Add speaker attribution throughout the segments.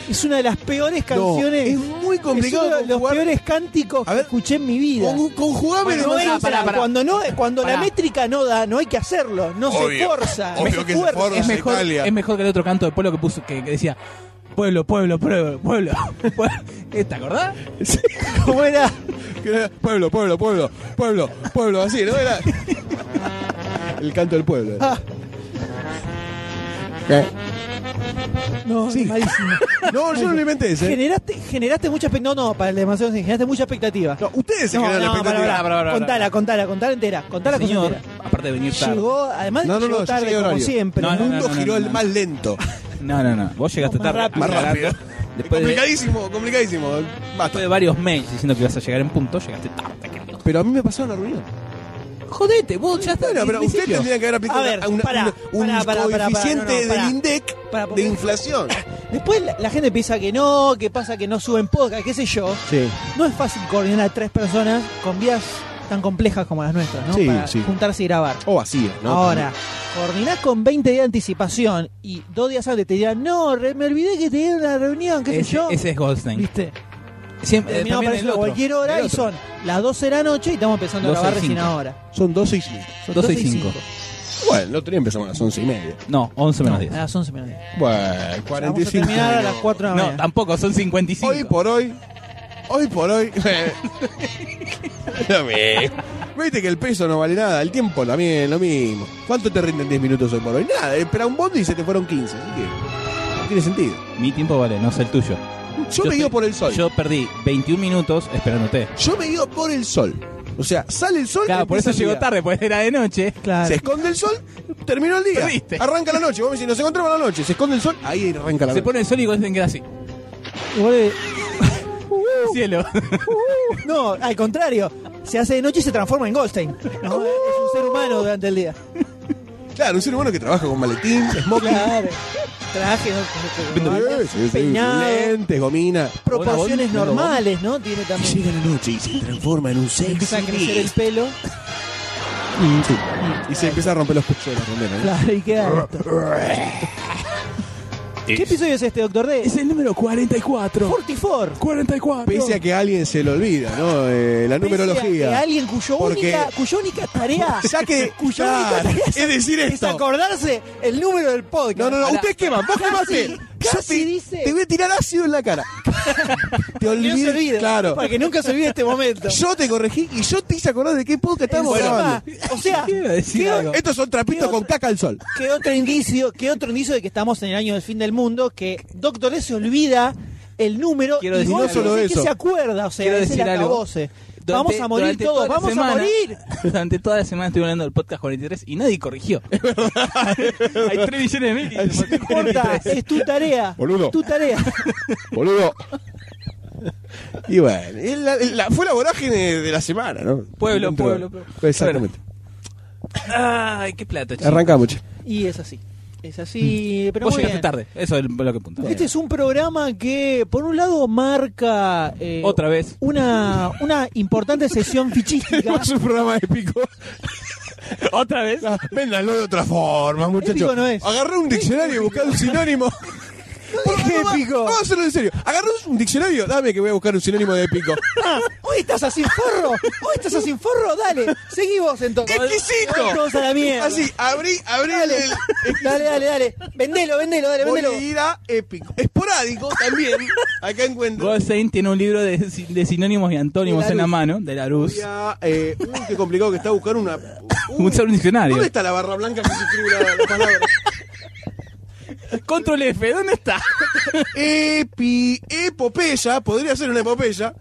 Speaker 1: Es una de las peores
Speaker 2: No,
Speaker 1: canciones.
Speaker 2: es muy
Speaker 1: Es uno
Speaker 2: complicado
Speaker 1: de los
Speaker 2: conjugar.
Speaker 1: peores cánticos
Speaker 2: A
Speaker 1: que
Speaker 2: ver,
Speaker 1: escuché en mi vida.
Speaker 2: Con, conjugame
Speaker 1: Bueno,
Speaker 2: no
Speaker 1: no
Speaker 2: es-
Speaker 1: es- Cuando, no, cuando la
Speaker 3: Pará.
Speaker 1: métrica no da, no hay que hacerlo. No se
Speaker 4: Obvio,
Speaker 1: forza.
Speaker 4: obvio
Speaker 1: no
Speaker 4: que se
Speaker 1: fuerza.
Speaker 4: forza.
Speaker 3: es
Speaker 4: Plaza
Speaker 3: mejor,
Speaker 4: Italia.
Speaker 3: es mejor que el otro canto de pueblo que puso que, que decía pueblo, pueblo, pueblo, pueblo. ¿Eh, ¿Te acordás?
Speaker 1: ¿Cómo era?
Speaker 2: que era Pueblo, pueblo, pueblo, pueblo, pueblo, así, ¿no? Era. El canto del pueblo.
Speaker 1: Ah. No, es malísimo.
Speaker 2: No, yo no lo inventé ese.
Speaker 1: generaste, generaste mucha expect- No, no, para el demasiado sin- generaste mucha expectativa.
Speaker 2: No, ustedes se
Speaker 1: No,
Speaker 2: generan la
Speaker 1: no,
Speaker 2: expectativa.
Speaker 1: pará, pará,
Speaker 3: Pará, pará, pará.
Speaker 1: contala, contala, contala entera. Contala cosa
Speaker 3: Señor,
Speaker 1: entera.
Speaker 3: aparte de venir tarde.
Speaker 1: Llegó, además
Speaker 2: No, no,
Speaker 1: llegó
Speaker 2: no, yo
Speaker 1: tarde
Speaker 2: llegué a
Speaker 1: como
Speaker 2: horario.
Speaker 1: siempre.
Speaker 3: No,
Speaker 2: El
Speaker 3: no,
Speaker 2: mundo giró
Speaker 3: no.
Speaker 2: el más lento.
Speaker 3: No, no, no. Vos llegaste
Speaker 1: Más
Speaker 3: tarde.
Speaker 1: rápido.
Speaker 4: Más
Speaker 3: aclarando.
Speaker 4: rápido.
Speaker 3: Después de,
Speaker 2: complicadísimo, complicadísimo.
Speaker 3: después
Speaker 2: Basta.
Speaker 3: de varios mails diciendo que ibas a llegar en punto, llegaste tarde. querido.
Speaker 2: Pero a mí me pasó una reunión.
Speaker 3: Jodete, vos ya estás.
Speaker 2: Bueno, pero
Speaker 3: desde
Speaker 2: usted
Speaker 3: el principio.
Speaker 2: tendría que haber aplicado
Speaker 1: A ver,
Speaker 2: una- una-
Speaker 1: pará,
Speaker 2: un
Speaker 1: pará, pará, pará,
Speaker 2: coeficiente
Speaker 1: pará, no, no, pará.
Speaker 2: del INDEC
Speaker 1: Pará, porque-
Speaker 2: de inflación.
Speaker 1: Después la, la gente piensa que no, que pasa que no suben podcast, qué sé yo.
Speaker 2: Sí.
Speaker 1: No es fácil coordinar a tres personas con vidas tan complejas como las nuestras, ¿no?
Speaker 2: Sí,
Speaker 1: Para
Speaker 2: sí.
Speaker 1: juntarse y grabar.
Speaker 2: O vacía, ¿no?
Speaker 1: Ahora, coordinás con 20 días de anticipación y dos días antes te dirán, no, re- me olvidé que tenía una reunión, qué sé
Speaker 3: Ese,
Speaker 1: yo.
Speaker 3: ese es Goldstein.
Speaker 1: ¿Viste?
Speaker 3: Siempre, eh,
Speaker 1: Terminamos
Speaker 3: también
Speaker 1: apareciendo
Speaker 3: el
Speaker 1: a
Speaker 3: otro.
Speaker 1: cualquier hora
Speaker 3: El
Speaker 1: y
Speaker 3: otro.
Speaker 1: son las 12 de la noche y estamos empezando a
Speaker 3: 12 y
Speaker 1: grabar recién
Speaker 3: cinco.
Speaker 1: ahora.
Speaker 2: Son 12 y 5.
Speaker 1: Son
Speaker 3: 12 y
Speaker 1: 12 y
Speaker 3: cinco.
Speaker 1: 5.
Speaker 2: Bueno, el otro día empezamos a las 11 y media.
Speaker 3: No, 11 menos
Speaker 1: No,
Speaker 3: 10.
Speaker 1: a las 11 menos 10.
Speaker 2: Bueno,
Speaker 1: Vamos a
Speaker 2: 45.
Speaker 1: terminar a las 4 de la
Speaker 3: No,
Speaker 1: mañana.
Speaker 3: tampoco, son 55.
Speaker 2: Hoy por hoy. Hoy por hoy. lo mismo. Viste que el peso no vale nada, el tiempo también, lo mismo. ¿Cuánto te rinden 10 minutos hoy por hoy? Nada, espera un bondi y se te fueron 15, así que no tiene sentido.
Speaker 3: Mi tiempo vale, no es el tuyo.
Speaker 2: Yo, me
Speaker 3: te-
Speaker 2: guío por el sol. Yo...
Speaker 3: Yo perdí 21 minutos esperándote.
Speaker 2: me guío por el sol. O sea, sale el sol.
Speaker 3: Claro, por
Speaker 2: empieza
Speaker 3: eso
Speaker 2: el
Speaker 3: llegó
Speaker 2: día.
Speaker 3: tarde, pues era de noche.
Speaker 1: Claro.
Speaker 2: Se esconde el sol, terminó el día.
Speaker 3: Perdiste.
Speaker 2: Arranca la noche. Vos me decís, nos encontramos a la noche. Se esconde el sol, ahí arranca la
Speaker 3: Se
Speaker 2: noche.
Speaker 3: pone el sol y Goldstein queda así.
Speaker 1: Igual, eh,
Speaker 3: Cielo.
Speaker 1: No, al contrario. Se hace de noche y se transforma en Goldstein. No, es un ser humano durante el día.
Speaker 2: Claro, un ser humano que trabaja con maletín, smoking.
Speaker 1: Claro. Traje, ¿no?
Speaker 2: Sí, sí, sí,
Speaker 1: Peinado.
Speaker 2: lentes, gomina.
Speaker 1: proporciones
Speaker 3: Hola, Goldstein.
Speaker 1: normales, ¿no? Tiene
Speaker 2: Y
Speaker 1: también.
Speaker 2: llega la noche y se transforma en un sexy
Speaker 1: Empieza a crecer el
Speaker 2: beast.
Speaker 1: pelo.
Speaker 2: Mm, sí. Y se empieza a romper los pechuelos también. ¿eh?
Speaker 1: Claro, y queda esto.
Speaker 3: Eh,
Speaker 1: ¿Qué episodio es este, Doctor D? Es
Speaker 3: el número 44.
Speaker 1: 44.
Speaker 3: 44.
Speaker 2: Pese a que a alguien se le olvida, ¿no? Eh, la
Speaker 1: Pese a que
Speaker 2: numerología.
Speaker 1: alguien cuyo
Speaker 2: Porque-
Speaker 1: única, cuya única tarea
Speaker 2: Ya que.
Speaker 1: Cuyo
Speaker 2: Claro,
Speaker 1: único-
Speaker 2: es decir
Speaker 1: es
Speaker 2: esto.
Speaker 1: acordarse el número del podcast.
Speaker 2: No, no, no,
Speaker 3: Pará.
Speaker 2: ustedes queman, vos
Speaker 1: Casi-
Speaker 2: quemaste.
Speaker 1: casi
Speaker 2: te,
Speaker 1: dice-
Speaker 2: te voy a tirar ácido en la cara. te
Speaker 1: Que no se olvide,
Speaker 2: olvides. Claro.
Speaker 1: Para que nunca se olvide este momento.
Speaker 2: Yo te corregí y yo te hice acordar de qué podcast estamos
Speaker 1: Encima,
Speaker 2: grabando.
Speaker 1: o sea,
Speaker 3: Quiero decir
Speaker 1: ¿qué,
Speaker 3: algo.
Speaker 2: Estos son trapitos con caca al sol.
Speaker 1: qué otro indicio, qué otro indicio de que estamos en el año del fin del mundo? Que Doctor D se olvida el número
Speaker 3: Quiero
Speaker 1: y
Speaker 3: decir
Speaker 1: vos
Speaker 2: algo. No solo
Speaker 1: decís que
Speaker 2: eso.
Speaker 1: se acuerda, o sea,
Speaker 3: Quiero
Speaker 1: es el
Speaker 3: decir algo.
Speaker 1: acabose.
Speaker 3: Durante-
Speaker 1: eh. Vamos a morir
Speaker 3: durante
Speaker 1: todos,
Speaker 3: toda la
Speaker 1: vamos
Speaker 3: semana-
Speaker 1: a morir.
Speaker 3: Durante toda la semana estuvimos hablando del podcast 43 y nadie corrigió. Hay 3 millones de mil. que dicen
Speaker 1: No importa,
Speaker 3: podcast 43.
Speaker 1: es tu tarea.
Speaker 2: Boludo.
Speaker 1: Tu tarea.
Speaker 2: Boludo. Y bueno, es la- es la- fue la vorágine de la semana, ¿no?
Speaker 3: Pueblo,
Speaker 2: Dentro-
Speaker 3: pueblo, pueblo.
Speaker 2: Exactamente.
Speaker 3: Ay, qué plato, chico.
Speaker 2: Arrancamos. che.
Speaker 1: Y es así. Es así, pero
Speaker 3: Mm. Vos
Speaker 1: muy
Speaker 3: llegaste
Speaker 1: bien.
Speaker 3: tarde. Eso es lo que apunta.
Speaker 1: Este es un programa que, por un lado, marca eh,
Speaker 3: Otra vez.
Speaker 1: Una, una importante sesión fichística.
Speaker 2: Tenemos un programa épico. Ah,
Speaker 3: ¿Otra vez?
Speaker 2: Véndanlo de otra forma, muchachos.
Speaker 1: Épico no es.
Speaker 2: Agarré un diccionario y buscá un sinónimo.
Speaker 1: dije
Speaker 2: Vamos,
Speaker 1: épico.
Speaker 2: Vamos a hacerlo en serio. Agarra un diccionario, dame que voy a buscar un sinónimo de épico.
Speaker 1: Ah, hoy estás así forro, hoy estás así forro, dale, seguí vos entonces.
Speaker 2: ¡Qué exquisito!
Speaker 1: Hoy todos a la mierda.
Speaker 2: Así, abrí, abrí el.
Speaker 1: Dale, dale, dale. Vendelo, vendelo, dale, vendelo.
Speaker 2: Bolera épico. Esporádico también. Acá encuentro.
Speaker 3: Goldstein tiene un libro de, de sinónimos y antónimos
Speaker 1: De
Speaker 3: en la
Speaker 1: Larus.
Speaker 3: mano, de la luz.
Speaker 2: Voy a, eh, uy, qué complicado que está buscar una. uy,
Speaker 3: Un solo diccionario.
Speaker 2: ¿Dónde está la barra blanca que se escribe la, la palabra?
Speaker 3: Control F, ¿dónde está?
Speaker 2: Epi, epopeya, podría ser una epopeya.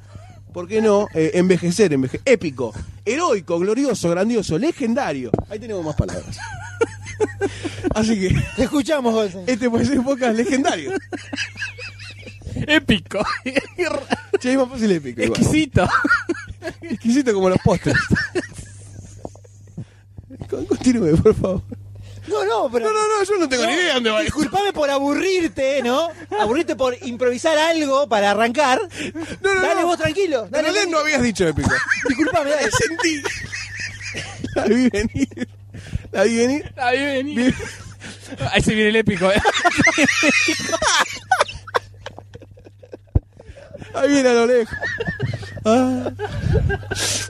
Speaker 2: ¿Por qué no? Eh, envejecer, enveje- épico, heroico, glorioso, grandioso, legendario. Ahí tenemos más palabras. Así que
Speaker 1: Te escuchamos, Gonzalo.
Speaker 2: este puede ser podcast legendario.
Speaker 3: Épico.
Speaker 2: Che, es más fácil épico. igual.
Speaker 3: Exquisito.
Speaker 2: Exquisito como los postres. Con- Continúe, por favor.
Speaker 1: No, no, pero.
Speaker 2: No, no, no, yo no tengo ni idea dónde va. Disculpa.
Speaker 1: Disculpame por aburrirte, ¿no? Aburrirte por improvisar algo para arrancar.
Speaker 2: No, no,
Speaker 1: dale
Speaker 2: no.
Speaker 1: vos tranquilo.
Speaker 2: En
Speaker 1: Dale,
Speaker 2: realidad no
Speaker 1: tranquilo.
Speaker 2: habías dicho épico.
Speaker 1: Disculpame, dale.
Speaker 2: Sentí. La vi venir. La vi venir.
Speaker 3: Ahí vení. Ahí se viene el épico. eh.
Speaker 2: Ahí viene a lo lejos. Ah.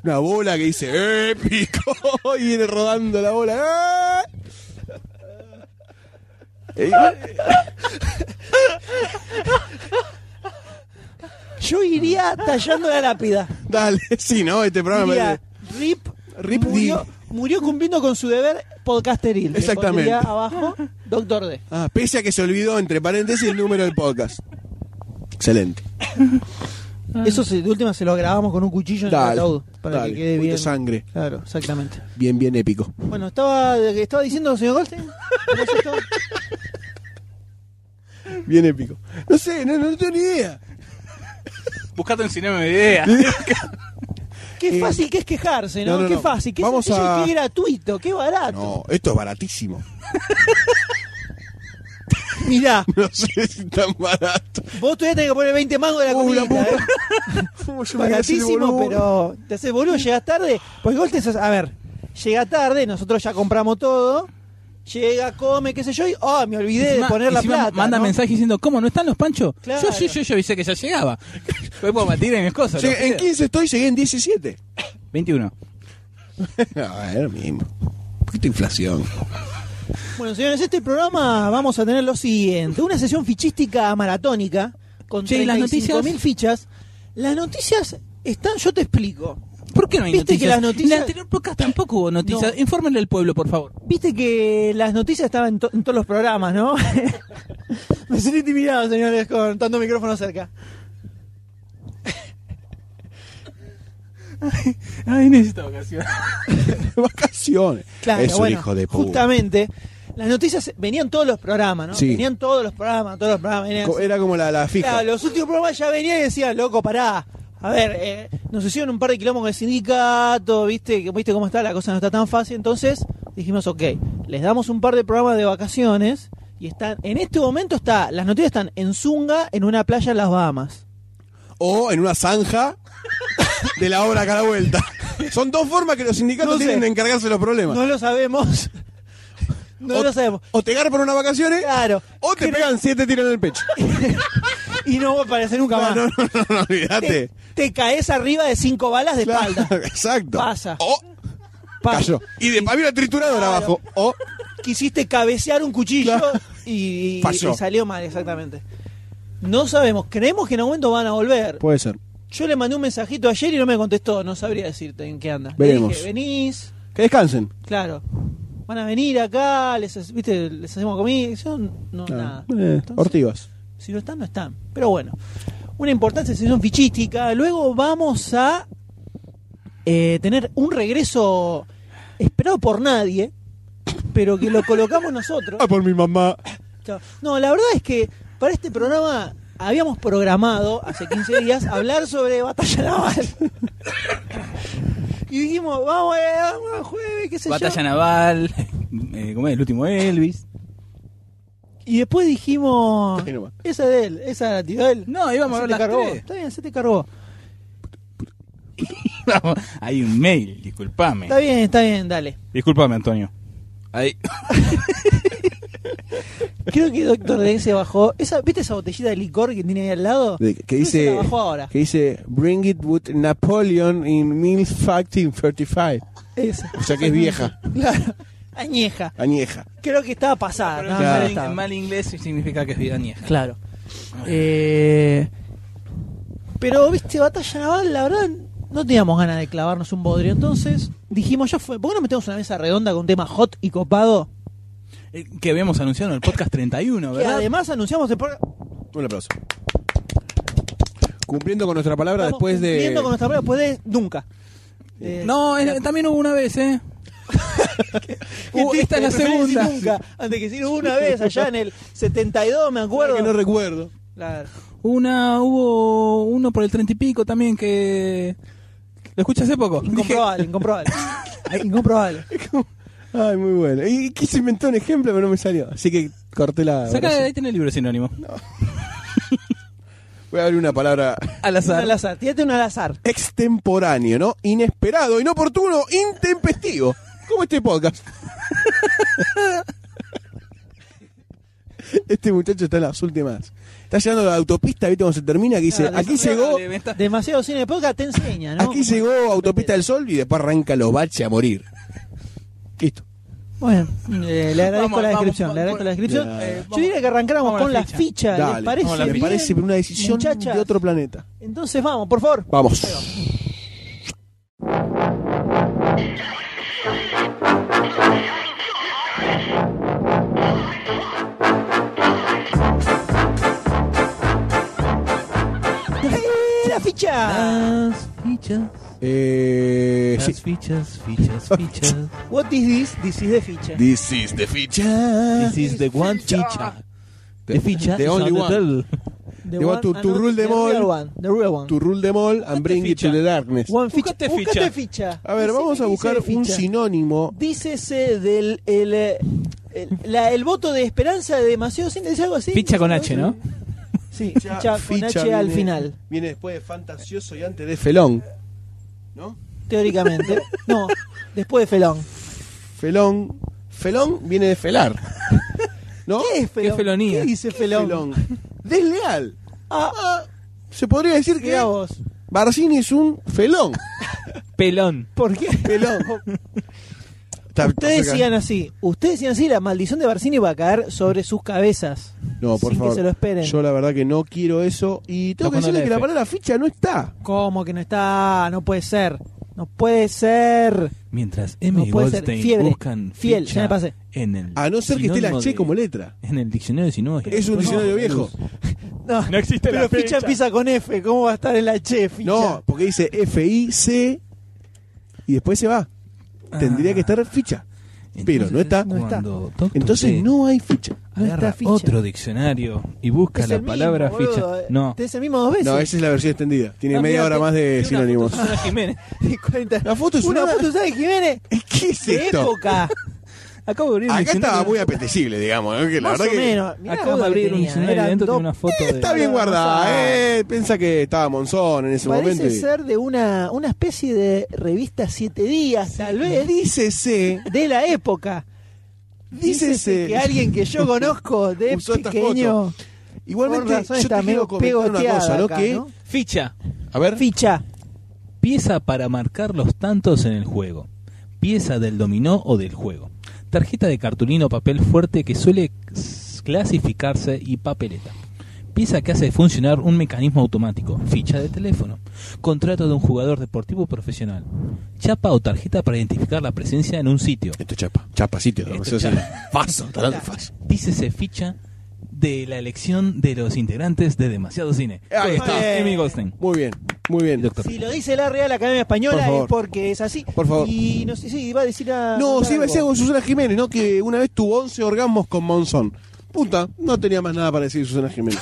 Speaker 2: Una bola que dice épico y viene rodando la bola. Ah. Eh,
Speaker 1: Yo iría tallando la lápida.
Speaker 2: Dale, sí, ¿no? Este programa
Speaker 1: Iría,
Speaker 2: me-
Speaker 1: Rip,
Speaker 2: Rip
Speaker 1: murió,
Speaker 2: D.
Speaker 1: murió cumpliendo con su deber podcasteril. Le
Speaker 2: Exactamente.
Speaker 1: pondría abajo, Doctor D.
Speaker 2: Ah, pese a que se olvidó, entre paréntesis, el número del podcast. Excelente.
Speaker 1: Eso se- de última se lo grabamos con un cuchillo en el
Speaker 2: Dale,
Speaker 1: ataúd. Para
Speaker 2: dale,
Speaker 1: que quede
Speaker 2: un poquito
Speaker 1: bien.
Speaker 2: de sangre.
Speaker 1: Claro, exactamente.
Speaker 2: Bien, bien épico.
Speaker 1: Bueno, estaba, estaba diciendo, señor Goldstein. ¿Cómo es esto?
Speaker 2: Bien épico. No sé, no, no tengo ni idea.
Speaker 3: Buscate un sinónimo de idea.
Speaker 1: Qué
Speaker 2: Eh,
Speaker 1: fácil que es quejarse, ¿no?
Speaker 2: no, no,
Speaker 1: qué
Speaker 2: no.
Speaker 1: fácil, qué
Speaker 2: Vamos
Speaker 1: sencillo y
Speaker 2: a-
Speaker 1: qué gratuito, qué barato.
Speaker 2: No, esto es baratísimo.
Speaker 1: Mirá,
Speaker 2: No sé si es tan barato.
Speaker 1: vos todavía tenés que poner 20 mangos de la
Speaker 2: Uh, la
Speaker 1: comida.
Speaker 2: puta.
Speaker 1: ¿eh? Baratísimo, pero te haces boludo, llegas tarde. Porque Goldstein, sos- a ver, llega tarde, nosotros ya compramos todo. Llega, come, qué sé yo, y oh, me olvidé
Speaker 3: Encima-
Speaker 1: de poner la
Speaker 3: encima
Speaker 1: plata.
Speaker 3: Manda
Speaker 1: ¿no?
Speaker 3: mensaje diciendo, ¿cómo no están los panchos?
Speaker 1: Claro.
Speaker 3: Yo, yo, yo, yo avisé que ya llegaba. Voy por matar en mis cosas.
Speaker 2: Llegué-
Speaker 3: los
Speaker 2: en
Speaker 3: pibes.
Speaker 2: 15 estoy, llegué en 17.
Speaker 3: 21.
Speaker 2: No, es lo mismo. Un poquito de inflación.
Speaker 1: Bueno, señores, este programa vamos a tener lo siguiente: una sesión fichística maratónica con
Speaker 3: Che, ¿y las noticias?
Speaker 1: mil fichas. Las noticias están, yo te explico.
Speaker 3: ¿Por qué no hay
Speaker 1: Viste
Speaker 3: noticias?
Speaker 1: que las noticias-
Speaker 3: En el anterior podcast tampoco hubo noticias.
Speaker 1: No.
Speaker 3: Infórmenle al pueblo, por favor.
Speaker 1: Viste que las noticias estaban en, to- en todos los programas, ¿no? Me sentí intimidado, señores, con tanto micrófono cerca.
Speaker 3: Ay, necesito vacaciones.
Speaker 2: Vacaciones.
Speaker 1: Claro,
Speaker 2: es un
Speaker 1: bueno,
Speaker 2: hijo de puta.
Speaker 1: justamente. Las noticias venían todos los programas, ¿no?
Speaker 2: Sí.
Speaker 1: Venían todos los programas, todos los programas. venían-
Speaker 2: Co- Era como la, la fija.
Speaker 1: Claro, los últimos programas ya venían y decían, loco, pará. A ver, eh, nos hicieron un par de kilómetros de sindicato, ¿viste? que- ¿Viste cómo está? La cosa no está tan fácil. Entonces dijimos, ok, les damos un par de programas de vacaciones. Y están, en este momento está, las noticias están en Zunga, en una playa en las Bahamas.
Speaker 2: O en una zanja de la obra cada vuelta. Son dos formas que los sindicatos
Speaker 1: No sé.
Speaker 2: tienen de encargarse de los problemas.
Speaker 1: No lo sabemos. No
Speaker 2: o,
Speaker 1: lo sabemos.
Speaker 2: O te por unas vacaciones.
Speaker 1: Claro.
Speaker 2: O te pegan siete tiros en el pecho. Ah,
Speaker 1: Y no va a aparecer nunca
Speaker 2: No,
Speaker 1: más.
Speaker 2: no, no, no, no,
Speaker 1: te,
Speaker 2: olvídate.
Speaker 1: te caes arriba de cinco balas de
Speaker 2: Claro,
Speaker 1: espalda.
Speaker 2: Exacto.
Speaker 1: Pasa.
Speaker 2: O
Speaker 1: Pa-
Speaker 2: cayó. Y de había una trituradora
Speaker 1: Claro.
Speaker 2: abajo. O
Speaker 1: quisiste cabecear un cuchillo
Speaker 2: Claro.
Speaker 1: y, y
Speaker 2: Falló.
Speaker 1: salió mal, exactamente. No sabemos, creemos que en algún momento van a volver.
Speaker 2: puede ser.
Speaker 1: Yo le mandé un mensajito ayer y no me contestó, no sabría decirte en qué anda. Le
Speaker 2: Veremos.
Speaker 1: dije, venís,
Speaker 2: Que descansen.
Speaker 1: claro, van a venir acá, les, ha- ¿viste? les hacemos comida, yo no, nada.
Speaker 2: Eh,
Speaker 1: Entonces,
Speaker 2: Ortigas.
Speaker 1: si no están, no están. Pero bueno, una importante sesión fichística. Luego vamos a eh, tener un regreso esperado por nadie, pero que lo colocamos nosotros.
Speaker 2: Ah, por mi mamá.
Speaker 1: Claro. No, la verdad es que para este programa habíamos programado hace 15 días hablar sobre batalla naval. Y dijimos, vamos, eh, vamos el jueves, qué sé
Speaker 3: Batalla
Speaker 1: yo.
Speaker 3: naval. Eh, ¿Cómo es? El último Elvis.
Speaker 1: Y después dijimos,
Speaker 2: Ahí nomás.
Speaker 1: esa de él, esa era tío de él.
Speaker 3: No, íbamos a
Speaker 1: Se
Speaker 3: ver
Speaker 1: te
Speaker 3: las
Speaker 1: cargó.
Speaker 3: tres.
Speaker 1: Está bien, se te cargó.
Speaker 3: Vamos, Hay un mail, disculpame.
Speaker 1: Está bien, está bien, dale.
Speaker 3: Disculpame, Antonio. Ahí.
Speaker 1: Creo que Doctor D se bajó. Esa, ¿Viste esa botellita de licor que tiene ahí al lado?
Speaker 2: De-
Speaker 1: Creo
Speaker 2: que dice,
Speaker 1: se la bajó ahora.
Speaker 2: que dice Bring it with Napoleon in 1535.
Speaker 1: Esa.
Speaker 2: O sea que es vieja,
Speaker 1: Claro. Añeja.
Speaker 2: añeja.
Speaker 1: Creo que estaba pasada.
Speaker 3: Pero
Speaker 1: nada
Speaker 3: en
Speaker 1: más
Speaker 3: mal-
Speaker 1: estaba.
Speaker 3: en mal inglés significa que es vida nieja.
Speaker 1: Claro. Eh, pero, viste, batalla naval, la verdad, no teníamos ganas de clavarnos un bodrio. Entonces dijimos, ya fue, ¿por qué no metemos una mesa redonda con un tema hot y copado?
Speaker 3: Eh, Que habíamos anunciado en el podcast 31,
Speaker 1: Que
Speaker 3: ¿verdad?
Speaker 1: además anunciamos el programa.
Speaker 2: Un aplauso. Cumpliendo con nuestra palabra
Speaker 1: Estamos
Speaker 2: después de.
Speaker 1: cumpliendo con nuestra palabra, después de nunca. Eh,
Speaker 3: No, eh, también hubo una vez, ¿eh?
Speaker 1: qué
Speaker 3: Uh,
Speaker 1: triste,
Speaker 3: esta es
Speaker 1: Eh, preferí
Speaker 3: la
Speaker 1: decir
Speaker 3: segunda.
Speaker 1: Nunca, antes que decir una vez allá en el 72, me acuerdo.
Speaker 2: Que no recuerdo.
Speaker 1: Claro.
Speaker 3: Una, hubo uno por el treinta y pico también que... ¿Lo escuché hace poco? Dije,
Speaker 1: Incomprobable, incomprobable. Ay, incomprobable.
Speaker 2: Ay, muy bueno. Y quise inventar un ejemplo, pero no me salió. Así que corté la.
Speaker 3: Sacá,
Speaker 2: oración.
Speaker 3: ahí tenés el libro sinónimo.
Speaker 2: Voy a abrir una palabra
Speaker 3: Al
Speaker 1: Un
Speaker 3: azar.
Speaker 1: al azar, tírate un al azar.
Speaker 2: extemporáneo, ¿no? Inesperado, inoportuno, intempestivo. Como este podcast. Este muchacho está en las últimas. Está llegando a la autopista, ¿viste cómo se termina? Que dice,
Speaker 1: Claro,
Speaker 2: aquí
Speaker 1: eso-
Speaker 2: llegó,
Speaker 3: Dale, me está-
Speaker 1: Demasiado cine de podcast te enseña, ¿no?
Speaker 2: aquí llegó Autopista del Sol y después arranca los baches a morir. Listo.
Speaker 1: Bueno, eh, le agradezco
Speaker 3: Vamos,
Speaker 1: la
Speaker 3: vamos,
Speaker 1: descripción,
Speaker 3: vamos,
Speaker 1: le agradezco la descripción.
Speaker 2: vamos.
Speaker 3: Eh,
Speaker 1: Yo diría que arrancáramos
Speaker 3: vamos a
Speaker 1: con
Speaker 3: la
Speaker 1: la
Speaker 3: ficha.
Speaker 1: ficha,
Speaker 2: Dale.
Speaker 1: ¿les parece?
Speaker 3: Vamos a la
Speaker 2: Me
Speaker 1: bien,
Speaker 3: ficha.
Speaker 2: parece una decisión
Speaker 1: muchachas?
Speaker 2: de otro planeta.
Speaker 1: Entonces vamos, por favor.
Speaker 2: Vamos.
Speaker 1: ¡Eh, La ficha.
Speaker 3: Las fichas,
Speaker 2: Eh, sí.
Speaker 3: las fichas, fichas, fichas.
Speaker 1: What is this? This is the ficha.
Speaker 2: This is the feature.
Speaker 3: This is the one ficha. The ficha
Speaker 2: The
Speaker 3: is
Speaker 2: only
Speaker 3: on
Speaker 2: one.
Speaker 3: table.
Speaker 1: The
Speaker 2: Digo,
Speaker 1: one
Speaker 2: tu-
Speaker 1: and
Speaker 2: tu
Speaker 1: not-
Speaker 2: rule
Speaker 1: the
Speaker 2: de mol.
Speaker 1: real one, The real one.
Speaker 2: To rule them all and bring it to the darkness.
Speaker 1: One ficha.
Speaker 3: Buscate ficha.
Speaker 1: Buscate ficha.
Speaker 2: A ver,
Speaker 1: Decime
Speaker 2: vamos a
Speaker 1: qué
Speaker 2: buscar
Speaker 1: dice
Speaker 2: un
Speaker 1: ficha.
Speaker 2: sinónimo.
Speaker 1: Dícese del el, eh, el, la- el voto de esperanza de demasiado cine, ¿dice algo así?
Speaker 3: Ficha con H, ¿no?
Speaker 1: Sí, ficha, con H al
Speaker 2: viene-
Speaker 1: final,
Speaker 2: Viene después de fantasioso y antes de felón. ¿No?
Speaker 1: teóricamente. no, después de Felón.
Speaker 2: Felón. Felón viene de felar. ¿No?
Speaker 1: ¿Qué es Felón?
Speaker 3: felonía?
Speaker 1: ¿Qué dice Felón?
Speaker 2: Desleal.
Speaker 1: Ah,
Speaker 2: Ah, se podría decir que
Speaker 1: mirá vos.
Speaker 2: Barcini es un felón.
Speaker 3: Pelón.
Speaker 1: ¿Por qué?
Speaker 2: Felón. Está-
Speaker 1: Ustedes
Speaker 2: está-
Speaker 1: sigan así. Ustedes sigan así. La maldición de Barcini va a caer sobre sus cabezas.
Speaker 2: No, por
Speaker 1: sin
Speaker 2: favor.
Speaker 1: que se lo esperen.
Speaker 2: Yo la verdad que no quiero eso. Y tengo
Speaker 3: Está
Speaker 2: que
Speaker 3: con
Speaker 2: decirle
Speaker 3: el
Speaker 2: que la
Speaker 3: F.
Speaker 2: palabra ficha no está.
Speaker 1: ¿Cómo que no está? No puede ser. No puede ser.
Speaker 3: Mientras M
Speaker 1: No
Speaker 3: y
Speaker 1: puede ser.
Speaker 3: Goldstein
Speaker 1: Fiebre.
Speaker 3: buscan
Speaker 1: Fiel,
Speaker 3: ficha
Speaker 1: ya me pasé.
Speaker 3: en el
Speaker 2: A no ser que esté la
Speaker 3: sinónimo
Speaker 2: che
Speaker 3: de-
Speaker 2: como letra.
Speaker 3: En el diccionario de sinónimos.
Speaker 2: Es un diccionario viejo.
Speaker 1: No,
Speaker 3: No existe
Speaker 1: pero
Speaker 3: la
Speaker 1: ficha.
Speaker 3: fecha.
Speaker 1: empieza con F. ¿Cómo va a estar en la che, ficha?
Speaker 2: No, porque dice F-I-C y después se va. Tendría que estar ficha. Pero no está.
Speaker 1: Ah. No está.
Speaker 3: cuando Dr.
Speaker 2: Entonces
Speaker 3: T
Speaker 2: no hay ficha.
Speaker 1: no está
Speaker 3: agarra
Speaker 1: ficha.
Speaker 3: otro diccionario y busca
Speaker 1: Es
Speaker 3: la
Speaker 1: el mismo,
Speaker 3: palabra
Speaker 1: boludo.
Speaker 3: ficha. No.
Speaker 1: Es Ah, el mismo dos veces.
Speaker 2: No, esa es la versión extendida. Tiene media hora más de sinónimos.
Speaker 1: Y cuarenta-
Speaker 2: La foto es una.
Speaker 1: Una foto de Jiménez.
Speaker 2: ¿Qué es
Speaker 1: ¿Qué
Speaker 2: esto?
Speaker 1: época?
Speaker 3: Acabo de abrir un
Speaker 2: Acá
Speaker 3: diccionario.
Speaker 2: estaba muy apetecible, digamos. ¿no? Que la
Speaker 1: Más o
Speaker 2: verdad que. eh,
Speaker 1: menos. Mirá
Speaker 3: Acabo de
Speaker 1: la
Speaker 3: abrir un
Speaker 1: tenía.
Speaker 3: diccionario y
Speaker 1: Eran
Speaker 3: dentro
Speaker 1: dos-
Speaker 3: tiene una foto de.
Speaker 2: Está bien guardada, eh. Pensa que estaba Monzón en ese
Speaker 1: Parece
Speaker 2: momento. y-
Speaker 1: ser de una, una especie de revista Siete Días, tal vez,
Speaker 2: Dícese.
Speaker 1: de la época. Dícese
Speaker 2: Dícese.
Speaker 1: que alguien que yo conozco de
Speaker 2: Usó esta
Speaker 1: pequeño Por
Speaker 2: Igualmente,
Speaker 1: razón
Speaker 2: yo
Speaker 1: está
Speaker 2: te quiero
Speaker 1: medio
Speaker 2: comentar una
Speaker 1: pegoteada
Speaker 2: cosa, ¿no?
Speaker 1: acá,
Speaker 2: que,
Speaker 1: ¿no?
Speaker 3: Ficha.
Speaker 2: a ver,
Speaker 1: ficha.
Speaker 3: Pieza para marcar los tantos en el juego. Pieza del dominó o del juego. Tarjeta de cartulina o papel fuerte que suele s- clasificarse y papeleta. Pieza que hace funcionar un mecanismo automático. Ficha de teléfono. Contrato de un jugador deportivo profesional. Chapa o tarjeta para identificar la presencia en un sitio.
Speaker 2: esto es chapa, chapa sitio,
Speaker 3: Esto
Speaker 2: eso
Speaker 3: es
Speaker 2: sí.
Speaker 3: chapa.
Speaker 2: Faso, está hablando de faso.
Speaker 3: Dícese ficha de la elección de los integrantes de Demasiado Cine.
Speaker 2: Ahí
Speaker 3: Con
Speaker 2: está.
Speaker 3: Amy Goldstein.
Speaker 2: Muy bien, muy
Speaker 3: Y
Speaker 2: bien.
Speaker 3: Doctor.
Speaker 1: Si lo dice la Real Academia
Speaker 2: Por
Speaker 1: Española
Speaker 2: favor.
Speaker 1: es porque es así.
Speaker 2: Por favor.
Speaker 1: Y no sé si iba a decir a.
Speaker 2: No, sí,
Speaker 1: algo.
Speaker 2: me decía con Susana Jiménez, ¿no? Que una vez tuvo 11 orgasmos con Monzón. Puta, no tenía más nada para decir Susana Jiménez.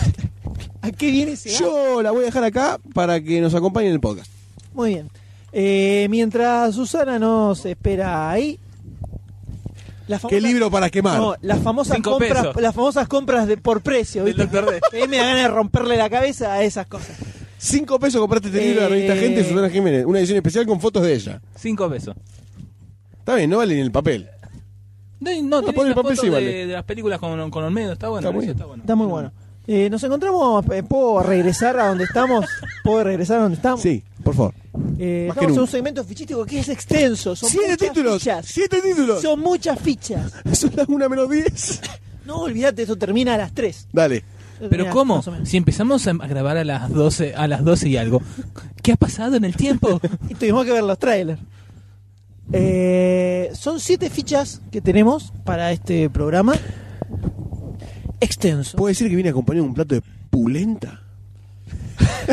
Speaker 1: ¿A qué viene ese dato?
Speaker 2: Yo la voy a dejar acá para que nos acompañe en el podcast.
Speaker 1: Muy bien. Eh, mientras Susana nos espera ahí. la famosa-
Speaker 2: ¿Qué libro para quemar?
Speaker 1: No, las famosas
Speaker 3: Cinco
Speaker 1: compras,
Speaker 3: pesos.
Speaker 1: las famosas compras de por precio, ¿viste? Que a mí me da ganas de romperle la cabeza a esas cosas.
Speaker 2: Cinco pesos compraste este libro de la revista
Speaker 1: Eh.
Speaker 2: Gente, Susana Jiménez. Una edición especial con fotos de ella.
Speaker 3: Cinco pesos.
Speaker 2: Está bien, no vale ni el papel.
Speaker 3: De- no,
Speaker 2: No,
Speaker 3: tiene
Speaker 2: pon el
Speaker 3: una
Speaker 2: papel,
Speaker 3: foto
Speaker 2: sí,
Speaker 3: de,
Speaker 2: vale.
Speaker 3: de las películas con, con Olmedo, está bueno.
Speaker 2: Está muy
Speaker 3: eso
Speaker 2: bien.
Speaker 3: está bueno.
Speaker 1: Está muy bueno. Eh, nos encontramos, eh, ¿puedo regresar a donde estamos? ¿Puedo regresar a donde estamos?
Speaker 2: Sí, por favor.
Speaker 1: Eh,
Speaker 2: Más que
Speaker 1: estamos en un
Speaker 2: nunca.
Speaker 1: segmento fichístico que es extenso. Son
Speaker 2: ¡Siete
Speaker 1: muchas
Speaker 2: títulos!
Speaker 1: fichas.
Speaker 2: ¡Siete títulos!
Speaker 1: Son muchas fichas.
Speaker 2: Son las una menos diez.
Speaker 1: No olvidate, eso termina a las 3.
Speaker 2: Dale.
Speaker 3: Pero ¿cómo? Si empezamos a grabar a las 12, a las 12 y algo, ¿qué ha pasado en el tiempo?
Speaker 1: Y tuvimos que ver los trailers. Eh, son siete fichas que tenemos para este programa. Extenso.
Speaker 2: ¿Puede decir que viene acompañado de un plato de pulenta?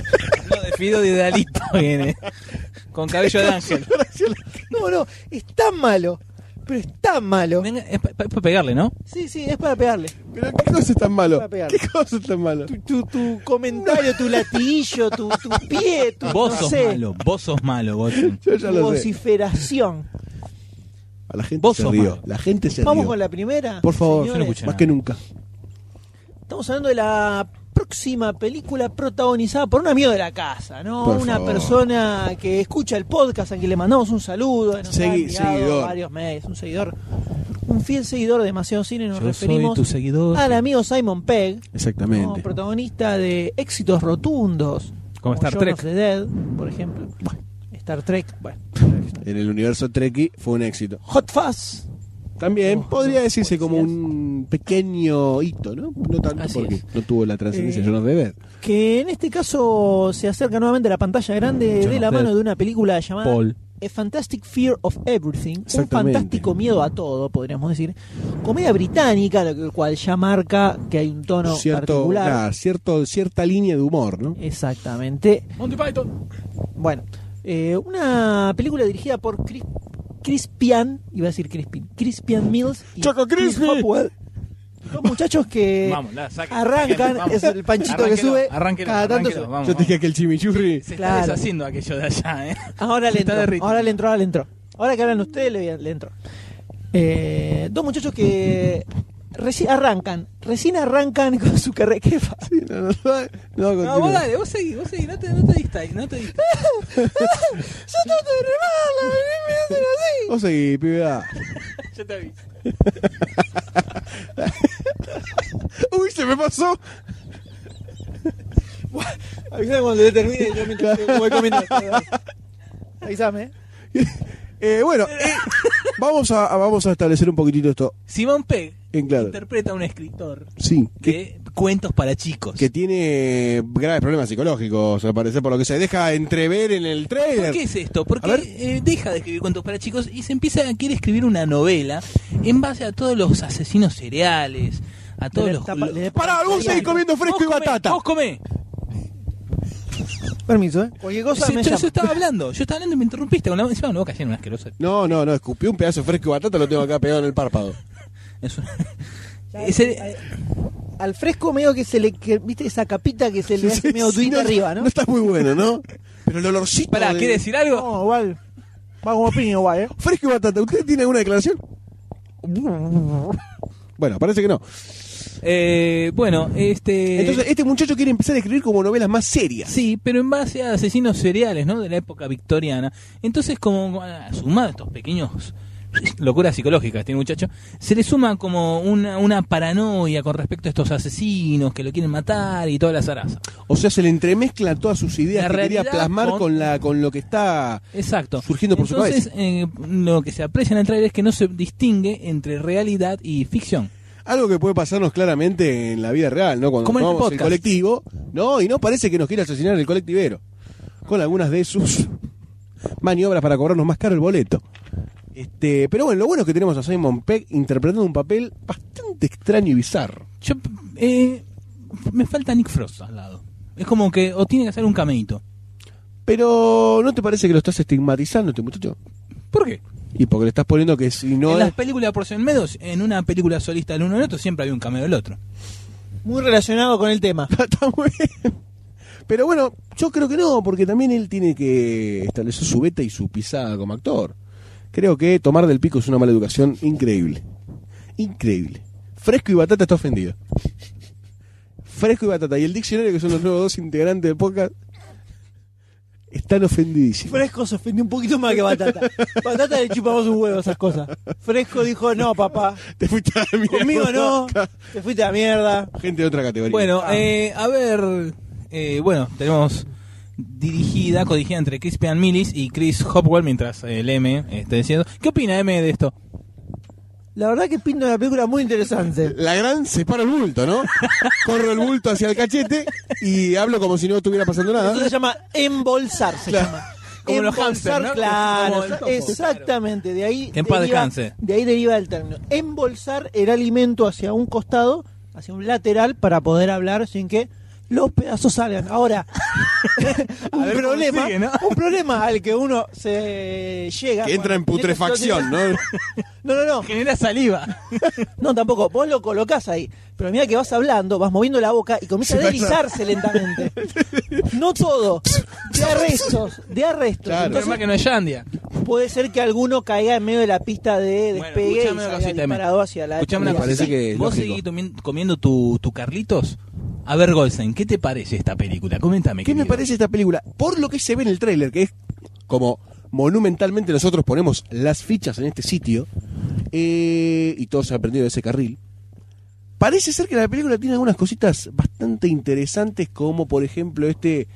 Speaker 3: no, de Fido de Dalito viene. Con cabello de ángel.
Speaker 1: No, no, es tan malo. Pero es tan malo.
Speaker 3: Venga, es para pegarle, ¿no?
Speaker 1: Sí, sí, es para pegarle.
Speaker 2: Pero qué cosa es tan malo.
Speaker 1: Voy a pegar.
Speaker 2: ¿Qué cosa es tan malo?
Speaker 1: Tu, tu, tu comentario, tu latillo, tu, tu pie, tu
Speaker 3: Vos
Speaker 1: no
Speaker 3: sos
Speaker 1: sé,
Speaker 3: malo, vos sos malo, Gotti.
Speaker 2: Yo
Speaker 1: tu
Speaker 2: ya lo sé.
Speaker 1: vociferación.
Speaker 2: A la gente
Speaker 3: Vos
Speaker 2: se
Speaker 3: sos
Speaker 2: rió.
Speaker 3: malo.
Speaker 2: La gente se
Speaker 1: Vamos
Speaker 2: rió.
Speaker 1: con la primera.
Speaker 2: Por favor,
Speaker 1: señores.
Speaker 3: yo no escuché.
Speaker 2: más que nunca.
Speaker 1: Estamos hablando de la próxima película protagonizada por un amigo de la casa, ¿no?
Speaker 2: Por
Speaker 1: una
Speaker 2: favor.
Speaker 1: persona que escucha el podcast, a quien le mandamos un saludo. Nos
Speaker 2: Segui-
Speaker 1: ha enviado
Speaker 2: seguidor.
Speaker 1: Varios meses, un seguidor. Un fiel seguidor de Demasiado Cine, nos
Speaker 3: Yo soy
Speaker 1: referimos
Speaker 3: tu seguidor.
Speaker 1: al amigo Simon Pegg, ¿no?
Speaker 2: Exactamente.
Speaker 1: protagonista de éxitos rotundos.
Speaker 3: Como Star
Speaker 1: Shaun of
Speaker 3: Trek.
Speaker 1: the Dead, por ejemplo. Star Trek, bueno.
Speaker 2: En el universo Trekkie fue un éxito.
Speaker 1: Hot Fuzz.
Speaker 2: También
Speaker 1: Oh,
Speaker 2: podría
Speaker 1: no,
Speaker 2: decirse como
Speaker 1: policías.
Speaker 2: un pequeño hito, ¿no? No tanto
Speaker 1: Así
Speaker 2: porque
Speaker 1: es.
Speaker 2: no tuvo la trascendencia,
Speaker 1: Eh,
Speaker 2: yo no debe.
Speaker 1: Que en este caso se acerca nuevamente a la pantalla grande
Speaker 3: Shaun
Speaker 1: de
Speaker 3: of
Speaker 1: la
Speaker 3: the
Speaker 1: mano
Speaker 3: Dead.
Speaker 1: de una película llamada
Speaker 3: Paul.
Speaker 1: A Fantastic Fear of Everything. Un
Speaker 2: Exactamente.
Speaker 1: fantástico miedo a todo, podríamos decir. Comedia británica, lo que- el cual ya marca que hay un tono
Speaker 2: Cierto,
Speaker 1: particular.
Speaker 2: nada, cierto, cierta línea de humor, ¿no?
Speaker 1: Exactamente.
Speaker 3: Monty Python.
Speaker 1: Bueno, eh, una película dirigida por Chris, Crispian, iba a decir Crispin, Crispian Mills y
Speaker 2: Choco
Speaker 1: Chris
Speaker 2: Crispy.
Speaker 1: Hopwell. Dos muchachos que
Speaker 3: Vamos, la saque.
Speaker 1: Eh, arrancan,
Speaker 3: Vamos.
Speaker 1: es el panchito que
Speaker 3: Arránquelo,
Speaker 1: sube,
Speaker 3: arránquelo,
Speaker 1: cada tanto
Speaker 3: arránquelo,
Speaker 1: sube.
Speaker 3: vamos,
Speaker 2: Yo te
Speaker 3: vamos.
Speaker 2: dije que el chimichurri.
Speaker 3: Se
Speaker 1: Claro.
Speaker 3: está deshaciendo aquello de allá, ¿eh?
Speaker 1: Ahora le
Speaker 3: Está
Speaker 1: entró,
Speaker 3: derritido.
Speaker 1: ahora le entró, ahora le entró. Ahora que hablan ustedes, le, le entró. Eh, dos muchachos que recién arrancan, recién arrancan con su carrera. ¿Qué fa-
Speaker 2: Sí, no, no, no, no,
Speaker 3: No, vos
Speaker 2: continúa.
Speaker 3: dale, vos seguí, vos seguí, no te, no te distraes, no te distraes.
Speaker 1: Yo trato de remarla, me hacen así.
Speaker 2: Vos seguí, pibe. ah.
Speaker 3: Yo te aviso.
Speaker 2: Uy, se me pasó.
Speaker 1: Avísame cuando yo termine, yo mientras voy comiendo. Avísame.
Speaker 2: Eh, bueno, eh, vamos, a, a- vamos a establecer un poquitito esto
Speaker 3: Simón Pegg
Speaker 2: en claro.
Speaker 3: interpreta a un escritor
Speaker 2: Sí, que,
Speaker 3: de cuentos para chicos.
Speaker 2: que tiene graves problemas psicológicos, al parecer, por lo que se deja entrever en el
Speaker 3: ¿Por
Speaker 2: trailer.
Speaker 3: qué es esto? Porque
Speaker 2: A ver.
Speaker 3: eh, deja de escribir cuentos para chicos y se empieza a quiere escribir una novela en base a todos los asesinos cereales, a todos
Speaker 1: Le
Speaker 3: los...
Speaker 1: tapa- le
Speaker 3: los-
Speaker 1: tapa-
Speaker 2: Pará, vos seguís comiendo fresco
Speaker 3: Vos
Speaker 2: y
Speaker 3: comé,
Speaker 2: batata.
Speaker 3: Vos comé.
Speaker 1: Permiso, ¿eh? Cualquier cosa
Speaker 3: Sí,
Speaker 1: me
Speaker 3: yo, yo
Speaker 1: llama.
Speaker 3: estaba hablando, yo estaba hablando y me interrumpiste. Con la, encima una boca llena, una asquerosa.
Speaker 2: No, no, no, escupí un pedazo de fresco y batata, lo tengo acá pegado en el párpado.
Speaker 3: Es una-
Speaker 1: Ya, eh,
Speaker 3: Ese-
Speaker 1: Al fresco medio que se le... que- ¿Viste esa capita que se le hace medio
Speaker 2: Sí,
Speaker 1: tuita arriba, no?
Speaker 2: No está muy bueno, ¿no? Pero el olorcito.
Speaker 3: Pará,
Speaker 2: de-
Speaker 3: ¿quiere decir algo?
Speaker 1: No, igual. Va como piña igual, ¿eh?
Speaker 2: Fresco y batata, ¿usted tiene alguna declaración? Bueno, parece que no.
Speaker 3: Eh, bueno, este...
Speaker 2: Entonces, este muchacho quiere empezar a escribir como novelas más serias.
Speaker 3: Sí, pero en base a asesinos seriales, ¿no? De la época victoriana. Entonces, como ah, sumado a estos pequeños locuras psicológicas que tiene el muchacho, se le suma como una, una paranoia con respecto a estos asesinos que lo quieren matar y toda la zaraza.
Speaker 2: O sea, se le entremezclan todas sus ideas
Speaker 3: La
Speaker 2: que quería
Speaker 3: realidad
Speaker 2: plasmar
Speaker 3: con-
Speaker 2: con, la, con lo que está.
Speaker 3: Exacto.
Speaker 2: Surgiendo por su
Speaker 3: Entonces, eh, lo que se aprecia en el trailer es que no se distingue entre realidad y ficción.
Speaker 2: Algo que puede pasarnos claramente en la vida real, ¿no? Cuando
Speaker 3: Como en este
Speaker 2: tomamos el
Speaker 3: podcast.
Speaker 2: colectivo, ¿no? Y no parece que nos quiera asesinar el colectivero. Con algunas de sus maniobras para cobrarnos más caro el boleto. Este, pero bueno, lo bueno es que tenemos a Simon Peck interpretando un papel bastante extraño y bizarro.
Speaker 3: Yo, eh, me falta Nick Frost al lado. Es como que o tiene que hacer un cameito.
Speaker 2: Pero ¿no te parece que lo estás estigmatizando este muchacho?
Speaker 3: ¿Por qué?
Speaker 2: Y porque le estás poniendo que si no
Speaker 3: en
Speaker 2: es-
Speaker 3: las películas por en medio, en una película solista del uno del otro, siempre había un cameo del otro.
Speaker 1: Muy relacionado con el tema.
Speaker 2: Está muy bien. Pero bueno, yo creo que no, porque también él tiene que establecer su beta y su pisada como actor. Creo que tomar del pico es una mala educación increíble. Increíble. Fresco y Batata está ofendido. Fresco y Batata. Y el diccionario, que son los nuevos dos integrantes de podcast, Están ofendidísimos.
Speaker 1: Fresco se ofendió un poquito más que Batata. Batata le chupamos un huevo a esas cosas. Fresco dijo, no, papá.
Speaker 2: Te fuiste a la mierda.
Speaker 1: Conmigo no. Te fuiste a la mierda.
Speaker 2: Gente de otra categoría.
Speaker 3: Bueno, eh, a ver. eh, bueno, tenemos dirigida, codirigida entre Crispian Millis y Chris Hopwell, mientras eh, el M está diciendo. ¿Qué opina M de esto?
Speaker 1: La verdad que pinta una película muy interesante.
Speaker 2: La gran separa el bulto, ¿no? Corro el bulto hacia el cachete y hablo como si no estuviera pasando
Speaker 1: Eso se
Speaker 2: nada.
Speaker 1: llama embolsar, se
Speaker 2: Claro.
Speaker 1: llama.
Speaker 3: Como los
Speaker 1: Embolsar,
Speaker 3: hámster, ¿no?
Speaker 1: claro.
Speaker 3: Como el topo.
Speaker 1: exactamente. De ahí,
Speaker 3: Que en paz
Speaker 1: deriva,
Speaker 3: descanse.
Speaker 1: de ahí deriva el término. Embolsar el alimento hacia un costado, hacia un lateral, para poder hablar sin que los pedazos salgan. Ahora, un,
Speaker 3: ver cómo
Speaker 1: problema,
Speaker 3: sigue, ¿no?
Speaker 1: un problema al que uno se llega.
Speaker 2: Que entra en
Speaker 1: cuando-
Speaker 2: putrefacción, ¿no?
Speaker 1: No, no, no.
Speaker 3: Genera saliva.
Speaker 1: No, tampoco. Vos lo colocás ahí. Pero mira que vas hablando, vas moviendo la boca y comienza a
Speaker 2: Sí,
Speaker 1: deslizarse lentamente. No todo. De arrestos. De arrestos.
Speaker 2: Claro.
Speaker 3: Menos mal
Speaker 1: Entonces
Speaker 3: que no es Yandia.
Speaker 1: puede ser que alguno caiga en medio de la pista de
Speaker 3: Bueno,
Speaker 1: despegue
Speaker 3: escuchame
Speaker 1: y
Speaker 3: una
Speaker 1: salga
Speaker 3: cosita,
Speaker 1: disparado hacia la...
Speaker 3: Escuchame una
Speaker 2: Me parece
Speaker 3: cosa.
Speaker 2: que es
Speaker 3: ¿Vos
Speaker 2: lógico.
Speaker 3: seguís tomi- comiendo tu, tu Carlitos? A ver, Goldstein, ¿qué te parece esta película? Coméntame.
Speaker 2: ¿Qué me
Speaker 3: querido.
Speaker 2: parece esta película? Por lo que se ve en el tráiler, que es como monumentalmente nosotros ponemos las fichas en este sitio, eh, y todos se han aprendido de ese carril, parece ser que la película tiene algunas cositas bastante interesantes, como por ejemplo este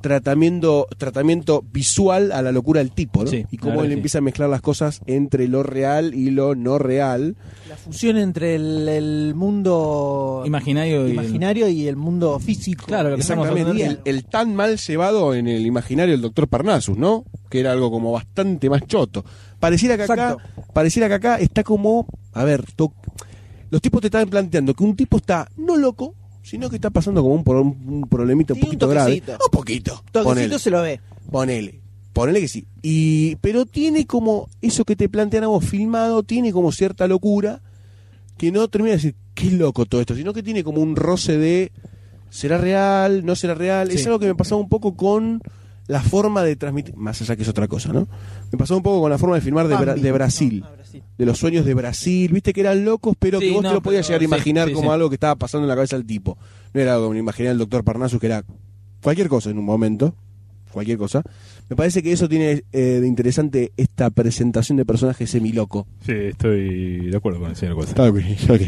Speaker 2: tratamiento, tratamiento visual a la locura del tipo, ¿no?
Speaker 3: Sí,
Speaker 2: y
Speaker 3: la
Speaker 2: cómo
Speaker 3: verdad
Speaker 2: él
Speaker 3: que sí.
Speaker 2: empieza a mezclar las cosas entre lo real y lo no real.
Speaker 1: La fusión entre el, el mundo
Speaker 3: Imaginario. y-
Speaker 1: imaginario y el mundo físico.
Speaker 3: Claro, lo que estamos hablando
Speaker 2: Exactamente,
Speaker 3: es-
Speaker 2: el, el tan mal llevado en el imaginario del doctor Parnassus, ¿no? Que era algo como bastante más choto. Pareciera que acá, pareciera que acá está como, a ver, to- los tipos te están planteando que un tipo está no loco, sino que está pasando como un, pro- un problemita un
Speaker 1: Sí, un
Speaker 2: poquito grave.
Speaker 1: toquecito.
Speaker 2: Un poquito.
Speaker 1: Toquecito
Speaker 2: ponele.
Speaker 1: se lo ve.
Speaker 2: Ponele. Ponele que sí. Y, pero tiene como eso que te plantean a vos filmado, tiene como cierta locura que no termina de decir, qué loco todo esto, sino que tiene como un roce de, ¿será real? ¿No será real?
Speaker 3: Sí.
Speaker 2: Es algo que me pasaba un poco con la forma de transmitir, más allá que es otra cosa, ¿no? Me pasaba un poco con la forma de filmar de, Bra-
Speaker 1: Bambi.
Speaker 2: de Brasil,
Speaker 1: No, ah, Brasil.
Speaker 2: de los sueños de Brasil, viste que eran locos, pero
Speaker 3: Sí,
Speaker 2: que vos
Speaker 3: no,
Speaker 2: te lo podías
Speaker 3: pero-
Speaker 2: llegar a
Speaker 3: sí,
Speaker 2: imaginar
Speaker 3: sí,
Speaker 2: como
Speaker 3: sí.
Speaker 2: algo que estaba pasando en la cabeza del tipo. No era algo como imaginar el doctor Parnassus, que era cualquier cosa en un momento, cualquier cosa. Me parece que eso tiene eh, de interesante esta presentación de personaje semiloco.
Speaker 5: Sí, estoy de acuerdo con el señor Goldstein.
Speaker 2: Está ok, ok.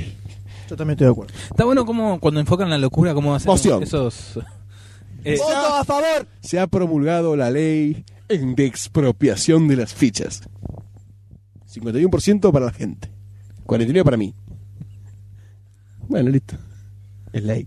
Speaker 1: Yo también estoy de acuerdo.
Speaker 3: Está bueno como cuando enfocan la locura, cómo hacen
Speaker 2: Moción.
Speaker 3: esos... eh,
Speaker 1: ¡Voto a favor!
Speaker 2: Se ha promulgado la ley en- de expropiación de las fichas. 51% para la gente, 49% para mí. Bueno, listo. Es ley.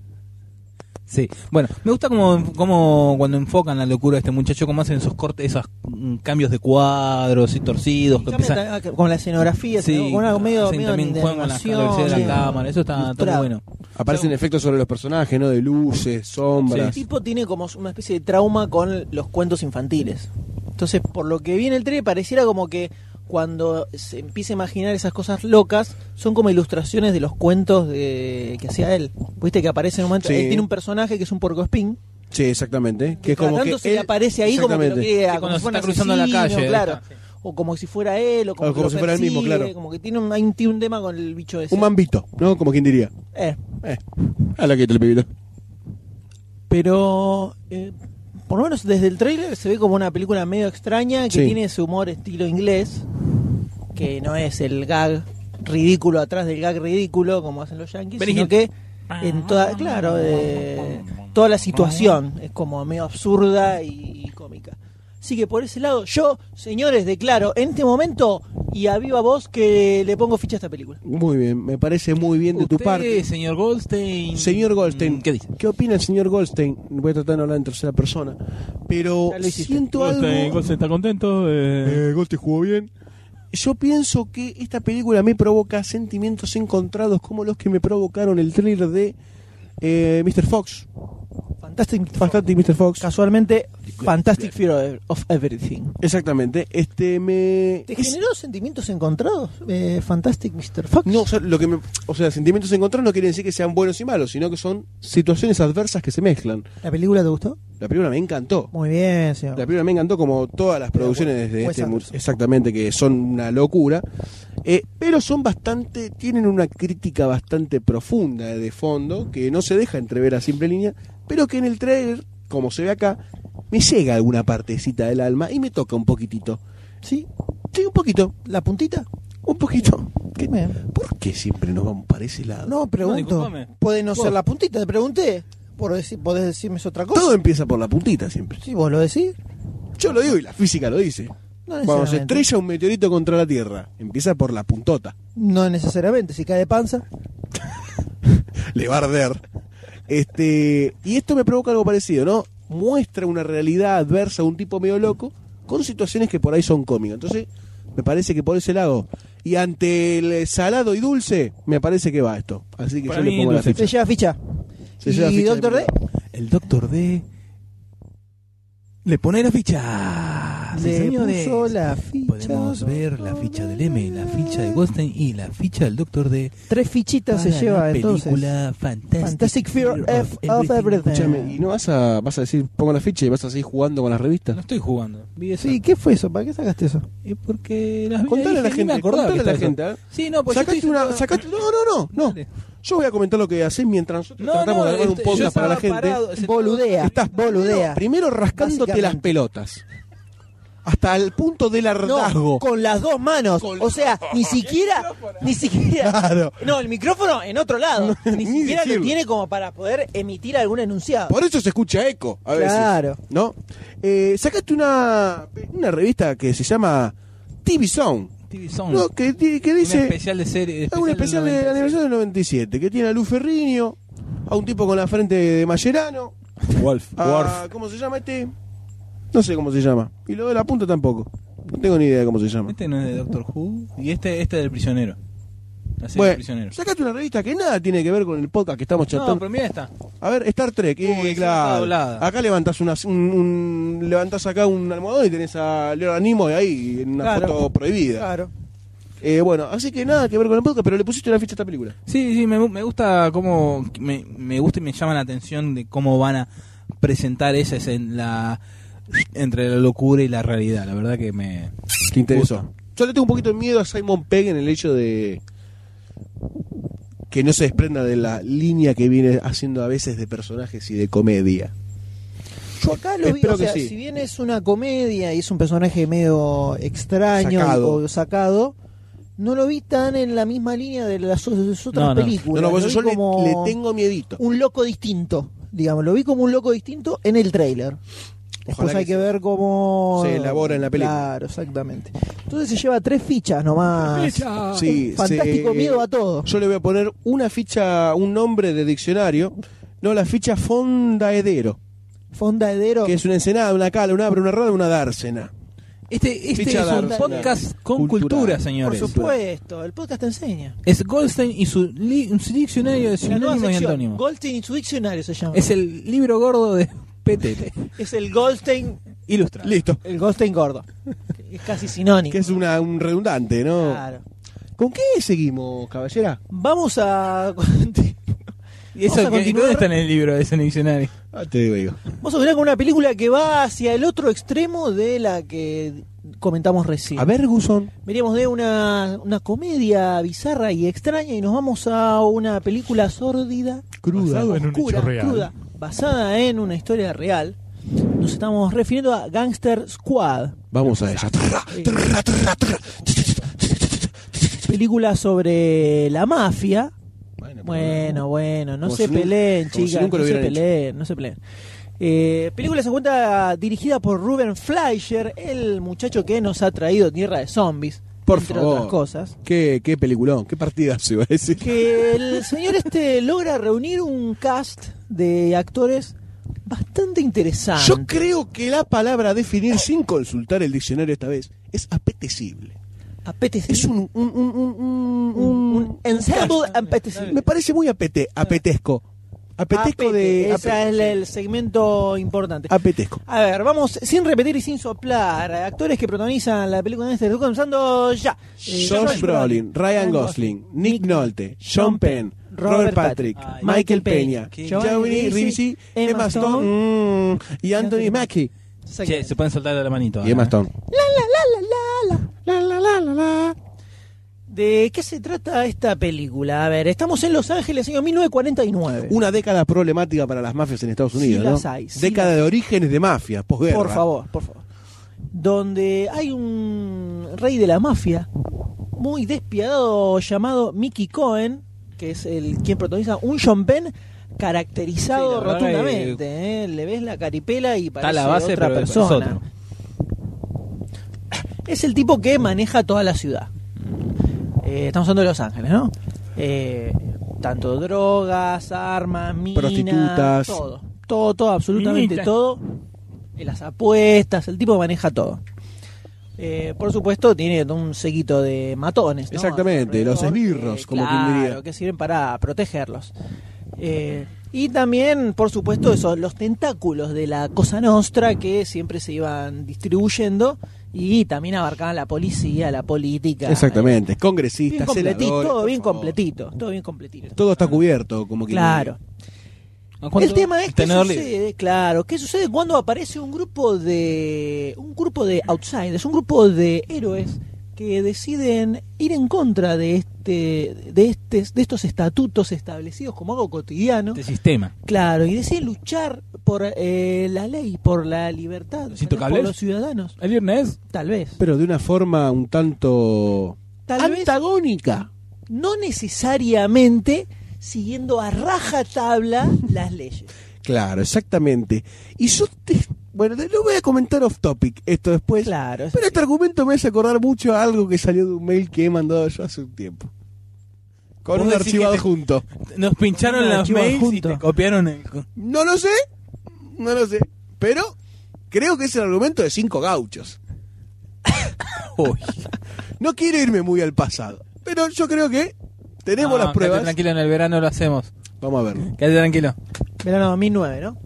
Speaker 3: sí, bueno, me gusta como, como cuando enfocan la locura de este muchacho, cómo hacen esos cortes, esos mm, cambios de cuadros y torcidos, que empiezan-
Speaker 1: Cambia ta- ah, Con la escenografía,
Speaker 3: Sí,
Speaker 1: ¿no? con algo medio,
Speaker 3: hacen
Speaker 1: medio
Speaker 3: también
Speaker 1: de
Speaker 3: juegan con la
Speaker 1: animación,
Speaker 3: velocidad de la
Speaker 1: medio
Speaker 3: cámara, eso está, está muy
Speaker 1: ilustrado.
Speaker 3: bueno.
Speaker 2: Aparecen efectos sobre los personajes, ¿no? De luces,
Speaker 1: El
Speaker 2: sombras.
Speaker 1: tipo tiene como una especie de trauma con los cuentos infantiles. Entonces, por lo que vi en el tren, pareciera como que cuando se empieza a imaginar esas cosas locas, son como ilustraciones de los cuentos de... que hacía él. Viste que aparece en un momento.
Speaker 2: Sí.
Speaker 1: Él tiene un personaje que es un porco espín.
Speaker 2: Sí, exactamente. Que es como
Speaker 1: Cada
Speaker 2: que
Speaker 1: tanto se le
Speaker 2: él-
Speaker 1: aparece ahí como que lo
Speaker 2: Exactamente.
Speaker 1: quiere,
Speaker 3: Sí,
Speaker 1: como
Speaker 3: cuando
Speaker 1: si
Speaker 3: se
Speaker 1: fuera
Speaker 3: está
Speaker 1: un
Speaker 3: cruzando la
Speaker 1: asesino,
Speaker 3: calle,
Speaker 1: Claro.
Speaker 3: está, sí.
Speaker 1: O como si fuera él, o como,
Speaker 2: O Ah,
Speaker 1: que
Speaker 2: como
Speaker 1: lo
Speaker 2: si fuera él mismo,
Speaker 1: persigue,
Speaker 2: claro.
Speaker 1: Como que tiene un, hay un, tiene un tema con el bicho ese.
Speaker 2: Un mambito, ¿no? Como quien diría.
Speaker 1: Eh.
Speaker 2: Eh, a la que el pibito.
Speaker 1: Pero eh, por lo menos desde el tráiler se ve como una película medio extraña que
Speaker 2: Sí.
Speaker 1: tiene su humor estilo inglés, que no es el gag ridículo atrás del gag ridículo como hacen los yankees,
Speaker 3: Benny
Speaker 1: sino
Speaker 3: Hill.
Speaker 1: que en toda, claro, eh, toda la situación es como medio absurda y, y cómica. Así que por ese lado, yo, señores, declaro en este momento y a viva voz que le pongo ficha a esta película.
Speaker 2: Muy bien, me parece muy bien de tu
Speaker 3: Usted,
Speaker 2: parte.
Speaker 3: señor Goldstein. Mm,
Speaker 2: Señor Goldstein,
Speaker 3: ¿Qué dice?
Speaker 2: ¿Qué opina el señor Goldstein? Voy a tratar de hablar en tercera persona, pero
Speaker 1: Ya lo hiciste.
Speaker 2: siento
Speaker 5: Goldstein,
Speaker 2: algo.
Speaker 5: Goldstein está contento. eh,
Speaker 2: Eh, Goldstein jugó bien. Yo pienso que esta película me provoca sentimientos encontrados como los que me provocaron el thriller de eh, Mr. Fox.
Speaker 1: Fantastic,
Speaker 2: Fantastic Mr. Fox.
Speaker 1: casualmente, Fantastic Fear of Everything.
Speaker 2: Exactamente. Este me.
Speaker 1: ¿Te
Speaker 2: es-
Speaker 1: generó sentimientos encontrados? eh, Fantastic Mr. Fox.
Speaker 2: No, o sea, lo que me- o sea, sentimientos encontrados no quiere decir que sean buenos y malos, sino que son situaciones adversas que se mezclan.
Speaker 1: ¿La película te gustó?
Speaker 2: La película me encantó.
Speaker 1: Muy bien, señor.
Speaker 2: La película me encantó como todas las producciones de
Speaker 1: Wes
Speaker 2: este mu-
Speaker 1: Anderson.
Speaker 2: exactamente que son una locura, Eh, pero son bastante tienen una crítica bastante profunda de fondo que no se deja entrever a simple línea, pero que en el trailer, como se ve acá, me llega alguna partecita del alma y me toca un poquitito. ¿Sí? Sí, un poquito.
Speaker 1: ¿La puntita?
Speaker 2: Un poquito. ¿Qué-
Speaker 1: Bien.
Speaker 2: ¿Por qué siempre nos vamos para ese lado?
Speaker 1: No, pregunto.
Speaker 3: disculpame.
Speaker 1: Puede no
Speaker 2: Vos.
Speaker 1: ser la puntita, te pregunté. Por decir, ¿Podés decirme es otra cosa?
Speaker 2: Todo empieza por la puntita siempre.
Speaker 1: Si vos lo decís,
Speaker 2: Yo lo digo y la física lo dice.
Speaker 1: no
Speaker 2: Cuando se
Speaker 1: necesariamente.
Speaker 2: estrella un meteorito contra la Tierra, empieza por la puntota.
Speaker 1: No necesariamente, si cae de panza.
Speaker 2: le va a arder. Este, y esto me provoca algo parecido, ¿no? Muestra una realidad adversa a un tipo medio loco con situaciones que por ahí son cómicas. Entonces, me parece que por ese lado. Y ante el salado y dulce, me parece que va esto. Así que
Speaker 3: Para
Speaker 2: yo le
Speaker 3: mí,
Speaker 2: pongo la
Speaker 3: dulce.
Speaker 1: Se
Speaker 2: ficha.
Speaker 1: lleva ficha.
Speaker 2: Se
Speaker 1: ¿Y
Speaker 2: lleva ficha de
Speaker 1: Doctor D?
Speaker 3: El doctor D. Le pone la ficha. Sí,
Speaker 1: Le
Speaker 3: señores.
Speaker 1: puso la ficha.
Speaker 3: Podemos ver la ficha del M, la ficha de Goldstein y la ficha del doctor D.
Speaker 1: Tres fichitas se
Speaker 3: para
Speaker 1: lleva
Speaker 3: la
Speaker 1: entonces.
Speaker 3: película Fantastic,
Speaker 1: Fantastic Fear F of Everything.
Speaker 2: Escuchame, ¿y no vas a, vas a decir, pongo la ficha y vas a seguir jugando con las revistas?
Speaker 3: No estoy jugando. Vi eso.
Speaker 1: Sí, ¿qué fue eso? ¿Para qué sacaste eso?
Speaker 3: Eh, porque las vi
Speaker 2: Contale
Speaker 3: ahí,
Speaker 2: a la
Speaker 3: ni
Speaker 2: gente,
Speaker 3: me acordaba
Speaker 2: contale
Speaker 3: que
Speaker 2: a la
Speaker 3: estaba
Speaker 2: gente. ¿eh?
Speaker 3: eso. Sí, no, pues yo
Speaker 2: Sacaste
Speaker 3: estoy
Speaker 2: una,
Speaker 3: diciendo-
Speaker 2: sacaste, no, no, no, no.
Speaker 3: Dale.
Speaker 2: Yo voy a comentar lo que haces mientras nosotros
Speaker 3: No,
Speaker 2: tratamos
Speaker 3: no,
Speaker 2: de armar un
Speaker 3: este, yo
Speaker 2: podcast para la
Speaker 3: estaba
Speaker 2: gente.
Speaker 3: parado, se-
Speaker 1: Boludea.
Speaker 2: Estás
Speaker 1: boludea.
Speaker 2: Primero rascándote las
Speaker 1: Básicamente.
Speaker 2: pelotas. Hasta el punto del
Speaker 1: No,
Speaker 2: hartazgo.
Speaker 1: con las dos manos.
Speaker 2: Con-
Speaker 1: O sea, ni siquiera. Ni siquiera.
Speaker 2: Claro.
Speaker 1: No, el micrófono en otro lado.
Speaker 2: No,
Speaker 1: ni
Speaker 2: ni
Speaker 1: siquiera lo
Speaker 2: decirlo.
Speaker 1: tiene como para poder emitir algún enunciado.
Speaker 2: Por eso se escucha eco a veces.
Speaker 1: Claro.
Speaker 2: ¿No? Eh, sacaste una, una revista que se llama TV Sound.
Speaker 3: TV Zone.
Speaker 2: ¿no? Que, ti- que
Speaker 3: un
Speaker 2: dice.
Speaker 3: especial Mm. de serie.
Speaker 2: Ah, un especial
Speaker 3: del
Speaker 2: de
Speaker 3: 96.
Speaker 2: aniversario del 97. Que tiene a Lu Ferriño, a un tipo con la frente de Mascherano.
Speaker 6: Wolf.
Speaker 2: A, ¿Cómo se llama este? No sé cómo se llama. Y lo de la punta tampoco. No tengo ni idea de cómo se llama.
Speaker 3: Este no es de Doctor Who. Y este, este del prisionero. La serie del
Speaker 2: Bueno,
Speaker 3: prisionero.
Speaker 2: sacaste una revista que nada tiene que ver con el podcast que estamos
Speaker 3: No,
Speaker 2: charlando.
Speaker 3: pero mira esta.
Speaker 2: A ver, Star Trek. eh,
Speaker 3: Uy, está
Speaker 2: claro.
Speaker 3: doblada.
Speaker 2: Acá levantas una, un, un- levantás acá un almohadón y tenés a Leonard Nimoy ahí en una
Speaker 1: Claro.
Speaker 2: foto prohibida.
Speaker 1: Claro.
Speaker 2: Eh, bueno, así que nada que ver con el podcast, pero le pusiste una ficha a esta película.
Speaker 3: Sí, sí, me, gu- me gusta cómo me, me gusta y me llama la atención de cómo van a presentar esa en la entre la locura y la realidad. La verdad que me
Speaker 2: Te interesó. Yo le tengo un poquito de miedo a Simon Pegg en el hecho de que no se desprenda de la línea que viene haciendo a veces de personajes y de comedia.
Speaker 1: Yo acá lo vi,
Speaker 2: espero
Speaker 1: o sea,
Speaker 2: que sí.
Speaker 1: si bien es una comedia y es un personaje medio extraño
Speaker 2: Sacado.
Speaker 1: o sacado, no lo vi tan en la misma línea de las, o- de las otras
Speaker 3: No, no.
Speaker 2: no,
Speaker 1: películas.
Speaker 2: no, por
Speaker 1: Lo
Speaker 2: eso
Speaker 1: vi
Speaker 2: yo le-
Speaker 1: como
Speaker 2: le, tengo miedito.
Speaker 1: un loco distinto, digamos. Lo vi como un loco distinto en el tráiler. Después
Speaker 2: Ojalá
Speaker 1: hay
Speaker 2: que
Speaker 1: que,
Speaker 2: se-
Speaker 1: ver cómo
Speaker 2: se elabora en la película.
Speaker 1: Claro, exactamente. Entonces se lleva tres fichas
Speaker 3: Ah,
Speaker 1: nomás.
Speaker 2: Sí,
Speaker 1: Fantástico
Speaker 2: se-
Speaker 1: miedo a todo.
Speaker 2: Yo le voy a poner una ficha, un nombre de diccionario. No, la ficha fondaedero,
Speaker 1: Fondaedero.
Speaker 2: que es una ensenada, una cala, una abra, una rada, una dársena.
Speaker 3: Este este
Speaker 2: Ficha
Speaker 3: es un
Speaker 2: Dark.
Speaker 3: podcast con
Speaker 2: Cultural.
Speaker 3: cultura,
Speaker 1: Por
Speaker 3: señores.
Speaker 1: supuesto, el podcast te enseña.
Speaker 3: Es Goldstein y su, li- su diccionario de
Speaker 1: La nueva
Speaker 3: sinónimos y
Speaker 1: sección,
Speaker 3: antónimos.
Speaker 1: Goldstein y su diccionario se llama.
Speaker 3: Es el libro gordo de Petete.
Speaker 1: Es el Goldstein,
Speaker 3: Ilustrado.
Speaker 2: Listo.
Speaker 1: el Goldstein gordo. Es casi sinónimo.
Speaker 2: Que es una, un redundante, ¿no?
Speaker 1: Claro.
Speaker 2: ¿Con qué seguimos, caballera?
Speaker 1: Vamos a conti-
Speaker 3: ¿Y eso
Speaker 1: Vamos a
Speaker 3: que,
Speaker 1: continuar.
Speaker 3: dónde está en el libro de ese diccionario?
Speaker 2: Ah, te digo, digo.
Speaker 1: vamos a ver con una película que va hacia el otro extremo de la que comentamos recién.
Speaker 2: A ver, Guzón.
Speaker 1: Veníamos de una, una comedia bizarra y extraña y nos vamos a una película sórdida,
Speaker 2: Cruda.
Speaker 6: Basado en un
Speaker 1: oscura,
Speaker 6: hecho real.
Speaker 1: cruda, basada en una historia real. Nos estamos refiriendo a Gangster Squad.
Speaker 2: Vamos a ella.
Speaker 1: película sobre la mafia.
Speaker 2: Bueno,
Speaker 1: Bueno, bueno, no
Speaker 2: Como
Speaker 1: se
Speaker 2: si nu-
Speaker 1: peleen,
Speaker 2: como si
Speaker 1: chicas,
Speaker 2: nunca lo
Speaker 1: no se
Speaker 2: hubieran hecho.
Speaker 1: peleen, no se peleen. Eh, película se cuenta dirigida por Ruben Fleischer, el muchacho que nos ha traído Tierra de Zombies,
Speaker 2: Por
Speaker 1: entre
Speaker 2: favor.
Speaker 1: otras cosas.
Speaker 2: ¿Qué, qué peliculón, qué partida se iba a decir.
Speaker 1: Que el señor este logra reunir un cast de actores bastante interesante.
Speaker 2: Yo creo que la palabra a definir sin consultar el diccionario esta vez es apetecible.
Speaker 1: Apetece-
Speaker 2: Es un, un, un, un, un-
Speaker 1: un,
Speaker 2: un-
Speaker 1: ensemble apetecible.
Speaker 2: Me parece muy apete, apetezco. Apetezco de.
Speaker 1: Apete, ese es el- el segmento importante.
Speaker 2: Apetezco.
Speaker 1: A ver, vamos sin repetir y sin soplar. Actores que protagonizan la película en este estoy comenzando ya. Eh,
Speaker 2: Josh Brolin, Ryan Gosling, Nick Nolte, Sean Penn, Robert Patrick,
Speaker 3: Ay,
Speaker 2: Michael
Speaker 1: ah, Michael
Speaker 2: Peña,
Speaker 3: Peña,
Speaker 2: Giovanni
Speaker 1: Giovanni
Speaker 2: Ribisi,
Speaker 1: Ribisi,
Speaker 2: Emma
Speaker 1: Emma
Speaker 2: Stone mm, y Anthony Mackie.
Speaker 1: Exactamente.
Speaker 3: Che, se pueden soltar la manito. ¿eh?
Speaker 2: Y Emma
Speaker 3: ahora, ¿eh?
Speaker 2: Stone.
Speaker 1: La, la, la, la, la, la.
Speaker 2: La, la, la, la, la.
Speaker 1: ¿De qué se trata esta película? A ver, estamos en Los Ángeles, año 1949.
Speaker 2: Una década problemática para las mafias en Estados
Speaker 1: Sí
Speaker 2: Unidos. ¿no?
Speaker 1: las hay, sí
Speaker 2: década
Speaker 1: las
Speaker 2: de orígenes de mafias, posguerra.
Speaker 1: Por favor, por favor. Donde hay un rey de la mafia muy despiadado llamado Mickey Cohen, que es el quien protagoniza un John Penn caracterizado
Speaker 3: Sí, la verdad
Speaker 1: rotundamente. ¿eh? Le ves la caripela y parece
Speaker 3: Está la base,
Speaker 1: otra
Speaker 3: pero es
Speaker 1: persona.
Speaker 3: otro.
Speaker 1: Es el tipo que maneja toda la ciudad. Eh, estamos hablando de Los Ángeles, ¿no? Eh, tanto drogas, armas, minas,
Speaker 2: Prostitutas.
Speaker 1: todo. Todo, todo, absolutamente
Speaker 3: Minitas.
Speaker 1: todo. Eh, Las apuestas, el tipo maneja todo. Eh, por supuesto, tiene un seguito de matones. ¿no?
Speaker 2: Exactamente,
Speaker 1: Alrededor, Eh,
Speaker 2: los esbirros, como quien
Speaker 1: claro,
Speaker 2: diría.
Speaker 1: que sirven para protegerlos. Eh, y también, por supuesto, eso, los tentáculos de la Cosa Nostra que siempre se iban distribuyendo y también abarcaban la policía, la política.
Speaker 2: Exactamente,
Speaker 1: Eh, bien
Speaker 2: congresistas,
Speaker 1: completito,
Speaker 2: senadores,
Speaker 1: todo
Speaker 2: por
Speaker 1: bien
Speaker 2: favor.
Speaker 1: completito, todo bien completito.
Speaker 2: Todo está cubierto, como quien
Speaker 1: Claro.
Speaker 2: diría.
Speaker 1: El tema
Speaker 2: este
Speaker 1: es que
Speaker 3: Tenedor libre.
Speaker 1: sucede, claro, qué sucede cuando aparece un grupo de un grupo de outsiders, un grupo de héroes que deciden ir en contra de este de este- de estos estatutos establecidos como algo cotidiano.
Speaker 3: Este sistema.
Speaker 1: Claro, y deciden luchar por eh, la ley, por la libertad,
Speaker 3: ¿Los
Speaker 1: por
Speaker 3: intocables?
Speaker 1: los ciudadanos,
Speaker 3: ¿El viernes?
Speaker 1: tal vez.
Speaker 2: Pero de una forma un tanto
Speaker 1: Tal vez
Speaker 2: antagónica.
Speaker 1: no necesariamente siguiendo a rajatabla las leyes.
Speaker 2: Claro, exactamente. Y yo te- bueno, te- lo voy a comentar off topic esto después.
Speaker 1: Claro.
Speaker 2: Pero este argumento me hace acordar mucho a algo que salió de un mail que he mandado yo hace un tiempo. Con
Speaker 3: ¿Vos
Speaker 2: un
Speaker 3: decís
Speaker 2: archivo
Speaker 3: que te-
Speaker 2: adjunto.
Speaker 3: Nos pincharon
Speaker 1: Un
Speaker 3: los
Speaker 1: archivo
Speaker 3: mails y
Speaker 1: adjunto.
Speaker 3: te copiaron el...
Speaker 2: No lo sé, no lo sé. Pero creo que es el argumento de cinco gauchos.
Speaker 3: Uy.
Speaker 2: No quiero irme muy al pasado, pero yo creo que tenemos
Speaker 3: No,
Speaker 2: las pruebas.
Speaker 3: quédate Tranquilo, en el verano lo hacemos.
Speaker 2: Vamos a verlo.
Speaker 3: Quédate tranquilo.
Speaker 1: Verano 2009, ¿no?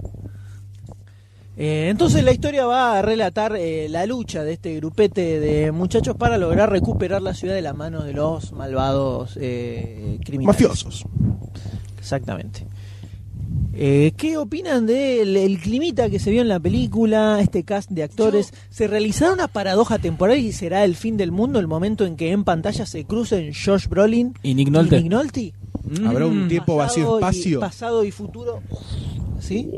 Speaker 1: Eh, entonces la historia va a relatar eh, la lucha de este grupete de muchachos para lograr recuperar la ciudad de la mano de los malvados eh, criminales.
Speaker 2: Mafiosos.
Speaker 1: Exactamente. Eh, ¿Qué opinan del el climita que se vio en la película, este cast de actores? ¿Se realizará una paradoja temporal y será el fin del mundo el momento en que en pantalla se crucen Josh Brolin
Speaker 3: Y Nick Nolte.
Speaker 1: y Nick Nolte?
Speaker 2: Habrá un
Speaker 3: Mm.
Speaker 2: tiempo- vacío,
Speaker 1: y-
Speaker 2: espacio.
Speaker 1: pasado y futuro. ¿Sí?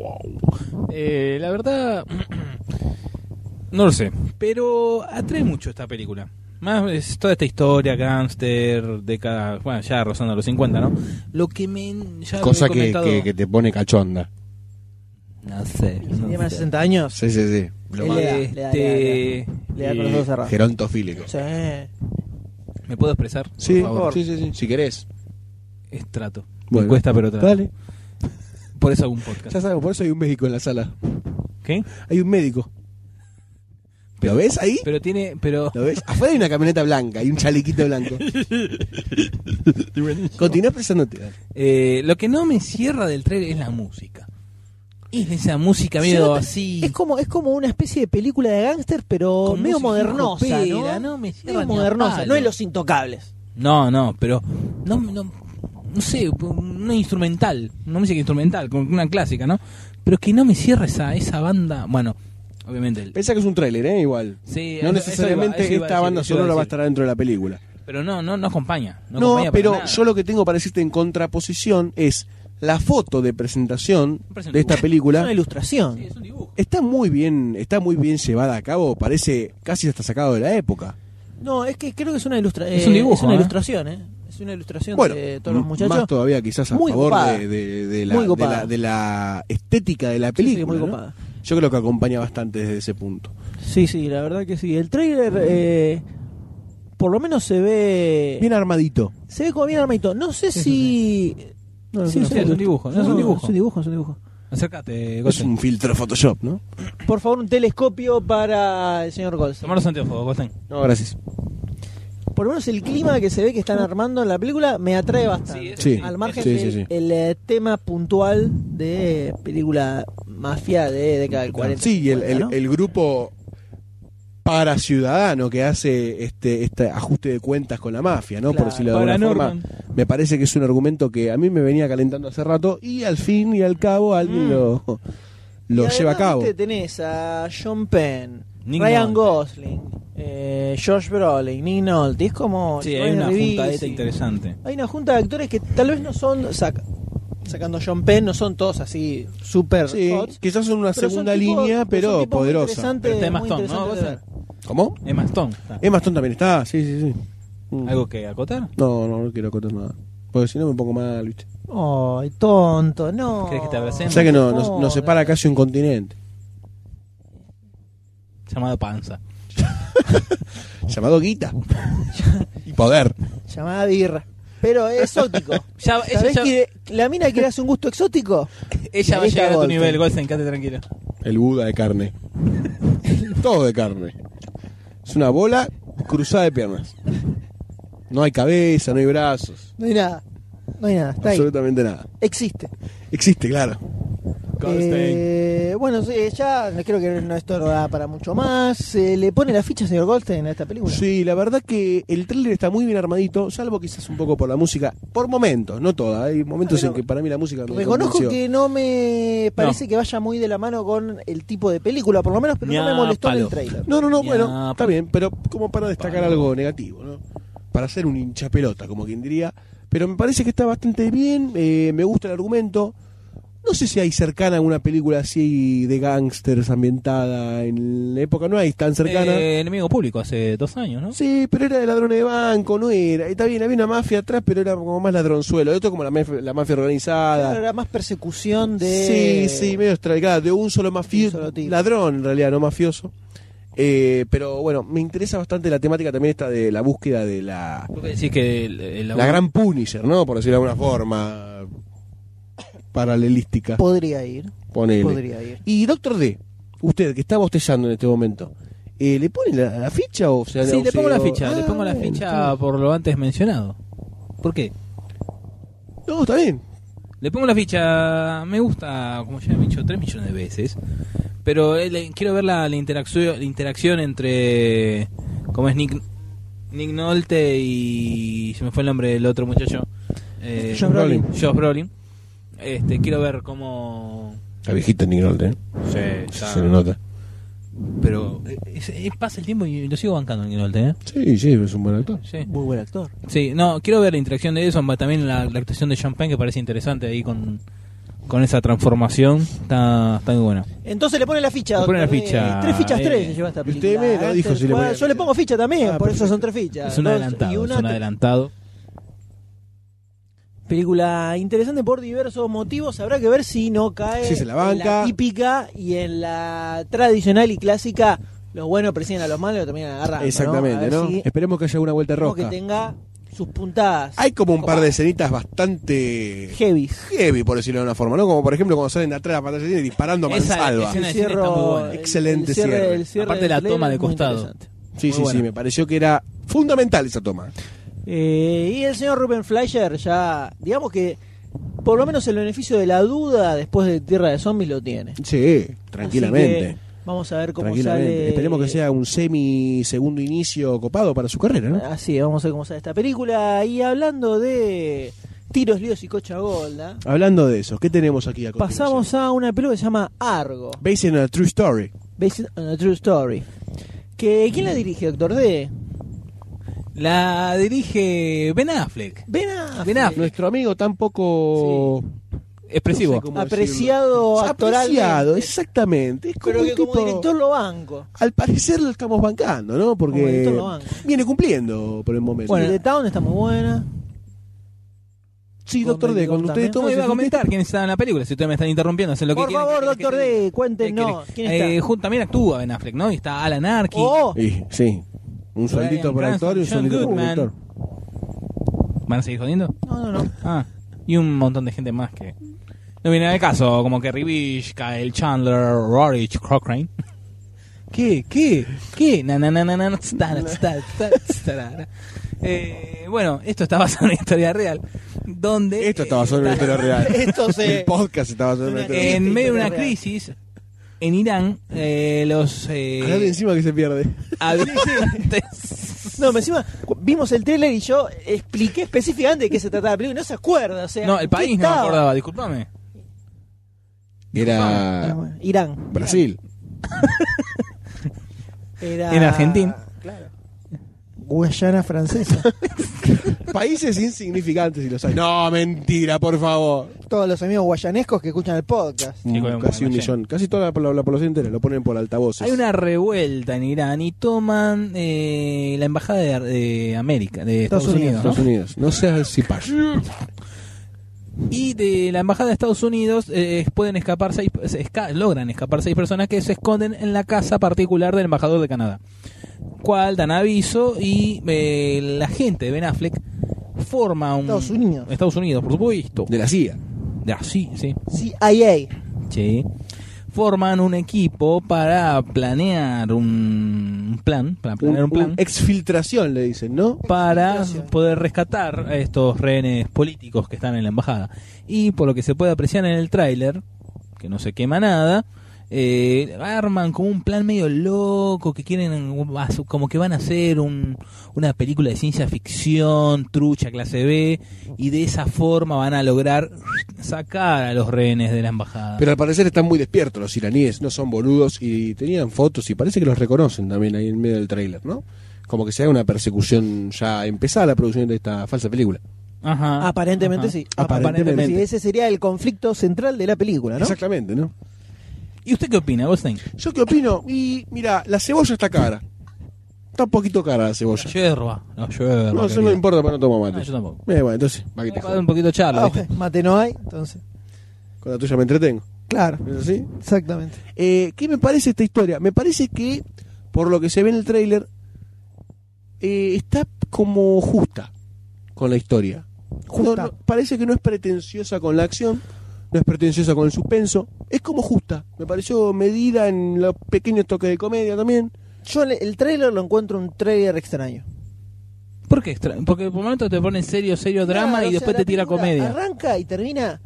Speaker 3: Eh, la verdad, no lo sé. Pero atrae mucho esta película. Más es toda esta historia, gangster, década, bueno, ya rozando los 50, ¿no? Lo que me... Ya lo he comentado.
Speaker 2: te pone cachonda.
Speaker 3: No sé.
Speaker 1: Si tiene
Speaker 3: no
Speaker 1: más de
Speaker 3: sé.
Speaker 1: 60 años.
Speaker 2: Sí, sí, sí.
Speaker 1: Él le da, le da, le
Speaker 3: Este,
Speaker 1: da, le da con los ojos cerrados.
Speaker 2: Gerontofílico.
Speaker 1: Sí.
Speaker 3: ¿Me puedo expresar?
Speaker 2: Sí,
Speaker 3: Por favor.
Speaker 2: sí, sí, sí. Si querés.
Speaker 3: Es trato.
Speaker 2: Bueno.
Speaker 3: Me cuesta, pero trato.
Speaker 2: Dale.
Speaker 3: Por eso hago un podcast.
Speaker 2: Ya sabemos, por eso hay un médico en la sala.
Speaker 3: ¿Qué?
Speaker 2: Hay un médico. ¿Lo ves ahí?
Speaker 3: Pero tiene... Pero...
Speaker 2: ¿Lo ves? Afuera hay una camioneta blanca, hay un chalequito blanco. Continúa expresándote. dale.
Speaker 3: Eh, lo que no me cierra del trailer es la música. Es esa música
Speaker 1: Se
Speaker 3: medio
Speaker 1: nota-
Speaker 3: así.
Speaker 1: Es como, es como una especie de película de gángster, pero
Speaker 3: Con
Speaker 1: medio
Speaker 3: música
Speaker 1: modernosa,
Speaker 3: europea,
Speaker 1: ¿no?
Speaker 3: no me cierra
Speaker 1: medio
Speaker 3: ni a
Speaker 1: modernosa,
Speaker 3: palo.
Speaker 1: no es Los Intocables.
Speaker 3: No, no, pero. No, no, no sé, una instrumental. Una música instrumental, como una clásica, ¿no? Pero es que no me cierra esa, esa banda. Bueno, obviamente. el-
Speaker 2: Pensá que es un tráiler, ¿eh? Igual.
Speaker 3: Sí, eso-
Speaker 2: no
Speaker 3: eso
Speaker 2: necesariamente
Speaker 3: iba- eso iba a
Speaker 2: esta
Speaker 3: decir,
Speaker 2: banda
Speaker 3: eso iba a
Speaker 2: sonora va a
Speaker 3: decir.
Speaker 2: estar dentro de la película.
Speaker 3: Pero no, no, no acompaña. No,
Speaker 2: No,
Speaker 3: acompaña para
Speaker 2: pero
Speaker 3: nada.
Speaker 2: yo lo que tengo para decirte en contraposición es la foto de presentación
Speaker 3: Me parece un
Speaker 2: de esta
Speaker 1: Es
Speaker 3: dibujo.
Speaker 1: una
Speaker 2: película.
Speaker 1: ilustración.
Speaker 3: Sí, es un dibujo.
Speaker 2: Está muy bien, está muy bien llevada a cabo, parece casi hasta sacado de la época.
Speaker 1: No, es que creo que es una ilustración.
Speaker 3: Es un dibujo,
Speaker 1: Es una
Speaker 3: ¿eh?
Speaker 1: ilustración, ¿eh? Es una ilustración
Speaker 2: Bueno,
Speaker 1: de todos los
Speaker 2: m-
Speaker 1: muchachos.
Speaker 2: más todavía quizás a
Speaker 1: Muy
Speaker 2: favor
Speaker 1: copada.
Speaker 2: de, de- de la,
Speaker 1: Muy
Speaker 2: de,
Speaker 1: copada.
Speaker 2: la, de la estética de la
Speaker 1: Sí, sí,
Speaker 2: película.
Speaker 1: muy
Speaker 2: ¿no?
Speaker 1: copada.
Speaker 2: Yo creo que acompaña bastante desde ese punto.
Speaker 1: Sí, sí, la verdad que sí. El trailer, eh, por lo menos se ve.
Speaker 2: Bien armadito.
Speaker 1: Se ve como bien armadito. No sé
Speaker 3: Sí,
Speaker 1: si. No,
Speaker 3: Sí, sí, es un dibujo, no, es un dibujo.
Speaker 1: Es un dibujo, es un dibujo.
Speaker 3: Acércate,
Speaker 2: Es
Speaker 3: Goten.
Speaker 2: un filtro Photoshop, ¿no?
Speaker 1: Por favor, un telescopio para el señor Golson.
Speaker 3: Tomar los anteojos, Goten.
Speaker 2: No, gracias.
Speaker 1: Por lo menos el clima que se ve que están armando en la película me atrae bastante.
Speaker 2: Sí,
Speaker 1: Al margen
Speaker 2: sí,
Speaker 1: del
Speaker 2: sí, sí.
Speaker 1: el, eh, tema puntual de película mafia de década del 40.
Speaker 2: Sí, y el,
Speaker 1: 50,
Speaker 2: el-
Speaker 1: ¿no?
Speaker 2: el grupo para ciudadano que hace este, este ajuste de cuentas con la mafia, ¿no?
Speaker 1: Claro.
Speaker 2: Por decirlo de alguna
Speaker 3: Paranorman.
Speaker 2: forma. Me parece que es un argumento que a mí me venía calentando hace rato y al fin y al cabo alguien
Speaker 1: Mm.
Speaker 2: lo, lo
Speaker 1: Y
Speaker 2: lleva a
Speaker 1: además,
Speaker 2: cabo.
Speaker 1: viste, tenés a John Penn,
Speaker 3: Nick
Speaker 1: Ryan
Speaker 3: Nolte.
Speaker 1: Gosling, eh, Josh Brolin, Nick Nolte, es como...
Speaker 3: Sí, hay
Speaker 1: Ryan
Speaker 3: una
Speaker 1: Reeves,
Speaker 3: juntadeta
Speaker 1: sí.
Speaker 3: interesante.
Speaker 1: Hay una junta de actores que tal vez no son, saca- sacando John Penn, no son todos así súper
Speaker 2: Sí,
Speaker 1: hots,
Speaker 2: quizás son una
Speaker 1: pero son
Speaker 2: segunda
Speaker 1: tipos-
Speaker 2: línea,
Speaker 1: son
Speaker 2: pero
Speaker 1: tipos muy
Speaker 2: poderosa.
Speaker 1: interesantes,
Speaker 3: Pero está Emma
Speaker 1: muy
Speaker 3: Stone, ¿no?
Speaker 1: interesantes de ver.
Speaker 2: ¿Cómo?
Speaker 3: Emma Stone. está.
Speaker 2: Emma Stone también está, sí, sí, sí. Mm.
Speaker 3: ¿Algo que acotar?
Speaker 2: No, no, no quiero contar nada. Porque si no me pongo mal, ¿viste?
Speaker 1: Ay, tonto, no.
Speaker 3: ¿Querés que te
Speaker 2: O
Speaker 3: abracemos?
Speaker 2: sea que no, nos, nos separa casi un continente.
Speaker 3: Llamado Panza.
Speaker 2: Llamado Guita. y poder.
Speaker 1: Llamada birra. Pero es exótico.
Speaker 3: Ya- ella
Speaker 1: ¿Sabés
Speaker 3: ya-
Speaker 1: que la mina que le hace un gusto exótico?
Speaker 3: Ella va a
Speaker 1: Ahí está
Speaker 3: llegar a tu
Speaker 1: Goldstein.
Speaker 3: nivel, Golsen, quédate tranquilo.
Speaker 2: El Buda de carne. Todo de carne. Es una bola cruzada de piernas. No hay cabeza, no hay brazos.
Speaker 1: No hay nada. No hay nada, está ahí.
Speaker 2: absolutamente nada.
Speaker 1: Existe.
Speaker 2: Existe, claro.
Speaker 3: Goldstein.
Speaker 1: Eh, bueno, sí, ya creo que no esto no da para mucho más. Se le pone la ficha, señor Goldstein, a esta película.
Speaker 2: Sí, la verdad que el tráiler está muy bien armadito, salvo quizás un poco por la música. Por momentos, no toda. Hay momentos
Speaker 1: Ah, pero
Speaker 2: en que para mí la música me
Speaker 1: Reconozco
Speaker 2: convenció.
Speaker 1: que no me parece que vaya muy de la mano con el tipo de película, por lo menos, pero
Speaker 3: Ni
Speaker 1: no me
Speaker 3: a
Speaker 1: molestó en
Speaker 3: palo.
Speaker 1: el trailer.
Speaker 2: No, no, no,
Speaker 3: Ya, pues.
Speaker 2: bueno, está
Speaker 3: pa-
Speaker 2: bien, pero como para destacar algo negativo, ¿no? Para ser un hincha pelota, como quien diría. Pero me parece que está bastante bien, eh, me gusta el argumento. No sé si hay cercana una película así de gángsters ambientada en la época, no hay tan cercana.
Speaker 3: Eh, enemigo público hace dos años, ¿no?
Speaker 2: Sí, pero era de ladrones de banco, no era. Está bien, había una mafia atrás, pero era como más ladronzuelo. Esto es como la maf- la mafia organizada.
Speaker 1: Claro, Era más persecución
Speaker 2: Sí,
Speaker 1: de.
Speaker 2: sí, medio estragada, de un solo
Speaker 1: Un solo
Speaker 2: mafioso,
Speaker 1: tipo.
Speaker 2: ladrón en realidad, no mafioso. Eh, pero bueno, me interesa bastante la temática también esta de la búsqueda de la,
Speaker 3: Vos que decís que el- el-
Speaker 2: la gran Punisher, ¿no? Por decirlo de alguna forma paralelística,
Speaker 1: Podría ir.
Speaker 2: ponele.
Speaker 1: Podría ir.
Speaker 2: Y Doctor D, usted que está bostezando en este momento, eh, ¿le pone la, la ficha o sea,
Speaker 3: Sí,
Speaker 2: o
Speaker 3: le pongo
Speaker 2: sea,
Speaker 3: la
Speaker 2: o-
Speaker 3: ficha, le
Speaker 2: Ah,
Speaker 3: pongo la
Speaker 2: bueno,
Speaker 3: ficha
Speaker 2: está
Speaker 3: por lo antes mencionado. ¿Por qué?
Speaker 2: bien. No, está bien.
Speaker 3: Le pongo la ficha, me gusta, como ya he dicho, 3 millones de veces. Pero eh, le- quiero ver la, la interacción, la interacción entre. ¿Cómo es Nick, Nick Nolte y. Se me fue el nombre del otro muchacho. Eh,
Speaker 1: Josh Brolin.
Speaker 3: Josh Brolin. Este, quiero ver cómo.
Speaker 2: La viejita Nick Nolte, ¿eh?
Speaker 3: se
Speaker 2: se le nota.
Speaker 3: Pero eh, es- eh, pasa el tiempo y lo sigo bancando Nick Nolte, ¿eh?
Speaker 2: Sí, sí, es un buen actor.
Speaker 3: Sí.
Speaker 1: Muy buen actor.
Speaker 3: Sí, no, quiero ver la interacción de eso, ma- también la, la actuación de Champagne que parece interesante ahí con, con esa transformación. Está, está muy bueno.
Speaker 1: Entonces le pone la ficha.
Speaker 3: Le pone
Speaker 1: doctor
Speaker 3: la ficha,
Speaker 1: D. Tres fichas,
Speaker 3: eh.
Speaker 1: tres se lleva esta
Speaker 2: Y usted
Speaker 1: película.
Speaker 2: me la
Speaker 1: Antes
Speaker 2: dijo
Speaker 1: del
Speaker 2: si le
Speaker 1: cual-
Speaker 2: ponía-
Speaker 1: Yo le pongo ficha también,
Speaker 2: Ah,
Speaker 1: por eso son tres fichas.
Speaker 3: Es un
Speaker 1: Dos
Speaker 3: adelantado,
Speaker 1: y una
Speaker 3: es un
Speaker 1: te-
Speaker 3: adelantado.
Speaker 1: Película interesante por diversos motivos. Habrá que ver si no cae
Speaker 2: Si se la
Speaker 1: en la
Speaker 2: banca.
Speaker 1: típica y en la tradicional y clásica. Los buenos persiguen a los malos y lo terminan agarrando.
Speaker 2: Exactamente,
Speaker 1: ¿no? A
Speaker 2: ¿no?
Speaker 1: ver si-
Speaker 2: Esperemos que haya una vuelta
Speaker 1: como
Speaker 2: roja.
Speaker 1: que tenga sus puntadas
Speaker 2: Hay como un par de escenitas bastante
Speaker 1: heavy.
Speaker 2: heavy, por decirlo de una forma, ¿no? Como por ejemplo cuando salen de atrás de la pantalla de cine disparando a
Speaker 3: Esa
Speaker 2: mansalva.
Speaker 3: escena- de cine está muy buena.
Speaker 2: Excelente cierre.
Speaker 3: Aparte la
Speaker 1: del
Speaker 3: toma
Speaker 1: trailer
Speaker 3: de
Speaker 1: es muy
Speaker 3: costado.
Speaker 1: interesante.
Speaker 2: Sí,
Speaker 3: muy
Speaker 2: sí,
Speaker 3: buena.
Speaker 2: sí, me pareció que era fundamental esa toma.
Speaker 1: Eh, y el señor Ruben Fleischer ya, digamos que por lo menos el beneficio de la duda después de Tierra de Zombies lo tiene.
Speaker 2: Sí,
Speaker 1: Así
Speaker 2: tranquilamente.
Speaker 1: que Vamos a ver cómo
Speaker 2: Tranquilamente.
Speaker 1: sale.
Speaker 2: Esperemos que sea un semi segundo inicio copado para su carrera, ¿no?
Speaker 1: Así, es, vamos a ver cómo sale esta película. Y hablando de tiros, líos y cocha golda,
Speaker 2: Hablando de eso, ¿qué tenemos aquí a continuación?
Speaker 1: pasamos a una película que se llama Argo,
Speaker 2: Based on a True Story.
Speaker 1: based on a true story. Que, ¿Quién la dirige, Doctor D?
Speaker 3: La dirige Ben Affleck.
Speaker 1: Ben Affleck.
Speaker 3: Ben Affleck.
Speaker 2: Nuestro amigo tan poco
Speaker 3: Expresivo.
Speaker 2: No sé cómo-
Speaker 1: apreciado actoralmente.
Speaker 2: apreciado, exactamente. Es como
Speaker 1: Pero
Speaker 2: un
Speaker 1: que como
Speaker 2: tipo-
Speaker 1: director lo banco.
Speaker 2: Al parecer lo estamos bancando, ¿no?
Speaker 1: Como el
Speaker 2: Porque
Speaker 1: director lo banca.
Speaker 2: viene cumpliendo por el momento.
Speaker 1: Bueno, The Town está muy buena.
Speaker 2: sí, doctor D, cuando ustedes
Speaker 1: también.
Speaker 3: No,
Speaker 2: toman
Speaker 3: iba a
Speaker 2: ese
Speaker 3: comentar quiénes estaban en la película. Si ustedes me están interrumpiendo, hacen lo
Speaker 1: Por
Speaker 3: que quieran.
Speaker 1: favor,
Speaker 3: ¿Qué quieren
Speaker 1: doctor
Speaker 3: que te
Speaker 1: D,
Speaker 3: diga?
Speaker 1: cuéntenos.
Speaker 3: ¿Qué
Speaker 1: ¿Quién
Speaker 3: querés? Eh,
Speaker 1: está?
Speaker 3: jun- también actúa Ben Affleck, ¿no? Y está Alan Arkin.
Speaker 1: Oh,
Speaker 2: Y, sí, un sueldito para
Speaker 3: Cranston,
Speaker 2: actor y un
Speaker 3: John
Speaker 2: sueldito para
Speaker 3: Goodman.
Speaker 2: director.
Speaker 3: ¿Van a seguir jodiendo?
Speaker 1: Oh, no, no, no.
Speaker 3: Ah, y un montón de gente más que. No viene al caso, como que Reeves, Kyle Chandler, Rory Cochrane. ¿Qué? ¿Qué? ¿Qué? Na, na, na, na, na, na, tstara, tstara, tstara, tstara. Eh, bueno, esto está basado en una historia real. Donde.
Speaker 2: Esto estaba sobre una
Speaker 3: eh,
Speaker 2: historia real.
Speaker 1: Esto se-
Speaker 2: El podcast estaba sobre una
Speaker 1: Una-
Speaker 2: historia
Speaker 1: eh,
Speaker 2: real.
Speaker 3: En medio de una
Speaker 1: Historia real.
Speaker 3: crisis, en Irán, eh, los eh,
Speaker 2: Dale encima que se pierde.
Speaker 3: habitantes.
Speaker 1: No, pero encima cu- vimos el trailer y yo expliqué específicamente de qué se trataba la película y no se acuerda. O sea,
Speaker 3: No, el
Speaker 1: ¿qué
Speaker 3: país no me
Speaker 1: estaba?
Speaker 3: acordaba, discúlpame.
Speaker 1: Ah,
Speaker 2: Era
Speaker 1: bueno, Ah, Irán.
Speaker 2: Brasil.
Speaker 7: Era-
Speaker 3: En Argentina.
Speaker 7: Claro.
Speaker 1: Guayana francesa.
Speaker 2: Países insignificantes, si los hay. No, mentira, por favor.
Speaker 1: Todos los amigos guayanescos que escuchan el podcast.
Speaker 3: Sí,
Speaker 2: Mm,
Speaker 3: con-
Speaker 2: casi un
Speaker 3: con-
Speaker 2: millón. Casi toda la, la- la población entera lo ponen por altavoces.
Speaker 3: Hay una revuelta en Irán y toman eh, la embajada de, Ar- de América, de Estados,
Speaker 1: Estados
Speaker 3: Unidos,
Speaker 1: Unidos,
Speaker 3: ¿no?
Speaker 2: Estados Unidos. No seas si
Speaker 3: y de la embajada de Estados Unidos eh, pueden escapar seis, se esca- logran escapar seis personas que se esconden en la casa particular del embajador de Canadá, cual dan aviso y eh, la gente de Ben Affleck forma un
Speaker 1: Estados Unidos.
Speaker 3: Estados Unidos, por supuesto,
Speaker 2: De la CIA.
Speaker 3: de así, sí,
Speaker 1: CIA.
Speaker 3: sí, forman un equipo para planear un un plan, para planear un
Speaker 2: Un-
Speaker 3: plan
Speaker 2: un exfiltración, le dicen, ¿no?
Speaker 3: para
Speaker 1: Exfiltración.
Speaker 3: poder rescatar a estos rehenes políticos que están en la embajada. Y por lo que se puede apreciar en el tráiler, que no se quema nada, eh, arman como un plan medio loco, que quieren como que van a hacer un- una película de ciencia ficción, trucha, clase B, y de esa forma van a lograr sacar a los rehenes de la embajada.
Speaker 2: Pero al parecer están muy despiertos los iraníes, no son boludos y tenían fotos y parece que los reconocen también ahí en medio del tráiler, ¿no? Como que se da una persecución ya empezada la producción de esta falsa película.
Speaker 3: Ajá.
Speaker 7: Aparentemente
Speaker 3: Ah. Ajá.
Speaker 7: sí.
Speaker 2: Aparentemente.
Speaker 1: Sí, ese sería el conflicto central de la película, ¿no?
Speaker 2: Exactamente, ¿no?
Speaker 3: ¿Y usted qué opina, Goldstein?
Speaker 2: Yo qué opino, y mira, la cebolla está cara. Está un poquito cara la cebolla.
Speaker 3: La yerba. La yerba,
Speaker 2: No, eso
Speaker 3: querido.
Speaker 2: no importa para no tomar
Speaker 3: Ah,
Speaker 2: mate.
Speaker 3: yo
Speaker 2: Eh,
Speaker 3: tampoco.
Speaker 2: bueno, entonces, va que te
Speaker 3: Para
Speaker 2: jodas.
Speaker 3: dar un poquito de charla.
Speaker 1: Ah,
Speaker 3: ¿viste?
Speaker 1: ok. Mate no hay, entonces.
Speaker 2: Con la tuya me entretengo.
Speaker 1: Claro,
Speaker 2: ¿Es así?
Speaker 1: exactamente.
Speaker 2: Eh, ¿Qué me parece esta historia? Me parece que, por lo que se ve en el tráiler, eh, está como justa con la historia.
Speaker 1: Justa.
Speaker 2: No, no, parece que no es pretenciosa con la acción, no es pretenciosa con el suspenso. Es como justa. Me pareció medida en los pequeños toques de comedia también.
Speaker 1: Yo le- el trailer lo encuentro un trailer extraño.
Speaker 3: ¿Por qué? extra- Porque por momentos te ponen serio, serio drama
Speaker 1: Claro,
Speaker 3: y
Speaker 1: o sea,
Speaker 3: después
Speaker 1: la
Speaker 3: te tira
Speaker 1: película
Speaker 3: comedia.
Speaker 1: Arranca y termina,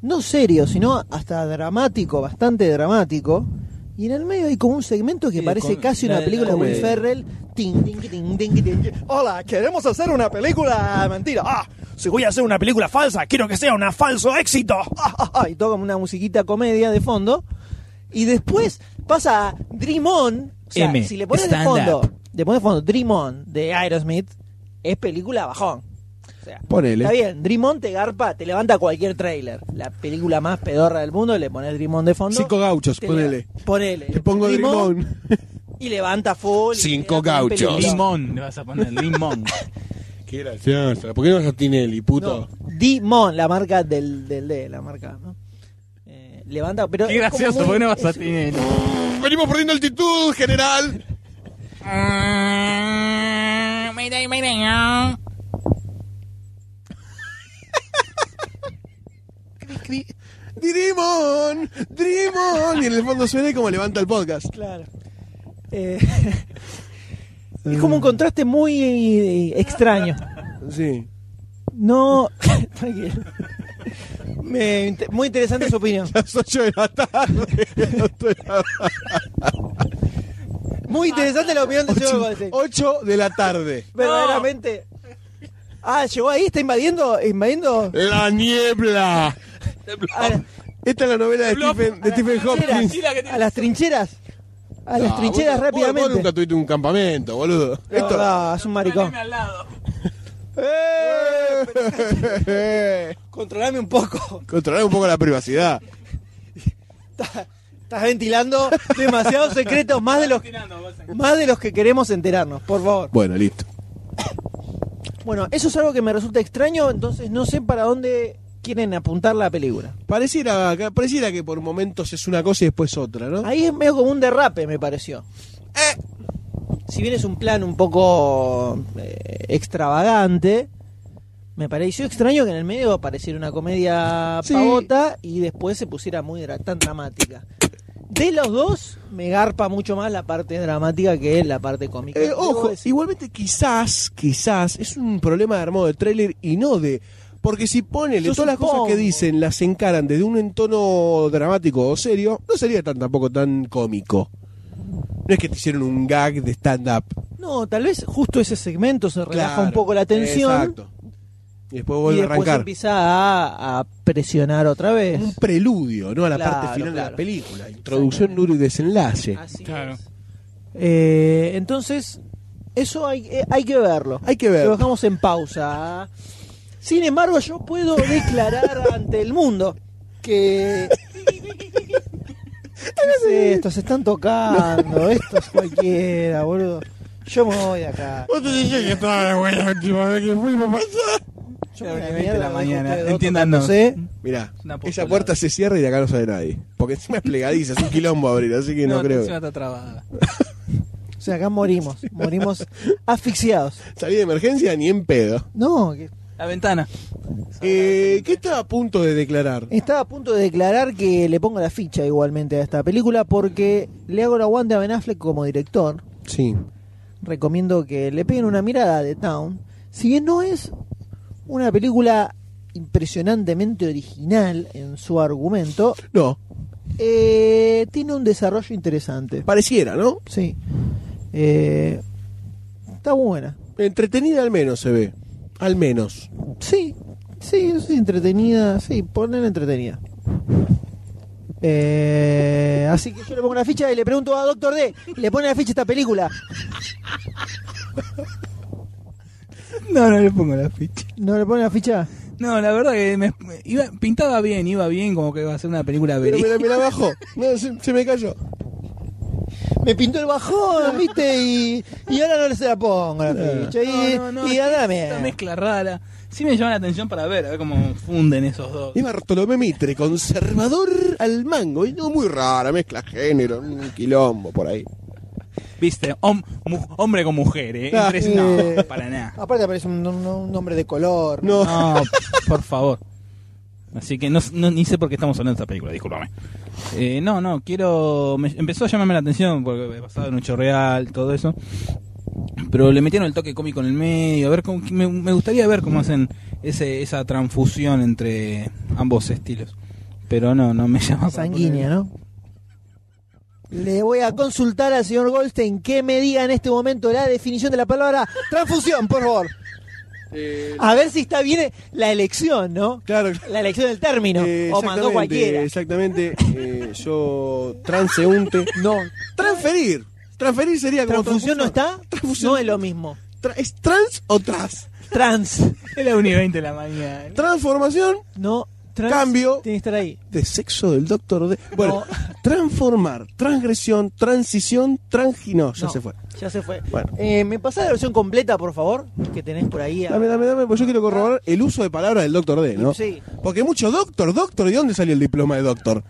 Speaker 1: no serio, sino hasta dramático, bastante dramático. Y en el medio hay como un segmento que
Speaker 3: Sí,
Speaker 1: parece
Speaker 3: con-
Speaker 1: casi
Speaker 3: la-
Speaker 1: una
Speaker 3: la
Speaker 1: película de Will
Speaker 3: comedia.
Speaker 1: Ferrell. Ting, ting, ting, ting, ting.
Speaker 7: Hola, queremos hacer una película mentira. Ah, si voy a hacer una película falsa, quiero que sea un falso éxito.
Speaker 1: Ah, ah, ah, y todo como una musiquita comedia de fondo. Y después pasa a Dream On. O sea,
Speaker 3: M,
Speaker 1: si le pones de
Speaker 3: stand
Speaker 1: fondo,
Speaker 3: up.
Speaker 1: le pones de fondo Dream On de Aerosmith, es película bajón. O sea,
Speaker 2: Ponele.
Speaker 1: Está bien, Dream On te garpa, te levanta cualquier trailer. La película más pedorra del mundo, le pones Dream On de fondo.
Speaker 2: Cinco gauchos,
Speaker 1: te
Speaker 2: ponele.
Speaker 1: le- Ponele.
Speaker 2: Te pongo
Speaker 1: Dream On
Speaker 2: limón.
Speaker 1: Y levanta full. y
Speaker 2: Cinco
Speaker 1: te da un
Speaker 2: gauchos.
Speaker 1: película.
Speaker 3: Limón, le vas a poner limón.
Speaker 2: Qué graciosa. ¿Por qué no es a Tinelli, puto?
Speaker 1: No, Dimon, la marca del, del D, la marca, ¿no? Eh, levanta, pero.
Speaker 3: Qué
Speaker 1: es como
Speaker 3: gracioso,
Speaker 1: muy-
Speaker 3: ¿por qué no vas a
Speaker 1: es-
Speaker 3: tener?
Speaker 2: Venimos perdiendo altitud, general. Dream on, dream on. Y en el fondo suena como levanta el podcast.
Speaker 1: Claro. Eh, es como un contraste muy eh, extraño.
Speaker 2: Sí.
Speaker 1: No. Tranquilo. Me inte- muy interesante su opinión.
Speaker 2: Las 8 de la tarde.
Speaker 1: Muy interesante la opinión de Seba Goldstein.
Speaker 2: 8 de la tarde.
Speaker 1: Verdaderamente. Ah, llegó ahí, está invadiendo. invadiendo.
Speaker 2: La niebla.
Speaker 1: A, la-
Speaker 2: Esta es la novela de Stephen, de Stephen Hopkins.
Speaker 1: a las trincheras. A las
Speaker 2: Ah,
Speaker 1: trincheras
Speaker 2: vos- vos-
Speaker 1: rápidamente.
Speaker 2: Vos nunca tuviste un campamento, boludo.
Speaker 1: No, no, es un maricón.
Speaker 2: ¡Eh!
Speaker 7: Controlame un poco.
Speaker 2: Controlar un poco la privacidad.
Speaker 1: Estás ventilando demasiados secretos, más de los
Speaker 2: eh.
Speaker 1: más de los que queremos enterarnos, por favor.
Speaker 2: Bueno, listo.
Speaker 1: Bueno, eso es algo que me resulta extraño, entonces no sé para dónde quieren apuntar la película.
Speaker 2: Pareciera, pareciera que por momentos es una cosa y después otra, ¿no?
Speaker 1: Ahí es medio como un derrape, me pareció.
Speaker 2: Eh.
Speaker 1: Si bien es un plan un poco eh, extravagante, me pareció extraño que en el medio apareciera una comedia
Speaker 2: Sí.
Speaker 1: pavota y después se pusiera muy dra- tan dramática. De los dos, me garpa mucho más la parte dramática que la parte cómica.
Speaker 2: Eh,
Speaker 1: Debo
Speaker 2: ojo,
Speaker 1: decir.
Speaker 2: igualmente quizás, quizás, es un problema de armado de tráiler y no de... Porque si ponele
Speaker 1: Yo
Speaker 2: todas las cosas que
Speaker 1: supongo.
Speaker 2: dicen, las encaran desde un entono dramático o serio, no sería tan tampoco tan cómico. No es que te hicieron un gag de stand-up.
Speaker 1: No, tal vez justo ese segmento se relaja
Speaker 2: Claro,
Speaker 1: un poco la tensión
Speaker 2: Exacto. Y después
Speaker 1: y
Speaker 2: vuelve a
Speaker 1: después
Speaker 2: arrancar.
Speaker 1: empieza a, a presionar otra vez.
Speaker 2: Un preludio, ¿no? A la
Speaker 1: Claro,
Speaker 2: parte final de
Speaker 1: claro.
Speaker 2: la película. Introducción, nudo y desenlace.
Speaker 1: Así
Speaker 3: Claro.
Speaker 1: es. Eh, entonces, eso hay, eh, hay que verlo.
Speaker 2: Hay que ver.
Speaker 1: Lo dejamos en pausa. Sin embargo, yo puedo declarar ante el mundo que. ¿Qué es esto? Se están tocando. Esto es cualquiera, boludo. Yo me voy de acá.
Speaker 8: Vos te dije que estaba de buena la última vez que fuimos para allá.
Speaker 1: Yo
Speaker 3: Claro,
Speaker 1: me voy a mierda,
Speaker 3: que veinte de la
Speaker 1: dejo
Speaker 3: mañana,
Speaker 1: ustedes dos
Speaker 3: entiéndanos.
Speaker 1: tocándose.
Speaker 2: Mirá,
Speaker 3: Una postulada.
Speaker 2: esa puerta se cierra y de acá no sale nadie. Porque encima es plegadiza, es un quilombo abrir, así que no, creo.
Speaker 3: encima está trabada.
Speaker 1: O sea, acá morimos. Morimos asfixiados.
Speaker 2: Salí de emergencia ni en pedo.
Speaker 1: No, que
Speaker 3: La ventana.
Speaker 2: Eh, ¿Qué estaba a punto de declarar?
Speaker 1: Estaba a punto de declarar que le pongo la ficha igualmente a esta película porque le hago el aguante a Ben Affleck como director.
Speaker 2: Sí.
Speaker 1: Recomiendo que le peguen una mirada de Town. Si bien no es una película impresionantemente original en su argumento,
Speaker 2: No,
Speaker 1: eh, tiene un desarrollo interesante.
Speaker 2: pareciera, ¿no?
Speaker 1: Sí. Eh, está buena.
Speaker 2: Entretenida al menos se ve. Al menos.
Speaker 1: Sí, sí, es entretenida. Sí, ponen entretenida. Eh, así que yo le pongo una ficha y le pregunto a Doctor D, ¿le pone la ficha a esta película?
Speaker 3: No, no le pongo la ficha.
Speaker 1: ¿No le pone la ficha?
Speaker 3: No, la verdad que me, me- iba, pintaba bien, iba bien, como que iba a ser una película
Speaker 2: Pero me
Speaker 3: verídica.
Speaker 2: la, me la bajo. No, se, se me cayó.
Speaker 1: Me pintó el bajón, ¿viste? Y, y ahora no se la pongo la ficha. Y,
Speaker 3: No, no, no,
Speaker 1: y
Speaker 3: es
Speaker 1: a la
Speaker 3: Esta
Speaker 1: mierda.
Speaker 3: mezcla rara. Sí me llama la atención para ver, a ver cómo funden esos dos.
Speaker 2: Es Bartolomé Mitre, conservador al mango. Y no muy rara, mezcla género, un quilombo por ahí.
Speaker 3: Viste, hom- mu- hombre con mujer, ¿eh?
Speaker 2: Ah,
Speaker 3: Entre- no,
Speaker 1: eh.
Speaker 3: para nada.
Speaker 1: Aparte aparece un, un- un hombre de color.
Speaker 2: No.
Speaker 3: No, por favor. Así que no, no- ni sé por qué estamos hablando de esta película, discúlpame. Eh, no, no, quiero. me- empezó a llamarme la atención porque pasaba en un hecho real, todo eso. Pero le metieron el toque cómico en el medio. A ver, cómo- me, me gustaría ver cómo hacen ese, esa transfusión entre ambos estilos. Pero no, no me llama. para
Speaker 1: Sanguínea, ¿no? Le voy a consultar al señor Goldstein que me diga en este momento la definición de la palabra transfusión, por favor.
Speaker 2: Eh,
Speaker 1: A ver si está bien la elección, ¿no?
Speaker 2: Claro.
Speaker 1: La elección del término.
Speaker 2: Eh,
Speaker 1: o mandó
Speaker 2: exactamente,
Speaker 1: cualquiera.
Speaker 2: Exactamente. eh, yo, transeúnte. No. Transferir. Transferir sería como.
Speaker 1: ¿Transfusión no está?
Speaker 2: Transfusión.
Speaker 1: No es lo mismo.
Speaker 2: Tra- ¿Es trans o tras?
Speaker 1: Trans.
Speaker 3: poner- Es la 1 y 20 de la mañana.
Speaker 2: Transformación
Speaker 1: No, trans.
Speaker 2: Cambio.
Speaker 1: Tiene que estar ahí.
Speaker 2: de sexo del doctor. D. Bueno, transformar, transgresión, transición, transgino. Ya
Speaker 1: No,
Speaker 2: se fue.
Speaker 1: Ya se fue.
Speaker 2: Bueno.
Speaker 1: Eh, ¿Me pasás la versión completa, por favor? Que tenés por ahí. a-
Speaker 2: Dame, dame, dame, porque yo quiero corroborar el uso de palabras del doctor D, ¿no?
Speaker 1: Sí.
Speaker 2: Porque mucho doctor, doctor, ¿de dónde salió el diploma de doctor?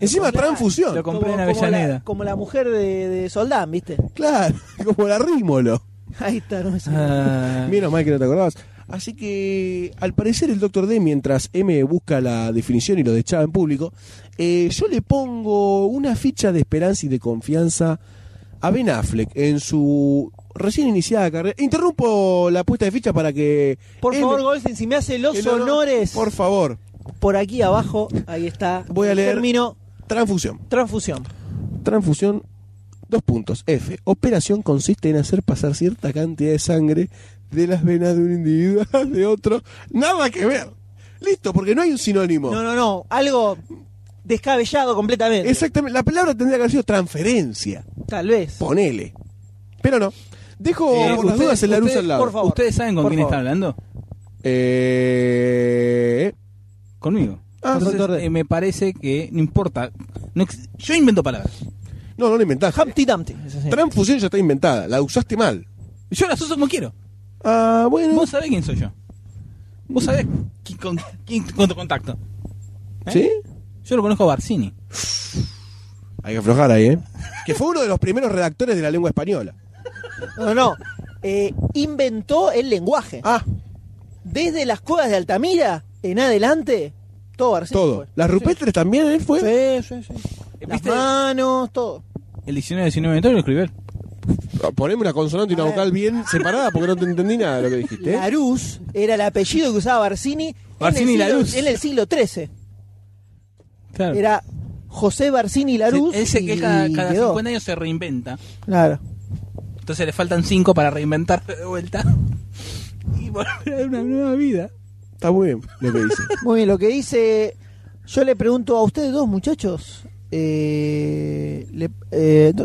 Speaker 2: Encima
Speaker 1: Claro.
Speaker 2: transfusión.
Speaker 3: Lo compré en
Speaker 1: la,
Speaker 3: Avellaneda.
Speaker 1: como la mujer de, de Soldán, ¿viste?
Speaker 2: Claro, como la rímolo.
Speaker 1: Ahí está, no me sale.
Speaker 3: Ah,
Speaker 2: Menos mal que no te acordabas. Así que, al parecer, el doctor D, mientras M busca la definición y lo dechaba en público, eh, yo le pongo una ficha de esperanza y de confianza a Ben Affleck en su recién iniciada carrera. Interrumpo la puesta de ficha para que.
Speaker 1: Por
Speaker 2: M-
Speaker 1: favor, Goldstein, si me hace los
Speaker 2: el honor-
Speaker 1: honores
Speaker 2: Por
Speaker 1: por...
Speaker 2: favor,
Speaker 1: aquí abajo, ahí está.
Speaker 2: Voy a
Speaker 1: el
Speaker 2: leer.
Speaker 1: Término
Speaker 2: transfusión.
Speaker 1: transfusión.
Speaker 2: Transfusión, dos puntos. F. Operación consiste en hacer pasar cierta cantidad de sangre de las venas de un individuo a de otro. Nada que ver. Listo, porque no hay un sinónimo.
Speaker 1: No, no, no. Algo descabellado completamente.
Speaker 2: Exactamente. La palabra tendría que haber sido transferencia.
Speaker 1: Tal vez.
Speaker 2: Ponele. Pero no. Dejo
Speaker 3: Eh,
Speaker 2: por las
Speaker 3: ustedes-
Speaker 2: dudas en la luz
Speaker 3: ustedes-
Speaker 2: al lado.
Speaker 1: por favor.
Speaker 3: ¿Ustedes saben con
Speaker 1: Por
Speaker 3: quién
Speaker 1: favor.
Speaker 3: están hablando?
Speaker 2: Eh,
Speaker 3: Conmigo.
Speaker 2: Ah,
Speaker 3: Entonces,
Speaker 2: doctor D.
Speaker 3: eh, me parece que no importa. No ex- yo invento palabras.
Speaker 2: No, no la inventás.
Speaker 1: Humpty Dumpty. es así.
Speaker 2: Transfusión ya está inventada. La usaste mal.
Speaker 3: Yo las uso como quiero.
Speaker 2: Ah, bueno.
Speaker 3: Vos sabés quién soy yo. Vos sabés qui- con quién cuento contacto. ¿Eh?
Speaker 2: ¿Sí?
Speaker 3: Yo lo conozco a Barcini.
Speaker 2: Hay que aflojar ahí, ¿eh? que fue uno de los primeros redactores de la lengua española.
Speaker 1: No, no. Eh, inventó el lenguaje.
Speaker 2: Ah,
Speaker 1: Desde las cuevas de Altamira en adelante, todo García
Speaker 2: todo.
Speaker 1: fue.
Speaker 2: Las rupestres también él fue.
Speaker 1: Sí, sí, sí. Las
Speaker 3: Eh, ¿Viste?
Speaker 1: manos, todo.
Speaker 3: El diccionario del 19 lo escribió él.
Speaker 2: Ah, Poneme una consonante y una
Speaker 1: A ver.
Speaker 2: vocal bien separada porque no te entendí nada de lo que dijiste. ¿eh?
Speaker 1: Laruz era el apellido que usaba Barcini, en el
Speaker 3: Barcini
Speaker 1: siglo-
Speaker 3: Laruz.
Speaker 1: en el siglo XIII.
Speaker 3: Claro.
Speaker 1: Era José Barcini Laruz.
Speaker 3: Se- él se-
Speaker 1: y
Speaker 3: él cada, cada
Speaker 1: quedó.
Speaker 3: 50 años se reinventa.
Speaker 1: Claro.
Speaker 3: Entonces le faltan 5 para reinventar de vuelta. Y volver a dar una nueva vida.
Speaker 2: Está muy bien lo que dice.
Speaker 1: Muy bien, lo que dice. Yo le pregunto a ustedes dos, muchachos. Eh, le, eh, no,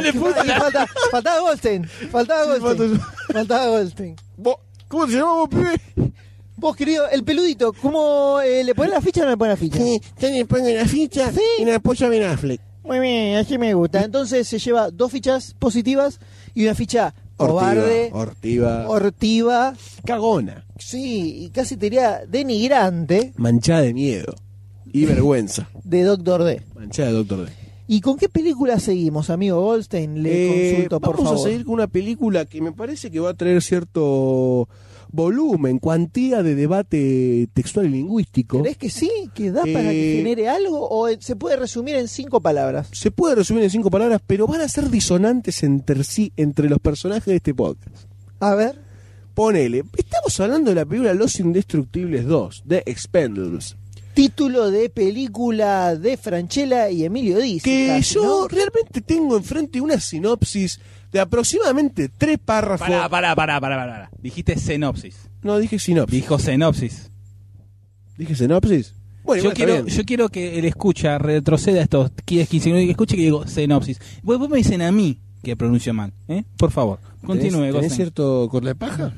Speaker 2: Le
Speaker 1: que-
Speaker 2: puse
Speaker 1: y falta- faltaba Goldstein. Faltaba
Speaker 2: Sí,
Speaker 1: Goldstein.
Speaker 2: falta-
Speaker 1: Faltaba Goldstein.
Speaker 2: Vos- ¿Cómo te llamamos, pibe?
Speaker 1: Vos, querido, el peludito, ¿cómo eh, le pones la ficha o no le pones la ficha?
Speaker 2: te le pongo la ficha y la apoyo a Ben Affleck.
Speaker 1: Muy bien, así me gusta. Entonces se lleva dos fichas positivas y una ficha cobarde,
Speaker 2: Ortiva.
Speaker 1: hortiva,
Speaker 2: Cagona.
Speaker 1: sí, y casi te diría denigrante
Speaker 2: Manchada de miedo. Y vergüenza.
Speaker 1: de Doctor D.
Speaker 2: Manchada de Doctor D.
Speaker 1: ¿Y con qué película seguimos, amigo Goldstein? Le
Speaker 2: Eh,
Speaker 1: consulto, por
Speaker 2: vamos
Speaker 1: favor.
Speaker 2: a seguir con una película que me parece que va a traer cierto volumen, cuantía de debate textual y lingüístico.
Speaker 1: ¿Crees que sí? ¿Que da para
Speaker 2: Eh,
Speaker 1: que genere algo? ¿O eh, se puede resumir en cinco palabras?
Speaker 2: Se puede resumir en cinco palabras, pero van a ser disonantes entre sí, entre los personajes de este podcast.
Speaker 1: A ver.
Speaker 2: Ponele, estamos hablando de la película Los Indestructibles 2, de Expendables.
Speaker 1: Título de película de Franchella y Emilio Diz.
Speaker 2: que
Speaker 1: casi,
Speaker 2: yo
Speaker 1: ¿no?
Speaker 2: realmente tengo enfrente una sinopsis de aproximadamente tres párrafos.
Speaker 9: Pará, pará, pará, pará, pará. Dijiste sinopsis.
Speaker 2: No, dije sinopsis.
Speaker 9: Dijo sinopsis.
Speaker 2: ¿Dije sinopsis? Bueno,
Speaker 9: yo,
Speaker 2: igual está
Speaker 9: quiero,
Speaker 2: bien.
Speaker 9: yo quiero que el escucha retroceda estos 10, 15 minutos y que escuche que digo sinopsis. Vos, vos me dicen a mí que pronuncio mal, ¿eh? Por favor, continúe.
Speaker 2: ¿Tenés, tenés
Speaker 9: Gosen.
Speaker 2: cierto con la paja?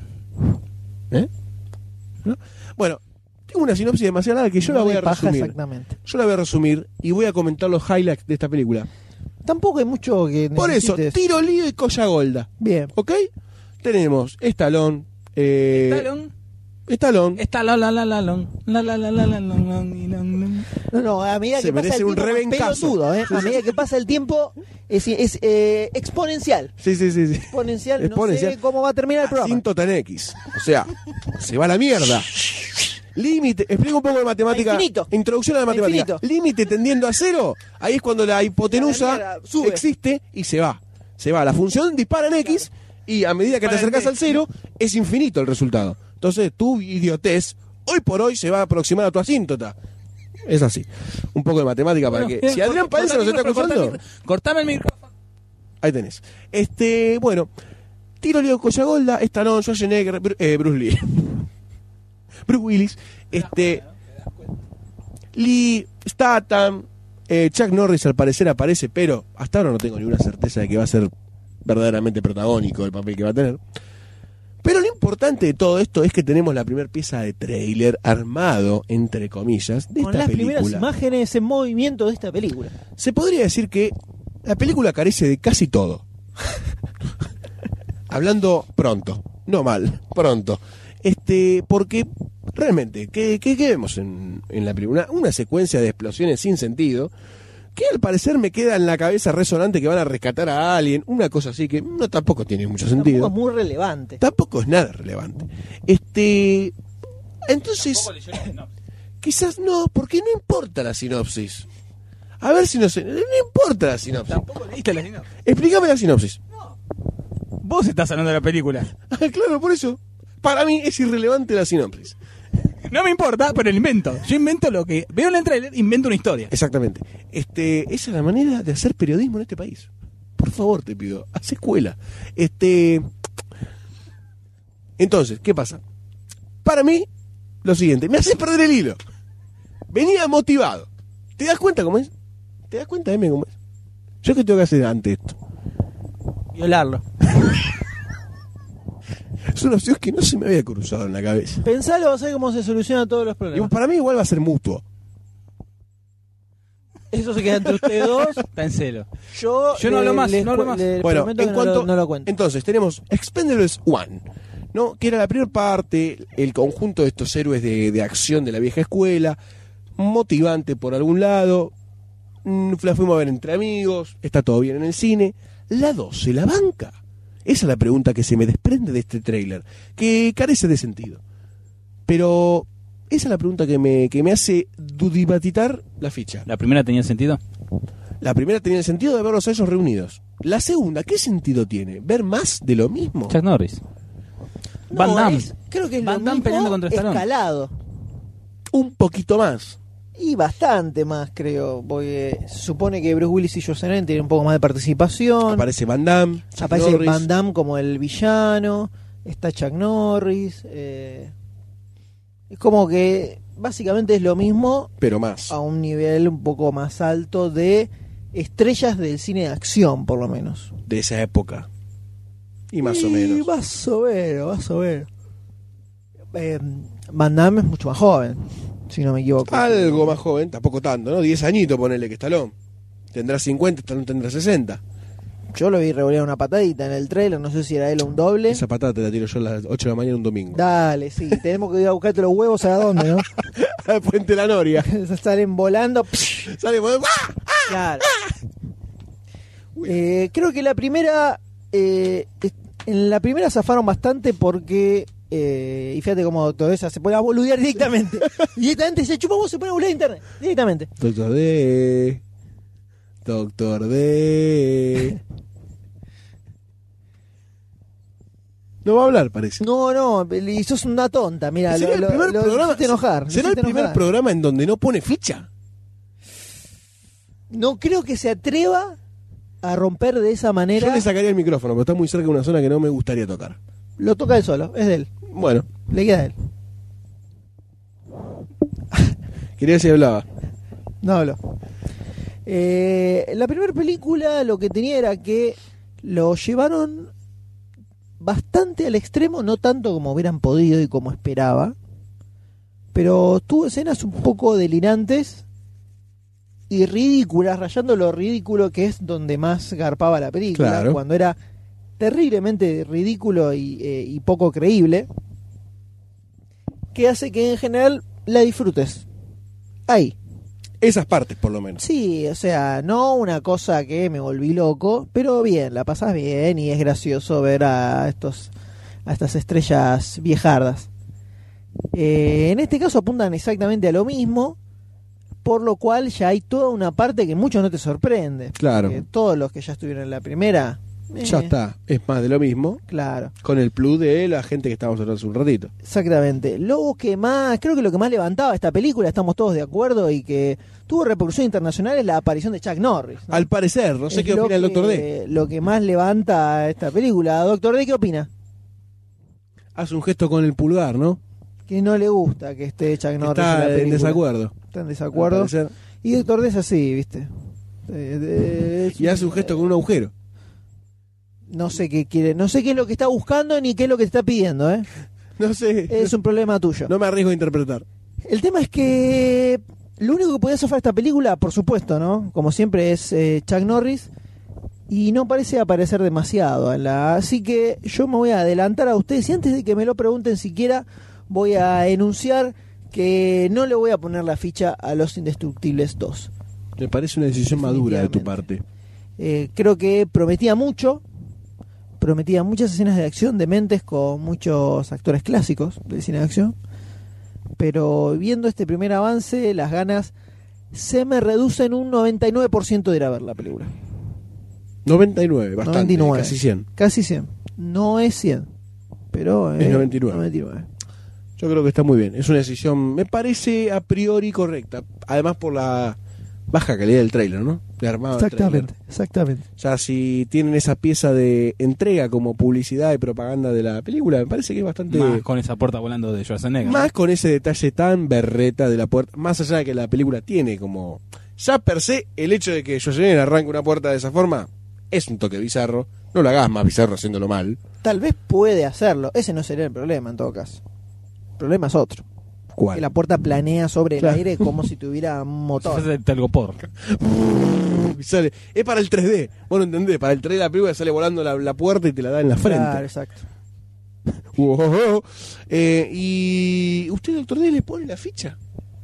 Speaker 2: ¿Eh? ¿No? Bueno, tengo una sinopsis demasiado larga que yo
Speaker 1: No
Speaker 2: la voy
Speaker 1: de
Speaker 2: a
Speaker 1: paja,
Speaker 2: resumir.
Speaker 1: exactamente.
Speaker 2: Yo la voy a resumir y voy a comentar los highlights de esta película.
Speaker 1: Tampoco hay mucho que
Speaker 2: Por eso,
Speaker 1: necesites.
Speaker 2: tiro lío y colla golda.
Speaker 1: Bien.
Speaker 2: ¿Ok? Tenemos Estalón. Eh,
Speaker 9: Talón,
Speaker 2: Estalón.
Speaker 9: Está la la la la lon, la la la la la lon, lon, y lon, lon.
Speaker 1: No, no, a medida
Speaker 2: Se
Speaker 1: que pasa
Speaker 2: merece
Speaker 1: el
Speaker 2: un
Speaker 1: tiempo, es
Speaker 2: rebencazo.
Speaker 1: pelotudo, ¿eh? A medida que pasa el tiempo, es, es, eh, exponencial.
Speaker 2: Sí, sí, sí, sí.
Speaker 1: Exponencial,
Speaker 2: Exponencial.
Speaker 1: no sé cómo va a terminar el programa.
Speaker 2: Cinto tan X. O sea, se va a la mierda. Límite, explico un poco de matemática.
Speaker 1: A infinito.
Speaker 2: Introducción a la
Speaker 1: A
Speaker 2: matemática.
Speaker 1: infinito.
Speaker 2: Límite tendiendo a cero. Ahí es cuando la
Speaker 1: A la
Speaker 2: hipotenusa
Speaker 1: mierda, sube.
Speaker 2: existe y se va. Se va. La función dispara en X y a medida que te acercas al cero es infinito el resultado. Entonces tu idiotez hoy por hoy se va a aproximar a tu asíntota. Es así. Un poco de matemática para
Speaker 9: Bueno,
Speaker 2: que. Si
Speaker 9: corta-
Speaker 2: Adrián Paenza nos
Speaker 9: corta
Speaker 2: está
Speaker 9: el micro, corta el
Speaker 2: escuchando.
Speaker 9: micro. Cortame el micrófono.
Speaker 2: Ahí tenés. Este, bueno, Tiro Leo Collagolda, Stallone, Schwarzenegger, Bru- eh, Bruce Lee. Bruce Willis, este. Lee, Statham, eh, Chuck Norris al parecer aparece, pero hasta ahora no tengo ninguna certeza de que va a ser verdaderamente protagónico el papel que va a tener. Pero lo importante de todo esto es que tenemos la primera pieza de trailer armado, entre comillas, de
Speaker 1: Con
Speaker 2: esta
Speaker 1: las primeras
Speaker 2: película.
Speaker 1: imágenes en movimiento de esta película.
Speaker 2: Se podría decir que la película carece de casi todo. Hablando pronto, no mal, pronto. Este, porque realmente, ¿qué, qué- qué vemos en, en la película? Una secuencia de explosiones sin sentido, que al parecer me queda en la cabeza resonante que van a rescatar a alguien, una cosa así que no tampoco tiene mucho sentido.
Speaker 1: Tampoco es muy relevante.
Speaker 2: Tampoco es nada relevante. Este, entonces, quizás no, porque no importa la sinopsis. A ver si no sé, no importa la sinopsis.
Speaker 9: Tampoco leíste la sinopsis.
Speaker 2: Explícame la sinopsis.
Speaker 9: Vos estás hablando de la película.
Speaker 2: Ah, claro, por eso. Para mí es irrelevante la sinopsis.
Speaker 9: No me importa, pero lo invento. Yo invento lo que veo en el trailer, invento una historia.
Speaker 2: Exactamente. Este, esa es la manera de hacer periodismo en este país. Por favor, te pido, haz escuela. Este, entonces, ¿qué pasa? Para mí, lo siguiente, me haces perder el hilo. Venía motivado. ¿Te das cuenta cómo es? ¿Te das cuenta, M, cómo es? Yo qué tengo que hacer ante esto.
Speaker 1: Violarlo.
Speaker 2: Es una opción que no se me había cruzado en la cabeza.
Speaker 1: Pensalo, vas a ver cómo se solucionan todos los
Speaker 2: Y
Speaker 1: problemas.
Speaker 2: para mí igual va a ser mutuo.
Speaker 1: Eso se queda entre ustedes dos.
Speaker 9: Está en celo.
Speaker 1: Yo,
Speaker 9: Yo no hablo
Speaker 1: le-
Speaker 9: más,
Speaker 1: les
Speaker 9: no hablo
Speaker 1: cu-
Speaker 9: más.
Speaker 1: les
Speaker 2: Bueno,
Speaker 1: prometo
Speaker 2: en
Speaker 1: que
Speaker 2: cuanto,
Speaker 1: no, lo, no lo cuento.
Speaker 2: Entonces, tenemos Expendables 1, ¿no? que era la primera parte, el conjunto de estos héroes de, de acción de la vieja escuela, motivante por algún lado, mm, la fuimos a ver entre amigos, está todo bien en el cine. La 2, ¿se la banca? Esa es la pregunta que se me desprende de este tráiler, que carece de sentido. Pero esa es la pregunta que me, que me hace dudibatitar la ficha.
Speaker 9: ¿La primera tenía sentido?
Speaker 2: La primera tenía el sentido de verlos a ellos reunidos. La segunda, ¿qué sentido tiene? ¿Ver más de lo mismo?
Speaker 9: Chuck Norris.
Speaker 1: No,
Speaker 9: Van Damme.
Speaker 1: es- creo que es
Speaker 9: Van
Speaker 1: lo
Speaker 9: Damme
Speaker 1: mismo
Speaker 9: peleando contra Stallone.
Speaker 1: escalado.
Speaker 2: Un poquito más.
Speaker 1: Y bastante más, creo. Porque se supone que Bruce Willis y Schwarzenegger tienen un poco más de participación.
Speaker 2: Aparece Van Damme. Chuck
Speaker 1: Aparece
Speaker 2: Norris.
Speaker 1: Van Damme como el villano. Está Chuck Norris. eh, es como que básicamente es lo mismo
Speaker 2: pero más.
Speaker 1: a un nivel un poco más alto de estrellas del cine de acción, por lo menos.
Speaker 2: De esa época. Y más o
Speaker 1: Y
Speaker 2: menos.
Speaker 1: Vas a ver, vas a ver. Eh, Van Damme es mucho más joven, si no me equivoco.
Speaker 2: Algo más joven, tampoco tanto, ¿no? 10 añitos ponele que Estalón. Tendrá 50, Estalón tendrá 60.
Speaker 1: Yo lo vi revolear una patadita en el trailer, no sé si era él o un doble.
Speaker 2: Esa patada te la tiro yo a las 8 de la mañana un domingo.
Speaker 1: Dale, sí, tenemos que ir a buscarte los huevos a dónde, ¿no?
Speaker 2: Al Puente La Noria.
Speaker 1: Salen volando.
Speaker 2: Sale, ¡ah!
Speaker 1: Claro. Eh, creo que la primera. eh, est- en la primera zafaron bastante porque. eh, y fíjate cómo todo eso se pone a boludear directamente. directamente se chupa vos, se pone a boludear internet. Directamente.
Speaker 2: Doctor D. Doctor D. No va a hablar, parece.
Speaker 1: No, no, y sos una tonta. Mira,
Speaker 2: ¿Será
Speaker 1: lo,
Speaker 2: el
Speaker 1: lo-
Speaker 2: primer
Speaker 1: lo
Speaker 2: programa?
Speaker 1: hiciste enojar. lo
Speaker 2: ¿Será el
Speaker 1: hiciste
Speaker 2: primer
Speaker 1: enojar.
Speaker 2: programa en donde no pone ficha?
Speaker 1: No creo que se atreva a romper de esa manera.
Speaker 2: Yo le sacaría el micrófono, pero está muy cerca de una zona que no me gustaría tocar.
Speaker 1: Lo toca él solo, es de él.
Speaker 2: Bueno,
Speaker 1: Le queda a él.
Speaker 2: quería decir hablaba.
Speaker 1: No habló. Eh, la primera película lo que tenía era que lo llevaron bastante al extremo, no tanto como hubieran podido y como esperaba, pero tuvo escenas un poco delirantes y ridículas, rayando lo ridículo que es donde más garpaba la película,
Speaker 2: Claro.
Speaker 1: cuando era terriblemente ridículo y, eh, y poco creíble, que hace que en general la disfrutes. Ahí.
Speaker 2: Esas partes, por lo menos.
Speaker 1: Sí, o sea, no una cosa que me volví loco, pero bien, la pasás bien y es gracioso ver a estos a estas estrellas viejardas. Eh, en este caso apuntan exactamente a lo mismo, por lo cual ya hay toda una parte que mucho no te sorprende.
Speaker 2: Claro.
Speaker 1: porque todos los que ya estuvieron en la primera. eh,
Speaker 2: Ya está. Es más de lo mismo.
Speaker 1: Claro,
Speaker 2: Con el plus de la gente que estábamos hablando hace un ratito.
Speaker 1: exactamente. Lo que más, creo que lo que más levantaba esta película, estamos todos de acuerdo, y que tuvo repercusión internacional es la aparición de Chuck Norris. ¿no?
Speaker 2: Al parecer, no sé
Speaker 1: Ah. Es
Speaker 2: qué opina el
Speaker 1: lo
Speaker 2: doctor D.
Speaker 1: que- Lo que más levanta a esta película. Doctor D, ¿qué opina?
Speaker 2: Hace un gesto con el pulgar, ¿no?
Speaker 1: Que no le gusta que esté Chuck Norris en la
Speaker 2: Está en
Speaker 1: película.
Speaker 2: desacuerdo.
Speaker 1: Está en
Speaker 2: Al
Speaker 1: desacuerdo.
Speaker 2: parecer.
Speaker 1: Y Doctor D es así, ¿viste? Eh, de- es eh,
Speaker 2: Y hace un gesto con un agujero.
Speaker 1: No sé qué quiere, no sé qué es lo que está buscando ni qué es lo que te está pidiendo, ¿eh?
Speaker 2: No sé.
Speaker 1: Es un problema tuyo.
Speaker 2: No me arriesgo a interpretar.
Speaker 1: El tema es que lo único que podía zafar esta película, por supuesto, ¿no? Como siempre es eh, Chuck Norris y no parece aparecer demasiado en la, así que yo me voy a adelantar a ustedes y antes de que me lo pregunten siquiera voy a enunciar que no le voy a poner la ficha a Los Indestructibles 2.
Speaker 2: Me parece una decisión madura de tu parte.
Speaker 1: Definitivamente. Eh, creo que prometía mucho, prometía muchas escenas de acción de mentes con muchos actores clásicos del cine de acción, pero viendo este primer avance, las ganas se me reducen un 99% de ir a ver la película.
Speaker 2: 99, bastante.
Speaker 1: 99.
Speaker 2: Casi 100.
Speaker 1: Casi 100. No es 100, pero eh,
Speaker 2: Es 99.
Speaker 1: 99.
Speaker 2: Ah, Yo creo que está muy bien. Es una decisión, me parece a priori correcta. Además, por la baja calidad del trailer, ¿no? De armado. del
Speaker 1: Exactamente, exactamente.
Speaker 2: tráiler. Ya si tienen esa pieza de entrega como publicidad y propaganda de la película, me parece que es bastante.
Speaker 9: Más con esa puerta volando de Schwarzenegger.
Speaker 2: Más con ese detalle tan berreta de la puerta, más allá de que la película tiene como... Ya per se, el hecho de que Schwarzenegger arranque una puerta de esa forma es un toque bizarro. No lo hagas más bizarro haciéndolo mal.
Speaker 1: Tal vez puede hacerlo. Ese no sería el problema en todo caso. El problema es otro. Que la puerta planea sobre
Speaker 2: Claro.
Speaker 1: el aire como si tuviera un
Speaker 9: ¿no?
Speaker 1: motor.
Speaker 9: Es el telgopor.
Speaker 2: Y sale- Es para el 3D. Vos no entendés, para el 3D la película sale volando la, la puerta y te la da en la frente.
Speaker 1: Claro, exacto.
Speaker 2: Wow. Eh, y usted, doctor D, le pone la ficha.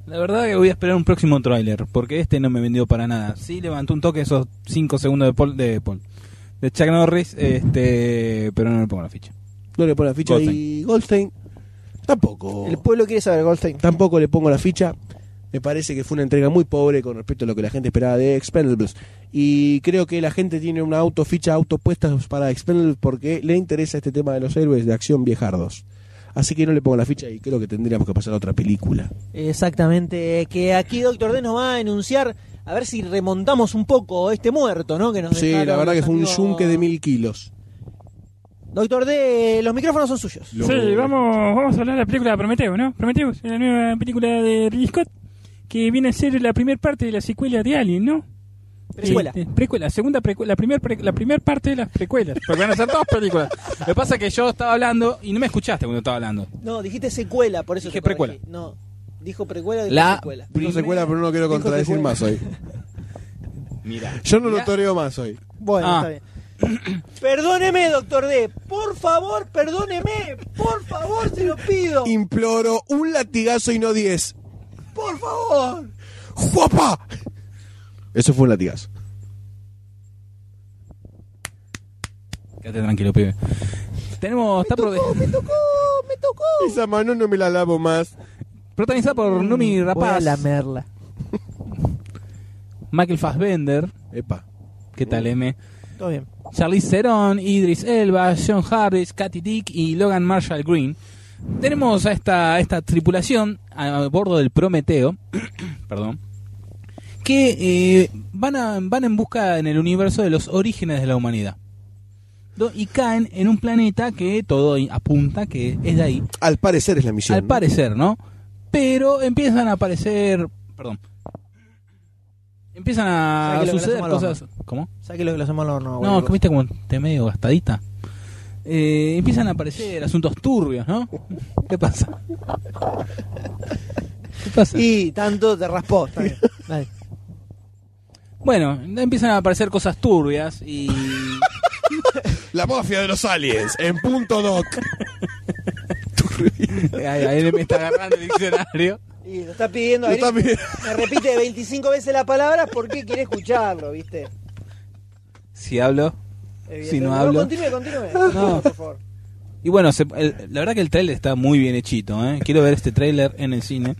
Speaker 9: La verdad que voy a esperar un próximo tráiler, porque este no me vendió para nada. Sí levantó un toque esos 5 segundos de Paul, de Paul, de Chuck Norris, este, pero no le pongo la ficha.
Speaker 2: No le pone la ficha.
Speaker 9: Goldstein.
Speaker 2: Y Goldstein tampoco.
Speaker 1: El pueblo quiere saber Goldstein.
Speaker 2: Tampoco le pongo la ficha. Me parece que fue una entrega muy pobre con respecto a lo que la gente esperaba de Expendables. Y creo que la gente tiene una autoficha autopuesta para Expendables porque le interesa este tema de los héroes de acción viejardos. Así que no le pongo la ficha y creo que tendríamos que pasar a otra película.
Speaker 1: Exactamente, que aquí Doctor D nos va a enunciar a ver si remontamos un poco este muerto, ¿no? Que nos
Speaker 2: Sí,
Speaker 1: dejaron
Speaker 2: la verdad
Speaker 1: los
Speaker 2: que fue un
Speaker 1: amigos-
Speaker 2: yunque de mil kilos.
Speaker 1: Doctor D, los micrófonos son suyos.
Speaker 10: Lo-
Speaker 11: Sí, vamos, vamos a hablar de la película Prometeo, ¿no? Prometheus, la nueva película de Ridley Scott, que viene a ser la primera parte de la secuela de Alien, ¿no?
Speaker 1: Precuela.
Speaker 11: Este, precuela, segunda precuela, la primera la primer parte de las precuelas, porque van a ser dos películas.
Speaker 3: Lo que pasa es que yo estaba hablando y no me escuchaste cuando estaba hablando.
Speaker 1: No, dijiste secuela, por eso
Speaker 3: Dije
Speaker 1: te corregí.
Speaker 3: precuela.
Speaker 1: No, dijo precuela dijo
Speaker 3: La
Speaker 1: secuela.
Speaker 2: No se cuela, pero no quiero
Speaker 1: Dijo
Speaker 2: contradecir
Speaker 1: secuela.
Speaker 2: más hoy.
Speaker 3: Mira.
Speaker 2: Yo no lo toreo más hoy.
Speaker 1: Bueno, está
Speaker 3: Ah.
Speaker 1: bien. Perdóneme, doctor D. Por favor, perdóneme. Por favor, se lo pido.
Speaker 2: Imploro un latigazo y no diez.
Speaker 1: Por favor.
Speaker 2: ¡Juapa! Eso fue un latigazo.
Speaker 3: Quédate tranquilo, pibe. Tenemos, está pro-
Speaker 2: Esa mano no me la lavo más.
Speaker 3: protagonizada por Numi
Speaker 12: Voy a
Speaker 3: Rapaz,
Speaker 12: lamerla.
Speaker 3: Michael Fassbender,
Speaker 2: Epa.
Speaker 3: ¿qué tal M?
Speaker 12: Todo bien.
Speaker 3: Charlize Theron, Idris Elba, John Harris, Katy Dick y Logan Marshall Green. Tenemos a esta, a esta tripulación a, a bordo del Prometeo, perdón, que eh, van, a- van en busca en el universo de los orígenes de la humanidad. Do- Y caen en un planeta que todo i- apunta que es de ahí,
Speaker 2: Al parecer es la misión.
Speaker 3: al
Speaker 2: ¿no?
Speaker 3: parecer, ¿no? Pero empiezan a aparecer, perdón, empiezan
Speaker 1: O sea, que lo
Speaker 3: a
Speaker 1: que le
Speaker 3: suceder
Speaker 1: hacemos a los
Speaker 3: cosas. ¿Cómo?
Speaker 1: Saque lo que lo hacemos al horno.
Speaker 3: No,
Speaker 1: boludo.
Speaker 3: que viste como te medio gastadita. Eh, empiezan a aparecer asuntos turbios, ¿no? ¿Qué pasa? ¿Qué pasa?
Speaker 1: Y tanto te raspó. está bien. Dale.
Speaker 3: Bueno, empiezan a aparecer cosas turbias y...
Speaker 2: La mafia de los aliens, en punto doc.
Speaker 3: Ahí, ahí me está agarrando el diccionario.
Speaker 1: Y lo está pidiendo
Speaker 2: Lo
Speaker 1: ahí.
Speaker 2: está pidiendo.
Speaker 1: Me repite 25 veces la palabra porque quiere escucharlo, ¿viste?
Speaker 3: Si hablo... Si no
Speaker 1: Evidentemente.
Speaker 3: hablo.
Speaker 1: Continúe, continúe.
Speaker 3: No.
Speaker 1: Por favor.
Speaker 3: Y bueno, se- el- la verdad que el tráiler está muy bien hechito, ¿eh? Quiero ver este tráiler en el cine.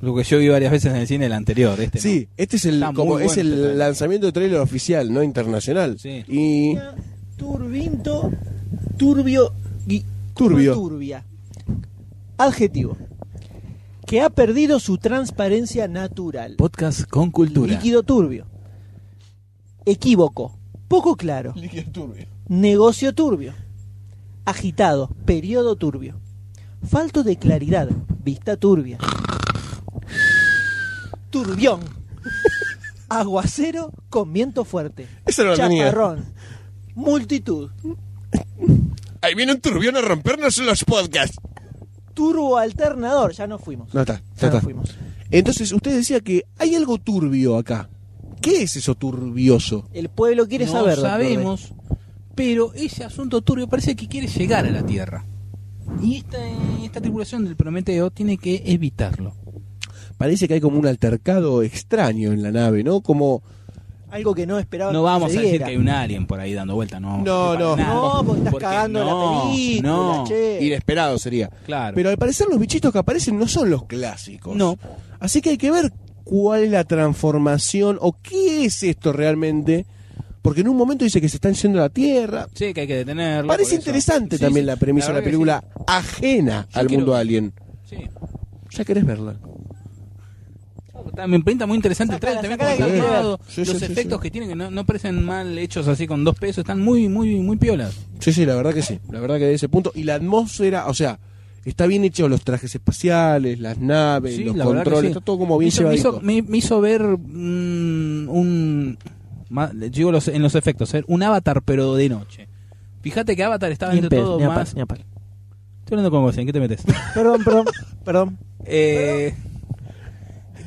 Speaker 3: Lo que yo vi varias veces en el cine, el anterior, este. ¿no?
Speaker 2: Sí, este es el,
Speaker 3: Está muy
Speaker 2: como,
Speaker 3: bueno
Speaker 2: es el
Speaker 3: este trailer.
Speaker 2: lanzamiento de trailer oficial, no internacional.
Speaker 3: Sí.
Speaker 2: Y
Speaker 1: Turbinto, turbio y
Speaker 2: Turbio.
Speaker 1: turbia. Adjetivo. Que ha perdido su transparencia natural.
Speaker 3: Podcast con cultura.
Speaker 1: Líquido turbio. Equívoco. Poco claro. Negocio turbio. Agitado. Periodo turbio. Falto de claridad. Vista turbia. Turbión. Aguacero con viento fuerte.
Speaker 2: Esa no la tenía.
Speaker 1: Chaparrón. Multitud.
Speaker 2: ahí viene un turbión a rompernos los podcasts.
Speaker 1: Turbo alternador. Ya no fuimos.
Speaker 2: No está,
Speaker 1: Ya
Speaker 2: está,
Speaker 1: no
Speaker 2: está.
Speaker 1: fuimos.
Speaker 2: Entonces usted decía que hay algo turbio acá. ¿Qué es eso turbioso?
Speaker 1: El pueblo quiere
Speaker 3: no
Speaker 1: saber. doctor D.
Speaker 3: sabemos, pero ese asunto turbio parece que quiere llegar a la Tierra. Y esta, esta tripulación del Prometeo tiene que evitarlo.
Speaker 2: Parece que hay como un altercado extraño en la nave, ¿no? Como
Speaker 1: Algo que no esperaba.
Speaker 3: No
Speaker 1: que
Speaker 3: vamos a decir
Speaker 1: sucediera.
Speaker 3: que hay un alien por ahí dando vuelta, no.
Speaker 2: No, no.
Speaker 3: para nada.
Speaker 1: No, porque estás cagando la película,
Speaker 3: No,
Speaker 1: che.
Speaker 2: inesperado sería.
Speaker 3: claro.
Speaker 2: Pero al parecer los bichitos que aparecen no son los clásicos.
Speaker 3: No.
Speaker 2: Así que hay que ver cuál es la transformación o qué es esto realmente. Porque en un momento dice que se están yendo a la Tierra.
Speaker 3: sí, que hay que detenerlo.
Speaker 2: Parece
Speaker 3: por eso.
Speaker 2: interesante
Speaker 3: Sí,
Speaker 2: también
Speaker 3: sí,
Speaker 2: la premisa de la
Speaker 3: verdad que
Speaker 2: película ajena
Speaker 3: Yo
Speaker 2: al
Speaker 3: quiero-
Speaker 2: mundo alien.
Speaker 3: sí. Sí.
Speaker 2: Ya querés verla.
Speaker 3: No, También pinta muy interesante
Speaker 1: Sacala,
Speaker 3: el trailer,
Speaker 1: sacala
Speaker 3: también como
Speaker 2: que
Speaker 3: está
Speaker 2: quiero
Speaker 3: armado,
Speaker 2: ver. Sí, sí,
Speaker 3: los
Speaker 2: sí,
Speaker 3: efectos
Speaker 2: sí.
Speaker 3: que tienen que no, no parecen mal hechos así con dos pesos, están muy, muy, muy piolas.
Speaker 2: Sí, sí, la verdad que sí. La verdad que de ese punto. Y la atmósfera, o sea, está bien hecho los trajes espaciales, las naves,
Speaker 3: Sí,
Speaker 2: eh, los
Speaker 3: la verdad que
Speaker 2: controles,
Speaker 3: sí.
Speaker 2: está todo como bien
Speaker 3: me hizo, me
Speaker 2: llevadito.
Speaker 3: hizo, me- me hizo ver mm, un. ma- digo los- en los efectos, ¿eh? un avatar, pero de noche. Fíjate que Avatar estaba
Speaker 12: Ni
Speaker 3: entre
Speaker 12: en pedo,
Speaker 3: todo
Speaker 12: ni a
Speaker 3: más.
Speaker 12: pal, ni a pal.
Speaker 3: Estoy hablando con vos, ¿en qué te metes?
Speaker 12: Perdón, perdón, perdón.
Speaker 3: Eh,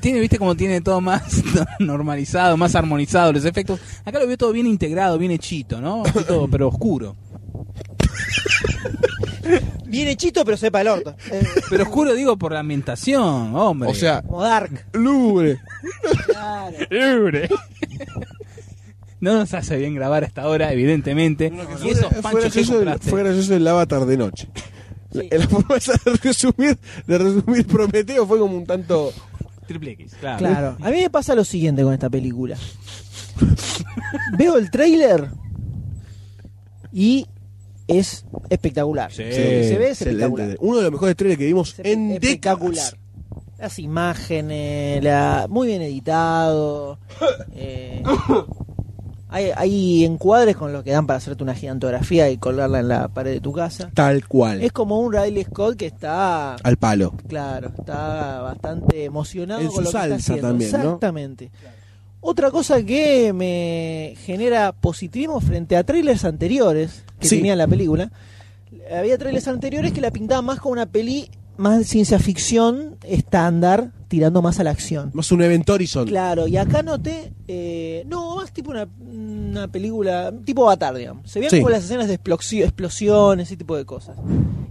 Speaker 3: tiene, viste, como tiene todo más normalizado, más armonizado los efectos. Acá lo veo todo bien integrado, bien hechito, ¿no? Así todo, pero oscuro.
Speaker 1: Bien hechito, pero sepa el orto. Eh,
Speaker 3: Pero oscuro, digo, por la ambientación, hombre.
Speaker 2: O sea,
Speaker 1: como Dark.
Speaker 2: lubre.
Speaker 1: Claro.
Speaker 11: Libre.
Speaker 3: no nos hace bien grabar a esta hora, evidentemente. y esos
Speaker 2: Fue
Speaker 3: panchos que
Speaker 2: gracioso, el,
Speaker 3: compraste.
Speaker 2: fue gracioso el avatar de noche. La, la forma esa de resumir, de resumir Prometeo fue como un tanto.
Speaker 3: Triple X, claro.
Speaker 12: Claro. A mí me pasa lo siguiente con esta película. Veo el tráiler
Speaker 1: Y es espectacular.
Speaker 3: Sí.
Speaker 1: Lo que se ve es
Speaker 2: Excelente.
Speaker 1: espectacular.
Speaker 2: Uno de los mejores trailers que vimos
Speaker 1: Es
Speaker 2: en décadas.
Speaker 1: espectacular. Las imágenes, la- muy bien editado. eh, Hay, hay encuadres con los que dan para hacerte una gigantografía y colgarla en la pared de tu casa.
Speaker 2: Tal cual.
Speaker 1: Es como un Riley Scott que está,
Speaker 2: Al palo.
Speaker 1: claro, está bastante emocionado
Speaker 2: En
Speaker 1: con
Speaker 2: su
Speaker 1: lo que está
Speaker 2: salsa
Speaker 1: haciendo.
Speaker 2: también, ¿no?
Speaker 1: Exactamente. Otra cosa que me genera positivismo frente a trailers anteriores que
Speaker 2: Sí.
Speaker 1: tenía la película, había trailers anteriores que la pintaban más como una peli más de ciencia ficción estándar, tirando más a la acción.
Speaker 2: Más un Event Horizon.
Speaker 1: Claro, y acá noté, eh, no, más tipo una, una película, tipo Avatar, digamos. Se veían
Speaker 2: Sí.
Speaker 1: como las escenas de explosi- explosiones, ese tipo de cosas.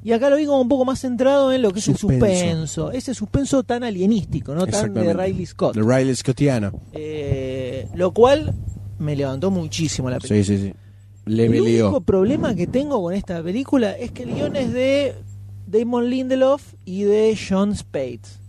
Speaker 1: Y acá lo vi como un poco más centrado en lo que es
Speaker 2: Suspenso.
Speaker 1: el suspenso, ese suspenso tan alienístico, no tan de
Speaker 2: Exactamente.
Speaker 1: Riley Scott.
Speaker 2: De Riley Scottiana.
Speaker 1: Eh, lo cual me levantó muchísimo la película.
Speaker 2: Sí, sí, sí. Le
Speaker 1: el único
Speaker 2: peleó.
Speaker 1: problema que tengo con esta película es que el guión es de Damon Lindelof y de John Spates.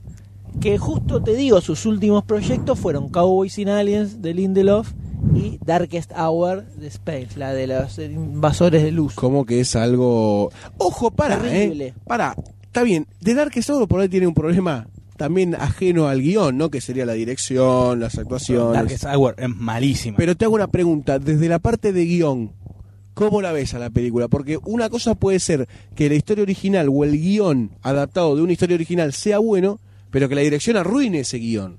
Speaker 1: Que justo te digo, sus últimos proyectos fueron Cowboys sin Aliens de Lindelof y Darkest Hour de Spates, la de los invasores de luz.
Speaker 2: Como que es algo. Ojo, para,
Speaker 1: Terrible.
Speaker 2: ¿eh? Para. Está bien. De Darkest Hour por ahí tiene un problema también ajeno al guión, ¿no? Que sería la dirección, las actuaciones.
Speaker 9: Darkest Hour es malísima.
Speaker 2: Pero te hago una pregunta, desde la parte de guión, ¿cómo la ves a la película? Porque una cosa puede ser que la historia original o el guión adaptado de una historia original sea bueno, pero que la dirección arruine ese guión.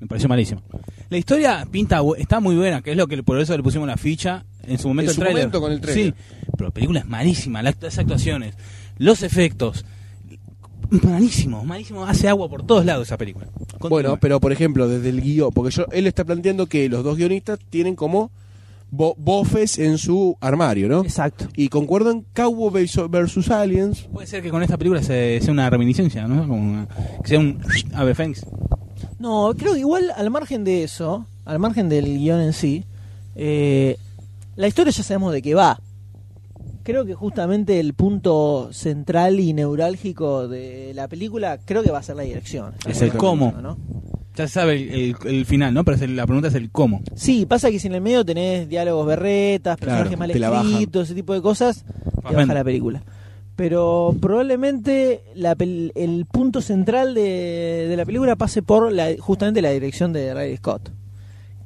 Speaker 9: Me pareció malísima. La historia pinta bu- está muy buena, que es lo que por eso le pusimos la ficha en su momento
Speaker 2: En
Speaker 9: el
Speaker 2: su
Speaker 9: tráiler.
Speaker 2: momento con el tráiler.
Speaker 9: Sí, pero la película es malísima, la act- las actuaciones, los efectos. Malísimo, malísimo, hace agua por todos lados esa película. Continúa.
Speaker 2: Bueno, pero por ejemplo, desde el guión, porque yo, él está planteando que los dos guionistas tienen como bo- bofes en su armario, ¿no?
Speaker 1: Exacto.
Speaker 2: Y concuerdo en Cowboy vs. Aliens.
Speaker 9: puede ser que con esta película se- sea una reminiscencia, ¿no? Como una- que sea un ave fénix.
Speaker 1: No, creo que igual al margen de eso, al margen del guión en sí, eh, la historia ya sabemos de qué va. Creo que justamente el punto central y neurálgico de la película creo que va a ser la dirección.
Speaker 9: Es el cómo.
Speaker 1: ¿no?
Speaker 9: Ya se sabe el, el- el final, ¿no? Pero es el- la pregunta es el cómo.
Speaker 1: Sí, pasa que si en el medio tenés diálogos berretas, personajes
Speaker 2: Claro,
Speaker 1: mal
Speaker 2: te la bajan.
Speaker 1: escritos, ese tipo de cosas, te baja
Speaker 9: Fafenda.
Speaker 1: la película. Pero probablemente la pel- el punto central de, de la película pase por la, justamente la dirección de Riley Scott.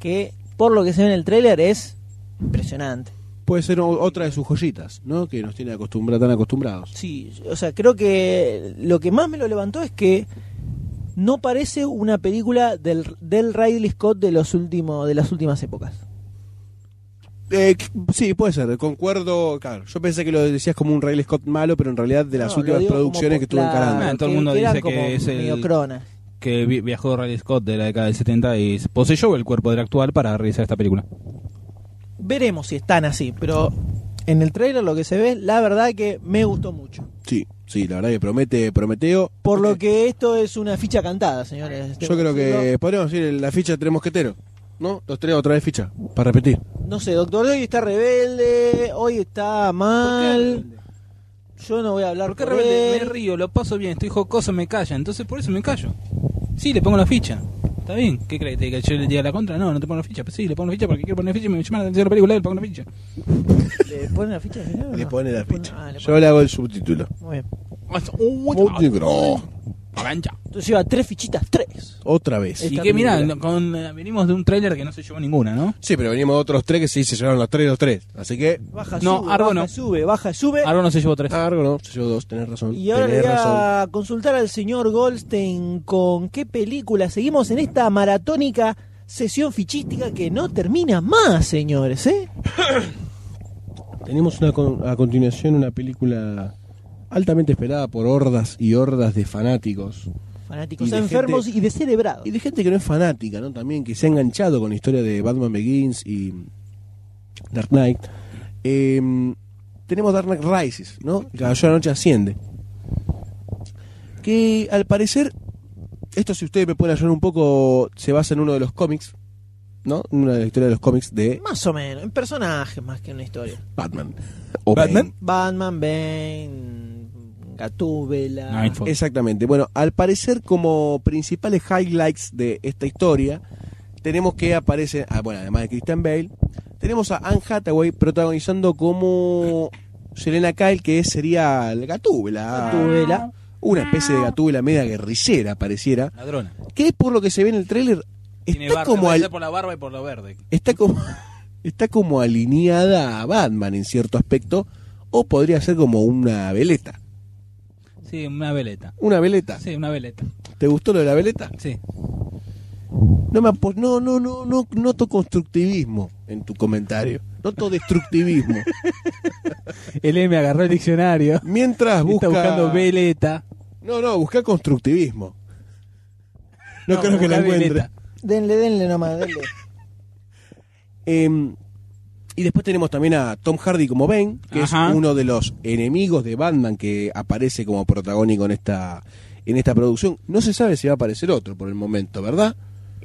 Speaker 1: Que por lo que se ve en el tráiler es impresionante.
Speaker 2: Puede ser o- otra de sus joyitas, ¿no? Que nos tiene acostumbra- tan acostumbrados.
Speaker 1: Sí, o sea, creo que lo que más me lo levantó es que no parece una película del, del Riley Scott de, los últimos de las últimas épocas.
Speaker 2: Eh, c- sí, puede ser, concuerdo. Claro, yo pensé que lo decías como un Riley Scott malo, pero en realidad de las
Speaker 1: No, lo
Speaker 2: últimas
Speaker 1: digo como
Speaker 2: producciones
Speaker 1: por-
Speaker 2: que estuvo encarando.
Speaker 1: claro,
Speaker 9: Todo el mundo
Speaker 1: eran
Speaker 9: dice que
Speaker 1: como
Speaker 9: es el-
Speaker 1: medio crona.
Speaker 9: Que vi- viajó Riley Scott de la década del 70 y poseyó el cuerpo del actual para realizar esta película.
Speaker 1: Veremos si están así, pero en el trailer lo que se ve, la verdad que me gustó mucho.
Speaker 2: Sí, sí, la verdad que promete Prometeo.
Speaker 1: Por lo que esto es una ficha cantada, señores.
Speaker 2: Yo creo que podríamos decir la ficha de tres mosqueteros, ¿no? Los tres otra vez ficha, para repetir.
Speaker 1: No sé, Doctor Hoy está rebelde, hoy está mal. Yo no voy a hablar
Speaker 9: ¿Por qué
Speaker 1: por
Speaker 2: Eh.
Speaker 9: rebelde? Me
Speaker 1: él.
Speaker 9: río, lo paso bien, estoy jocoso, me calla. Entonces por eso me callo. Sí, le pongo la ficha. ¿Está bien? ¿Qué crees? ¿Que yo le diga la contra? No, no te pongo la ficha. Pues sí, le pongo la ficha porque quiero poner la ficha y me llama la atención la película, le pongo la ficha.
Speaker 1: ¿Le ponen la ficha? al final o no?
Speaker 2: Le pone la ficha.
Speaker 1: Ah, le
Speaker 2: Yo le hago el subtítulo.
Speaker 1: pone- Muy bien.
Speaker 9: ah,
Speaker 2: Muy negro.
Speaker 9: Agancha.
Speaker 1: Entonces lleva tres fichitas, tres.
Speaker 2: Otra vez.
Speaker 9: Y
Speaker 1: Esta
Speaker 9: que mirá,
Speaker 1: película.
Speaker 9: no, con, eh, venimos de un tráiler que no se llevó ninguna, ¿no?
Speaker 2: Sí, pero venimos de otros tres que sí se llevaron los tres, los tres. Así que.
Speaker 1: Baja,
Speaker 9: No,
Speaker 1: sube,
Speaker 9: Argo
Speaker 1: baja,
Speaker 9: no.
Speaker 1: sube, baja, sube.
Speaker 9: Ahora no se llevó tres.
Speaker 2: Ah, algo no, se llevó dos, tenés razón.
Speaker 1: Y ahora le
Speaker 2: tenés
Speaker 1: voy
Speaker 2: razón.
Speaker 1: a consultar al señor Goldstein con qué película seguimos en esta maratónica sesión fichística que no termina más, señores, ¿eh?
Speaker 2: Tenemos una con- a continuación una película altamente esperada por hordas y hordas de fanáticos.
Speaker 1: Fanáticos
Speaker 2: Y de
Speaker 1: enfermos
Speaker 2: gente-
Speaker 1: y descerebrados.
Speaker 2: Y de gente que no es fanática, ¿no? También que se ha enganchado con la historia de Batman Begins y Dark Knight. Eh, tenemos Dark Knight Rises, ¿no? El Caballero de la Noche asciende. Que al parecer, esto si ustedes me pueden ayudar un poco, se basa en uno de los cómics, ¿no? Una de la historia de los cómics de
Speaker 1: Más o menos, en personajes más que en una historia.
Speaker 2: Batman. O
Speaker 9: ¿Batman?
Speaker 2: Bane.
Speaker 1: Batman, Bane, Gatúbela.
Speaker 9: Nightfall.
Speaker 2: Exactamente. Bueno, al parecer como principales highlights de esta historia, tenemos que aparece, ah, bueno, además de Christian Bale, tenemos a Anne Hathaway protagonizando como Selena Kyle, que es- sería la gatúbela.
Speaker 1: Gatúbela.
Speaker 3: Ah.
Speaker 2: Una especie de gatúbela media guerrillera, pareciera.
Speaker 9: Ladrona.
Speaker 2: Que por lo que se ve en el tráiler
Speaker 3: Tiene
Speaker 2: Está
Speaker 3: barba,
Speaker 2: como,
Speaker 3: puede
Speaker 2: al-
Speaker 3: ser por la barba y por lo verde.
Speaker 2: está como está como alineada a Batman en cierto aspecto o podría ser como una veleta.
Speaker 3: Sí, una veleta.
Speaker 2: Una veleta.
Speaker 3: Sí, una veleta.
Speaker 2: ¿Te gustó lo de la veleta?
Speaker 3: Sí.
Speaker 2: No me apo- no no no no noto constructivismo en tu comentario. Noto destructivismo.
Speaker 3: El M agarró el diccionario.
Speaker 2: Mientras busca
Speaker 3: Está buscando veleta.
Speaker 2: No, no, busca constructivismo. No, creo que la
Speaker 3: busca
Speaker 2: encuentre.
Speaker 3: veleta.
Speaker 1: Denle, denle nomás, denle.
Speaker 2: Eh, y después tenemos también a Tom Hardy como Ben, que
Speaker 3: Ajá.
Speaker 2: es uno de los enemigos de Batman que aparece como protagónico en esta, en esta producción. No se sabe si va a aparecer otro por el momento, ¿verdad?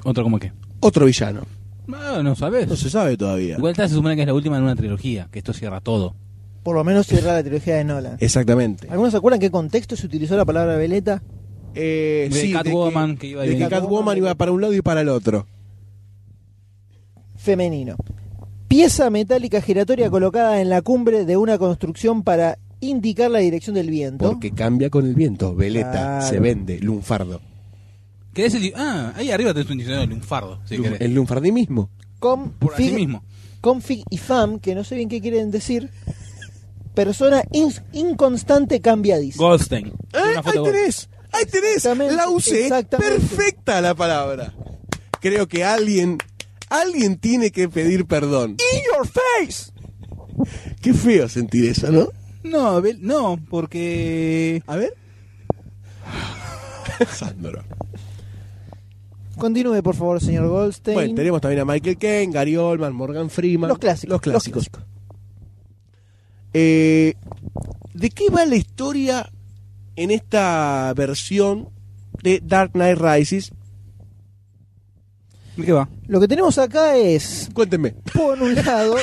Speaker 3: ¿Otro como qué?
Speaker 2: Otro villano.
Speaker 3: No, no sabes.
Speaker 2: No se sabe todavía.
Speaker 3: Igual esta se supone que es la última en una trilogía, que esto cierra todo.
Speaker 1: Por lo menos cierra la trilogía de Nolan.
Speaker 2: Eh. Exactamente.
Speaker 1: ¿Algunos se acuerdan qué contexto se utilizó la palabra veleta?
Speaker 2: Eh,
Speaker 3: De
Speaker 2: sí,
Speaker 3: Catwoman,
Speaker 2: que,
Speaker 3: que iba y
Speaker 2: de que
Speaker 3: venía.
Speaker 2: Catwoman iba para un lado y para el otro.
Speaker 1: Femenino. Pieza metálica giratoria colocada en la cumbre de una construcción para indicar la dirección del viento.
Speaker 2: Porque cambia con el viento. Veleta
Speaker 1: Claro.
Speaker 2: se vende, lunfardo.
Speaker 3: ¿Querés el di- Ah, ahí arriba tenés un diccionario de lunfardo, si
Speaker 2: Lun-
Speaker 3: querés.
Speaker 2: el lunfardimismo.
Speaker 1: Con
Speaker 3: Por así
Speaker 1: fig-
Speaker 3: mismo.
Speaker 1: config y fam, que no sé bien qué quieren decir. Persona ins- inconstante cambiadiza.
Speaker 3: Goldstein.
Speaker 2: ¡Eh!
Speaker 3: Una
Speaker 2: Ahí
Speaker 3: foto de-
Speaker 2: tenés, ahí tenés.
Speaker 1: Exactamente,
Speaker 2: La usé
Speaker 1: exactamente.
Speaker 2: perfecta la palabra. Creo que alguien, alguien tiene que pedir perdón. In your face. Qué feo sentir eso, ¿no?
Speaker 3: No, Bel- no, porque...
Speaker 2: A ver. Sandro.
Speaker 1: Continúe, por favor, señor Goldstein.
Speaker 2: Bueno, tenemos también a Michael Caine, Gary Oldman, Morgan Freeman.
Speaker 1: Los clásicos,
Speaker 2: Los clásicos.
Speaker 1: los clásicos.
Speaker 2: Eh, ¿De qué va la historia en esta versión de Dark Knight Rises?
Speaker 3: ¿De qué va?
Speaker 1: Lo que tenemos acá es,
Speaker 2: Cuéntenme.
Speaker 1: por un lado,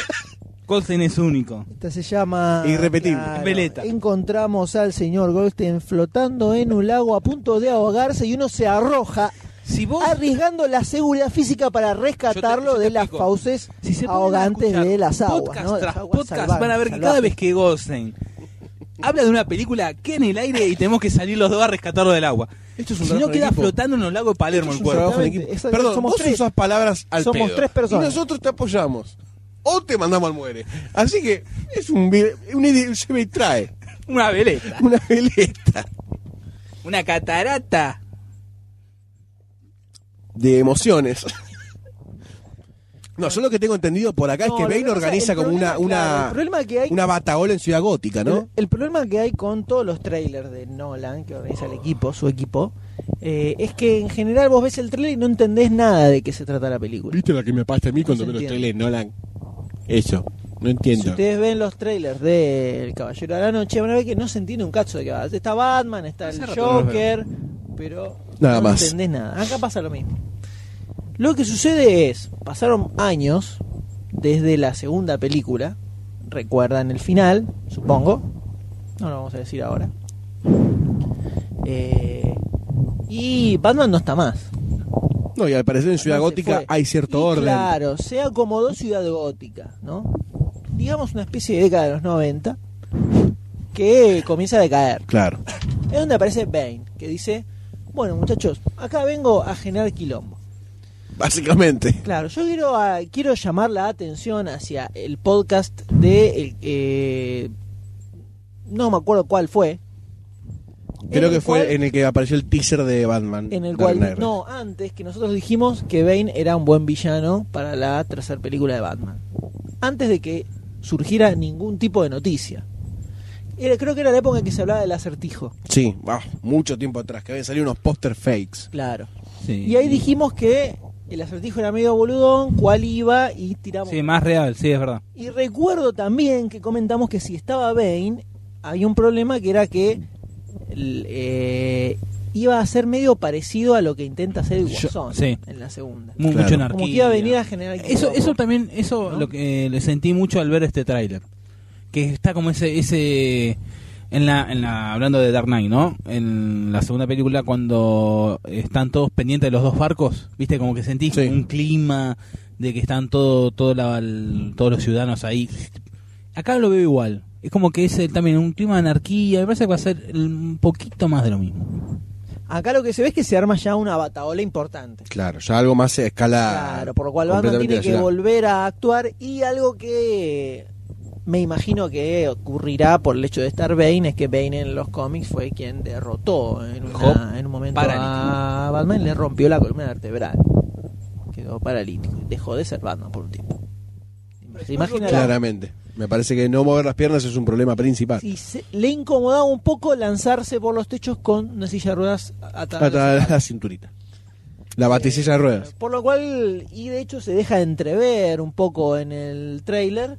Speaker 3: Goldstein es único.
Speaker 1: esta se llama...
Speaker 2: Irrepetible.
Speaker 3: Veleta.
Speaker 1: Encontramos al señor Goldstein flotando en un lago a punto de ahogarse y uno se arroja
Speaker 3: Si vos...
Speaker 2: Ah,
Speaker 1: arriesgando la seguridad física para rescatarlo
Speaker 3: Yo te- yo te
Speaker 1: de las
Speaker 3: explico.
Speaker 1: fauces
Speaker 3: si se ponen a
Speaker 1: ahogantes
Speaker 3: escuchar
Speaker 1: de las aguas.
Speaker 3: Podcast
Speaker 1: ¿no? De las
Speaker 3: tras
Speaker 1: aguas
Speaker 3: podcast
Speaker 1: salvajes,
Speaker 3: van a ver que
Speaker 1: salvajes.
Speaker 3: cada vez que Goldstein habla de una película queda en el aire y tenemos que salir los dos a rescatarlo del agua.
Speaker 2: Esto es un
Speaker 3: Si no
Speaker 2: trabajo en
Speaker 3: queda
Speaker 2: equipo.
Speaker 3: flotando en los lagos de Palermo el
Speaker 2: Es un
Speaker 3: cuerpo.
Speaker 2: trabajo en
Speaker 1: Exactamente,
Speaker 2: equipo.
Speaker 1: exactamente.
Speaker 2: Perdón,
Speaker 1: Somos
Speaker 2: vos
Speaker 1: tres.
Speaker 2: usas palabras al
Speaker 1: Somos
Speaker 2: pedo.
Speaker 1: tres personas.
Speaker 2: Y nosotros te apoyamos. O te mandamos al muere. Así que es un, vi- una idea- se me trae
Speaker 3: Una veleta.
Speaker 2: una veleta
Speaker 3: Una catarata.
Speaker 2: de emociones. No, yo lo que tengo entendido por acá
Speaker 1: No,
Speaker 2: es
Speaker 1: lo
Speaker 2: que Bane
Speaker 1: pasa es
Speaker 2: organiza
Speaker 1: el
Speaker 2: como una,
Speaker 1: problema, claro,
Speaker 2: una,
Speaker 1: el problema que hay
Speaker 2: una bataola en Ciudad Gótica, ¿no?
Speaker 1: El, el problema que hay con todos los trailers de Nolan, que organiza el equipo, su equipo, eh, es que en general vos ves el trailer y no entendés nada de qué se trata la película.
Speaker 2: lo que me pasa a mí
Speaker 1: cuando No se veo los entiende.
Speaker 2: Nolan? Eso, no
Speaker 1: Si
Speaker 2: entiendo.
Speaker 1: ustedes ven los trailers de El Caballero de la Noche, van a ver que no se entiende un cacho de qué va. Está Batman, está el
Speaker 3: Hace rato no los
Speaker 1: Joker, pero
Speaker 2: Nada
Speaker 1: no
Speaker 2: más.
Speaker 1: entendés nada. Acá pasa lo mismo. Lo que sucede es, pasaron años desde la segunda película, recuerdan el final, supongo, no lo vamos a decir ahora. Eh, y Batman no está más.
Speaker 2: No, y al parecer en Ciudad
Speaker 1: No se
Speaker 2: Gótica
Speaker 1: fue.
Speaker 2: hay cierto
Speaker 1: Y
Speaker 2: orden.
Speaker 1: Claro, se acomodó Ciudad Gótica, ¿no? Digamos una especie de década de los 90 que comienza a decaer.
Speaker 2: Claro.
Speaker 1: Es donde aparece Bane, que dice, bueno muchachos, acá vengo a generar quilombo.
Speaker 2: Básicamente.
Speaker 1: Claro, yo quiero, ah, quiero llamar la atención hacia el podcast de... el- eh, no me acuerdo cuál fue. en
Speaker 2: Creo
Speaker 1: el
Speaker 2: que
Speaker 1: cual-
Speaker 2: fue en el que apareció el teaser de Batman.
Speaker 1: en el
Speaker 2: Dark
Speaker 1: cual
Speaker 2: Knight
Speaker 1: no antes que nosotros dijimos que Bane era un buen villano para la tercera película de Batman antes de que surgiera ningún tipo de noticia Era- creo que era la época en que se hablaba del acertijo
Speaker 2: Sí, ah, mucho tiempo atrás, que habían salido unos póster fakes.
Speaker 1: claro
Speaker 3: Sí.
Speaker 1: y ahí dijimos que el acertijo era medio boludón cuál iba y tiramos
Speaker 3: Sí, más real, sí, es verdad.
Speaker 1: y recuerdo también que comentamos que si estaba Bane había un problema que era que el, eh, iba a ser medio parecido a lo que intenta hacer el
Speaker 3: Yo-
Speaker 1: Guasón
Speaker 3: sí.
Speaker 1: en la segunda
Speaker 3: Mu-
Speaker 2: Claro.
Speaker 3: Mucho anarquía.
Speaker 1: Como que iba a venir a generar
Speaker 3: Eso,
Speaker 1: quilombo.
Speaker 3: eso también, eso
Speaker 1: ¿No?
Speaker 3: lo que eh, le sentí mucho al ver este tráiler. Que está como ese, ese en la, en la, hablando de Dark Knight, ¿no? En la segunda película cuando están todos pendientes de los dos barcos, viste como que sentí
Speaker 2: Sí.
Speaker 3: un clima de que están todo, todo la- el- todos los ciudadanos ahí. Acá lo veo igual. Es como que es eh, también un clima de anarquía. Me parece que va a ser el- un poquito más de lo mismo.
Speaker 1: Acá lo que se ve es que se arma ya una bataola importante.
Speaker 2: Claro, ya algo más a escala.
Speaker 1: Claro, por lo cual Batman tiene
Speaker 2: completamente
Speaker 1: que
Speaker 2: nacional.
Speaker 1: volver a actuar y algo que me imagino que ocurrirá por el hecho de estar Bane es que Bane en los cómics fue quien derrotó en, una-
Speaker 9: Hop
Speaker 1: en un momento a
Speaker 9: paralítico.
Speaker 1: Batman, le rompió la columna vertebral, quedó paralítico, dejó de ser Batman por un tiempo. ¿Se imagina?
Speaker 2: Claramente. Me parece que no mover las piernas es un problema principal.
Speaker 1: Y se- le incomodaba un poco lanzarse por los techos con una silla de ruedas atada. a la
Speaker 2: Hasta la, cinturita. La baticilla de ruedas.
Speaker 1: Por lo cual, y de hecho se deja entrever un poco en el tráiler,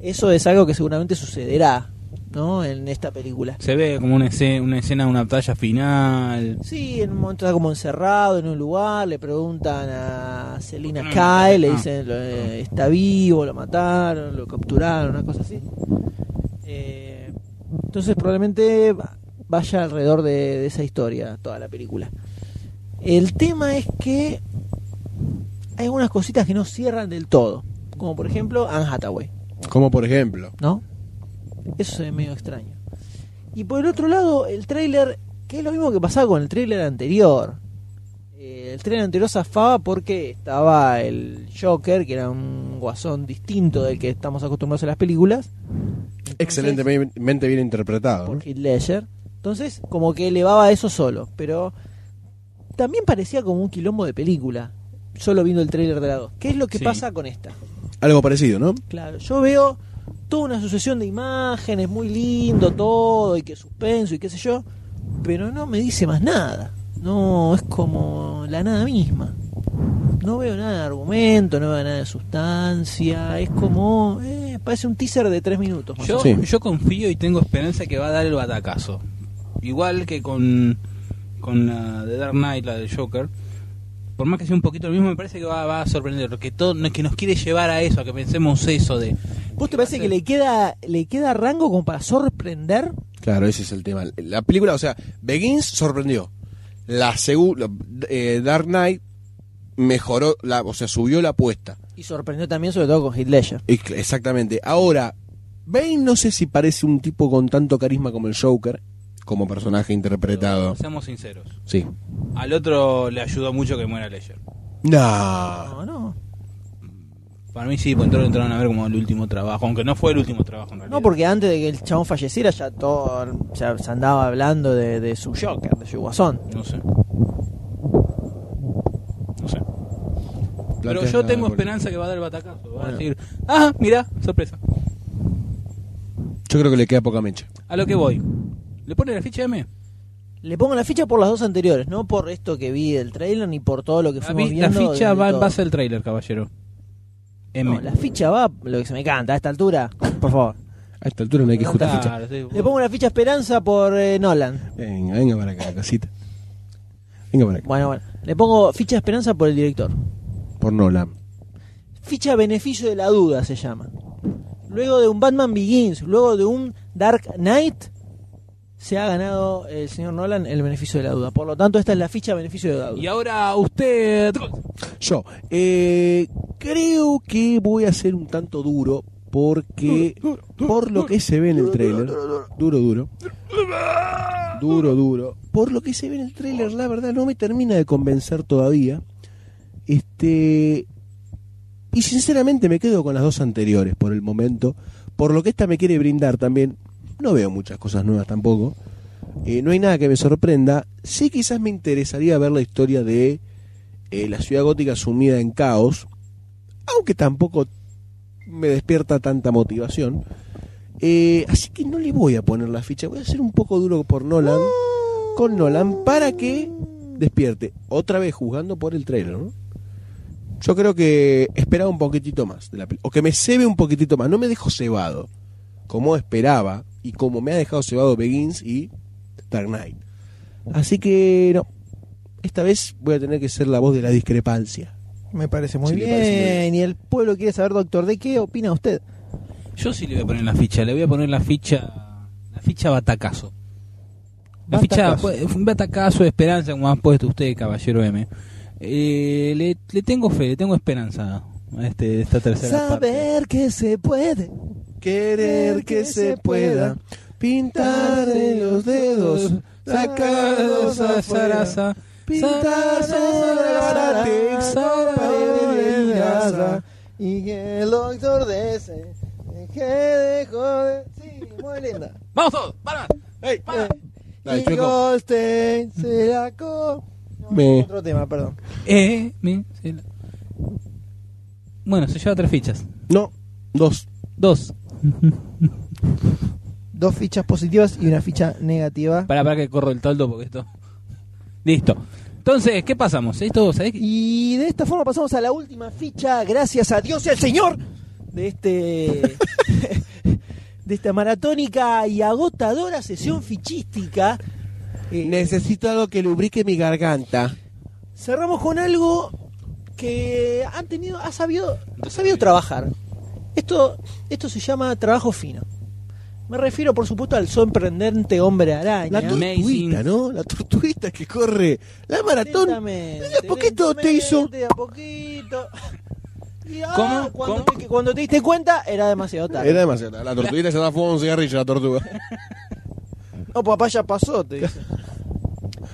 Speaker 1: eso es algo que seguramente sucederá, ¿no? En esta película.
Speaker 3: Se ve como una escena, una escena de una batalla final.
Speaker 1: Sí, en un momento está como encerrado en un lugar, le preguntan a Selina Kyle, le dicen, lo- eh, está vivo, lo mataron, lo capturaron, una cosa así. Eh, entonces probablemente va- vaya alrededor de, de esa historia toda la película. El tema es que hay algunas cositas que no cierran del todo, como por ejemplo Anne Hathaway.
Speaker 2: Como por ejemplo.
Speaker 1: ¿no? Eso se ve medio extraño. Y por el otro lado, el tráiler, que es lo mismo que pasaba con el tráiler anterior. Eh, el tráiler anterior zafaba porque estaba el Joker, que era un guasón distinto del que estamos acostumbrados a las películas. Entonces,
Speaker 2: Excelentemente bien interpretado. ¿no?
Speaker 1: Por Heath Ledger. Entonces, como que elevaba eso solo, pero también parecía como un quilombo de película, solo viendo el tráiler de la 2. ¿Qué es lo que
Speaker 3: Sí.
Speaker 1: pasa con esta?
Speaker 2: Algo parecido, ¿no?
Speaker 1: Claro, yo veo toda una sucesión de imágenes, muy lindo todo, y que suspenso, y qué sé yo, pero no me dice más nada. No, es como la nada misma. No veo nada de argumento, no veo nada de sustancia, es como... eh, parece un teaser de tres minutos. más o
Speaker 3: Yo,
Speaker 2: Sí.
Speaker 3: yo confío y tengo esperanza que va a dar el batacazo. Igual que con, con la de Dark Knight, la del Joker. Por más que sea un poquito lo mismo, me parece que va, va a sorprender. Que, todo, que nos quiere llevar a eso, a que pensemos eso de...
Speaker 1: menos. ¿Vos te parece que le queda, le queda rango como para sorprender?
Speaker 2: Claro, ese es el tema. La película, o sea, Begins sorprendió. La segunda, Dark Knight mejoró, la, o sea, subió la apuesta.
Speaker 1: Y sorprendió también sobre todo con Heath Ledger.
Speaker 2: Y cl- Exactamente. Ahora, Bane no sé si parece un tipo con tanto carisma como el Joker, como personaje interpretado.
Speaker 3: Seamos sinceros.
Speaker 2: Sí.
Speaker 3: Al otro le ayudó mucho que muera Ledger.
Speaker 2: No.
Speaker 1: No, no.
Speaker 3: Para mí sí, pues entonces lo entraron a ver como el último trabajo, aunque no fue el último trabajo en realidad.
Speaker 1: No, porque antes de que el chabón falleciera ya todo ya se andaba hablando de, de su Joker, de su guasón.
Speaker 3: No sé. No sé. Pero yo tengo esperanza que va a dar el batacazo. Va a decir, ah, mirá, sorpresa.
Speaker 2: Yo creo que le queda poca mecha.
Speaker 3: A lo que voy. ¿Le pone la ficha M?
Speaker 1: Le pongo la ficha por las dos anteriores, no por esto que vi del trailer ni por todo lo que
Speaker 3: La,
Speaker 1: fuimos
Speaker 3: fi- la
Speaker 1: viendo.
Speaker 3: ficha
Speaker 1: desde
Speaker 3: va en
Speaker 1: todo.
Speaker 3: base al trailer, caballero. M.
Speaker 1: No, la ficha va, lo que se me canta, a esta altura, por favor.
Speaker 2: A esta altura no hay que
Speaker 3: Claro,
Speaker 2: justificar.
Speaker 3: sí, vos-
Speaker 1: Le pongo la ficha esperanza por eh, Nolan.
Speaker 2: Venga, venga para acá, casita. Venga para acá.
Speaker 1: Bueno, bueno. Le pongo ficha esperanza por el director.
Speaker 2: Por Nolan.
Speaker 1: Ficha beneficio de la duda se llama. Luego de un Batman Begins, luego de un Dark Knight, se ha ganado el señor Nolan el beneficio de la duda. Por lo tanto, esta es la ficha beneficio de la duda.
Speaker 3: Y ahora usted...
Speaker 2: Yo, eh, creo que voy a ser un tanto duro porque
Speaker 3: Uh,
Speaker 2: por lo que se ve en el tráiler, duro duro, duro duro, por lo que se ve en el tráiler, la verdad no me termina de convencer todavía. Este y sinceramente me quedo con las dos anteriores por el momento, por lo que esta me quiere brindar también. No veo muchas cosas nuevas tampoco. Eh, no hay nada que me sorprenda. Sí, quizás me interesaría ver la historia de eh, la ciudad gótica sumida en caos, aunque tampoco me despierta tanta motivación. Eh, así que no le voy a poner la ficha, voy a ser un poco duro por Nolan, con Nolan, para que despierte. Otra vez juzgando por el trailer, ¿no? Yo creo que esperaba un poquitito más de la peli- o que me cebe un poquitito más, no me dejo cebado, como esperaba y como me ha dejado cebado Begins y Dark Knight. Así que no, esta vez voy a tener que ser la voz de la discrepancia.
Speaker 1: Me parece
Speaker 2: Sí, me parece muy bien.
Speaker 1: Y el pueblo quiere saber, doctor, ¿de qué opina usted?
Speaker 3: Yo sí le voy a poner la ficha, le voy a poner la ficha... La ficha batacazo. La ficha,
Speaker 1: Batacazo.
Speaker 3: fue fue un batacazo de esperanza, como han puesto ustedes, caballero M. Eh, le, le tengo fe, le tengo esperanza a este, esta tercera parte.
Speaker 1: Saber que se puede.
Speaker 2: Querer que se pueda pintar de los dedos sacados
Speaker 3: Sa-
Speaker 2: afuera.
Speaker 3: sa- sa-
Speaker 1: Pintas
Speaker 2: Sara,
Speaker 1: sobre
Speaker 2: Sara,
Speaker 1: paredes de
Speaker 2: Sara.
Speaker 1: casa, y que el doctor de ese que dejó de... Sí, muy linda.
Speaker 3: ¡Vamos todos! ¡Para!
Speaker 2: Ey,
Speaker 1: Eh,
Speaker 2: Dale,
Speaker 1: y
Speaker 2: Chueco.
Speaker 1: Goldstein se la co... No,
Speaker 2: Me-
Speaker 1: Otro tema, perdón.
Speaker 3: Eh, mi- sí, la- Bueno, se lleva tres fichas.
Speaker 2: No, dos.
Speaker 3: Dos.
Speaker 1: Dos fichas positivas y una ficha negativa.
Speaker 3: Para, para que corro el toldo porque esto. Listo. Entonces, ¿qué pasamos? Esto, ¿sabés qué?
Speaker 1: Y de esta forma pasamos a la última ficha, gracias a Dios y al Señor, de este de esta maratónica y agotadora sesión fichística. Eh,
Speaker 2: Necesito algo que lubrique mi garganta.
Speaker 1: cerramos con algo que han tenido, ha sabido, ha sabido trabajar. Esto, esto se llama trabajo fino. Me refiero, por supuesto, al sorprendente hombre araña.
Speaker 2: La tortuita,
Speaker 3: Amazing.
Speaker 2: ¿no? La tortuita que corre. La maratón.
Speaker 1: Lentamente,
Speaker 2: de a poquito te hizo.
Speaker 1: lentamente, de a poquito. Y, ah,
Speaker 3: ¿Cómo?
Speaker 1: Cuando,
Speaker 3: ¿Cómo?
Speaker 1: Te, cuando te diste cuenta, era demasiado tarde.
Speaker 2: Era demasiado. La tortuita se da fuego a un cigarrillo, la tortuga.
Speaker 1: No, papá, ya pasó, te dice.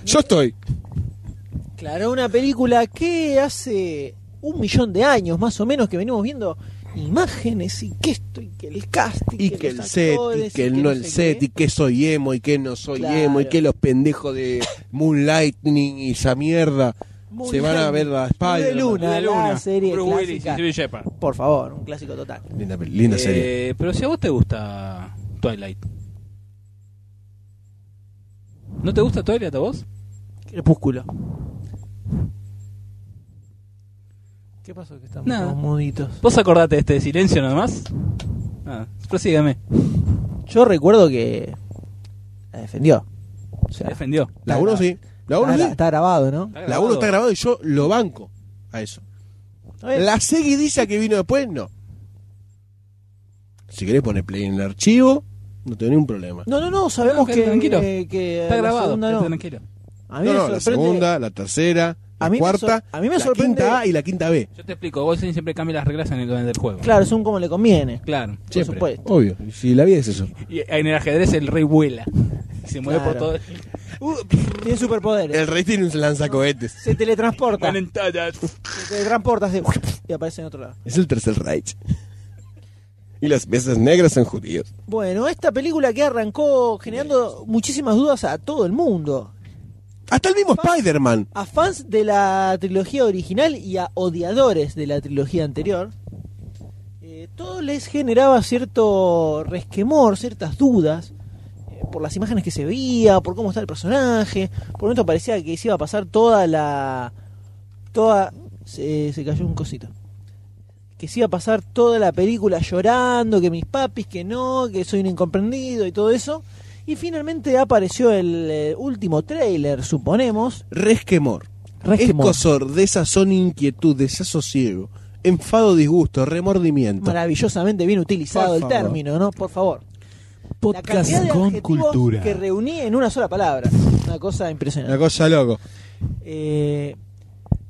Speaker 2: Yo estoy.
Speaker 1: Claro, una película que hace un millón de años, más o menos, que venimos viendo imágenes y que esto, y que el casting,
Speaker 2: Y que el
Speaker 1: los
Speaker 2: set, y
Speaker 1: actores,
Speaker 2: que el no
Speaker 1: sé
Speaker 2: el set,
Speaker 1: qué.
Speaker 2: y que soy emo, y que no soy
Speaker 1: Claro.
Speaker 2: emo, y que los pendejos de Moonlightning y esa mierda
Speaker 1: Muy
Speaker 2: se van a
Speaker 1: bien.
Speaker 2: ver la
Speaker 1: Luz
Speaker 2: Spider.
Speaker 1: de Luna,
Speaker 3: Luz de
Speaker 1: la
Speaker 3: Luna,
Speaker 1: serie
Speaker 3: Bruce Willis y
Speaker 1: clásica.
Speaker 4: Silvi Shepard.
Speaker 1: Por favor, un clásico total.
Speaker 2: Linda, pel- linda serie.
Speaker 3: Eh, pero si a vos te gusta Twilight. ¿No te gusta Twilight a vos?
Speaker 1: Crepúsculo. ¿Qué pasó? Que estamos
Speaker 3: Nada.
Speaker 1: todos muditos.
Speaker 3: ¿Vos acordate de este silencio nomás? Ah, prosígueme.
Speaker 1: Yo recuerdo que la defendió. O sea,
Speaker 3: Se defendió.
Speaker 2: La 1 sí. La 1
Speaker 1: está,
Speaker 2: sí.
Speaker 1: está grabado, ¿no?
Speaker 2: La 1 está grabado y yo lo banco a eso.
Speaker 1: Eh.
Speaker 2: La seguidiza que vino después, no. Si querés poner play en el archivo, no tengo ningún problema.
Speaker 1: No, no, no, sabemos
Speaker 3: No, que-
Speaker 1: que,
Speaker 3: tranquilo.
Speaker 1: eh, que
Speaker 3: Está
Speaker 1: la
Speaker 3: grabado,
Speaker 1: segunda
Speaker 3: quédate
Speaker 1: no.
Speaker 3: tranquilo.
Speaker 1: A mí
Speaker 2: No,
Speaker 1: me
Speaker 2: no, la
Speaker 1: sorprende.
Speaker 2: segunda, la tercera,
Speaker 1: A
Speaker 2: la
Speaker 1: mí me
Speaker 2: cuarta,
Speaker 1: sor- a mí me
Speaker 2: la
Speaker 1: sorprende-
Speaker 2: quinta A y la quinta B.
Speaker 3: Yo te explico, vos siempre cambia las reglas en el del juego.
Speaker 1: Claro, son como le conviene.
Speaker 3: Claro.
Speaker 2: Siempre.
Speaker 1: supuesto.
Speaker 2: Obvio. Si la vida es eso.
Speaker 3: Y en el ajedrez el rey vuela. Se mueve
Speaker 1: Claro.
Speaker 3: por todo.
Speaker 1: Tiene superpoderes.
Speaker 2: El rey tiene un lanzacohetes.
Speaker 1: Se teletransporta.
Speaker 3: Van en tallas.
Speaker 1: Se teletransporta así, y aparece en otro lado.
Speaker 2: Es el tercer Reich. Y las piezas negras son judíos.
Speaker 1: Bueno, esta película que arrancó generando muchísimas dudas a todo el mundo.
Speaker 2: Hasta el mismo Spider-Man.
Speaker 1: A fans de la trilogía original y a odiadores de la trilogía anterior. eh, todo les generaba cierto resquemor, ciertas dudas. eh, Por las imágenes que se veía, por cómo está el personaje. Por un momento parecía que se iba a pasar toda la. Toda. Se, se cayó un cosito. Que se iba a pasar toda la película llorando, que mis papis, que no, que soy un incomprendido y todo eso. Y finalmente apareció el eh, último trailer, suponemos.
Speaker 2: Resquemor.
Speaker 1: Resquemor.
Speaker 2: Escosor, desazón, inquietud, desasosiego, enfado, disgusto, remordimiento.
Speaker 1: Maravillosamente bien utilizado
Speaker 2: Por
Speaker 1: el
Speaker 2: favor.
Speaker 1: término, ¿no? Por favor. la
Speaker 4: Podcast
Speaker 1: cantidad de
Speaker 4: con
Speaker 1: adjetivos
Speaker 4: cultura.
Speaker 1: que reuní en una sola palabra. Una cosa impresionante.
Speaker 2: Una cosa loco.
Speaker 1: Eh,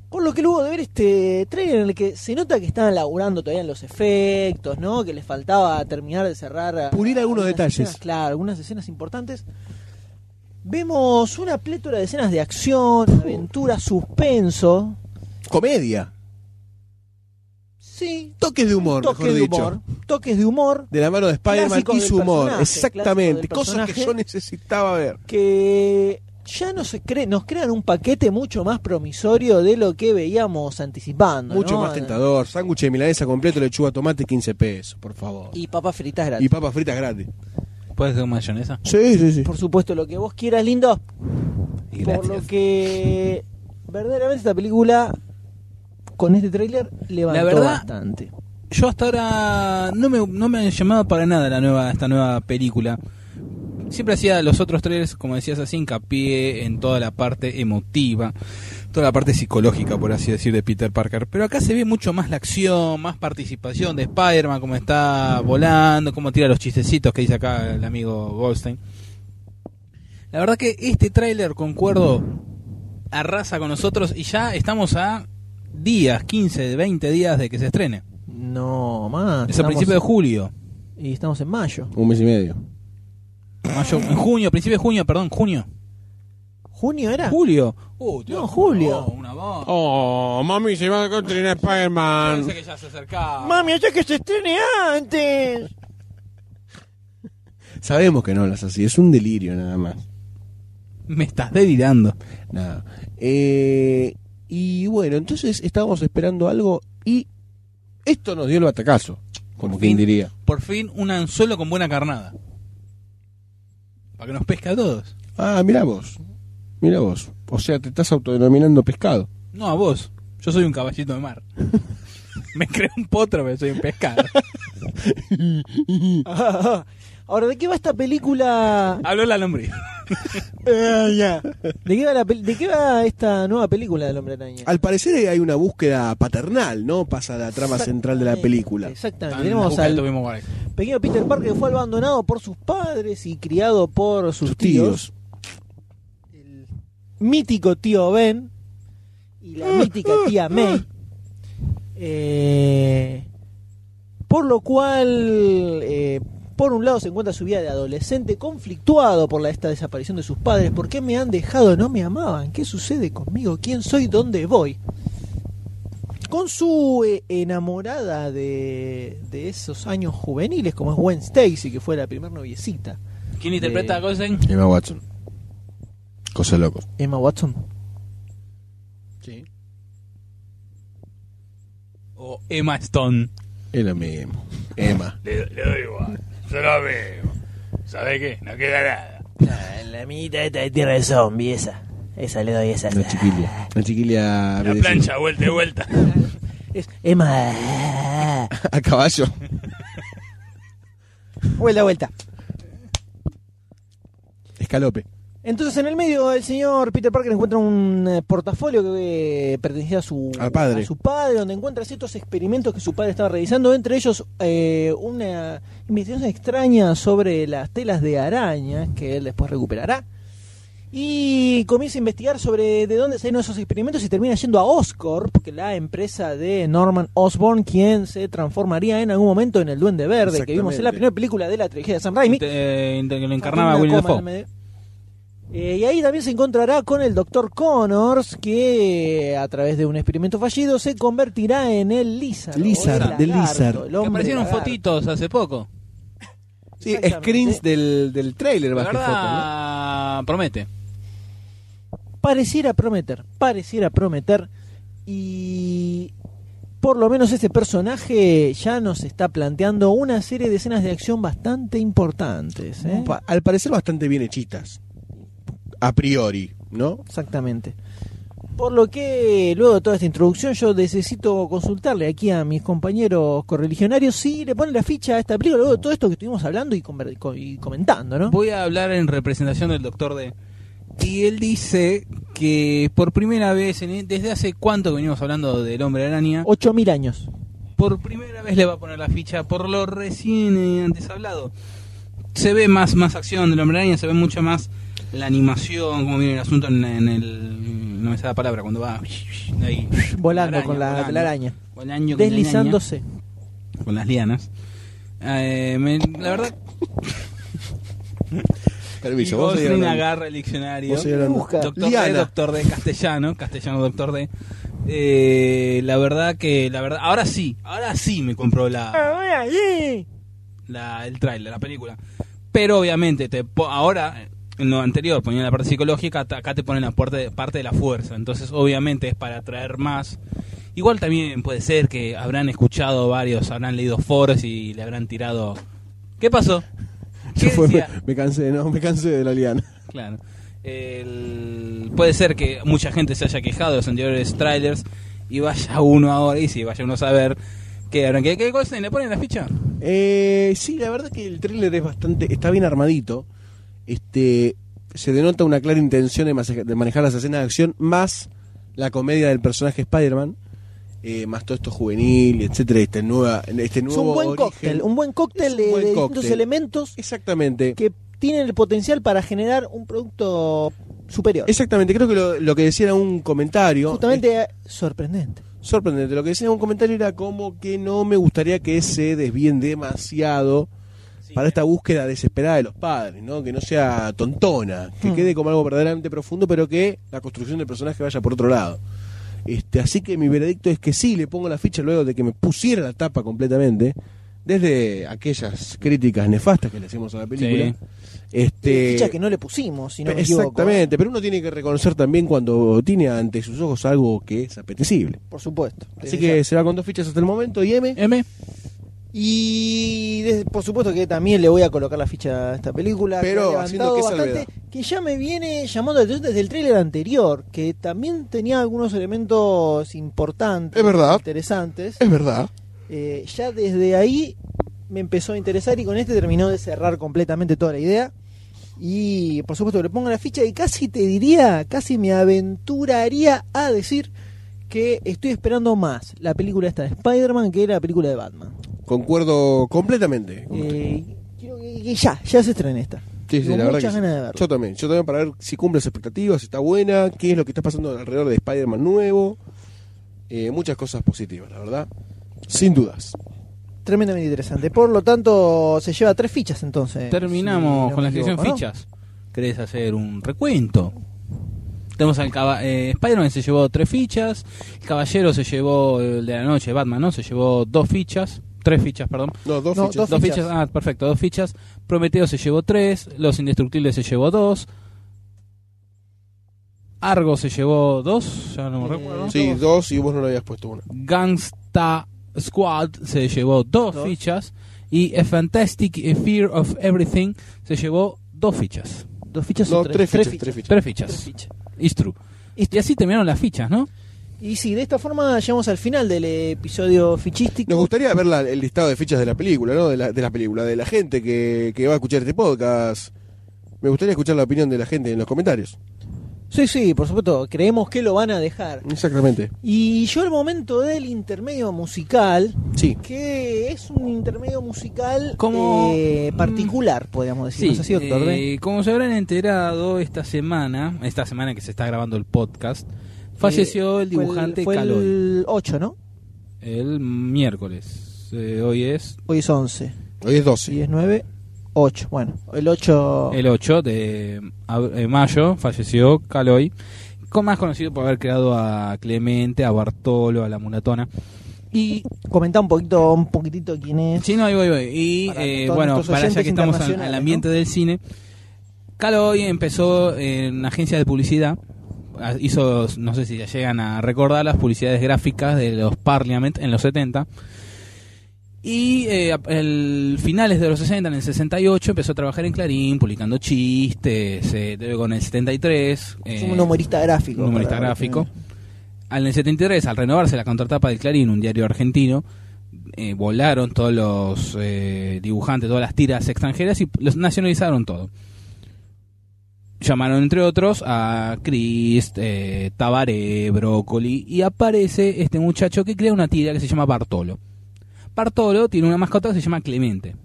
Speaker 1: por lo que luego de ver este trailer en el que se nota que estaban laburando todavía en los efectos, ¿no? Que les faltaba terminar de cerrar. a-
Speaker 2: Pulir algunos
Speaker 1: algunas
Speaker 2: detalles.
Speaker 1: escenas, claro, algunas escenas importantes. Vemos una plétora de escenas de acción, aventura, suspenso.
Speaker 2: Comedia.
Speaker 1: Sí,
Speaker 2: Toques de humor,
Speaker 1: toques
Speaker 2: mejor
Speaker 1: de
Speaker 2: dicho.
Speaker 1: humor. Toques de humor.
Speaker 2: De la mano de Spider-Man
Speaker 1: Clásicos
Speaker 2: y
Speaker 1: del
Speaker 2: su humor.
Speaker 1: personaje,
Speaker 2: Exactamente.
Speaker 1: clásicos
Speaker 2: Cosas
Speaker 1: del
Speaker 2: que yo
Speaker 1: personaje.
Speaker 2: necesitaba ver.
Speaker 1: que ya no se cree, nos crean un paquete mucho más promisorio de lo que veíamos anticipando.
Speaker 2: Mucho
Speaker 1: ¿no?
Speaker 2: más tentador. Sándwich de milanesa completo, lechuga, tomate, 15 pesos, por favor.
Speaker 1: Y papas fritas
Speaker 2: Y
Speaker 1: gratis.
Speaker 2: papas fritas gratis.
Speaker 3: ¿Puedes hacer mayonesa?
Speaker 2: Sí, sí, sí.
Speaker 1: Por supuesto, lo que vos quieras, lindo.
Speaker 3: Y
Speaker 1: Por lo que verdaderamente esta película con este tráiler levantó
Speaker 3: La verdad-
Speaker 1: bastante.
Speaker 3: Yo hasta ahora no me, no me han llamado para nada la nueva, esta nueva película. Siempre hacía los otros trailers, como decías así, hincapié en toda la parte emotiva, toda la parte psicológica, por así decir, de Peter Parker. Pero acá se ve mucho más la acción, más participación de Spider-Man, cómo está volando, cómo tira los chistecitos que dice acá el amigo Goldstein. La verdad que este tráiler, concuerdo, arrasa con nosotros y ya estamos a días, 15, 20 días de que se estrene.
Speaker 1: No, más.
Speaker 3: Es a principios de julio.
Speaker 1: Y estamos en mayo.
Speaker 2: Un mes y medio.
Speaker 3: Mayo, en junio, principio de junio, perdón, junio.
Speaker 1: ¿Junio era?
Speaker 3: Julio. Uh,
Speaker 1: No, Julio.
Speaker 3: Oh, una voz.
Speaker 2: Oh, mami, se va a encontrar Spider-Man.
Speaker 3: Parece que ya se acercaba.
Speaker 1: Mami, hasta que se estrene antes.
Speaker 2: Sabemos que no hablas así, es un delirio nada más.
Speaker 3: Me estás delirando.
Speaker 2: Nada. Eh, y bueno, entonces estábamos esperando algo y esto nos dio el batacazo, como
Speaker 3: Por
Speaker 2: quien
Speaker 3: fin.
Speaker 2: diría.
Speaker 3: Por fin, un anzuelo con buena carnada. Para que nos pesca a todos.
Speaker 2: Ah, mirá vos, mirá vos. O sea, te estás autodenominando pescado.
Speaker 3: No, a vos. Yo soy un caballito de mar. me creo un potro, pero soy un pescado.
Speaker 1: Ahora, ¿de qué va esta película?
Speaker 3: Habló la lombriz.
Speaker 1: Eh, ¿De qué va, la pel- ¿De qué va esta nueva película del Hombre Araña?
Speaker 2: Al parecer hay una búsqueda paternal, ¿no? Pasa la trama central de la película.
Speaker 1: Eh, Exactamente.
Speaker 3: Tan
Speaker 1: Tenemos
Speaker 3: busca que
Speaker 1: al
Speaker 3: tuvimos, vale.
Speaker 1: pequeño Peter Parker que fue abandonado por sus padres y criado por sus,
Speaker 2: Sus tíos.
Speaker 1: tíos. El mítico tío Ben y la mítica tía May. Eh, por lo cual, eh, por un lado se encuentra su vida de adolescente conflictuado por la, esta desaparición de sus padres. ¿Por qué me han dejado? ¿No me amaban? ¿Qué sucede conmigo? ¿Quién soy? ¿Dónde voy? Con su eh, enamorada de, de esos años juveniles, como es Gwen Stacy, que fue la primer noviecita.
Speaker 3: ¿Quién interpreta
Speaker 1: Eh,
Speaker 3: a Gosen?
Speaker 2: Emma Watson. Cosa loco.
Speaker 1: Emma Watson.
Speaker 3: O Emma Stone.
Speaker 2: Es lo mismo. Emma.
Speaker 4: Le, doy igual. Yo lo veo. ¿Sabés qué? No queda nada.
Speaker 1: La amiguita esta de tierra de zombie, esa. Esa le doy esa.
Speaker 2: Una chiquilla. Una chiquilla.
Speaker 4: La
Speaker 2: obedecida.
Speaker 4: plancha, vuelta y vuelta.
Speaker 1: Es Emma.
Speaker 2: A caballo.
Speaker 1: Vuelta, vuelta.
Speaker 2: Escalope.
Speaker 1: Entonces en el medio el señor Peter Parker encuentra un eh, portafolio que eh, pertenecía a su,
Speaker 2: Al padre.
Speaker 1: a su padre, donde encuentra ciertos experimentos que su padre estaba realizando, entre ellos eh, una investigación extraña sobre las telas de araña, que él después recuperará. Y comienza a investigar sobre de dónde salieron esos experimentos y termina yendo a Oscorp, que la empresa de Norman Osborn, quien se transformaría en algún momento en el Duende Verde, que vimos en la
Speaker 2: Exactamente.
Speaker 1: primera película de la trilogía de Sam Raimi.
Speaker 3: Inter- eh, inter- que lo encarnaba
Speaker 1: Una
Speaker 3: William
Speaker 1: coma en
Speaker 3: Dafoe.
Speaker 1: el medio. Eh, y ahí también se encontrará con el doctor Connors, que eh, a través de un experimento fallido se convertirá en el Lizard.
Speaker 2: Lizard,
Speaker 1: o el
Speaker 2: del
Speaker 1: lagarto,
Speaker 2: Lizard.
Speaker 1: el
Speaker 3: Que
Speaker 1: hombre
Speaker 3: aparecieron
Speaker 1: lagarto.
Speaker 3: fotitos hace poco.
Speaker 2: Sí,
Speaker 1: Exactamente.
Speaker 2: screens del, del trailer
Speaker 3: La
Speaker 2: más que fotos, ¿no?
Speaker 3: verdad, promete.
Speaker 1: Pareciera prometer, pareciera prometer. Y por lo menos este personaje ya nos está planteando una serie de escenas de acción bastante importantes. ¿eh?
Speaker 2: Pa- Al parecer bastante bien hechitas. A priori, ¿no?
Speaker 1: Exactamente. Por lo que, luego de toda esta introducción, yo necesito consultarle aquí a mis compañeros correligionarios si le ponen la ficha a esta película, luego de todo esto que estuvimos hablando y, conver- co- y comentando, ¿no?
Speaker 3: Voy a hablar en representación del doctor D. Y él dice que por primera vez, en- e-, desde hace cuánto que venimos hablando del hombre araña,
Speaker 1: 8.000 años.
Speaker 3: por primera vez le va a poner la ficha por lo recién eh, antes hablado. Se ve más, más acción del hombre araña, se ve mucho más la animación, como viene el asunto en, en el... No me sale la palabra, cuando va... ahí,
Speaker 1: Volando
Speaker 3: araña,
Speaker 1: con la,
Speaker 3: volando,
Speaker 1: la araña.
Speaker 3: volando con la araña
Speaker 1: Deslizándose.
Speaker 3: con las lianas. Eh, me- la verdad,
Speaker 2: Permiso,
Speaker 3: y
Speaker 2: vos seguí
Speaker 3: Gosling
Speaker 2: hablando.
Speaker 3: agarra el diccionario.
Speaker 2: Vos seguí hablando.
Speaker 1: Busca.
Speaker 3: Doctor D,
Speaker 2: Liana.
Speaker 3: doctor D, castellano, castellano, doctor D. Eh, la verdad que, la verdad, ahora sí, ahora sí me compró la, la- el tráiler, la película. Pero obviamente, te po- ahora, en lo anterior ponían la parte psicológica, acá- acá te ponen la parte de, parte de la fuerza. Entonces, obviamente es para atraer más. Igual también puede ser que habrán escuchado varios, habrán leído foros y le habrán tirado... ¿Qué pasó? ¿Qué
Speaker 2: Yo fue-
Speaker 3: decía?
Speaker 2: me cansé, no, me cansé de la liana.
Speaker 3: Claro. El- Puede ser que mucha gente se haya quejado de los anteriores trailers y vaya uno ahora y si vaya uno a saber que habrán que que Goldstein le ponen la ficha.
Speaker 2: Eh, sí, la verdad que el tráiler es bastante, está bien armadito. Este, se denota una clara intención de, mase- de manejar las escenas de acción más la comedia del personaje Spider-Man, eh, más todo esto juvenil, etcétera, este nueva, este
Speaker 1: Es
Speaker 2: nuevo
Speaker 1: un buen
Speaker 2: origen.
Speaker 1: cóctel, un buen cóctel
Speaker 2: Es un
Speaker 1: de,
Speaker 2: buen
Speaker 1: de distintos
Speaker 2: cóctel.
Speaker 1: elementos
Speaker 2: Exactamente.
Speaker 1: que tienen el potencial para generar un producto superior.
Speaker 2: Exactamente, creo que lo, lo que decía era un comentario.
Speaker 1: Justamente sorprendente.
Speaker 2: sorprendente. Lo que decía en un comentario era como que no me gustaría que se desvíen demasiado para esta búsqueda desesperada de los padres, ¿no? Que no sea tontona, que quede como algo verdaderamente profundo, pero que la construcción del personaje vaya por otro lado. Este, así que mi veredicto es que sí, le pongo la ficha luego de que me pusiera la tapa completamente, desde aquellas críticas nefastas que le hacemos a la película.
Speaker 3: Sí.
Speaker 2: Este,
Speaker 1: Ficha que no le pusimos, si no me equivoco. ¿eh?
Speaker 2: Exactamente, pero uno tiene que reconocer también cuando tiene ante sus ojos algo que es apetecible.
Speaker 1: Por supuesto.
Speaker 2: Así
Speaker 1: Desde
Speaker 2: que
Speaker 1: ya.
Speaker 2: se va con dos fichas hasta el momento y M.
Speaker 3: M.
Speaker 1: Y des- por supuesto que también le voy a colocar la ficha a esta película. que
Speaker 2: Pero
Speaker 1: ha levantado
Speaker 2: haciendo qué
Speaker 1: bastante, Que ya me viene llamando la atención desde el tráiler anterior, que también tenía algunos elementos importantes,
Speaker 2: Es verdad.
Speaker 1: interesantes.
Speaker 2: Es verdad.
Speaker 1: Eh, ya desde ahí me empezó a interesar y con este terminó de cerrar completamente toda la idea. Y por supuesto que le pongo la ficha y casi te diría, casi me aventuraría a decir que estoy esperando más la película esta de Spider-Man que la película de Batman.
Speaker 2: Concuerdo completamente. con usted.
Speaker 1: Eh, quiero que, que ya, ya se estrena esta.
Speaker 2: Sí, sí,
Speaker 1: tengo
Speaker 2: la verdad
Speaker 1: muchas
Speaker 2: que sí.
Speaker 1: ganas de verlo.
Speaker 2: Yo también. Yo también para ver si cumple las expectativas, si está buena, qué es lo que está pasando alrededor de Spider-Man nuevo. Eh, muchas cosas positivas, la verdad. Sin dudas.
Speaker 1: Tremendamente interesante. Por lo tanto, se lleva tres fichas entonces.
Speaker 3: Terminamos
Speaker 1: si no
Speaker 3: con la
Speaker 1: me
Speaker 3: sección
Speaker 1: equivoco, ¿no?
Speaker 3: fichas. ¿Querés hacer un recuento? Tenemos al caba- eh, Spider-Man se llevó tres fichas, el Caballero se llevó el de la noche, Batman, ¿no? Se llevó dos fichas, tres fichas, perdón.
Speaker 2: No, dos
Speaker 1: No,
Speaker 2: fichas.
Speaker 1: dos
Speaker 3: Dos, fichas. ah, perfecto, dos fichas. Prometeo se llevó tres, Los Indestructibles se llevó dos. Argo se llevó dos, ya no me
Speaker 1: Eh,
Speaker 3: recuerdo.
Speaker 2: Sí, dos y vos no le habías puesto una.
Speaker 3: Gangsta Squad se llevó dos,
Speaker 1: Dos.
Speaker 3: fichas y A Fantastic Fear of Everything se llevó dos fichas.
Speaker 1: Dos fichas o
Speaker 2: No,
Speaker 1: tres,
Speaker 2: tres fichas, tres fichas.
Speaker 1: Tres
Speaker 3: Tres fichas.
Speaker 1: fichas.
Speaker 3: It's true. Y así terminaron las fichas, ¿no?
Speaker 1: Y sí, de esta forma llegamos al final del episodio fichístico.
Speaker 2: Nos gustaría ver la- el listado de fichas de la película, ¿no? De la, de la película, de la gente que, que va a escuchar este podcast. Me gustaría escuchar la opinión de la gente en los comentarios.
Speaker 1: Sí, sí, por supuesto, creemos que lo van a dejar.
Speaker 2: Exactamente.
Speaker 1: Y yo el momento del intermedio musical,
Speaker 2: Sí.
Speaker 1: que es un intermedio musical
Speaker 3: Como- mm,
Speaker 1: eh, particular, podríamos decir. ¿No es así, doctor D?
Speaker 3: eh, como se habrán enterado esta semana, esta semana que se está grabando el podcast, falleció
Speaker 1: Eh,
Speaker 3: el
Speaker 1: Fue
Speaker 3: dibujante
Speaker 1: fue
Speaker 3: Caloi el...
Speaker 1: el 8, ¿no?
Speaker 3: miércoles. Eh, hoy es
Speaker 1: Hoy es 11,
Speaker 2: Hoy es 12.
Speaker 1: si es 9, 8. Bueno, el 8
Speaker 3: el 8 de ab- eh, mayo, falleció Caloi, con más conocido por haber creado a Clemente, a Bartolo, a la Mulatona. Y
Speaker 1: Comentá un poquito, un poquitito quién es.
Speaker 3: Sí, no, ahí voy, voy. Y
Speaker 1: Para
Speaker 3: eh,
Speaker 1: todos
Speaker 3: bueno,
Speaker 1: nuestros
Speaker 3: para ya
Speaker 1: oyentes
Speaker 3: que estamos al,
Speaker 1: internacionales,
Speaker 3: al ambiente del cine, Calo hoy empezó en una agencia de publicidad. Ah, Hizo, no sé si ya llegan a recordar, las publicidades gráficas de los Parliament en los 70. Y eh, a- el finales de los 60, en el 68, empezó a trabajar en Clarín, publicando chistes, eh, luego en el 73.
Speaker 1: Es
Speaker 3: eh,
Speaker 1: un humorista gráfico.
Speaker 3: un humorista
Speaker 1: para-
Speaker 3: gráfico. Al en el 73, al renovarse la contratapa del Clarín, un diario argentino, eh, volaron todos los eh, dibujantes, todas las tiras extranjeras y los nacionalizaron todo. Llamaron, entre otros, a Crist, eh, Tabaré, Brócoli, y aparece este muchacho que crea una tira que se llama Bartolo. Bartolo tiene una mascota que se llama Clemente.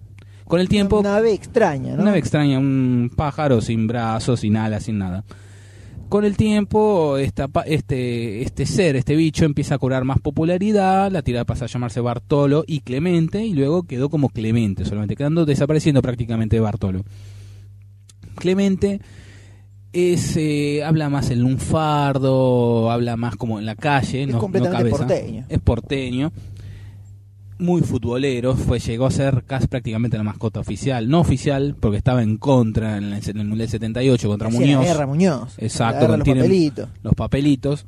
Speaker 3: Con el tiempo,
Speaker 1: Una ave extraña, ¿no?
Speaker 3: una ave extraña, un pájaro sin brazos, sin alas, sin nada. Con el tiempo, esta pa- este, este ser, este bicho, empieza a cobrar más popularidad. La tirada pasa a llamarse Bartolo y Clemente, y luego quedó como Clemente, solamente quedando desapareciendo prácticamente Bartolo. Clemente es, eh, habla más en lunfardo, habla más como en la calle,
Speaker 1: Es
Speaker 3: no, no
Speaker 1: completamente
Speaker 3: cabeza.
Speaker 1: porteño.
Speaker 3: Es porteño, muy futbolero, fue, llegó a ser casi prácticamente la mascota oficial, no oficial, porque estaba en contra en el, en el Mundial 78 contra
Speaker 1: Hacía la
Speaker 3: Muñoz,
Speaker 1: guerra a Muñoz.
Speaker 3: Exacto,
Speaker 1: La guerra a los
Speaker 3: tienen-
Speaker 1: papelitos.
Speaker 3: los papelitos.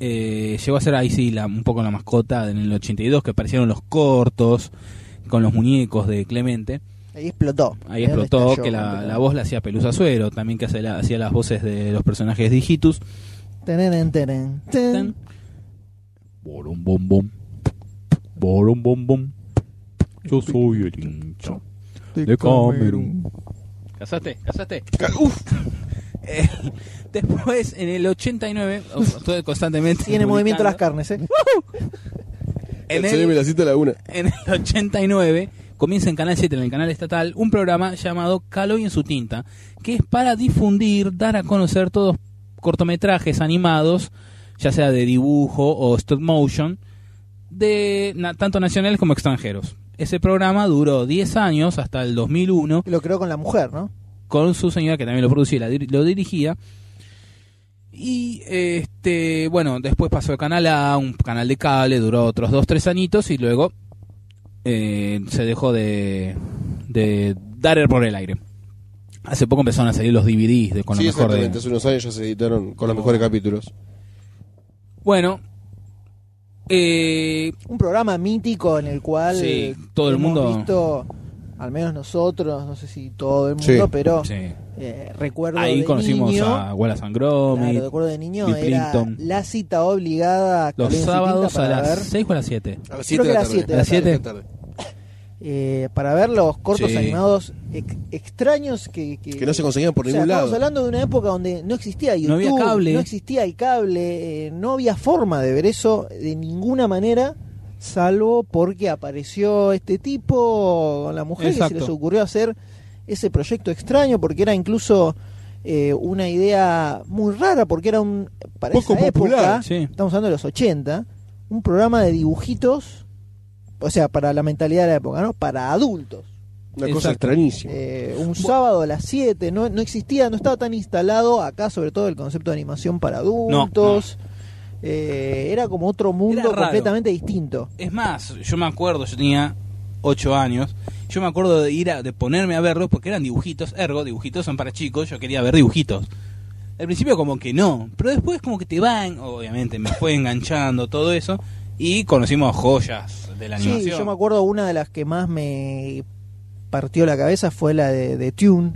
Speaker 3: Eh, llegó a ser ahí sí la- un poco la mascota en el 82, que aparecieron los cortos con los muñecos de Clemente.
Speaker 1: Ahí explotó.
Speaker 3: Ahí
Speaker 1: Ahí
Speaker 3: explotó
Speaker 1: estalló
Speaker 3: que la,
Speaker 1: completamente.
Speaker 3: la voz la hacía Pelusa Suero, también que hace la- hacía las voces de los personajes de Hijitus.
Speaker 1: Tenen, tenen, ten.
Speaker 3: Tan. Borum, bom, bom. Borum, bom, bom. Yo soy el hincha de Camerún. ¿Casaste? ¿Casaste? Eh, después, en el 89, o- estoy constantemente.
Speaker 1: Tiene movimiento las
Speaker 3: publicando.
Speaker 1: carnes, ¿eh?
Speaker 3: En
Speaker 2: Se me
Speaker 3: el,
Speaker 2: la cita a la una.
Speaker 3: en el 89, comienza en Canal 7, en el canal estatal, un programa llamado Caloy en su tinta, que es para difundir, dar a conocer todos cortometrajes animados, ya sea de dibujo o stop motion, de na- tanto nacionales como extranjeros. Ese programa duró 10 años hasta el 2001
Speaker 1: Lo creó con la mujer, ¿no?
Speaker 3: con su señora que también lo producía y la dir- lo dirigía. Y este, bueno, después pasó el canal A, un canal de cable, duró otros dos, tres añitos y luego eh, se dejó de, de dar el por el aire. Hace poco empezaron a salir los DVDs de, con
Speaker 2: sí,
Speaker 3: lo mejor de,
Speaker 2: exactamente. Hace unos años ya se editaron con los mejores capítulos.
Speaker 3: Bueno, eh,
Speaker 1: Un programa mítico en el cual
Speaker 3: Sí, todo el
Speaker 1: hemos
Speaker 3: mundo-
Speaker 1: visto, al menos nosotros, no sé si todo el
Speaker 2: Sí.
Speaker 1: mundo, pero
Speaker 3: sí.
Speaker 1: eh, recuerdo
Speaker 3: ahí
Speaker 1: de
Speaker 3: conocimos
Speaker 1: niño,
Speaker 3: a Wallace and Gromit.
Speaker 1: claro, recuerdo de niño
Speaker 3: Bill
Speaker 1: era
Speaker 3: Clinton.
Speaker 1: la cita obligada
Speaker 3: los
Speaker 1: Calencia y
Speaker 3: sábados
Speaker 1: Tinta
Speaker 3: a
Speaker 1: para
Speaker 3: las
Speaker 1: ver,
Speaker 3: 6 o a las 7.
Speaker 2: A las
Speaker 1: Creo
Speaker 2: siete
Speaker 1: que a las siete de
Speaker 3: la tarde.
Speaker 2: A las siete de la tarde.
Speaker 1: eh, para ver los cortos
Speaker 3: Sí.
Speaker 1: animados ex- extraños que, que-
Speaker 2: Que no se conseguían por
Speaker 1: O sea,
Speaker 2: ningún
Speaker 1: estamos
Speaker 2: lado.
Speaker 1: hablando de una época donde no existía YouTube,
Speaker 3: No había cable.
Speaker 1: no existía el cable, eh, no había forma de ver eso de ninguna manera, salvo porque apareció este tipo con la mujer y
Speaker 3: Exacto.
Speaker 1: se les ocurrió hacer ese proyecto extraño porque era incluso eh, una idea muy rara porque era un para
Speaker 2: Poco
Speaker 1: esa
Speaker 2: popular,
Speaker 1: época,
Speaker 3: sí.
Speaker 1: estamos hablando de los 80, un programa de dibujitos, o sea, para la mentalidad de la época, ¿no? Para adultos.
Speaker 2: Una cosa
Speaker 3: Exacto.
Speaker 2: extrañísima.
Speaker 1: Eh, un sábado a las 7, no, no existía, no estaba tan instalado acá, sobre todo el concepto de animación para adultos. Eh, era como otro
Speaker 3: Era
Speaker 1: mundo
Speaker 3: raro.
Speaker 1: completamente distinto.
Speaker 3: Es más, yo me acuerdo, yo tenía 8 años. Yo me acuerdo de ir a, de ponerme a verlos porque eran dibujitos, ergo, dibujitos son para chicos, yo quería ver dibujitos. Al principio como que no, pero después como que te van, obviamente me fue enganchando todo eso y conocimos joyas de la
Speaker 1: Sí,
Speaker 3: animación.
Speaker 1: yo me acuerdo una de las que más me partió la cabeza fue la de, de Tune,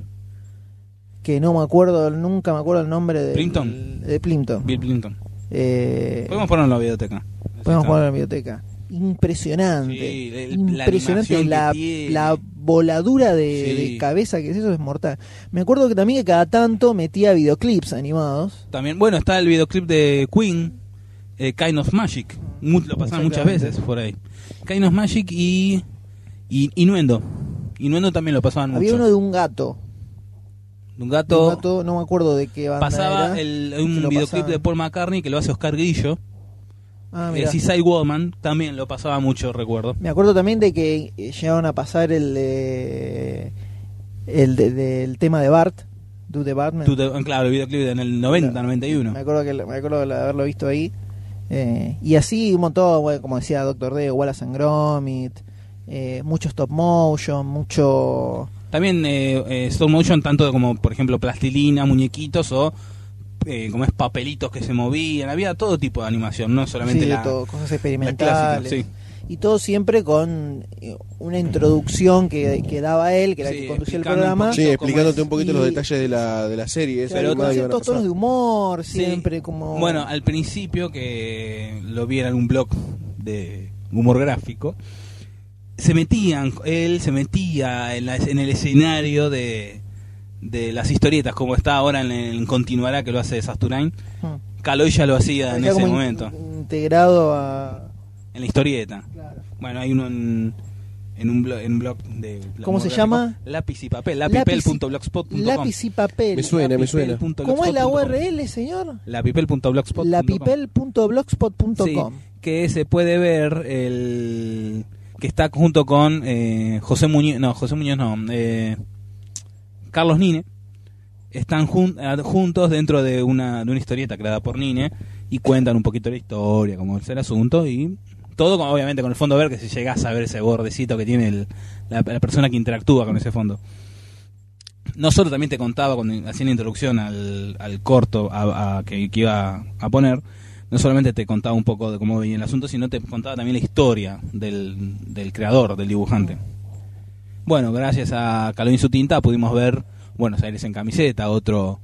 Speaker 1: que no me acuerdo, nunca me acuerdo el nombre de
Speaker 3: Plimpton.
Speaker 1: de Plimpton.
Speaker 3: Bill Clinton.
Speaker 1: Eh,
Speaker 3: Podemos ponerlo en la biblioteca.
Speaker 1: podemos
Speaker 3: Está.
Speaker 1: ponerlo en la biblioteca. Impresionante.
Speaker 3: Sí, el- la
Speaker 1: impresionante
Speaker 3: animación
Speaker 1: la,
Speaker 3: que tiene.
Speaker 1: la voladura de,
Speaker 3: Sí.
Speaker 1: de cabeza que es eso es mortal. Me acuerdo que también que cada tanto metía videoclips animados.
Speaker 3: También, bueno, está el videoclip de Queen, eh, Kind of Magic. Mu- lo pasaron muchas
Speaker 1: Exactamente.
Speaker 3: veces por ahí. Kind of Magic y, y Innuendo. Innuendo también lo pasaban
Speaker 1: Había
Speaker 3: mucho.
Speaker 1: uno de un gato.
Speaker 3: De un
Speaker 1: De un
Speaker 3: gato.
Speaker 1: gato, no me acuerdo de qué banda
Speaker 3: pasaba
Speaker 1: era.
Speaker 3: el,
Speaker 1: que
Speaker 3: un
Speaker 1: lo
Speaker 3: videoclip
Speaker 1: pasaban.
Speaker 3: de Paul McCartney que lo hace Oscar Grillo.
Speaker 1: Ah,
Speaker 3: el
Speaker 1: mirá.
Speaker 3: Seaside Woman también lo pasaba mucho, recuerdo.
Speaker 1: Me acuerdo también de que eh, llegaron a pasar el de, el de- del tema de Bart, Do the Bartman.
Speaker 3: Tú te- ah, claro, el videoclip de en el 90,
Speaker 1: Claro.
Speaker 3: 91.
Speaker 1: Me acuerdo que me acuerdo de haberlo visto ahí. Eh, y así un montón, bueno, como decía Doctor D, Wallace and Gromit, eh, mucho stop motion, mucho
Speaker 3: También eh, eh, stop motion, tanto como por ejemplo plastilina, muñequitos o eh, como es papelitos que se movían. Había todo tipo de animación, no solamente
Speaker 1: sí, de
Speaker 3: la,
Speaker 1: todo, cosas
Speaker 3: la clásica.
Speaker 1: experimentales.
Speaker 3: sí.
Speaker 1: Y todo siempre con eh, una introducción que, que daba él, que era
Speaker 3: Sí,
Speaker 1: el que conducía el
Speaker 3: explicando un
Speaker 1: programa.
Speaker 3: poquito
Speaker 2: Sí,
Speaker 3: ¿cómo
Speaker 2: explicándote
Speaker 3: es?
Speaker 2: un poquito los
Speaker 1: Y-
Speaker 2: detalles de la, de la serie. esa
Speaker 1: Claro,
Speaker 2: animada
Speaker 1: con
Speaker 2: que van a
Speaker 1: ciertos tonos de
Speaker 2: pasar.
Speaker 1: humor,
Speaker 3: Sí.
Speaker 1: siempre como...
Speaker 3: Bueno, al principio que lo vi en algún blog de humor gráfico, se metían, él se metía en, la- en el escenario de, de las historietas, como está ahora en el Continuará, que lo hace Sasturain.
Speaker 1: Hmm.
Speaker 3: Caloy ya lo hacía en
Speaker 1: Parecía
Speaker 3: ese
Speaker 1: como in-
Speaker 3: momento,
Speaker 1: integrado a...
Speaker 3: en la historieta.
Speaker 1: claro.
Speaker 3: Bueno, hay uno en, en un, blog, en un blog de...
Speaker 1: ¿Cómo
Speaker 3: humor
Speaker 1: se
Speaker 3: gráfico,
Speaker 1: llama?
Speaker 3: Lápiz y papel,
Speaker 1: Lápiz y-
Speaker 3: lapipel.blogspot.com.
Speaker 1: Lápiz y papel.
Speaker 2: Me suena, me suena.
Speaker 1: ¿Cómo es la E? URL, señor?
Speaker 3: Lapipel.blogspot.com.
Speaker 1: lapipel.blogspot.com.
Speaker 3: que se puede ver el que está junto con eh, José Muñoz, no, José Muñoz no, eh, Carlos Nine, están jun- eh, juntos dentro de una, de una historieta creada por Nine y cuentan un poquito la historia, cómo es el asunto y todo con- obviamente con el fondo verde, que si llegás a ver ese bordecito que tiene el- la, la persona que interactúa con ese fondo. No solo también te contaba cuando hacía la introducción al, al corto a- a- que, que iba a poner, no solamente te contaba un poco de cómo venía el asunto, sino te contaba también la historia del, del creador, del dibujante. Bueno, gracias a Calón y su tinta pudimos ver Buenos Aires en camiseta, otro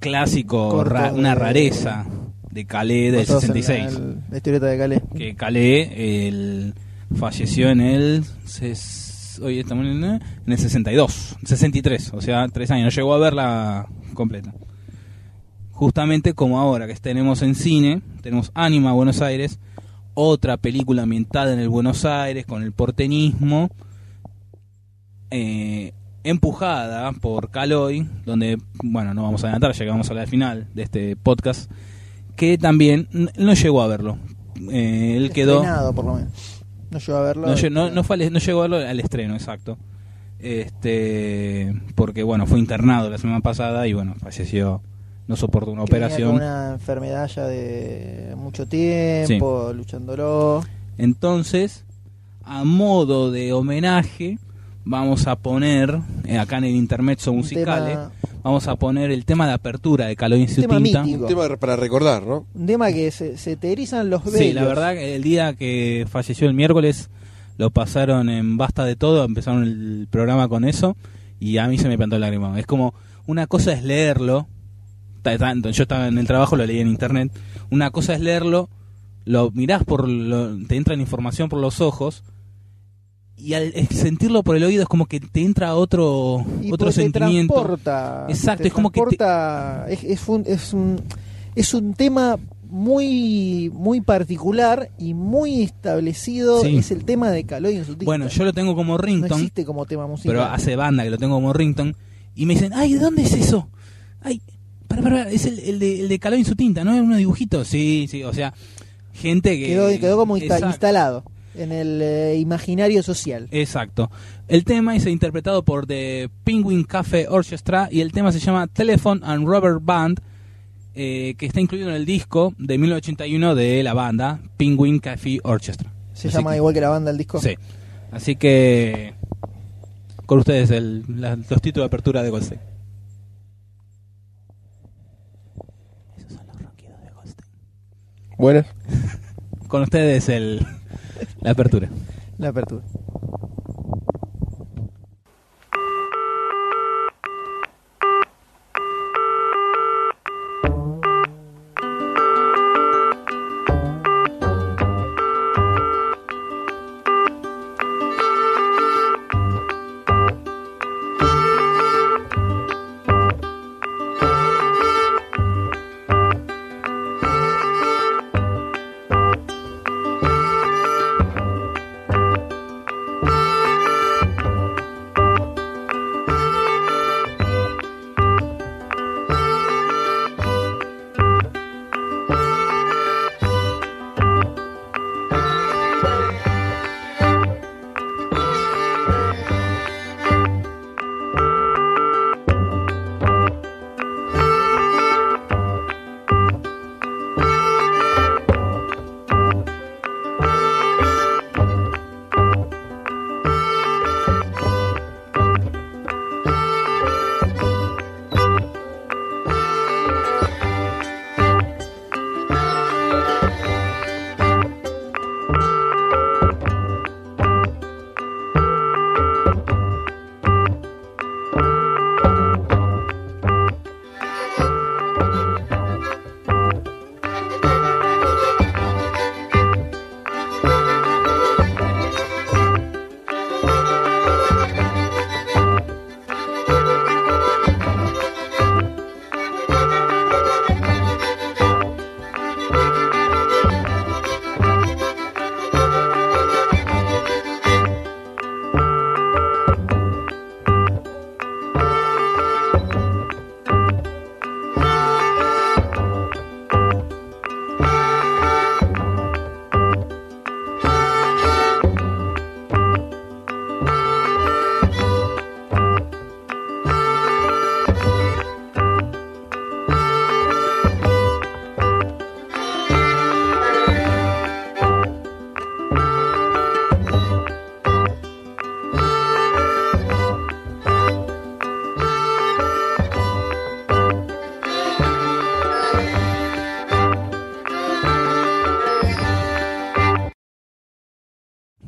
Speaker 3: clásico,
Speaker 1: Corto
Speaker 3: ra- una
Speaker 1: de-
Speaker 3: rareza de Calais del
Speaker 1: Basados en la-
Speaker 3: 66
Speaker 1: el- La historieta de Calais.
Speaker 3: que Calé el, falleció en el ses- hoy estamos en el, en el 62, 63, o sea, tres años. No llegó a verla completa. Justamente como ahora que tenemos en cine, tenemos Anima Buenos Aires, otra película ambientada en el Buenos Aires con el porteñismo, eh, empujada por Caloy, donde, bueno, no vamos a adelantar, llegamos a la final de este podcast, que también n- no llegó a verlo eh, él quedó.
Speaker 1: Estrenado, por lo menos. No llegó a verlo.
Speaker 3: No, lle- no- no fue al- no llegó a verlo al estreno, exacto. Este, porque bueno, fue internado la semana pasada y bueno, falleció. No soportó una
Speaker 1: Que venía con
Speaker 3: operación.
Speaker 1: una enfermedad ya de mucho tiempo, luchándolo.
Speaker 3: Entonces, a modo de homenaje, vamos a poner eh, acá en el intermezzo
Speaker 1: Un
Speaker 3: musical,
Speaker 1: tema-
Speaker 3: eh, vamos a poner el tema de apertura de Calo
Speaker 1: Un tema
Speaker 3: Insutinta.
Speaker 1: mítico.
Speaker 2: Un tema para recordar, ¿no?
Speaker 1: Un tema que se, se te erizan los velos.
Speaker 3: Sí, la verdad que el día que falleció el miércoles lo pasaron en Basta de todo, empezaron el programa con eso y a mí se me plantó el lagrimón. Es como una cosa es leerlo, ta- tanto yo estaba en el trabajo, lo leí en internet, una cosa es leerlo, lo mirás por lo- te entra la información por los ojos y al sentirlo por el oído es como que te entra otro
Speaker 1: Y
Speaker 3: otro
Speaker 1: pues te
Speaker 3: sentimiento.
Speaker 1: transporta.
Speaker 3: Exacto,
Speaker 1: te
Speaker 3: es como que te-
Speaker 1: transporta- es, es un, es, un, es un tema muy muy particular y muy establecido.
Speaker 3: Sí.
Speaker 1: Es el tema de Caló y Insultista.
Speaker 3: Bueno, yo lo tengo como
Speaker 1: no
Speaker 3: ringtone.
Speaker 1: existe como tema musical.
Speaker 3: pero hace banda que lo tengo como ringtone y me dicen ay ¿de dónde es eso? ay para para, es el, el de, el de Caló en su tinta ¿no? es unos dibujitos sí sí o sea gente que
Speaker 1: quedó, quedó como insta-
Speaker 3: Exacto.
Speaker 1: instalado en el eh, imaginario social.
Speaker 3: Exacto. El tema es interpretado por The Penguin Cafe Orchestra y el tema se llama Telephone and Rubber Band, eh, que está incluido en el disco de 1981 de la banda Penguin Cafe Orchestra.
Speaker 1: Se
Speaker 3: Así
Speaker 1: llama
Speaker 3: que-
Speaker 1: igual que la banda el disco.
Speaker 3: Sí. Así que con ustedes el- la- los títulos de apertura de Goldstein. Esos son los ronquidos de Goldstein.
Speaker 2: Buenas.
Speaker 3: Con ustedes el la apertura.
Speaker 1: La apertura.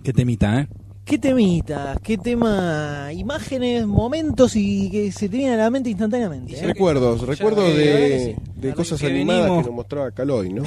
Speaker 3: Qué temita, ¿eh?
Speaker 1: ¿Qué temitas? ¿Qué tema? Imágenes, momentos y que se te vienen a la mente instantáneamente.
Speaker 3: Y
Speaker 1: ¿eh?
Speaker 3: ya-
Speaker 2: Recuerdos,
Speaker 3: Ya,
Speaker 2: recuerdos
Speaker 3: eh, ahora que
Speaker 2: de,
Speaker 3: sí.
Speaker 2: de
Speaker 3: A lo
Speaker 2: cosas
Speaker 3: que
Speaker 2: animadas
Speaker 3: venimos.
Speaker 2: que nos mostraba Caloy, ¿no?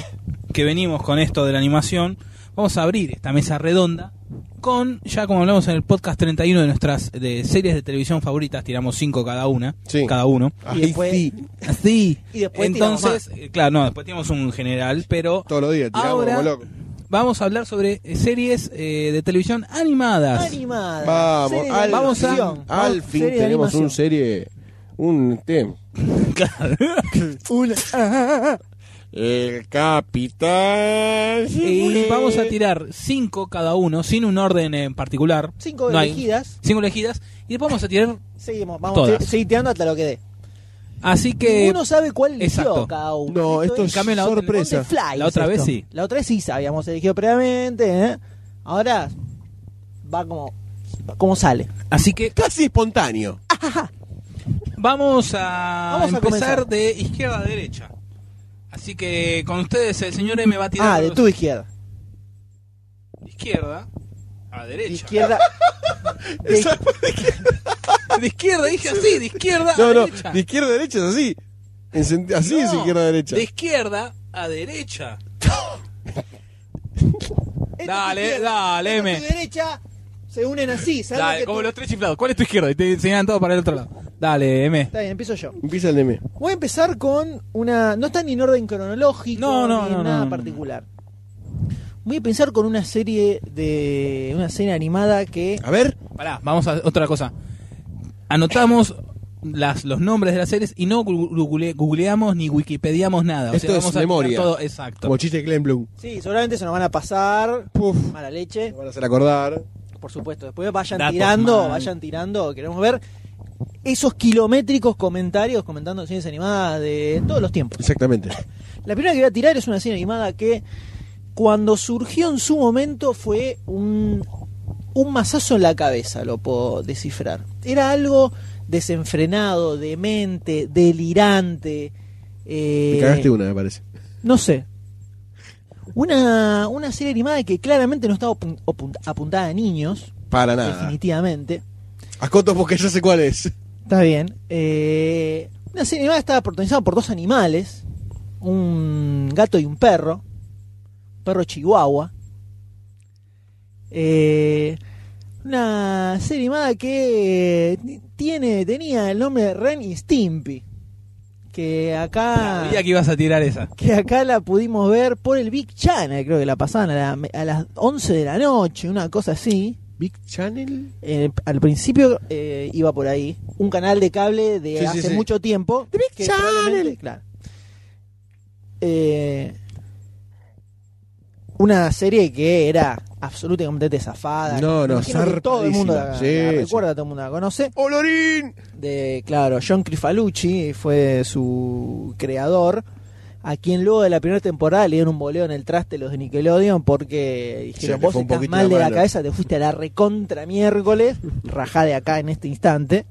Speaker 3: que venimos con esto de la animación, vamos a abrir esta mesa redonda con, ya como hablamos en el podcast 31 de nuestras de series de televisión favoritas, tiramos cinco cada una,
Speaker 2: Sí.
Speaker 3: cada uno.
Speaker 1: Y después-
Speaker 2: sí,
Speaker 3: Así.
Speaker 1: Y después tiramos
Speaker 3: Entonces, eh, claro, no, después tenemos un general, pero
Speaker 2: todos los días, tiramos
Speaker 3: Ahora-
Speaker 2: como locos.
Speaker 3: vamos a hablar sobre eh, series eh, de televisión animadas.
Speaker 1: Animada.
Speaker 2: Vamos,
Speaker 1: serie de
Speaker 2: al-
Speaker 3: vamos a-
Speaker 1: animación.
Speaker 2: Al
Speaker 1: Vamos,
Speaker 2: fin
Speaker 1: serie de
Speaker 2: tenemos un
Speaker 1: animación.
Speaker 2: serie, un tema.
Speaker 3: Claro.
Speaker 1: Una-
Speaker 13: El capitán.
Speaker 3: Y vamos a tirar cinco cada uno, sin un orden en particular.
Speaker 1: Cinco
Speaker 3: No hay-
Speaker 1: elegidas.
Speaker 3: Cinco elegidas. Y después vamos a tirar.
Speaker 1: Seguimos, vamos
Speaker 3: Todas.
Speaker 1: se- seguiteando hasta lo que dé.
Speaker 3: Así que.
Speaker 1: Uno sabe cuál eligió
Speaker 3: Exacto.
Speaker 1: cada uno.
Speaker 2: No, esto
Speaker 1: es
Speaker 2: es
Speaker 3: cambio, la otra-
Speaker 2: sorpresa.
Speaker 1: on the fly
Speaker 3: La
Speaker 1: es
Speaker 3: otra vez
Speaker 1: esto.
Speaker 3: sí.
Speaker 1: La otra vez sí sabíamos elegido previamente. ¿eh? Ahora va como, va como sale.
Speaker 3: Así que
Speaker 2: Casi espontáneo.
Speaker 3: vamos a
Speaker 1: Vamos a
Speaker 3: empezar
Speaker 1: comenzar.
Speaker 3: de izquierda a derecha. Así que con ustedes el señor M va a tirar
Speaker 1: Ah, de
Speaker 3: los-
Speaker 1: tu izquierda.
Speaker 3: de izquierda a
Speaker 1: De
Speaker 3: derecha.
Speaker 1: izquierda. de-
Speaker 3: De izquierda, dije así, de izquierda
Speaker 2: No,
Speaker 3: a
Speaker 2: no,
Speaker 3: derecha.
Speaker 2: de izquierda a derecha es así. En sen- así es
Speaker 3: No,
Speaker 2: izquierda a derecha.
Speaker 3: De izquierda a derecha. dale, dale,
Speaker 1: de
Speaker 3: M.
Speaker 1: tu derecha se unen así. ¿sabes
Speaker 3: Dale,
Speaker 1: que
Speaker 3: como
Speaker 1: tú-
Speaker 3: los tres chiflados. ¿Cuál es tu izquierda? Y te enseñan todo para el otro lado. Dale, M.
Speaker 1: Está bien, empiezo yo.
Speaker 2: Empieza el de mí.
Speaker 1: Voy a empezar con una. No está ni en orden cronológico
Speaker 3: No, no,
Speaker 1: ni
Speaker 3: no,
Speaker 1: en nada
Speaker 3: no, no.
Speaker 1: particular. Voy a pensar con una serie de. Una serie animada que.
Speaker 2: A ver,
Speaker 3: Pará, vamos a otra cosa. Anotamos las, los nombres de las series y no gu- google- googleamos ni wikipediamos nada. O
Speaker 2: Esto
Speaker 3: sea,
Speaker 2: es
Speaker 3: vamos a tirar
Speaker 2: memoria.
Speaker 3: todo exacto.
Speaker 2: como chiste de Glenn Bloom.
Speaker 1: Sí, seguramente se nos van a pasar.
Speaker 2: Puf,
Speaker 1: Mala leche.
Speaker 2: lo van a hacer acordar.
Speaker 1: Por supuesto. Después vayan
Speaker 3: Datos
Speaker 1: tirando.
Speaker 3: mal.
Speaker 1: Vayan tirando. Queremos ver esos kilométricos comentarios comentando series animadas de todos los tiempos.
Speaker 2: Exactamente.
Speaker 1: La primera que voy a tirar es una serie animada que cuando surgió en su momento fue un, un mazazo en la cabeza, lo puedo descifrar. Era algo desenfrenado, demente, delirante. eh,
Speaker 2: Me cagaste una, me parece.
Speaker 1: No sé. Una, una serie animada que claramente no estaba apun- apun- apuntada a niños,
Speaker 2: Para nada.
Speaker 1: definitivamente.
Speaker 2: A Cotos porque ya sé cuál es.
Speaker 1: Está bien. Eh, una serie animada estaba protagonizada por dos animales, un gato y un perro, un perro chihuahua. Eh, una serie animada que eh, tiene, tenía el nombre de Ren y Stimpy, que acá,
Speaker 3: Sabía que ibas a tirar esa.
Speaker 1: que acá la pudimos ver por el Big Channel, creo que la pasaban a, la- a las 11 de la noche, una cosa así.
Speaker 2: Big Channel.
Speaker 1: Eh, al principio eh, iba por ahí. Un canal de cable de
Speaker 2: Sí, sí,
Speaker 1: hace
Speaker 2: sí.
Speaker 1: mucho tiempo. que probablemente- claro. Eh, una serie que era absolutamente completamente zafada.
Speaker 2: No,
Speaker 1: Me
Speaker 2: no,
Speaker 1: imagino que todo el mundo la,
Speaker 2: zarpadísima.
Speaker 1: la
Speaker 2: Sí,
Speaker 1: recuerda, todo el mundo la conoce.
Speaker 2: ¡Olorín!
Speaker 1: De, claro, John Crifalucci fue su creador. A quien luego de la primera temporada le dieron un boleo en el traste los de Nickelodeon porque
Speaker 2: le
Speaker 1: dijeron,
Speaker 2: fue
Speaker 1: vos
Speaker 2: un
Speaker 1: estás
Speaker 2: poquito
Speaker 1: mal
Speaker 2: la
Speaker 1: de la
Speaker 2: mano".
Speaker 1: cabeza, te fuiste a la recontra miércoles, rajá de acá en este instante.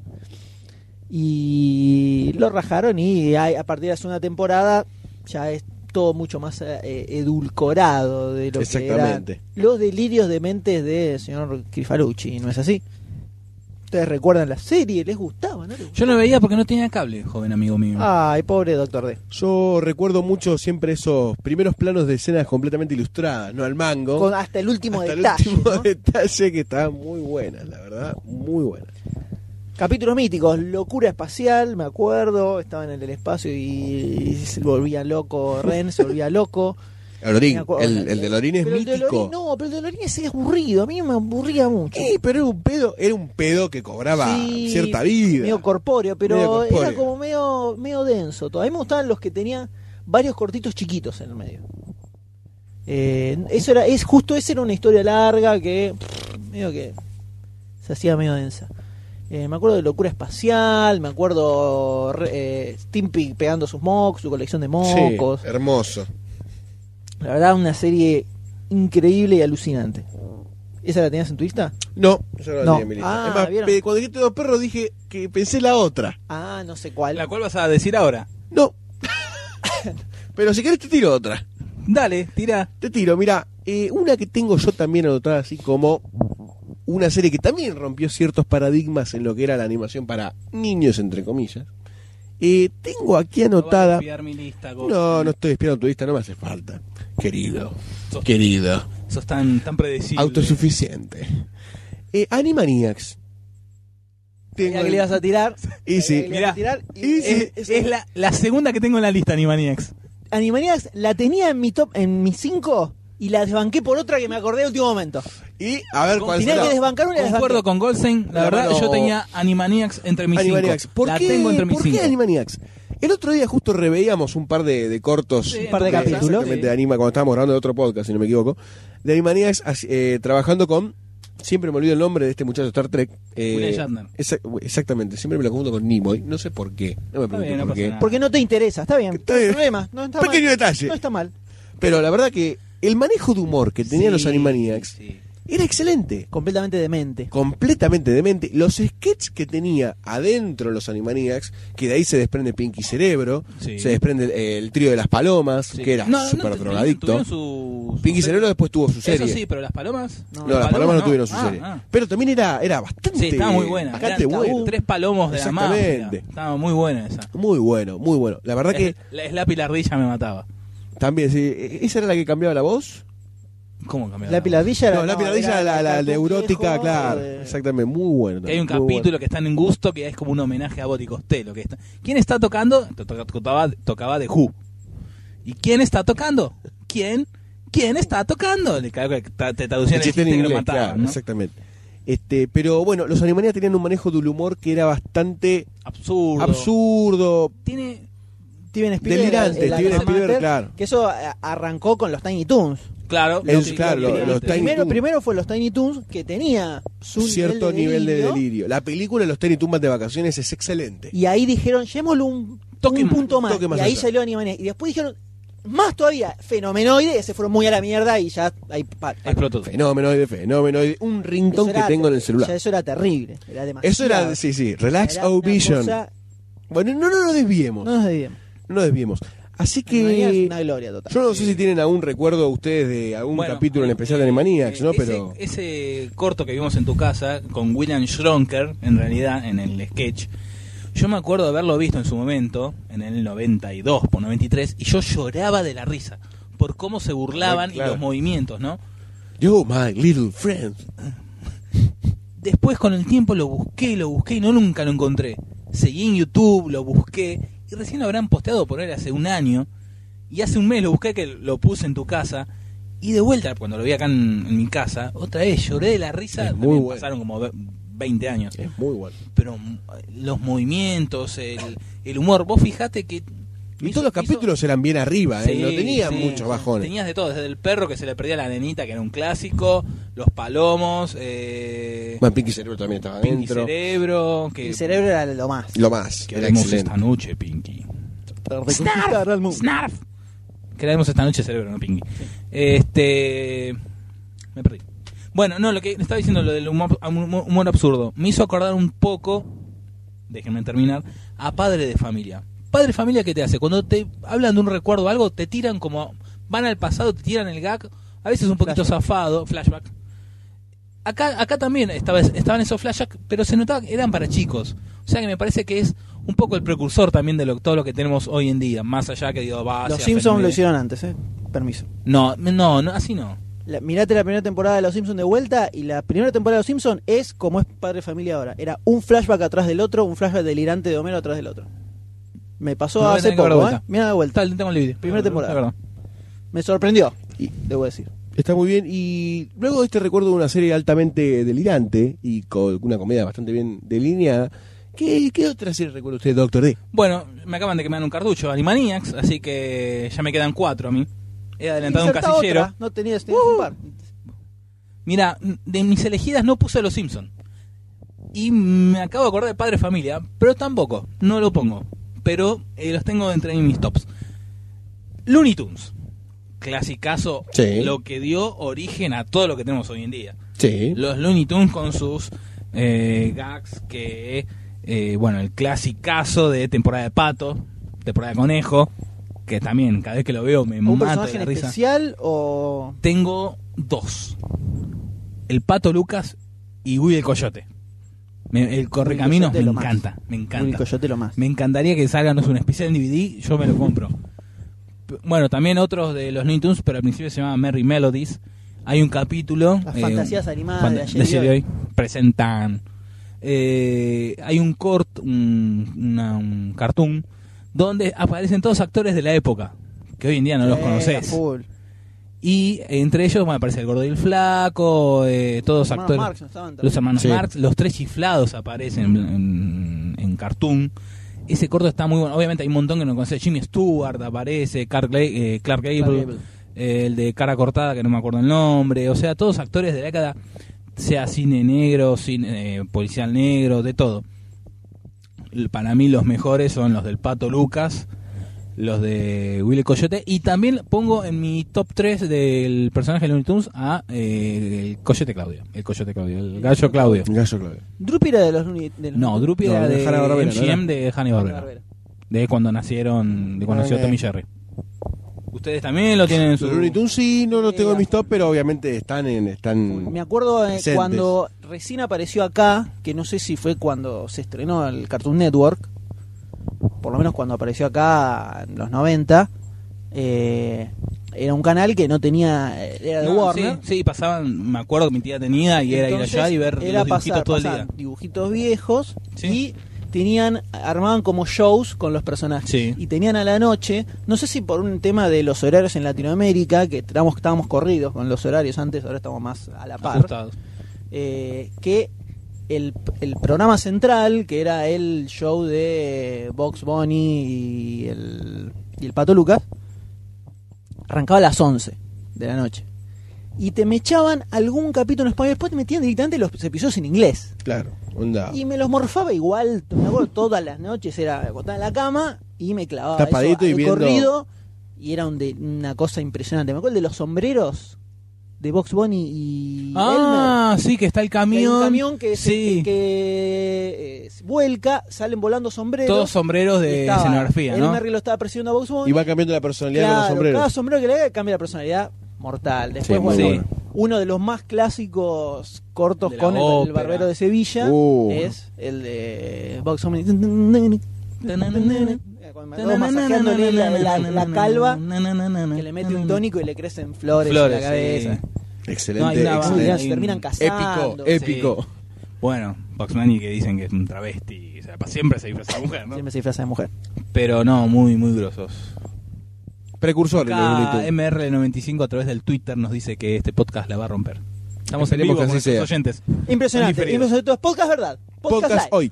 Speaker 1: Y lo rajaron y hay- a partir de la segunda temporada ya es todo mucho más eh, edulcorado de lo que eran
Speaker 2: Exactamente.
Speaker 1: los delirios de mentes del señor Crifalucci, ¿no es así? Ustedes recuerdan la serie, les gustaba, ¿no? les gustaba?
Speaker 3: Yo no veía porque no tenía cable, joven amigo mío.
Speaker 2: Ah.
Speaker 1: Ay, pobre Doctor D.
Speaker 2: Yo recuerdo mucho siempre esos primeros planos de escenas completamente ilustradas, no al mango.
Speaker 1: Con hasta el último
Speaker 2: hasta
Speaker 1: detalle.
Speaker 2: el último
Speaker 1: ¿no?
Speaker 2: detalle que estaban muy buenas, la verdad, muy buenas.
Speaker 1: Capítulos míticos, locura espacial, me acuerdo, estaban en el espacio y se volvía loco Ren, se volvía loco.
Speaker 2: Olorín,
Speaker 1: Me acuerdo.
Speaker 2: el, el de Olorín es
Speaker 1: pero el de
Speaker 2: mítico.
Speaker 1: Olorín, no, pero el de Olorín es aburrido, a mí me aburría mucho.
Speaker 2: Eh, pero era un pedo, era un pedo que cobraba
Speaker 1: Sí,
Speaker 2: cierta vida.
Speaker 1: Medio corpóreo, pero
Speaker 2: Medio corpóreo.
Speaker 1: era como medio, medio denso. todo. A mí me gustaban los que tenían varios cortitos chiquitos en el medio. Eh, eso era, es justo esa era una historia larga que pff, medio que se hacía medio densa. Eh, me acuerdo de Locura Espacial, me acuerdo re- eh, Stimpy pegando sus mocos, su colección de
Speaker 2: Sí,
Speaker 1: mocos.
Speaker 2: hermoso.
Speaker 1: La verdad, una serie increíble y alucinante. ¿Esa la tenías en tu lista?
Speaker 2: No, yo no, la
Speaker 1: No.
Speaker 2: tenía en mi lista.
Speaker 1: Ah,
Speaker 2: Es más,
Speaker 1: ¿vieron?
Speaker 2: pe- cuando dijiste dos perros dije que pensé la otra.
Speaker 1: Ah, no sé cuál.
Speaker 3: La cual vas a decir ahora.
Speaker 2: No. pero si querés te tiro otra.
Speaker 3: Dale, tira.
Speaker 2: Te tiro, mira, eh, una que tengo yo también anotada así como una serie que también rompió ciertos paradigmas en lo que era la animación para niños, entre comillas. Eh, tengo aquí
Speaker 3: No vas a
Speaker 2: anotada...
Speaker 3: espiar mi lista, Goku.
Speaker 2: No, no estoy espiando tu lista, no me hace falta. Querido,
Speaker 3: Sos-
Speaker 2: querido,
Speaker 3: Sos tan, tan predecible.
Speaker 2: autosuficiente. Eh, Animaniacs. Tengo
Speaker 1: Mirá que le ibas a tirar.
Speaker 2: Y sí,
Speaker 1: Mirá que le ibas a tirar y-
Speaker 2: Y sí.
Speaker 3: Es, es la, la segunda que tengo en la lista, Animaniacs.
Speaker 1: Animaniacs la tenía en mi top, en mis 5 y la desbanqué por otra que me acordé de último momento.
Speaker 2: y a ver cuál
Speaker 1: Tenía
Speaker 2: será.
Speaker 1: que desbancar una y la
Speaker 3: Concuerdo
Speaker 1: desbanqué.
Speaker 3: con Goldstein, la
Speaker 2: La
Speaker 3: verdad,
Speaker 2: mano-
Speaker 3: yo tenía Animaniacs entre mis
Speaker 2: Animaniacs.
Speaker 3: cinco.
Speaker 2: ¿Por
Speaker 3: la
Speaker 2: qué,
Speaker 3: tengo entre mis
Speaker 2: ¿por qué
Speaker 3: cinco.
Speaker 2: Animaniacs? El otro día justo reveíamos un par de, de cortos.
Speaker 3: Sí,
Speaker 1: un par de capítulos.
Speaker 2: exactamente, de Anima, cuando estábamos grabando de otro podcast, si no me equivoco. De Animaniacs así, eh, trabajando con. Siempre me olvido el nombre de este muchacho de Star Trek. eh,
Speaker 3: William Shatner.
Speaker 2: exa- exactamente, siempre me lo confundo con Nimoy. No sé por qué. No me
Speaker 3: Está bien,
Speaker 2: pregunto
Speaker 3: no
Speaker 2: por
Speaker 3: pasa
Speaker 2: qué.
Speaker 3: nada.
Speaker 1: Porque no te interesa, está bien.
Speaker 2: Está bien.
Speaker 1: No hay problema, no está
Speaker 2: Pequeño
Speaker 1: mal.
Speaker 2: detalle.
Speaker 1: No está mal.
Speaker 2: Pero la verdad que el manejo de humor que tenían los Animaniacs
Speaker 3: sí.
Speaker 2: era excelente.
Speaker 1: Completamente demente.
Speaker 2: completamente demente. Los sketches que tenía adentro los Animaniacs, que de ahí se desprende Pinky Cerebro,
Speaker 9: Sí.
Speaker 2: se desprende eh, el trío de las palomas,
Speaker 3: Sí.
Speaker 2: que era
Speaker 3: No, no,
Speaker 2: súper
Speaker 3: tuvieron-
Speaker 2: drogadicto.
Speaker 3: tuvieron su- su
Speaker 2: Pinky
Speaker 3: serie.
Speaker 2: Cerebro después tuvo su serie.
Speaker 3: Eso sí, pero las palomas.
Speaker 2: no, las palomas no tuvieron su
Speaker 3: Ah,
Speaker 2: serie.
Speaker 3: ah.
Speaker 2: Pero también era, era bastante.
Speaker 3: Sí, estaba muy buena.
Speaker 2: Bastante
Speaker 3: Eran
Speaker 2: bueno.
Speaker 3: Tres palomos de la mafia.
Speaker 2: Exactamente.
Speaker 3: Estaba muy buena esa.
Speaker 2: Muy bueno, muy bueno. La verdad que
Speaker 3: La Slappy Lardilla me mataba.
Speaker 2: también, sí, esa era la que cambiaba la voz.
Speaker 3: ¿Cómo cambiaba?
Speaker 1: La piladilla era.
Speaker 2: No, la piradilla,
Speaker 1: era
Speaker 2: la, la
Speaker 1: cartón
Speaker 2: neurótica,
Speaker 1: viejo,
Speaker 2: claro.
Speaker 1: eh,
Speaker 2: Exactamente, muy bueno.
Speaker 3: Que hay un
Speaker 2: muy bueno.
Speaker 3: capítulo que está en gusto que es como un homenaje a Boti Costello. Que está... ¿Quién está tocando? To- to- Tocaba, tocaba The Who. ¿Y quién está tocando? ¿Quién? ¿Quién está tocando? Le cago que ta- te traducían
Speaker 2: El chiste en
Speaker 3: que lo
Speaker 2: inglés,
Speaker 3: mataban,
Speaker 2: claro,
Speaker 3: ¿no?
Speaker 2: exactamente. Este, pero bueno, los Animaniacs tenían un manejo del humor que era bastante
Speaker 3: Absurdo.
Speaker 2: absurdo.
Speaker 3: Tiene...
Speaker 1: Steven Spielberg.
Speaker 2: Delirante,
Speaker 1: el
Speaker 2: Steven
Speaker 1: Alexander,
Speaker 2: Spielberg, claro.
Speaker 1: Que eso eh, arrancó con los Tiny Toons.
Speaker 3: Claro,
Speaker 2: El-
Speaker 3: sí,
Speaker 2: claro, lo- los Tiny
Speaker 1: primero,
Speaker 2: Toons.
Speaker 1: primero fue los Tiny Toons que tenía su
Speaker 2: cierto nivel de
Speaker 1: delirio,
Speaker 2: delirio. La película Los Tiny Tumbas de Vacaciones es excelente.
Speaker 1: Y ahí dijeron, llevémosle un,
Speaker 3: Toque
Speaker 1: un
Speaker 3: más,
Speaker 1: punto más.
Speaker 2: toque más
Speaker 1: y ahí
Speaker 2: allá.
Speaker 1: salió Animaniacs. Y después dijeron, más todavía, fenomenoide, que se fueron muy a la mierda y ya ahí pa- pa-
Speaker 3: Explotó. todo.
Speaker 2: Fenomenoide, fenomenoide. Un
Speaker 1: Eso
Speaker 2: ringtone que
Speaker 1: era-
Speaker 2: tengo en el
Speaker 1: ya
Speaker 2: celular.
Speaker 1: eso era terrible. Era demasiado.
Speaker 2: Eso era, sí, sí, Relax
Speaker 1: Era
Speaker 2: O
Speaker 1: una
Speaker 2: Vision.
Speaker 1: cosa-
Speaker 2: Bueno, no, no nos desviemos.
Speaker 1: no
Speaker 2: No
Speaker 1: nos debíamos.
Speaker 2: nos desviemos. Así
Speaker 1: Animaniacs,
Speaker 2: que.
Speaker 1: una gloria total.
Speaker 2: Yo no sé si tienen algún recuerdo ustedes de algún
Speaker 3: Bueno,
Speaker 2: capítulo en especial de Animaniacs,
Speaker 3: eh,
Speaker 2: ¿no?
Speaker 3: ese-
Speaker 2: Pero.
Speaker 3: Ese, corto que vimos en tu casa con William Schronker, en realidad, en el sketch, yo me acuerdo de haberlo visto en su momento, en el 92 por 93, y yo lloraba de la risa por cómo se burlaban
Speaker 2: Ay, claro.
Speaker 3: y los movimientos, ¿no?
Speaker 2: Yo, my little friend.
Speaker 3: Después con el tiempo lo busqué, lo busqué y no nunca lo encontré. Seguí en YouTube, lo busqué y recién lo habrán posteado por él hace un año y hace un mes lo busqué que lo puse en tu casa y de vuelta cuando lo vi acá en, en mi casa, otra vez lloré de la risa,
Speaker 2: Es muy
Speaker 3: También
Speaker 2: bueno.
Speaker 3: pasaron como ve- 20 años,
Speaker 2: Es muy bueno.
Speaker 3: pero mm, los movimientos, el, el humor, vos fijate que...
Speaker 2: Y
Speaker 3: me
Speaker 2: todos los
Speaker 3: hizo- me hizo-
Speaker 2: capítulos eran bien arriba, ¿eh?
Speaker 3: Sí,
Speaker 2: no tenían
Speaker 3: sí.
Speaker 2: muchos bajones.
Speaker 3: Tenías de todo, desde el perro que se le perdía a la nenita, que era un clásico, los palomos, eh,
Speaker 2: Bueno, Pinky Cerebro también estaba
Speaker 3: Pinky
Speaker 2: adentro.
Speaker 3: Cerebro, que
Speaker 1: El cerebro era lo más.
Speaker 2: Lo más,
Speaker 3: que
Speaker 2: era
Speaker 3: haremos
Speaker 2: excelente.
Speaker 3: esta noche, Pinky.
Speaker 1: Reconquistar al mundo.
Speaker 3: Snarf. Que haremos esta noche, Cerebro, no Pinky. Este me perdí. Bueno, no, lo que estaba diciendo lo del humor, humor- humor absurdo, me hizo acordar un poco, déjenme terminar, a Padre de Familia. Padre de Familia ¿qué te hace cuando te hablan de un recuerdo o algo, te tiran como van al pasado, te tiran el gag, a veces un poquito zafado, flashback. Acá, acá también estaba, estaban esos flashbacks, pero se notaba que eran para chicos. O sea que me parece que es un poco el precursor también de lo, todo lo que tenemos hoy en día. Más allá que digo, va
Speaker 1: Los
Speaker 3: hacia
Speaker 1: Simpsons lo
Speaker 3: efemérides.
Speaker 1: hicieron antes, ¿eh? Permiso.
Speaker 3: No, no, no, así no.
Speaker 1: La- mirate la primera temporada de Los Simpsons de vuelta y la primera temporada de Los Simpsons es como es Padre Familia ahora. Era un flashback atrás del otro, un flashback delirante de Homero atrás del otro. Me pasó
Speaker 3: Me voy a
Speaker 1: hace
Speaker 3: tener que ver de
Speaker 1: poco, ¿eh?
Speaker 3: vuelta.
Speaker 1: Mira de
Speaker 3: Está
Speaker 1: vuelta.
Speaker 3: el tema del vídeo.
Speaker 1: Primera temporada.
Speaker 3: La verdad.
Speaker 1: Me sorprendió, debo decir.
Speaker 2: Está muy bien. Y luego de este recuerdo de una serie altamente delirante y con una comedia bastante bien delineada, ¿qué, qué otra serie recuerda usted, Doctor D?
Speaker 3: Bueno, me acaban de quemar un cartucho, Animaniacs, así que ya me quedan cuatro a mí. He adelantado un
Speaker 1: Insertá
Speaker 3: casillero.
Speaker 1: otra, No tenías, tenías un par.
Speaker 3: Mira, de mis elegidas no puse a los Simpson. Y me acabo de acordar de Padre Familia, pero tampoco, no lo pongo. Pero eh, los tengo entre mis tops. Looney Tunes. Clasicazo,
Speaker 2: Sí.
Speaker 3: lo que dio origen a todo lo que tenemos hoy en día.
Speaker 2: Sí.
Speaker 3: los Looney Tunes con sus eh, gags que eh, bueno el clasicazo de temporada de pato temporada de conejo que también cada vez que lo veo me
Speaker 1: ¿Un
Speaker 3: mato de
Speaker 1: personaje
Speaker 3: la
Speaker 1: en
Speaker 3: risa
Speaker 1: especial o
Speaker 3: tengo dos el pato Lucas y Will el coyote Me- el correcaminos me
Speaker 1: Coyote lo más.
Speaker 3: encanta me
Speaker 1: un
Speaker 3: encanta
Speaker 1: coyote lo más?
Speaker 3: me encantaría que salgan no sé, un especial en DVD, yo me lo compro. P- Bueno, también otros de los Looney Tunes, pero al principio se llamaba Merry Melodies. Hay un capítulo. eh,
Speaker 1: Las fantasías animadas de ayer y
Speaker 3: de
Speaker 1: hoy.
Speaker 3: hoy. Presentan. eh, hay un cort, un, una- un cartoon, donde aparecen todos actores de la época, que hoy en día no los
Speaker 1: Eh,
Speaker 3: conoces.
Speaker 1: full.
Speaker 3: Y entre ellos bueno, aparece el gordo y el flaco, eh, todos
Speaker 1: Los hermanos
Speaker 3: actores.
Speaker 1: Marx no estaban
Speaker 3: Los
Speaker 1: también.
Speaker 3: hermanos
Speaker 2: Sí.
Speaker 3: Marx, los tres chiflados aparecen en, en- en cartoon. Ese corto está muy bueno. Obviamente hay un montón que no conoce. Jimmy Stewart aparece, Clark, Gable, eh, Clark Gable,
Speaker 1: Clark Gable.
Speaker 3: eh, el de cara cortada, que no me acuerdo el nombre. O sea, todos actores de la década, sea cine negro, cine eh, policial negro, de todo. L- Para mí los mejores son los del Pato Lucas, los de Willy Coyote. Y también pongo en mi top 3 del personaje de Looney Tunes a eh, el Coyote Claudio. El Coyote Claudio, el Gallo Claudio.
Speaker 2: Gallo Claudio.
Speaker 1: Drupi era de los. Looney- de los-
Speaker 3: No, Drupi
Speaker 2: No,
Speaker 3: era
Speaker 2: de
Speaker 3: de,
Speaker 2: Hanna-Barbera, ¿no
Speaker 3: MGM de Hanna Barbera.
Speaker 1: Barbera.
Speaker 3: De cuando nacieron, de cuando nació
Speaker 2: Ah,
Speaker 3: Tommy
Speaker 2: eh.
Speaker 3: Jerry. Ustedes también lo tienen en su.
Speaker 2: Los Looney Tunes sí, no los tengo en
Speaker 1: Eh,
Speaker 2: mis top, pero obviamente están en.
Speaker 3: Mm.
Speaker 2: Están...
Speaker 1: Me acuerdo eh,
Speaker 2: Presentes.
Speaker 1: cuando recién apareció acá, que no sé si fue cuando se estrenó el Cartoon Network, por lo menos cuando apareció acá en los 90, eh, era un canal que no tenía, eh, era de
Speaker 3: No,
Speaker 1: Warner.
Speaker 3: Sí, sí, pasaban, me acuerdo que mi tía tenía y era ir
Speaker 1: Entonces,
Speaker 3: allá y ver
Speaker 1: era
Speaker 3: los dibujitos
Speaker 1: pasar-
Speaker 3: todo el
Speaker 1: pasaban
Speaker 3: día.
Speaker 1: dibujitos viejos
Speaker 3: Sí.
Speaker 1: y tenían armaban como shows con los personajes
Speaker 3: Sí.
Speaker 1: y tenían a la noche no sé si por un tema de los horarios en Latinoamérica que estábamos, estábamos corridos con los horarios antes ahora estamos más a la par
Speaker 3: Ajustados.
Speaker 1: eh, que el, el programa central, que era el show de Box Bunny y el, y el Pato Lucas, arrancaba a las 11 de la noche. Y te me echaban algún capítulo en español, después te metían directamente los episodios en inglés.
Speaker 2: Claro, onda.
Speaker 1: Y me los morfaba igual, me acuerdo, todas las noches era acostada en la cama y me clavaba.
Speaker 2: Tapadito
Speaker 1: eso
Speaker 2: y
Speaker 1: al
Speaker 2: viendo-
Speaker 1: corrido y era un de- una cosa impresionante. Me acuerdo el de los sombreros de Box Bunny y Elmer.
Speaker 3: Ah, sí, que está el
Speaker 1: Que hay
Speaker 3: camión.
Speaker 1: un camión que, se-
Speaker 3: sí,
Speaker 1: que, eh, vuelca, salen volando sombreros.
Speaker 3: todos sombreros
Speaker 1: Y
Speaker 3: de
Speaker 1: estaba-
Speaker 3: escenografía,
Speaker 1: Eddie
Speaker 3: ¿no?
Speaker 1: Murphy lo estaba persiguiendo a Bugs Bunny.
Speaker 2: Y va cambiando la personalidad
Speaker 1: Claro,
Speaker 2: con los sombreros.
Speaker 1: Cada sombrero que le haga cambia la personalidad mortal. Después,
Speaker 2: Sí, muy
Speaker 1: bueno,
Speaker 3: bueno.
Speaker 1: uno de los más clásicos cortos
Speaker 3: De la
Speaker 1: con el- el,
Speaker 3: ópera.
Speaker 1: barbero de Sevilla
Speaker 2: Uh.
Speaker 1: es el de Bugs Bunny. Cuando va masajeándole la, la- la calva, que le mete un tónico y le crecen flores,
Speaker 3: Flores,
Speaker 1: en la cabeza.
Speaker 3: sí. No,
Speaker 2: Excelente,
Speaker 3: hay una-
Speaker 1: Ah,
Speaker 2: excelente.
Speaker 1: mirá,
Speaker 3: hay
Speaker 1: se
Speaker 3: un-
Speaker 1: terminan casando.
Speaker 2: Épico, épico.
Speaker 3: Bueno, Boxmani que dicen que es un travesti, o sea, pa- siempre se disfraza de mujer, ¿no?
Speaker 1: Siempre se disfraza de mujer.
Speaker 3: Pero no, muy, muy grosos.
Speaker 2: Precursores de los Looney Tunes.
Speaker 3: MR95 a través del Twitter nos dice que este podcast la va a romper. Estamos en
Speaker 2: Esperemos
Speaker 3: vivo
Speaker 2: que
Speaker 3: con
Speaker 2: así
Speaker 3: nuestros
Speaker 2: sea.
Speaker 3: oyentes.
Speaker 1: Impresionante.
Speaker 3: Diferido.
Speaker 1: Impresionante. Podcast verdad. Podcast,
Speaker 2: Podcast
Speaker 1: live.
Speaker 2: hoy.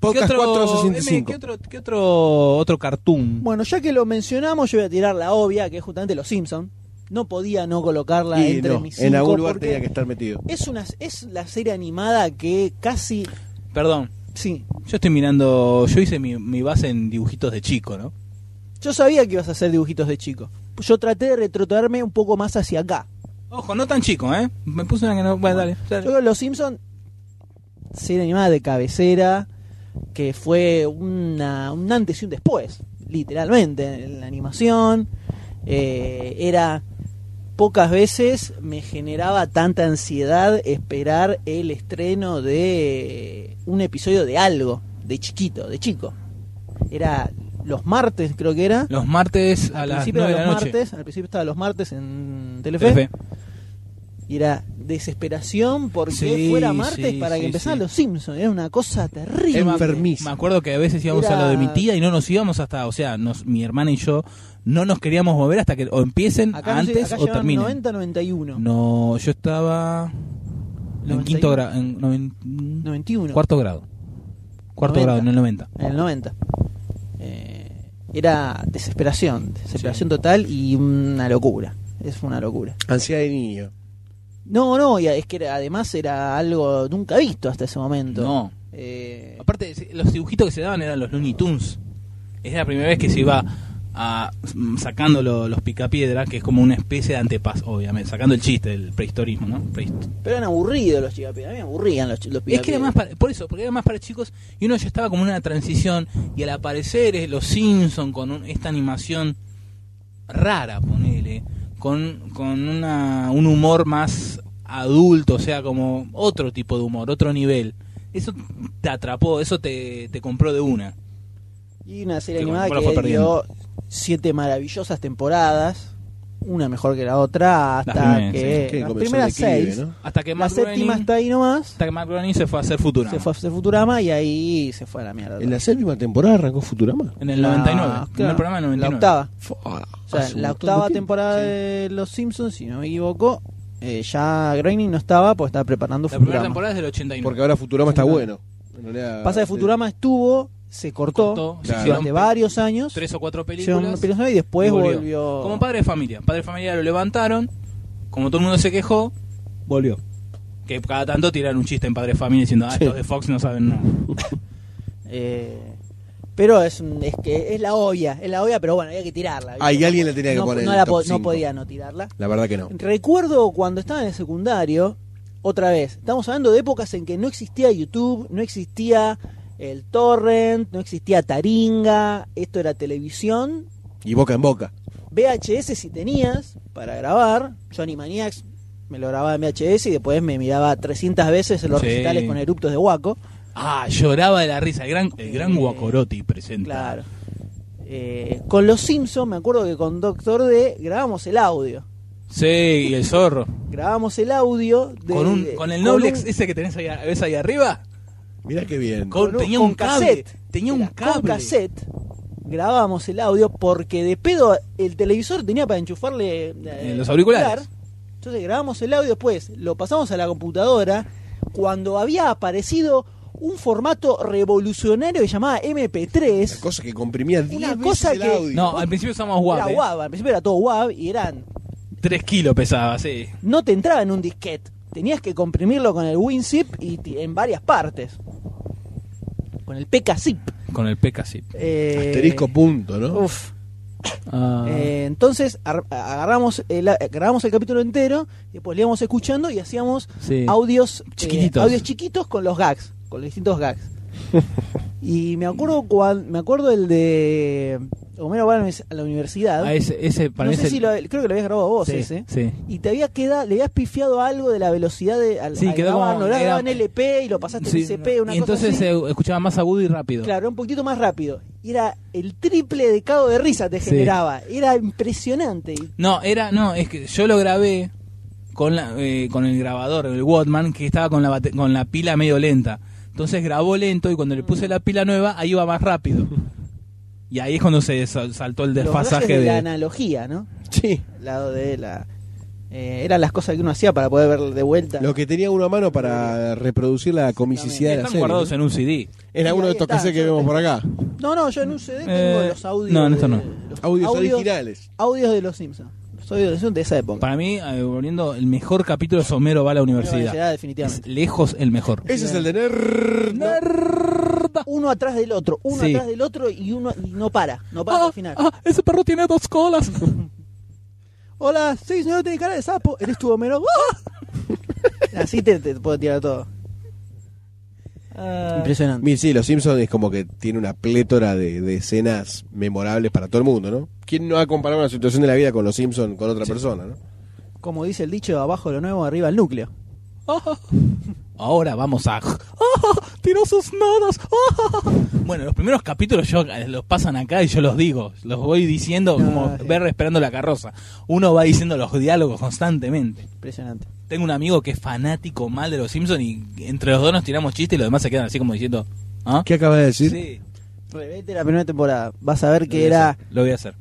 Speaker 2: Podcast
Speaker 3: ¿Qué otro-
Speaker 2: 465.
Speaker 3: M, ¿Qué otro, qué otro, otro cartoon?
Speaker 1: Bueno, ya que lo mencionamos, yo voy a tirar la obvia, que es justamente Los Simpsons. No podía no colocarla
Speaker 2: Y
Speaker 1: entre
Speaker 2: no,
Speaker 1: mis
Speaker 2: en
Speaker 1: cinco
Speaker 2: algún lugar
Speaker 1: porque
Speaker 2: tenía que estar metido.
Speaker 1: es, una, es la serie animada que casi...
Speaker 3: Perdón,
Speaker 1: Sí,
Speaker 3: yo estoy mirando, yo hice mi, mi base en dibujitos de chico, ¿no?
Speaker 1: yo sabía que ibas a hacer dibujitos de chico. Yo traté de retrotraerme un poco más hacia acá.
Speaker 3: Ojo, no tan chico, ¿eh? Me puse una que no... Bueno, dale.
Speaker 1: Yo
Speaker 3: dale.
Speaker 1: creo que Los Simpsons, serie animada de cabecera, que fue una, un antes y un después, literalmente, en la animación. eh, era pocas veces me generaba tanta ansiedad esperar el estreno de un episodio de algo, de chiquito, de chico. Era los martes, creo que era.
Speaker 3: Los martes a
Speaker 1: al
Speaker 3: las
Speaker 1: principio
Speaker 3: 9 de
Speaker 1: era
Speaker 3: la
Speaker 1: los
Speaker 3: noche.
Speaker 1: martes, al principio estaba los martes en Telefe.
Speaker 3: Telefe.
Speaker 1: Y era desesperación porque
Speaker 3: Sí,
Speaker 1: fuera martes
Speaker 3: sí,
Speaker 1: para que
Speaker 3: sí,
Speaker 1: empezaran
Speaker 3: sí.
Speaker 1: los Simpsons. Era una cosa terrible.
Speaker 3: Me
Speaker 2: Enfermizo.
Speaker 3: acuerdo que a veces íbamos
Speaker 1: Era-
Speaker 3: a lo de mi tía y no nos íbamos hasta, o sea, nos, mi hermana y yo no nos queríamos mover hasta que o empiecen
Speaker 1: Acá no sé,
Speaker 3: antes
Speaker 1: acá
Speaker 3: o
Speaker 1: llevan
Speaker 3: terminen.
Speaker 1: 90, 91.
Speaker 3: No, yo estaba en
Speaker 1: 91.
Speaker 3: quinto grado, en noven-
Speaker 1: 91.
Speaker 3: cuarto grado. Cuarto
Speaker 1: 90.
Speaker 3: grado, en el 90.
Speaker 1: En el 90. Eh, era desesperación, desesperación total y una locura. Es una locura.
Speaker 2: Ansiedad de niño.
Speaker 1: No, no, y es que era- además era algo nunca visto hasta ese momento.
Speaker 3: No.
Speaker 1: Eh,
Speaker 3: Aparte, se- los dibujitos que se daban eran los Looney Tunes. Es la primera vez que se iba a, mm, sacando lo- los picapiedras, que es como una especie de antepaso, obviamente, sacando el chiste del prehistorismo, ¿no? Prehist-
Speaker 1: pero eran aburridos los chicapiedras. A mí me aburrían los, chi- los
Speaker 3: Es que era
Speaker 1: picapiedras.
Speaker 3: más para, por eso, porque era más para chicos y uno ya estaba como en una transición y al aparecer eh, los Simpson con un- esta animación rara, ponele, con, con una, un humor más adulto, o sea, como otro tipo de humor, otro nivel. Eso te atrapó, eso te, te compró de una.
Speaker 1: Y una serie
Speaker 3: Que con
Speaker 1: animada
Speaker 3: el tiempo la
Speaker 1: que
Speaker 3: fue
Speaker 1: dio siete maravillosas temporadas, una mejor que la otra, hasta
Speaker 3: Las primeras,
Speaker 1: que
Speaker 2: Que
Speaker 1: Eh, las
Speaker 2: comenzó
Speaker 1: primeras
Speaker 2: el declive,
Speaker 1: seis,
Speaker 2: ¿no?
Speaker 3: Hasta que
Speaker 1: la
Speaker 3: Mark
Speaker 1: séptima
Speaker 3: Groening,
Speaker 1: está ahí nomás,
Speaker 3: hasta que Mark Groening se fue a hacer Futurama.
Speaker 1: se fue a hacer Futurama y ahí se fue a la mierda.
Speaker 2: ¿En la séptima temporada arrancó Futurama?
Speaker 3: en el
Speaker 1: La-
Speaker 3: 99, en el
Speaker 1: Ah, claro,
Speaker 3: programa del 99.
Speaker 1: La octava, o sea,
Speaker 2: Hace un
Speaker 1: la
Speaker 2: montón de
Speaker 1: octava
Speaker 2: tiempo.
Speaker 1: temporada de Los Simpsons, si no me equivoco, eh, ya Groening no estaba porque estaba preparando
Speaker 3: La primera
Speaker 1: Futurama.
Speaker 3: temporada es del 89.
Speaker 2: Porque ahora Futurama está bueno. En realidad, eh,
Speaker 1: Pasa que
Speaker 2: sí.
Speaker 1: Futurama estuvo se cortó,
Speaker 3: Cortó,
Speaker 1: durante
Speaker 3: hicieron pe-
Speaker 1: varios años.
Speaker 3: Tres o cuatro
Speaker 1: hicieron
Speaker 3: películas.
Speaker 1: películas nuevas y después
Speaker 3: y
Speaker 1: volvió.
Speaker 3: Como padre de familia. Padre de familia lo levantaron. Como todo el mundo se quejó, volvió. Que cada tanto tiran un chiste en padre de familia diciendo, ah, estos de Fox no saben nada.
Speaker 1: Eh, pero es, un- es que es la obvia, es la obvia, pero bueno, había que tirarla. ¿viste?
Speaker 2: Ahí alguien le tenía que
Speaker 1: no,
Speaker 2: poner.
Speaker 1: no
Speaker 2: el
Speaker 1: la
Speaker 2: top
Speaker 1: po- no
Speaker 2: cinco.
Speaker 1: podía no tirarla.
Speaker 2: La verdad que no.
Speaker 1: Recuerdo cuando estaba en el secundario, otra vez, estamos hablando de épocas en que no existía YouTube, no existía el torrent, no existía taringa, esto era televisión,
Speaker 2: Y boca en boca.
Speaker 1: VHS si tenías para grabar, Johnny Maniacs me lo grababa en VHS y después me miraba 300 veces en los
Speaker 3: Sí.
Speaker 1: recitales con eruptos de Waco.
Speaker 3: Ah, lloraba de la risa. El gran, el gran
Speaker 1: Eh,
Speaker 3: Guacoroti presenta.
Speaker 1: Claro. Eh, con los Simpsons, me acuerdo que con Doctor D grabamos el audio.
Speaker 3: Sí, y el zorro.
Speaker 1: Grabamos el audio de-
Speaker 3: con, un, con el Noblex ese que tenés ahí, a- ves ahí arriba.
Speaker 2: Mirá qué bien.
Speaker 3: Con-
Speaker 1: con
Speaker 3: tenía
Speaker 1: con
Speaker 3: un cable. Tenía un
Speaker 1: Era Con
Speaker 3: cable.
Speaker 1: cassette grabábamos el audio porque de pedo el televisor tenía para enchufarle eh,
Speaker 3: los auriculares.
Speaker 1: auricular. Entonces grabamos el audio después, lo pasamos a la computadora cuando había aparecido un formato revolucionario que llamaba
Speaker 2: La
Speaker 1: MP3.
Speaker 2: cosa que comprimía 10 veces
Speaker 1: cosa
Speaker 2: el
Speaker 1: que-
Speaker 2: audio.
Speaker 3: No, al principio usamos
Speaker 1: Era
Speaker 3: guap. eh.
Speaker 1: WAV, al principio era todo WAV y eran
Speaker 3: Tres kilos pesaba, sí.
Speaker 1: no te entraba en un disquete. Tenías que comprimirlo con el WinZip y ti- en varias partes. Con el PKZip.
Speaker 3: Con el PK, sí.
Speaker 1: Eh, uh,
Speaker 2: Asterisco punto, ¿no?
Speaker 1: uf.
Speaker 2: Ah,
Speaker 3: Ah.
Speaker 1: Eh, entonces ar- agarramos el, eh, grabamos el capítulo entero, y después le íbamos escuchando y hacíamos
Speaker 3: sí.
Speaker 1: audios eh,
Speaker 3: Chiquititos.
Speaker 1: audios chiquitos con los gags, con los distintos gags. y me acuerdo cuan- me acuerdo el de Homero Barnes a la universidad.
Speaker 3: Ah, ese, ese para
Speaker 1: no
Speaker 3: mí
Speaker 1: sé
Speaker 3: es el-
Speaker 1: si lo- creo que lo habías grabado vos ¿eh?
Speaker 3: sí,
Speaker 1: ese
Speaker 3: sí.
Speaker 1: y te había quedado, le habías pifiado algo de la velocidad de al,
Speaker 3: Sí,
Speaker 1: al
Speaker 3: quedó
Speaker 1: grabar,
Speaker 3: como-
Speaker 1: no, lo
Speaker 3: era-
Speaker 1: grababa en LP y lo pasaste
Speaker 3: Sí,
Speaker 1: en CP, una
Speaker 3: y entonces
Speaker 1: cosa así.
Speaker 3: se escuchaba más agudo y rápido.
Speaker 1: Claro, un poquitito más rápido. Y era el triple de cago de risa te
Speaker 3: Sí.
Speaker 1: generaba. Era impresionante. Y
Speaker 3: No, era, no, es que yo lo grabé con, la, eh, con el grabador, el Wattman, que estaba con la, bate- con la pila medio lenta. Entonces grabó lento y cuando le
Speaker 1: Ah.
Speaker 3: puse la pila nueva, ahí iba más rápido. Y ahí es cuando se sal- saltó el
Speaker 1: los gags
Speaker 3: desfasaje
Speaker 1: de la
Speaker 3: de...
Speaker 1: analogía, ¿no?
Speaker 2: Sí.
Speaker 1: Lado de la eh, eran las cosas que uno hacía para poder ver de vuelta.
Speaker 2: Lo que tenía una mano para reproducir la comicidad de la
Speaker 3: Están
Speaker 2: serie.
Speaker 3: guardados
Speaker 2: ¿no?
Speaker 3: en un CD.
Speaker 2: En alguno de
Speaker 1: Y ahí
Speaker 2: estos
Speaker 1: está,
Speaker 2: casos que
Speaker 1: yo
Speaker 2: vemos
Speaker 1: tengo-
Speaker 2: por acá.
Speaker 1: No, no, yo en un CD tengo
Speaker 3: Eh,
Speaker 1: los audios.
Speaker 3: no, en
Speaker 1: de-
Speaker 3: esto no.
Speaker 1: los
Speaker 2: Audios originales.
Speaker 1: Audios de los Simpsons. Los audios de los Simpsons de esa época.
Speaker 3: Para mí, eh, volviendo, el mejor capítulo es Homero va a la universidad.
Speaker 1: Universidad,
Speaker 3: Es
Speaker 1: definitivamente.
Speaker 3: lejos el mejor.
Speaker 2: Ese es el de Nerd.
Speaker 1: Uno atrás del otro, uno
Speaker 3: Sí.
Speaker 1: atrás del otro y uno y no para, no para hasta
Speaker 3: Ah,
Speaker 1: el final.
Speaker 3: ah, ese perro tiene dos colas.
Speaker 1: Hola, sí, señor, tiene cara de sapo. ¿Eres tu Homero? ¡Ah! Así te, te puedo tirar todo. Ah, Impresionante.
Speaker 2: Mira, sí, Los Simpsons es como que tiene una plétora de, de escenas memorables para todo el mundo, ¿no? ¿Quién no ha comparado una situación de la vida con Los Simpsons con otra persona, no?
Speaker 1: Como dice el dicho, abajo lo nuevo, arriba el núcleo.
Speaker 3: Ahora vamos a. ¡Ah! ¡Tiró sus nodos! ¡Ah! Bueno, los primeros capítulos yo eh, los pasan acá y yo los digo. Los voy diciendo como
Speaker 1: sí.
Speaker 3: ver esperando la carroza. Uno va diciendo los diálogos constantemente.
Speaker 1: Impresionante.
Speaker 3: Tengo un amigo que es fanático mal de los Simpsons y entre los dos nos tiramos chistes y los demás se quedan así como diciendo. ¿Ah?
Speaker 2: ¿Qué acabas de decir?
Speaker 3: Sí,
Speaker 1: Revete la primera temporada. Vas a ver
Speaker 3: lo voy
Speaker 1: que
Speaker 3: a
Speaker 1: era.
Speaker 3: hacer, Lo voy a hacer.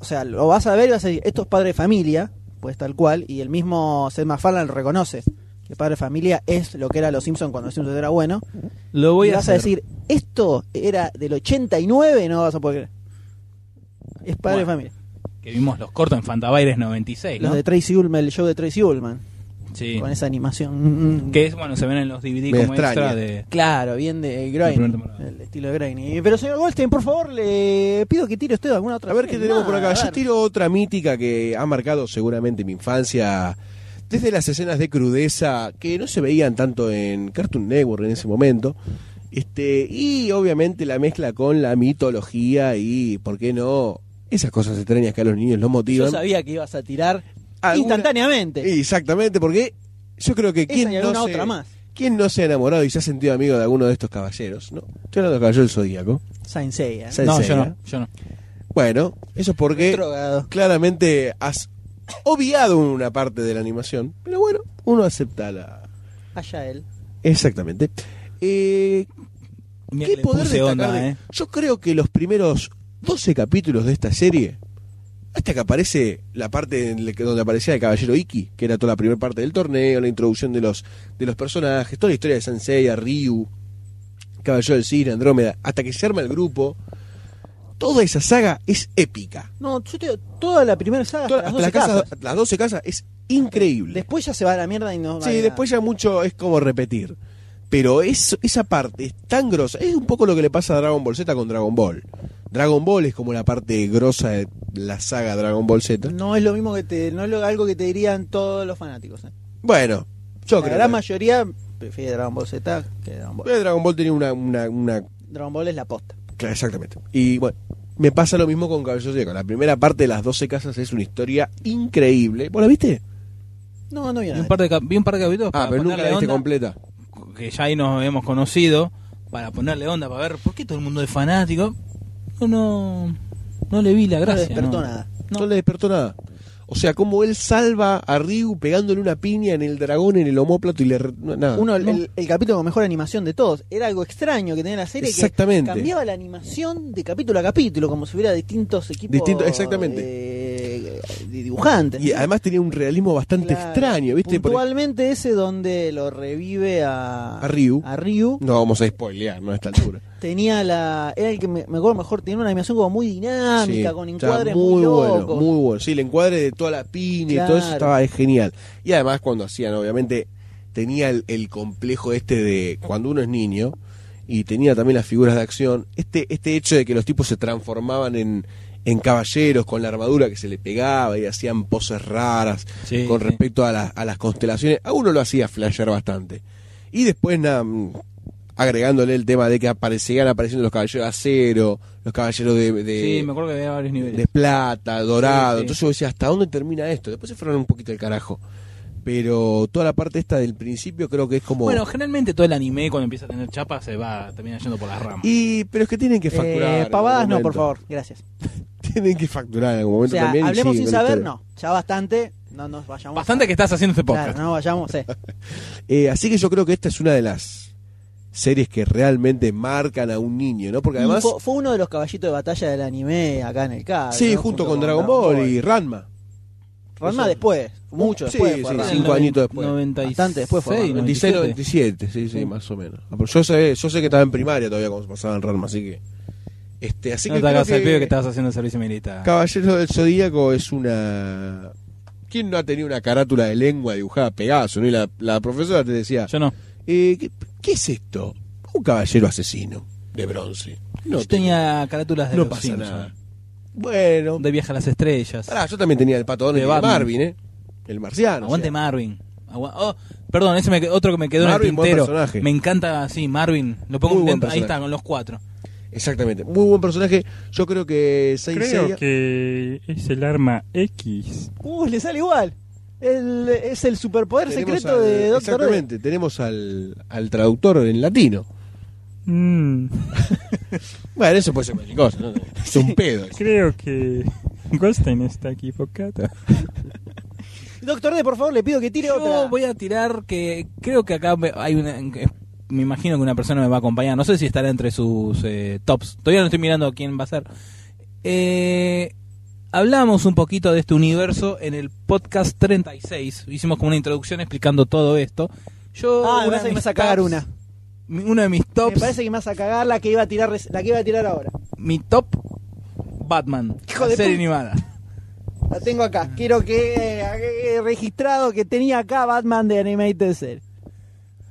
Speaker 1: O sea, lo vas a ver y vas a decir, esto es padre de familia, pues tal cual. Y el mismo Seth MacFarlane lo reconoce. Que padre de familia es lo que era Los Simpsons cuando Los Simpsons era bueno.
Speaker 3: Lo voy
Speaker 1: y
Speaker 3: a
Speaker 1: vas a
Speaker 3: hacer.
Speaker 1: decir, esto era del 89, no vas a poder creer. Es padre de
Speaker 3: Bueno.
Speaker 1: familia.
Speaker 3: Que vimos los cortos en Fantabaires 96. ¿no?
Speaker 1: Los de Tracy Ullman, el show de Tracy Ullman.
Speaker 3: Sí.
Speaker 1: Con esa animación.
Speaker 3: Que es, bueno, se ven en los DVD
Speaker 2: Me
Speaker 3: como extra
Speaker 2: extraña.
Speaker 3: de.
Speaker 1: Claro, bien de
Speaker 3: primera
Speaker 1: Groening.
Speaker 3: temporada.
Speaker 1: El estilo de Groening. Pero señor Goldstein, por favor, le pido que tire usted alguna otra.
Speaker 2: A ver qué
Speaker 1: serie.
Speaker 2: tenemos
Speaker 1: Nada,
Speaker 2: por
Speaker 1: a
Speaker 2: acá.
Speaker 1: ver.
Speaker 2: Yo tiro otra mítica que ha marcado seguramente mi infancia. Desde las escenas de crudeza que no se veían tanto en Cartoon Network en ese momento. Este, y obviamente la mezcla con la mitología y, ¿por qué no? Esas cosas extrañas que a los niños los
Speaker 1: Yo
Speaker 2: motivan.
Speaker 1: sabía que ibas a tirar
Speaker 2: Alguna-
Speaker 1: instantáneamente.
Speaker 2: Exactamente, porque yo creo que
Speaker 1: Esa
Speaker 2: quien
Speaker 1: y
Speaker 2: no,
Speaker 1: alguna
Speaker 2: se,
Speaker 1: otra más.
Speaker 2: quien no se ha enamorado y se ha sentido amigo de alguno de estos caballeros, ¿no? Estoy hablando de caballero del Zodíaco.
Speaker 1: Saint Seiya.
Speaker 2: Saint
Speaker 3: No, yo
Speaker 2: Seiya.
Speaker 3: no, yo no.
Speaker 2: Bueno, eso es porque
Speaker 1: Drogado.
Speaker 2: claramente has obviado una parte de la animación, pero bueno, uno acepta la...
Speaker 1: Allá él.
Speaker 2: Exactamente. Eh,
Speaker 3: Mira que
Speaker 2: ¿Qué
Speaker 3: le
Speaker 2: poder
Speaker 3: puse
Speaker 2: destacar
Speaker 3: onda,
Speaker 2: de-
Speaker 3: eh.
Speaker 2: Yo creo que los primeros 12 capítulos de esta serie, hasta que aparece la parte en la que- donde aparecía el caballero Iki, que era toda la primera parte del torneo, la introducción de los, de los personajes, toda la historia de Sensei, Ryu, Caballero del Cisne, Andrómeda, hasta que se arma el grupo. Toda esa saga es épica.
Speaker 1: No, yo te digo, toda la primera saga
Speaker 2: Toda-
Speaker 1: hasta
Speaker 2: hasta
Speaker 1: las 12
Speaker 2: las, casas,
Speaker 1: casas.
Speaker 2: las 12 casas es increíble.
Speaker 1: Después ya se va a la mierda y no
Speaker 2: Sí, después ya mucho es como repetir. Pero es, esa parte es tan grosa. Es un poco lo que le pasa a Dragon Ball Z con Dragon Ball. Dragon Ball es como la parte grosa de la saga Dragon Ball Z.
Speaker 1: No es lo mismo que te, no es lo- algo que te dirían todos los fanáticos. ¿eh?
Speaker 2: Bueno, yo
Speaker 1: la
Speaker 2: creo.
Speaker 1: gran
Speaker 2: que-
Speaker 1: mayoría prefiere Dragon Ball Z que Dragon Ball.
Speaker 2: Eh, Dragon Ball tenía una, una, una-
Speaker 1: Dragon Ball es la posta.
Speaker 2: claro, Exactamente. Y bueno, me pasa lo mismo con Caballero Zodíaco. La primera parte de las 12 casas es una historia increíble. ¿Vos la viste?
Speaker 1: No, no
Speaker 3: Vi
Speaker 1: viene.
Speaker 3: un par de, cap- vi un par de capítulos
Speaker 2: Ah,
Speaker 3: para
Speaker 2: pero nunca
Speaker 3: ponerle
Speaker 2: la viste
Speaker 3: onda,
Speaker 2: completa.
Speaker 3: que ya ahí nos hemos conocido, para ponerle onda, para ver por qué todo el mundo es fanático. No, no, no le vi la
Speaker 1: No le
Speaker 3: gracia.
Speaker 1: despertó
Speaker 3: no.
Speaker 1: nada.
Speaker 2: No. le despertó nada. O sea, como él salva a Ryu pegándole una piña en el dragón, en el homóplato y le... re- no, Nada.
Speaker 1: Uno, el, el- el capítulo con mejor animación de todos. Era algo extraño que tenía la serie
Speaker 2: Exactamente.
Speaker 1: que cambiaba la animación de capítulo a capítulo, como si hubiera distintos equipos
Speaker 2: Distinto- exactamente.
Speaker 1: de, de dibujantes.
Speaker 2: Y además tenía un realismo bastante
Speaker 1: Claro.
Speaker 2: extraño, ¿viste? Por-
Speaker 1: Puntualmente ese donde lo revive a,
Speaker 2: A Ryu.
Speaker 1: a Ryu.
Speaker 2: No vamos a spoilear, no a esta altura.
Speaker 1: Tenía la. Era el que me, me acuerdo mejor. Tenía una animación como muy dinámica,
Speaker 2: Sí,
Speaker 1: con
Speaker 2: estaba
Speaker 1: encuadres muy,
Speaker 2: bueno,
Speaker 1: locos.
Speaker 2: muy bueno. Sí, el encuadre de toda la piña y todo eso
Speaker 1: Claro.
Speaker 2: estaba es genial. Y además cuando hacían, obviamente, tenía el, el complejo este de cuando uno es niño y tenía también las figuras de acción, este, este hecho de que los tipos se transformaban en, en caballeros con la armadura que se le pegaba y hacían poses raras
Speaker 3: Sí,
Speaker 2: con
Speaker 3: sí.
Speaker 2: respecto a, la- a las constelaciones, a uno lo hacía flashear bastante. Y después, nada, mm, agregándole el tema de que aparecían apareciendo los caballeros de acero, los caballeros de- de,
Speaker 3: Sí, me acuerdo que había varios niveles.
Speaker 2: de plata, dorado.
Speaker 3: Sí, sí.
Speaker 2: Entonces yo decía, ¿hasta dónde termina esto? Después se fueron un poquito el carajo. Pero toda la parte esta del principio creo que es como...
Speaker 3: Bueno, generalmente todo el anime cuando empieza a tener chapa se va termina yendo por las ramas.
Speaker 2: y, pero es que tienen que facturar.
Speaker 1: Eh,
Speaker 2: en
Speaker 1: pavadas
Speaker 2: algún
Speaker 1: no,
Speaker 2: momento.
Speaker 1: por favor. Gracias.
Speaker 2: Tienen que facturar en algún
Speaker 1: O
Speaker 2: momento
Speaker 1: sea,
Speaker 2: también. y
Speaker 1: hablemos
Speaker 2: siguen
Speaker 1: sin
Speaker 2: con la
Speaker 1: saber,
Speaker 2: historia.
Speaker 1: no. Ya bastante. No nos vayamos.
Speaker 3: Bastante
Speaker 1: a-
Speaker 3: que estás haciendo este podcast.
Speaker 1: Claro, no vayamos. sí.
Speaker 2: Eh, así que yo creo que esta es una de las series que realmente marcan a un niño, ¿no? Porque además...
Speaker 1: Y fue, fue uno de los caballitos de batalla del anime acá en el CAD.
Speaker 2: sí,
Speaker 1: ¿no?
Speaker 2: junto, con, Dragon Ball, y Ranma.
Speaker 1: Ranma después. Mucho
Speaker 2: Sí,
Speaker 1: después. fue
Speaker 2: sí,
Speaker 1: Ranma.
Speaker 3: En el
Speaker 2: cinco
Speaker 3: noven-
Speaker 2: añitos después.
Speaker 3: 96,
Speaker 1: Bastante después fue,
Speaker 2: 96,
Speaker 3: 97.
Speaker 2: 97, sí, sí,
Speaker 3: Sí.
Speaker 2: más o menos. Ah, pero Yo sé, yo sé que estaba en primaria todavía cuando pasaba en Ranma, así que... Este, así
Speaker 3: no
Speaker 2: que
Speaker 3: te
Speaker 2: creo
Speaker 3: hagas el
Speaker 2: que-
Speaker 3: pibe que estabas haciendo el servicio militar.
Speaker 2: Ah. Caballero del Zodíaco es una. ¿Quién no ha tenido una carátula de lengua dibujada a Pegaso? ¿no? Y la, la profesora te decía:
Speaker 3: Yo no.
Speaker 2: eh, ¿qué, qué es esto? Un caballero asesino de bronce. No,
Speaker 3: Yo tenía carátulas de
Speaker 2: no
Speaker 3: los
Speaker 2: pasa
Speaker 3: Simpsons,
Speaker 2: nada. Bueno.
Speaker 3: De Viaje a las Estrellas.
Speaker 2: Pará, yo también tenía el pato Donald
Speaker 3: De
Speaker 2: y el
Speaker 3: Batman.
Speaker 2: Marvin, ¿eh? El marciano.
Speaker 3: Aguante
Speaker 2: o sea.
Speaker 3: Marvin. Agua- oh, perdón, ese me, que- otro que me quedó
Speaker 2: Marvin,
Speaker 3: en el
Speaker 2: buen
Speaker 3: tintero.
Speaker 2: personaje.
Speaker 3: Me encanta, sí, Marvin. Lo pongo
Speaker 2: Muy buen
Speaker 3: dentro- ahí
Speaker 2: personaje.
Speaker 3: está, con los cuatro.
Speaker 2: Exactamente. Muy buen personaje. Yo creo que Saint
Speaker 7: Creo
Speaker 2: Seiya-
Speaker 7: que es el arma X.
Speaker 1: Uh, le sale igual. El- es el superpoder
Speaker 2: tenemos
Speaker 1: secreto
Speaker 2: al-
Speaker 1: de Doctor Who.
Speaker 2: Exactamente. Tenemos al, al traductor en latino.
Speaker 7: Mm,
Speaker 2: Bueno, eso puede ser cualquier cosa. ¿no? Es un pedo.
Speaker 7: creo que Goldstein está equivocado.
Speaker 1: Doctor D, por favor, le pido que tire
Speaker 3: Yo
Speaker 1: otra.
Speaker 3: voy a tirar que creo que acá me- hay una... que- Me imagino que una persona me va a acompañar. No sé si estará entre sus eh, tops. Todavía no estoy mirando quién va a ser. Eh, hablamos un poquito de este universo en el podcast 36. Hicimos como una introducción explicando todo esto. Yo
Speaker 1: Ah, me
Speaker 3: una
Speaker 1: parece
Speaker 3: de
Speaker 1: que me
Speaker 3: mis
Speaker 1: vas a cagar
Speaker 3: tops-
Speaker 1: una.
Speaker 3: mi- Uno de mis
Speaker 1: Me
Speaker 3: tops,
Speaker 1: parece que me vas a cagar la que iba a tirar, res- la que iba a tirar ahora.
Speaker 3: mi top Batman,
Speaker 1: Hijo
Speaker 3: la
Speaker 1: de
Speaker 3: serie
Speaker 1: puta.
Speaker 3: animada.
Speaker 1: La tengo acá. Quiero que eh, eh, registrado que tenía acá Batman de Animated Series.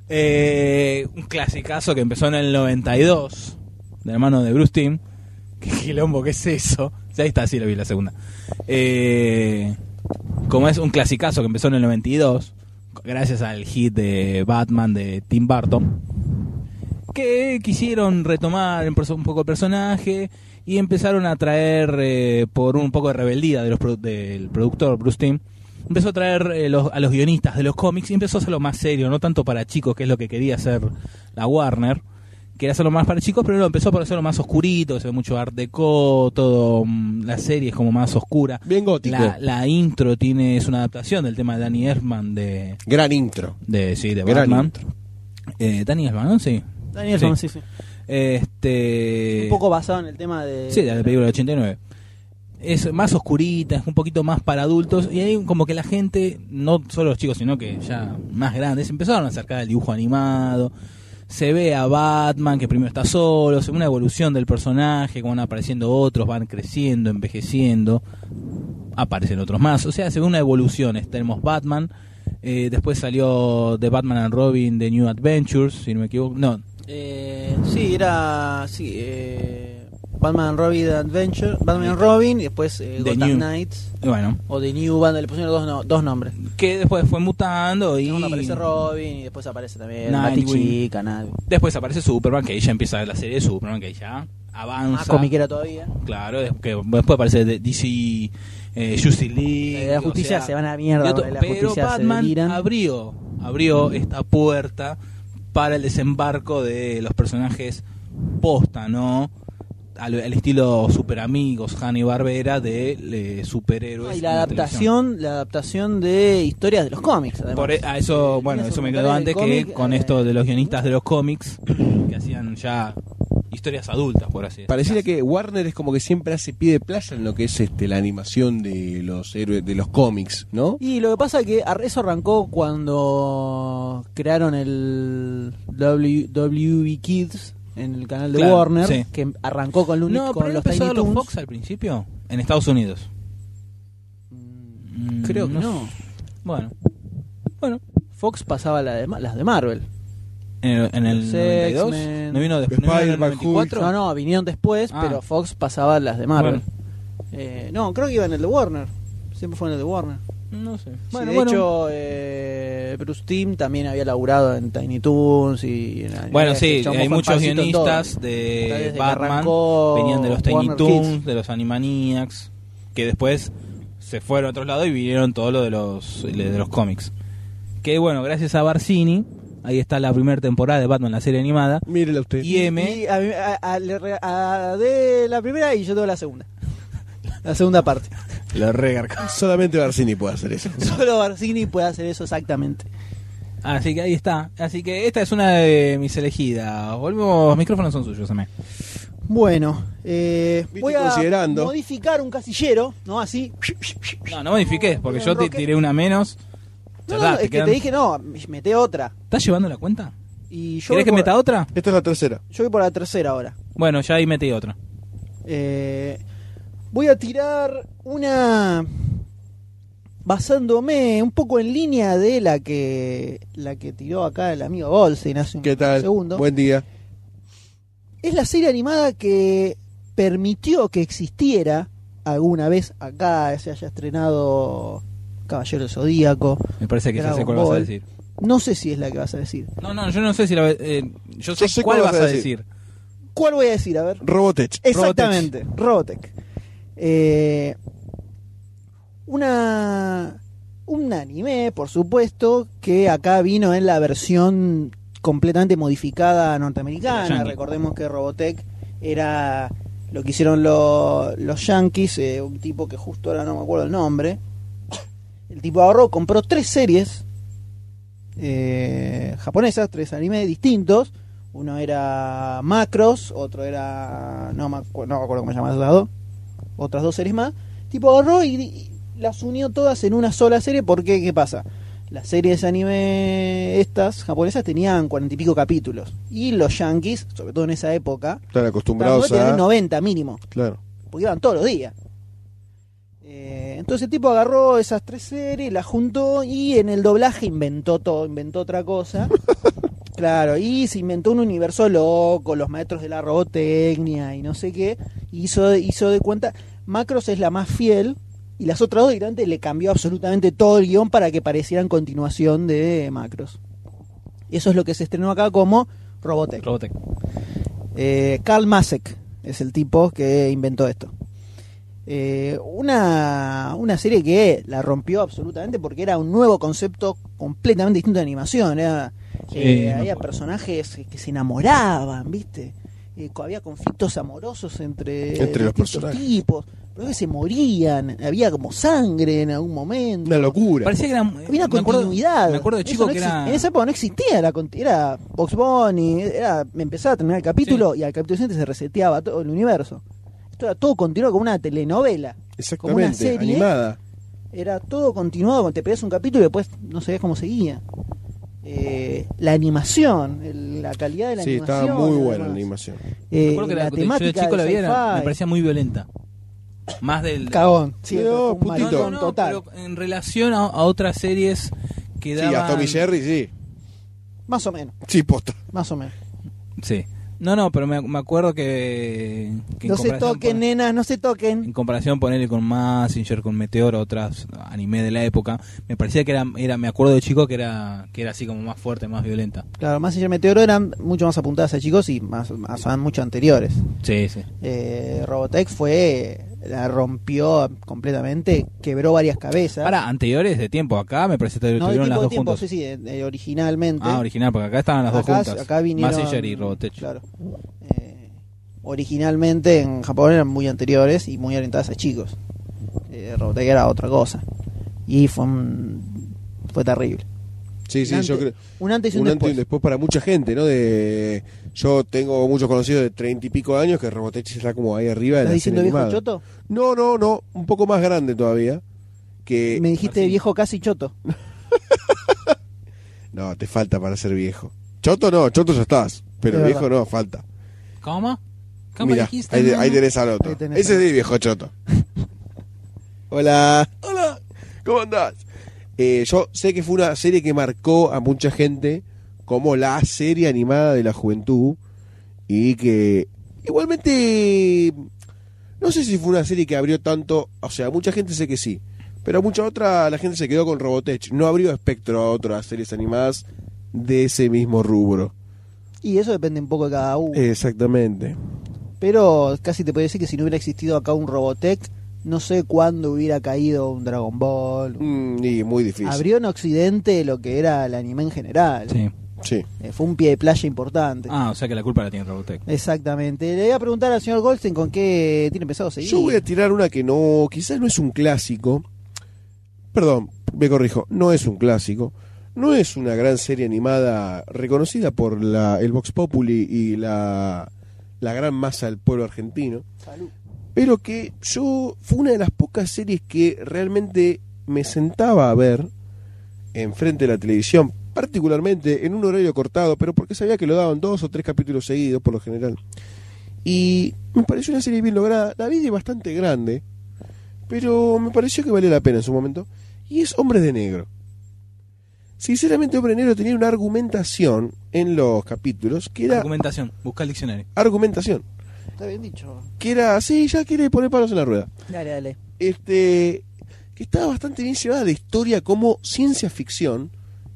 Speaker 3: Eh, un clasicazo que empezó en el 92, de la mano de Bruce Timm. ¿Qué quilombo que es eso? Ya ahí está, sí, lo vi la segunda. Eh, como es un clasicazo que empezó en el 92, gracias al hit de Batman de Tim Burton, que quisieron retomar en perso- un poco el personaje y empezaron a traer, eh, por un poco de rebeldía de los produ- del productor Bruce Timm, empezó a traer eh, los- a los guionistas de los cómics y empezó a hacerlo más serio, no tanto para chicos, que es lo que quería hacer la Warner. Quería hacerlo más para chicos, pero lo empezó por hacerlo más oscurito, que se ve mucho art deco, todo mm, la serie es como más oscura.
Speaker 2: Bien gótico.
Speaker 3: La, la intro tiene es una adaptación del tema de Danny Elfman de,
Speaker 2: Gran intro.
Speaker 3: de sí, de
Speaker 2: Gran
Speaker 3: Batman.
Speaker 2: intro.
Speaker 3: Eh, Danny Elfman, ¿no? Sí.
Speaker 1: Daniel,
Speaker 3: Sí.
Speaker 1: Elfman, sí, sí.
Speaker 3: Este
Speaker 1: Un poco basado en el tema de.
Speaker 3: Sí, de la película del 89. Es más oscurita, es un poquito más para adultos. Y ahí como que la gente, no solo los chicos, sino que ya más grandes, empezaron a acercar al dibujo animado. se ve a Batman que primero está solo, se ve una evolución del personaje, como van apareciendo otros, van creciendo, envejeciendo, aparecen otros más, o sea, se ve una evolución, tenemos Batman, eh, después salió The Batman and Robin, The New Adventures, si no me equivoco, no,
Speaker 1: Eh, sí, era. Sí, eh, Batman Robin Adventure. Batman and Robin. Y después eh,
Speaker 3: The
Speaker 1: Gotham
Speaker 3: New.
Speaker 1: Knights.
Speaker 3: y bueno,
Speaker 1: O The New Band. Le pusieron dos, no- dos nombres.
Speaker 3: que después fue mutando y...
Speaker 1: En uno aparece Robin. Y después aparece también.
Speaker 3: Nightwing.
Speaker 1: Mati Chica, nadie.
Speaker 3: Después aparece Superman, que ahí ya empieza la serie de Superman, que ahí ya
Speaker 1: Ah,
Speaker 3: avanza.
Speaker 1: Más comiquera todavía.
Speaker 3: Claro, des- que después aparece de- DC, eh, Justice League.
Speaker 1: La
Speaker 3: o
Speaker 1: justicia
Speaker 3: sea,
Speaker 1: se van a mierda.
Speaker 3: y otro-
Speaker 1: la
Speaker 3: pero
Speaker 1: justicia se
Speaker 3: Batman
Speaker 1: deliran.
Speaker 3: abrió, abrió esta puerta para el desembarco de los personajes posta, ¿no? Al, al estilo super amigos, Hanny Barbera, de eh, superhéroes.
Speaker 1: Ah, y
Speaker 3: en
Speaker 1: la
Speaker 3: televisión.
Speaker 1: adaptación, la adaptación de historias de los cómics. además.
Speaker 3: Por e- a eso, bueno,
Speaker 1: Tiene
Speaker 3: eso
Speaker 1: su
Speaker 3: me quedó
Speaker 1: comentario
Speaker 3: antes
Speaker 1: del
Speaker 3: que
Speaker 1: cómic,
Speaker 3: con
Speaker 1: eh,
Speaker 3: esto de los guionistas de los cómics que hacían ya historias adultas, por así decirlo.
Speaker 2: Pareciera que Warner es como que siempre hace pie de playa en lo que es este la animación de los héroes de los cómics, ¿no?
Speaker 1: Y lo que pasa es que ar- eso arrancó cuando crearon el W- WB Kids en el canal de
Speaker 3: Claro,
Speaker 1: Warner,
Speaker 3: sí.
Speaker 1: que arrancó con, Looney-
Speaker 3: No,
Speaker 1: con los
Speaker 3: pero los empezó
Speaker 1: Tiny
Speaker 3: los
Speaker 1: Toons.
Speaker 3: Fox al principio en Estados Unidos. Mm,
Speaker 1: Creo que
Speaker 3: no sé.
Speaker 1: no.
Speaker 3: Bueno, bueno,
Speaker 1: Fox pasaba la de Ma- las de Marvel.
Speaker 3: en el, en el
Speaker 1: Los
Speaker 3: 92
Speaker 1: X-Men.
Speaker 3: no vino después, no vino en el
Speaker 13: Spider-Man,
Speaker 3: 94.
Speaker 1: No, no, vinieron después,
Speaker 3: Ah.
Speaker 1: pero Fox pasaba las de Marvel. Eh, no, creo que iba en el de Warner. Siempre fue en el de Warner.
Speaker 3: no sé.
Speaker 1: Sí,
Speaker 3: Bueno,
Speaker 1: de
Speaker 3: bueno.
Speaker 1: hecho, eh, Bruce Timm también había laburado en Tiny Toons y... en-
Speaker 3: Bueno,
Speaker 1: en-
Speaker 3: sí,
Speaker 1: el chabón
Speaker 3: hay
Speaker 1: fue
Speaker 3: muchos
Speaker 1: expansito en todo.
Speaker 3: guionistas
Speaker 1: Está
Speaker 3: de
Speaker 1: desde que
Speaker 3: Batman,
Speaker 1: arrancó
Speaker 3: venían de los Tiny
Speaker 1: Warner
Speaker 3: Toons,
Speaker 1: Kids.
Speaker 3: de los Animaniacs, que después se fueron a otros lados y vinieron todo lo de los, de los cómics. Que bueno, gracias a Barcini, ahí está la primera temporada de Batman, la serie animada,
Speaker 2: Mírela usted.
Speaker 3: y M,
Speaker 1: Y a, mí- a- a- le re- a- de la primera y yo tengo la segunda. La segunda parte.
Speaker 3: la regarca.
Speaker 2: Solamente Barcini puede hacer eso.
Speaker 1: Solo Barcini puede hacer eso exactamente.
Speaker 3: Así que ahí está. Así que esta es una de mis elegidas. Volvemos, los micrófonos son suyos, amén.
Speaker 1: Bueno, eh,
Speaker 2: Viste,
Speaker 1: voy a
Speaker 2: considerando.
Speaker 1: modificar un casillero, ¿no? Así.
Speaker 3: No, no modifiques, porque yo te tiré una menos. Ya
Speaker 1: No,
Speaker 3: está,
Speaker 1: no,
Speaker 3: te
Speaker 1: es que
Speaker 3: quedan-
Speaker 1: te dije, no, mete otra.
Speaker 3: ¿Estás llevando la cuenta?
Speaker 1: Y yo voy,
Speaker 3: ¿Querés que
Speaker 1: por,
Speaker 3: meta otra?
Speaker 2: Esta es la tercera.
Speaker 1: yo voy por la tercera ahora.
Speaker 3: Bueno, ya ahí metí otra.
Speaker 1: Eh, voy a tirar una basándome un poco en línea de la que la que tiró acá el amigo Goldstein hace un
Speaker 2: ¿Qué tal?
Speaker 1: segundo.
Speaker 2: Buen día.
Speaker 1: es la serie animada que permitió que existiera alguna vez acá, se haya estrenado Caballero del Zodíaco.
Speaker 3: Me parece que ya sé
Speaker 1: Dragon
Speaker 3: cuál vas a
Speaker 1: Ball.
Speaker 3: decir.
Speaker 1: No sé si es la que vas a decir.
Speaker 3: No, no, yo no sé si la. eh, yo sé
Speaker 2: sé
Speaker 3: cuál vas a decir.
Speaker 1: ¿Cuál voy a decir? A ver.
Speaker 2: Robotech.
Speaker 1: Exactamente, Robotech. Eh, una, un anime, por supuesto, que acá vino en la versión completamente modificada
Speaker 3: Yankee.
Speaker 1: norteamericana. Recordemos que Robotech era lo que hicieron lo- los Yankees, eh, un tipo que justo ahora no me acuerdo el nombre. El tipo ahorró, compró tres series eh, japonesas, tres animes distintos. Uno era Macros, otro era. No me, acu- no me acuerdo cómo se llama el lado. Otras dos series más. Tipo agarró y, y las unió todas en una sola serie. Porque, ¿qué pasa? Las series de anime estas japonesas tenían cuarenta y pico capítulos. Y los yankees, sobre todo en esa época,
Speaker 2: Están
Speaker 1: estaban
Speaker 2: acostumbrados
Speaker 1: tenían
Speaker 2: a.
Speaker 1: 90 mínimo
Speaker 2: Claro.
Speaker 1: porque iban todos los días. Eh, entonces el tipo agarró esas tres series, las juntó y en el doblaje inventó todo, inventó otra cosa. claro, y se inventó un universo loco, los maestros de la robotecnia y no sé qué. Hizo, hizo de cuenta, Macros es la más fiel y las otras dos directamente le cambió absolutamente todo el guión para que parecieran continuación de Macros. Eso es lo que se estrenó acá como Robotech.
Speaker 3: Robotech.
Speaker 1: Eh, Karl Masek es el tipo que inventó esto. Eh, una, una serie que la rompió absolutamente porque era un nuevo concepto completamente distinto de animación. Era,
Speaker 3: Sí,
Speaker 1: eh,
Speaker 3: me
Speaker 1: había
Speaker 3: acuerdo.
Speaker 1: personajes que se enamoraban, ¿viste? Eh, co- había conflictos amorosos entre,
Speaker 2: Entre los
Speaker 1: distintos
Speaker 2: personajes.
Speaker 1: tipos. Pero que se morían, había como sangre en algún momento.
Speaker 2: Una locura.
Speaker 3: Parecía que era.
Speaker 1: Eh, Había una
Speaker 3: me acuerdo-
Speaker 1: continuidad.
Speaker 3: Me acuerdo de
Speaker 1: Eso
Speaker 3: chico
Speaker 1: no
Speaker 3: que
Speaker 1: exi-
Speaker 3: era.
Speaker 1: En esa época no existía la conti- Era Box Bunny, era, empezaba a terminar el capítulo y al capítulo siguiente se reseteaba todo el universo. Esto era todo continuado como una telenovela. como una
Speaker 2: Exactamente.
Speaker 1: serie.
Speaker 2: Animada.
Speaker 1: Era todo continuado, cuando te perdías un capítulo y después no sabías cómo seguía. Eh, la animación, el, la calidad de la
Speaker 2: Sí,
Speaker 1: animación.
Speaker 2: estaba muy
Speaker 1: y
Speaker 2: buena la
Speaker 1: demás.
Speaker 2: animación.
Speaker 1: Eh,
Speaker 3: Recuerdo que
Speaker 1: la,
Speaker 3: la, que yo de
Speaker 1: temática
Speaker 3: chico la
Speaker 1: del
Speaker 3: vi, era-
Speaker 1: sci-fi.
Speaker 3: me parecía muy violenta. Más del...
Speaker 1: Cagón. Sí,
Speaker 2: Dios,
Speaker 1: fue un
Speaker 2: oh, putito.
Speaker 1: maricón
Speaker 3: no,
Speaker 1: total.
Speaker 3: pero en relación a, a otras series que
Speaker 2: Sí,
Speaker 3: daban...
Speaker 2: a Tommy Jerry, sí.
Speaker 1: Más o menos,
Speaker 2: Sí, posta.
Speaker 1: más o menos.
Speaker 3: Sí. No, no, pero me, me acuerdo que... que en
Speaker 1: No se
Speaker 3: comparación
Speaker 1: toquen,
Speaker 3: con-
Speaker 1: nenas, no se toquen.
Speaker 3: En comparación, ponerle con Massinger, con Meteor, otras anime de la época, me parecía que era, era me acuerdo de chico que era, que era así como más fuerte, más violenta.
Speaker 1: Claro, más allá Meteoro eran mucho más apuntadas a chicos y más, más eran mucho anteriores.
Speaker 3: Sí, sí.
Speaker 1: Eh, Robotech fue la rompió completamente, quebró varias cabezas.
Speaker 3: Para anteriores de tiempo, acá me parece que
Speaker 1: no de
Speaker 3: tuvieron
Speaker 1: tipo
Speaker 3: las
Speaker 1: de
Speaker 3: dos
Speaker 1: tiempo,
Speaker 3: juntas.
Speaker 1: sí, sí, de- de- originalmente.
Speaker 3: Ah, original, porque acá estaban las
Speaker 1: acá,
Speaker 3: dos juntas.
Speaker 1: acá vinieron.
Speaker 3: Massinger y Robotech.
Speaker 1: Claro. Eh, originalmente en Japón eran muy anteriores y muy orientadas a chicos. Eh, Robotech era otra cosa. Y fue un- fue terrible.
Speaker 2: Sí, sí,
Speaker 1: Un
Speaker 2: yo
Speaker 1: ante-
Speaker 2: creo.
Speaker 1: Un antes y un,
Speaker 2: Un antes y
Speaker 1: después.
Speaker 2: un después para mucha gente, ¿no? De Yo tengo muchos conocidos de treinta y pico de años que Robotech está como ahí arriba de
Speaker 1: ¿Estás
Speaker 2: la
Speaker 1: diciendo
Speaker 2: serie
Speaker 1: viejo
Speaker 2: animada.
Speaker 1: choto?
Speaker 2: No, no, no, un poco más grande todavía. Que
Speaker 1: Me dijiste
Speaker 3: Martín.
Speaker 1: viejo casi choto.
Speaker 2: no, te falta para ser viejo. Choto no, choto ya estás, pero
Speaker 1: Es
Speaker 2: viejo no, falta.
Speaker 3: ¿Cómo? ¿Cómo
Speaker 2: Mira,
Speaker 3: dijiste?
Speaker 2: ahí,
Speaker 3: hermano?
Speaker 2: ahí tenés al otro.
Speaker 1: Ahí tenés
Speaker 2: Ese
Speaker 1: al
Speaker 2: sí, viejo choto. Hola. Hola. ¿Cómo andás? Eh, yo sé que fue una serie que marcó a mucha gente como la serie animada de la juventud y que igualmente no sé si fue una serie que abrió tanto, o sea, mucha gente sé que sí, pero mucha otra la gente se quedó con Robotech, no abrió espectro a otras series animadas de ese mismo rubro.
Speaker 1: Y eso depende un poco de cada uno.
Speaker 2: Exactamente.
Speaker 1: Pero casi te puedo decir que si no hubiera existido acá un Robotech, no sé cuándo hubiera caído un Dragon Ball.
Speaker 2: Mm, y muy difícil.
Speaker 1: Abrió en Occidente lo que era el anime en general.
Speaker 3: Sí.
Speaker 2: Sí.
Speaker 1: Eh, fue un pie de playa importante.
Speaker 3: Ah, o sea que la culpa la tiene Robotech.
Speaker 1: Exactamente. Le voy a preguntar al señor Goldstein con qué tiene empezado a seguir.
Speaker 2: Yo voy a tirar una que no, quizás no es un clásico. Perdón, me corrijo, no es un clásico. No es una gran serie animada reconocida por la, el Vox Populi y la, la gran masa del pueblo argentino. Pero que yo fue una de las pocas series que realmente me sentaba a ver enfrente de la televisión, particularmente en un horario cortado, pero porque sabía que lo daban dos o tres capítulos seguidos por lo general. Y me pareció una serie bien lograda. La vida es bastante grande, pero me pareció que valía la pena en su momento. Y es Hombre de Negro. Sinceramente, Hombre de Negro tenía una argumentación en los capítulos que era
Speaker 3: Documentación, busca el diccionario.
Speaker 2: argumentación.
Speaker 1: Está bien dicho.
Speaker 2: Que era, sí, ya quiere poner palos en la rueda.
Speaker 1: Dale, dale.
Speaker 2: Este, que estaba bastante bien llevada la historia como ciencia ficción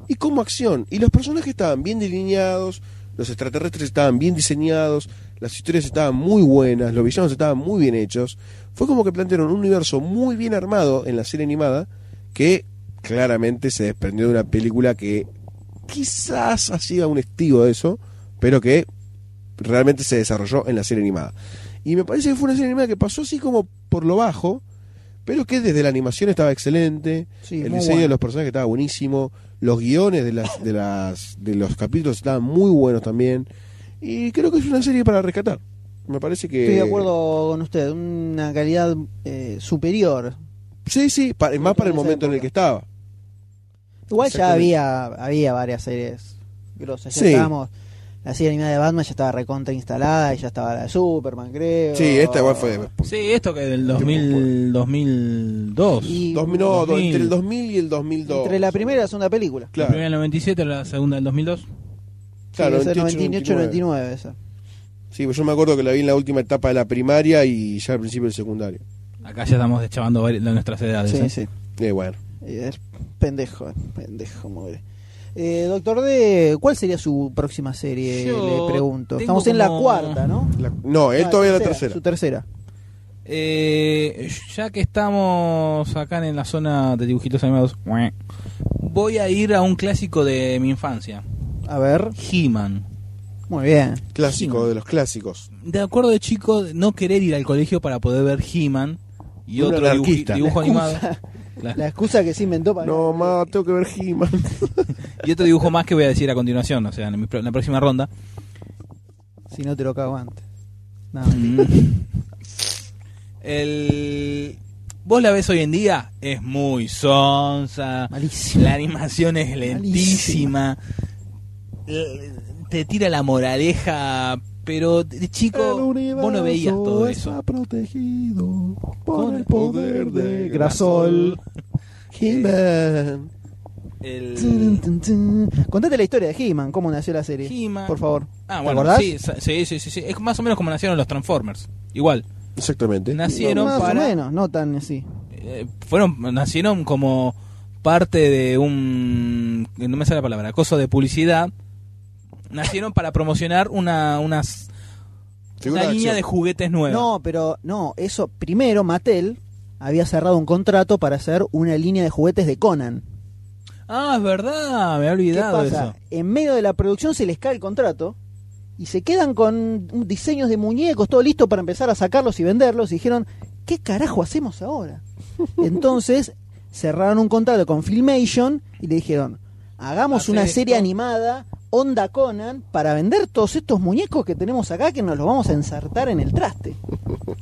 Speaker 2: y como acción. Y los personajes estaban bien delineados, los extraterrestres estaban bien diseñados, las historias estaban muy buenas, los villanos estaban muy bien hechos. Fue como que plantearon un universo muy bien armado en la serie animada que claramente se desprendió de una película que quizás hacía un estilo de eso, pero que realmente se desarrolló en la serie animada. Y me parece que fue una serie animada que pasó así como por lo bajo, pero que desde la animación estaba excelente,
Speaker 1: Sí,
Speaker 2: el
Speaker 1: muy
Speaker 2: diseño de
Speaker 1: bueno.
Speaker 2: los personajes estaba buenísimo, los guiones de, las, de, las, de los capítulos estaban muy buenos también, y creo que es una serie para rescatar. Me parece que...
Speaker 1: Estoy de acuerdo con usted. Una calidad eh, superior.
Speaker 2: Sí, sí, pa- más para el momento en el que estaba.
Speaker 1: Igual ya
Speaker 2: Exactamente.
Speaker 1: había, había varias series grosas. Ya
Speaker 2: Sí.
Speaker 1: estábamos. La serie animada de Batman ya estaba recontra instalada y ya estaba la de Superman, creo.
Speaker 2: Sí, esta igual
Speaker 1: Ah.
Speaker 2: fue...
Speaker 3: Sí, esto que del 2000, 2002.
Speaker 1: Y
Speaker 2: Dos mil- no, do-
Speaker 3: 2000.
Speaker 2: entre el 2000 y el 2002.
Speaker 1: entre la primera y la segunda película.
Speaker 3: La
Speaker 2: Claro,
Speaker 3: primera del 97, la segunda del 2002.
Speaker 2: claro,
Speaker 1: sí,
Speaker 2: 98,
Speaker 1: 98 99 esa.
Speaker 2: Sí, pues yo me acuerdo que la vi en la última etapa de la primaria y ya al principio del secundario.
Speaker 3: Acá ya estamos deschavando vari- de nuestras edades.
Speaker 1: Sí,
Speaker 3: ¿eh?
Speaker 1: sí.
Speaker 2: Eh, bueno.
Speaker 1: Eh, pendejo, pendejo, mugre. Eh, doctor D, ¿cuál sería su próxima serie?
Speaker 3: Yo
Speaker 1: le pregunto.
Speaker 3: tengo
Speaker 1: Estamos en la
Speaker 3: como-
Speaker 1: cuarta, ¿no?
Speaker 2: La- no, él
Speaker 1: Ah,
Speaker 2: todavía es la tercera.
Speaker 1: Su tercera.
Speaker 3: Eh, ya que estamos acá en la zona de dibujitos animados, voy a ir a un clásico de mi infancia:
Speaker 1: A ver,
Speaker 3: He-Man.
Speaker 1: muy bien.
Speaker 2: Clásico
Speaker 3: Sí.
Speaker 2: de los clásicos.
Speaker 3: De acuerdo de chico, no querer ir al colegio para poder ver He-Man y
Speaker 2: Un
Speaker 3: otro dibuji-
Speaker 2: anarquista.
Speaker 3: dibujo animado. La-
Speaker 1: La excusa que se inventó para.
Speaker 2: No, ma, tengo que ver He-Man.
Speaker 3: y otro dibujo más que voy a decir a continuación, o sea, en, mi pro- en la próxima ronda.
Speaker 1: Si no te lo cago antes. No.
Speaker 3: El... Vos la ves hoy en día, es muy sonsa.
Speaker 1: Malísimo.
Speaker 3: La animación es lentísima. eh, te tira la moraleja, pero de chico vos no veías todo eso.
Speaker 1: protegido
Speaker 3: Con el
Speaker 1: poder de Grasol. He-Man. Tun,
Speaker 3: El...
Speaker 1: tun, tun. Contate la historia de He-Man, cómo nació la serie.
Speaker 3: He-Man.
Speaker 1: Por favor.
Speaker 3: Ah,
Speaker 1: ¿Te
Speaker 3: bueno,
Speaker 1: acordás?
Speaker 3: sí, sa- sí, sí, sí, sí. Es más o menos como nacieron los Transformers. Igual,
Speaker 2: Exactamente.
Speaker 3: nacieron
Speaker 1: más
Speaker 3: para...
Speaker 1: o menos, no tan así.
Speaker 3: eh, fueron nacieron como parte de un no me sale la palabra acoso de publicidad nacieron para promocionar una unas
Speaker 2: Figura
Speaker 3: una
Speaker 2: de
Speaker 3: línea
Speaker 2: acción.
Speaker 3: de juguetes nuevos
Speaker 1: No, pero no, eso primero Mattel había cerrado un contrato para hacer una línea de juguetes de Conan.
Speaker 3: ah es verdad me he
Speaker 1: ¿Qué
Speaker 3: olvidado
Speaker 1: pasa?
Speaker 3: eso
Speaker 1: En medio de la producción se les cae el contrato y se quedan con diseños de muñecos, todo listo para empezar a sacarlos y venderlos. Y dijeron, ¿qué carajo hacemos ahora? Entonces cerraron un contrato con Filmation y le dijeron, hagamos
Speaker 3: Hacé
Speaker 1: una
Speaker 3: esto.
Speaker 1: serie animada, Onda Conan, para vender todos estos muñecos que tenemos acá que nos los vamos a ensartar en el traste.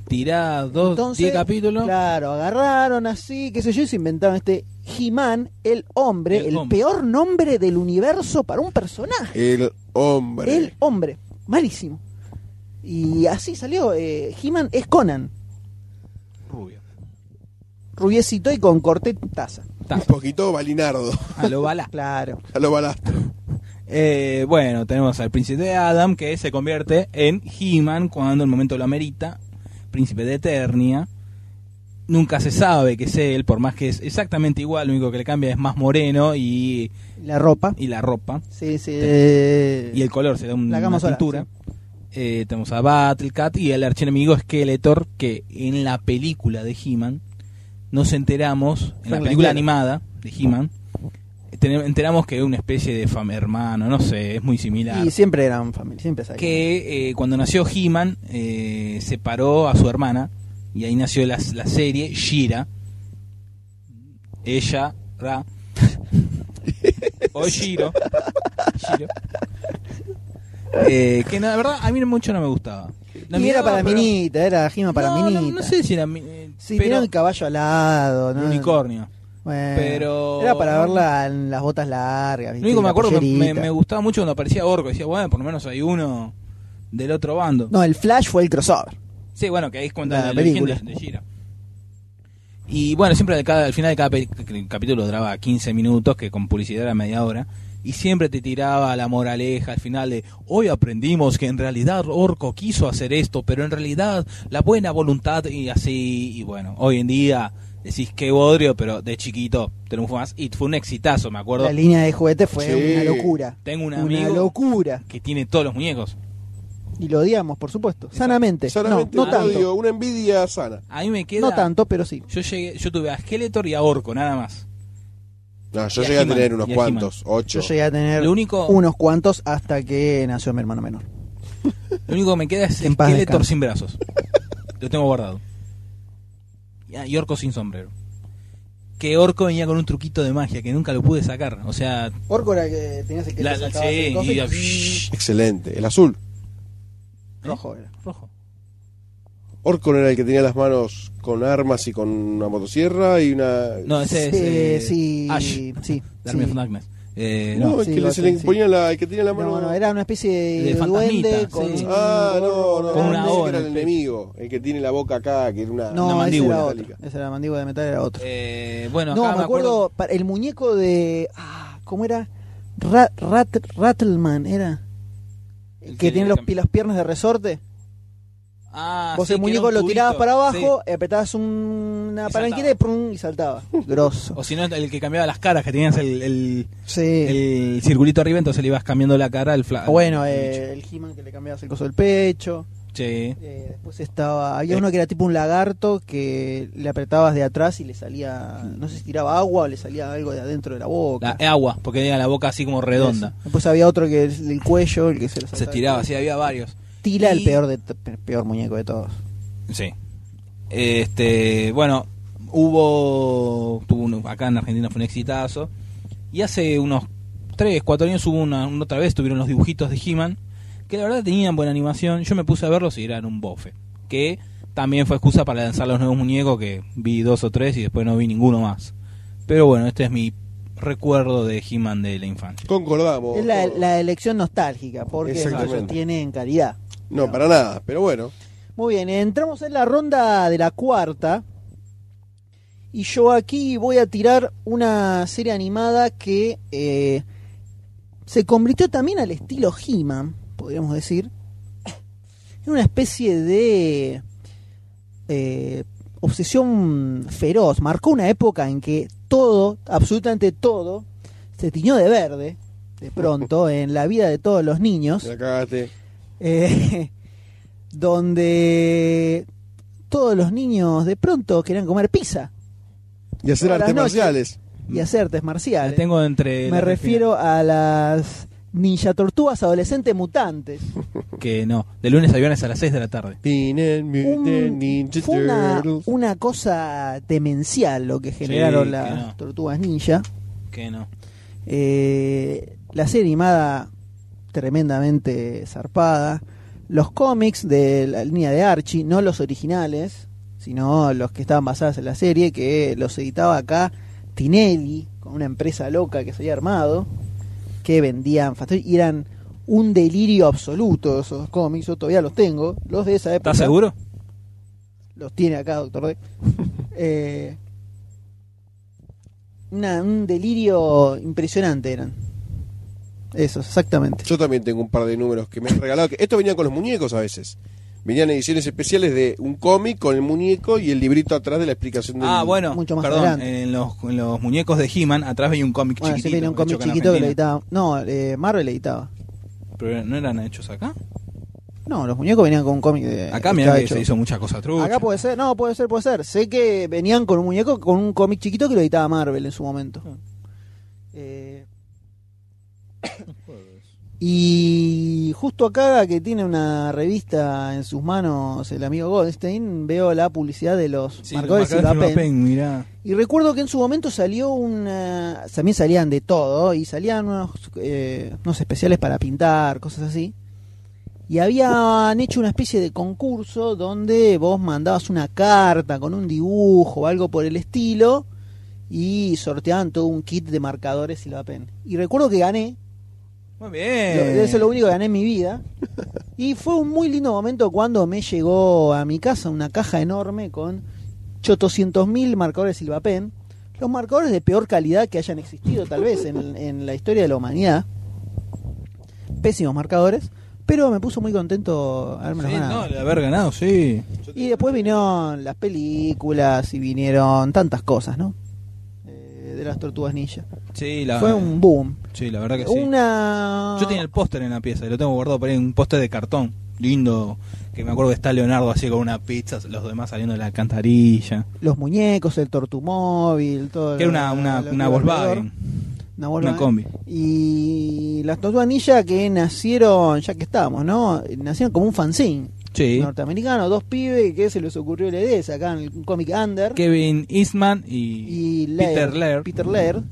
Speaker 3: tirá dos
Speaker 1: Entonces,
Speaker 3: diez capítulos
Speaker 1: Claro, agarraron así, qué sé yo, y se inventaron este He-Man, el hombre,
Speaker 3: El
Speaker 1: el,
Speaker 3: hombre.
Speaker 1: peor nombre del universo para un personaje.
Speaker 2: El hombre.
Speaker 1: El hombre, malísimo. Y así salió, eh, He-Man es Conan,
Speaker 3: Rubio.
Speaker 1: rubiecito y con corte taza.
Speaker 3: Ta,
Speaker 2: Un poquito balinardo.
Speaker 3: a lo bala.
Speaker 1: Claro.
Speaker 2: A lo balastro.
Speaker 3: Eh, bueno tenemos al príncipe Adam que se convierte en He-Man cuando el momento lo amerita príncipe de Eternia nunca se sabe que es él por más que es exactamente igual lo único que le cambia es más moreno y
Speaker 1: La ropa.
Speaker 3: y la ropa
Speaker 1: Sí, sí. eh,
Speaker 3: y el color se da un-
Speaker 1: La gama
Speaker 3: una
Speaker 1: solar,
Speaker 3: pintura. Eh, tenemos a Battlecat y el archienemigo Skeletor que en la película de He-Man nos enteramos en la
Speaker 1: Frank
Speaker 3: película
Speaker 1: Langella.
Speaker 3: animada de He-Man tenem- enteramos que es una especie de fam hermano no sé es muy similar
Speaker 1: Y siempre eran familia, siempre salían.
Speaker 3: que eh, cuando nació He-Man eh, separó a su hermana y ahí nació la, la serie Shira. Ella, Ra. o Shiro. Shiro. Eh, que no, la verdad a mí mucho no me gustaba. La
Speaker 1: Y
Speaker 3: miraba,
Speaker 1: era para
Speaker 3: pero-
Speaker 1: minita, era He-Man para
Speaker 3: no, no,
Speaker 1: minita.
Speaker 3: No, sé si era mi- eh,
Speaker 1: Sí,
Speaker 3: pero
Speaker 1: tenía el caballo alado, ¿no?
Speaker 3: unicornio.
Speaker 1: Bueno,
Speaker 3: Pero-
Speaker 1: Era para verla en las botas largas.
Speaker 3: Lo
Speaker 1: ¿viste?
Speaker 3: único
Speaker 1: La
Speaker 3: que me acuerdo que me,
Speaker 1: pollerita.
Speaker 3: me gustaba mucho cuando aparecía Orco. Decía, bueno, por lo menos hay uno del otro bando.
Speaker 1: No, el Flash fue el crossover.
Speaker 3: Sí, bueno, que ahí cuenta
Speaker 1: La
Speaker 3: la, película
Speaker 1: película.
Speaker 3: de, Gira. Y bueno, siempre de cada- al final de cada pe- el capítulo duraba 15 minutos, que con publicidad era media hora. Y siempre te tiraba la moraleja al final de hoy aprendimos que en realidad Orco quiso hacer esto, pero en realidad la buena voluntad y así. Y bueno, hoy en día decís que bodrio, pero de chiquito tenemos más. Y fue un exitazo, me acuerdo.
Speaker 1: La línea de juguete fue
Speaker 2: Sí.
Speaker 1: una locura.
Speaker 3: Tengo un
Speaker 1: Una
Speaker 3: amigo
Speaker 1: locura.
Speaker 3: que tiene todos los muñecos.
Speaker 1: Y lo odiamos, por supuesto. Sanamente.
Speaker 2: Solamente
Speaker 1: no,
Speaker 2: un
Speaker 1: no tanto.
Speaker 2: odio, una envidia sana.
Speaker 3: A mí me queda.
Speaker 1: No tanto, pero sí.
Speaker 3: Yo, llegué, yo tuve a Skeletor y a Orco, nada más.
Speaker 2: No, yo
Speaker 3: Y a
Speaker 2: llegué a
Speaker 3: He-Man,
Speaker 2: tener unos
Speaker 3: y a
Speaker 2: cuantos, ocho.
Speaker 1: Yo llegué a tener
Speaker 3: Lo único-
Speaker 1: unos cuantos hasta que nació mi hermano menor.
Speaker 3: Lo único que me queda es
Speaker 1: En paz
Speaker 3: Skeletor
Speaker 1: descanse.
Speaker 3: sin brazos. Lo tengo guardado. Y- ah, Y Orco sin sombrero. Que Orco venía con un truquito de magia que nunca lo pude sacar. O sea,
Speaker 1: Orco era que tenías que
Speaker 3: la, la- sí, y iba- shhh,
Speaker 2: Excelente. El azul.
Speaker 1: rojo era.
Speaker 3: rojo.
Speaker 2: Orcon era el que tenía las manos con armas y con una motosierra y una.
Speaker 3: No, ese
Speaker 1: Sí,
Speaker 3: es. eh,
Speaker 1: sí,
Speaker 3: Ash.
Speaker 1: sí,
Speaker 3: de Army
Speaker 1: sí.
Speaker 3: of Darkness. Eh,
Speaker 2: No,
Speaker 1: no,
Speaker 2: el
Speaker 1: sí,
Speaker 2: que le-
Speaker 1: lo
Speaker 2: se
Speaker 1: sé,
Speaker 2: le
Speaker 1: sí.
Speaker 2: ponía la. el que tenía la mano.
Speaker 1: No, no, era una especie de,
Speaker 3: De fantasmita,
Speaker 1: duende con
Speaker 3: sí.
Speaker 2: Ah, no, no.
Speaker 3: Con
Speaker 2: pensé
Speaker 3: una
Speaker 2: que
Speaker 3: O en
Speaker 2: era
Speaker 3: el
Speaker 2: el
Speaker 3: pecho.
Speaker 2: enemigo. El que tiene la boca acá, que era una.
Speaker 1: No,
Speaker 3: una
Speaker 1: ese
Speaker 3: mandíbula
Speaker 1: era otro.
Speaker 2: metálica.
Speaker 1: Ese era la mandíbula de metal, era otro.
Speaker 3: eh, bueno,
Speaker 1: No,
Speaker 3: acá
Speaker 1: me acuerdo, pa- el muñeco de. Ah, ¿Cómo era? Ra- Rat- Rattleman, era.
Speaker 3: El
Speaker 1: que
Speaker 3: que
Speaker 1: tiene
Speaker 3: le
Speaker 1: los,
Speaker 3: cambia-
Speaker 1: las piernas de resorte.
Speaker 3: Ah,
Speaker 1: Vos
Speaker 3: sí,
Speaker 1: el
Speaker 3: que era
Speaker 1: muñeco
Speaker 3: un
Speaker 1: lo
Speaker 3: tubito.
Speaker 1: tirabas para abajo,
Speaker 3: Sí.
Speaker 1: y apretabas un- una
Speaker 3: Y
Speaker 1: palanquita y, prum, y saltaba. Grosso.
Speaker 3: O si no, el que cambiaba las caras, que tenías el, el,
Speaker 1: Sí.
Speaker 3: el circulito arriba, entonces le ibas cambiando la cara al fla-
Speaker 1: Ah, bueno,
Speaker 3: al
Speaker 1: eh, el He-Man que le cambiabas el coso del pecho.
Speaker 3: bicho. Sí.
Speaker 1: Eh, después estaba. Había uno que era tipo un lagarto que le apretabas de atrás y le salía. No sé si tiraba agua o le salía algo de adentro de la boca.
Speaker 3: La- agua, porque tenía la boca así como redonda.
Speaker 1: Eso. Después había otro que es el cuello, el que se lo
Speaker 3: Se
Speaker 1: saltaba.
Speaker 3: estiraba, sí, había varios.
Speaker 1: Tila,
Speaker 3: Y-
Speaker 1: el peor de pe- peor muñeco de todos.
Speaker 3: Sí. Este, bueno, hubo tuvo uno- acá en Argentina fue un exitazo y hace unos 3, 4 años hubo una, una otra vez tuvieron los dibujitos de He-Man que la verdad tenían buena animación. Yo me puse a verlos y eran un bofe, que también fue excusa para lanzar los nuevos muñecos que vi dos o tres y después no vi ninguno más. Pero bueno, este es mi recuerdo de He-Man de la infancia.
Speaker 2: Concordamos.
Speaker 1: Es la,
Speaker 2: todos.
Speaker 1: la elección nostálgica, porque no
Speaker 2: Exactamente.
Speaker 1: tiene en calidad.
Speaker 2: No, para nada, pero bueno.
Speaker 1: Muy bien, entramos en la ronda de la cuarta. Y yo aquí voy a tirar una serie animada que eh, se convirtió también al estilo He-Man, podríamos decir. En una especie de eh, obsesión feroz. Marcó una época en que todo, absolutamente todo, se tiñó de verde, de pronto, en la vida de todos los niños.
Speaker 2: La cagaste.
Speaker 1: Eh, donde todos los niños de pronto querían comer pizza
Speaker 2: Y hacer
Speaker 1: Todas las
Speaker 2: artes
Speaker 1: noches.
Speaker 2: marciales.
Speaker 1: y hacer artes
Speaker 3: Mm. La
Speaker 1: marciales.
Speaker 3: tengo entre.
Speaker 1: eh. Me
Speaker 3: las
Speaker 1: refiero a las ninja tortugas adolescentes mutantes.
Speaker 3: Que no, de lunes a viernes a las 6 de la tarde.
Speaker 2: Teenage Mutant
Speaker 1: Un-
Speaker 2: Ninja
Speaker 1: fue una,
Speaker 2: Turtles.
Speaker 1: una cosa demencial lo que generaron
Speaker 3: que
Speaker 1: las
Speaker 3: no.
Speaker 1: tortugas ninja.
Speaker 3: Que no.
Speaker 1: Eh, la serie animada tremendamente zarpada. Los cómics de la línea de Archie, no los originales, sino los que estaban basados en la serie, que los editaba acá Tinelli, con una empresa loca que se había armado, que vendían fast- y eran un delirio absoluto esos cómics, yo todavía los tengo, los de esa época.
Speaker 3: ¿Estás seguro?
Speaker 1: Los tiene acá, doctor D. Eh, una- un delirio impresionante eran. Eso, exactamente.
Speaker 2: Yo también tengo un par de números que me han regalado. Que estos venían con los muñecos a veces. Venían ediciones especiales de un cómic con el muñeco y el librito atrás de la explicación del
Speaker 3: Ah, bueno,
Speaker 1: mucho más
Speaker 3: perdón,
Speaker 1: adelante.
Speaker 3: en los, en los muñecos de He-Man atrás veía un cómic
Speaker 1: Bueno,
Speaker 3: chiquitito.
Speaker 1: sí tenía un cómic
Speaker 3: hecho acá en
Speaker 1: chiquito que lo
Speaker 3: Argentina.
Speaker 1: editaba. No, eh, Marvel editaba.
Speaker 3: Pero no eran hechos acá.
Speaker 1: No, los muñecos venían con un cómic de.
Speaker 3: Acá
Speaker 1: que
Speaker 3: mirá
Speaker 1: estaba
Speaker 3: que
Speaker 1: Eh, hecho.
Speaker 3: se hizo muchas cosas truchas.
Speaker 1: Acá puede ser, no, puede ser, puede ser. Sé que venían con un muñeco, con un cómic chiquito que lo editaba Marvel en su momento. Eh, y justo acá, que tiene una revista en sus manos el amigo Goldstein, veo la publicidad de los
Speaker 3: Sí,
Speaker 1: marcadores
Speaker 3: los marcadores
Speaker 1: Silvapen.
Speaker 3: Silvapen, mirá.
Speaker 1: Y recuerdo que en su momento salió una. También salían de todo, y salían unos, eh, unos especiales para pintar, cosas así. Y habían hecho una especie de concurso donde vos mandabas una carta con un dibujo o algo por el estilo, y sorteaban todo un kit de marcadores y la pen. Y recuerdo que gané,
Speaker 3: Muy
Speaker 1: lo-
Speaker 3: bien.
Speaker 1: debe ser lo único que gané en mi vida. Y fue un muy lindo momento cuando me llegó a mi casa una caja enorme con 800.000 marcadores Silvapen. Los marcadores de peor calidad que hayan existido, tal vez, en, en la historia de la humanidad. Pésimos marcadores. Pero me puso muy contento haberme
Speaker 3: Sí,
Speaker 1: ganado.
Speaker 3: no, el haber ganado, sí.
Speaker 1: Y después vinieron las películas y vinieron tantas cosas, ¿no? Eh, de las tortugas ninja.
Speaker 3: Sí, la,
Speaker 1: Fue un boom.
Speaker 3: sí, la verdad que sí.
Speaker 1: Una.
Speaker 3: Yo tenía el póster en la pieza, lo tengo guardado por ahí, un póster de cartón, lindo, que me acuerdo que está Leonardo así con una pizza, los demás saliendo de la alcantarilla.
Speaker 1: los muñecos, el tortumóvil, todo.
Speaker 3: Que era
Speaker 1: lo-
Speaker 3: una, una,
Speaker 1: lo-
Speaker 3: una
Speaker 1: lo-
Speaker 3: Volkswagen,
Speaker 1: Una
Speaker 3: una
Speaker 1: Volkswagen.
Speaker 3: combi.
Speaker 1: Y las tortugas ninja que nacieron, ya que estábamos, ¿no? Nacieron como un fanzine
Speaker 3: Sí.
Speaker 1: norteamericano, dos pibes que se les ocurrió la idea, sacaban el cómic Under
Speaker 3: Kevin Eastman y,
Speaker 1: y
Speaker 3: Peter Laird.
Speaker 1: Peter Laird.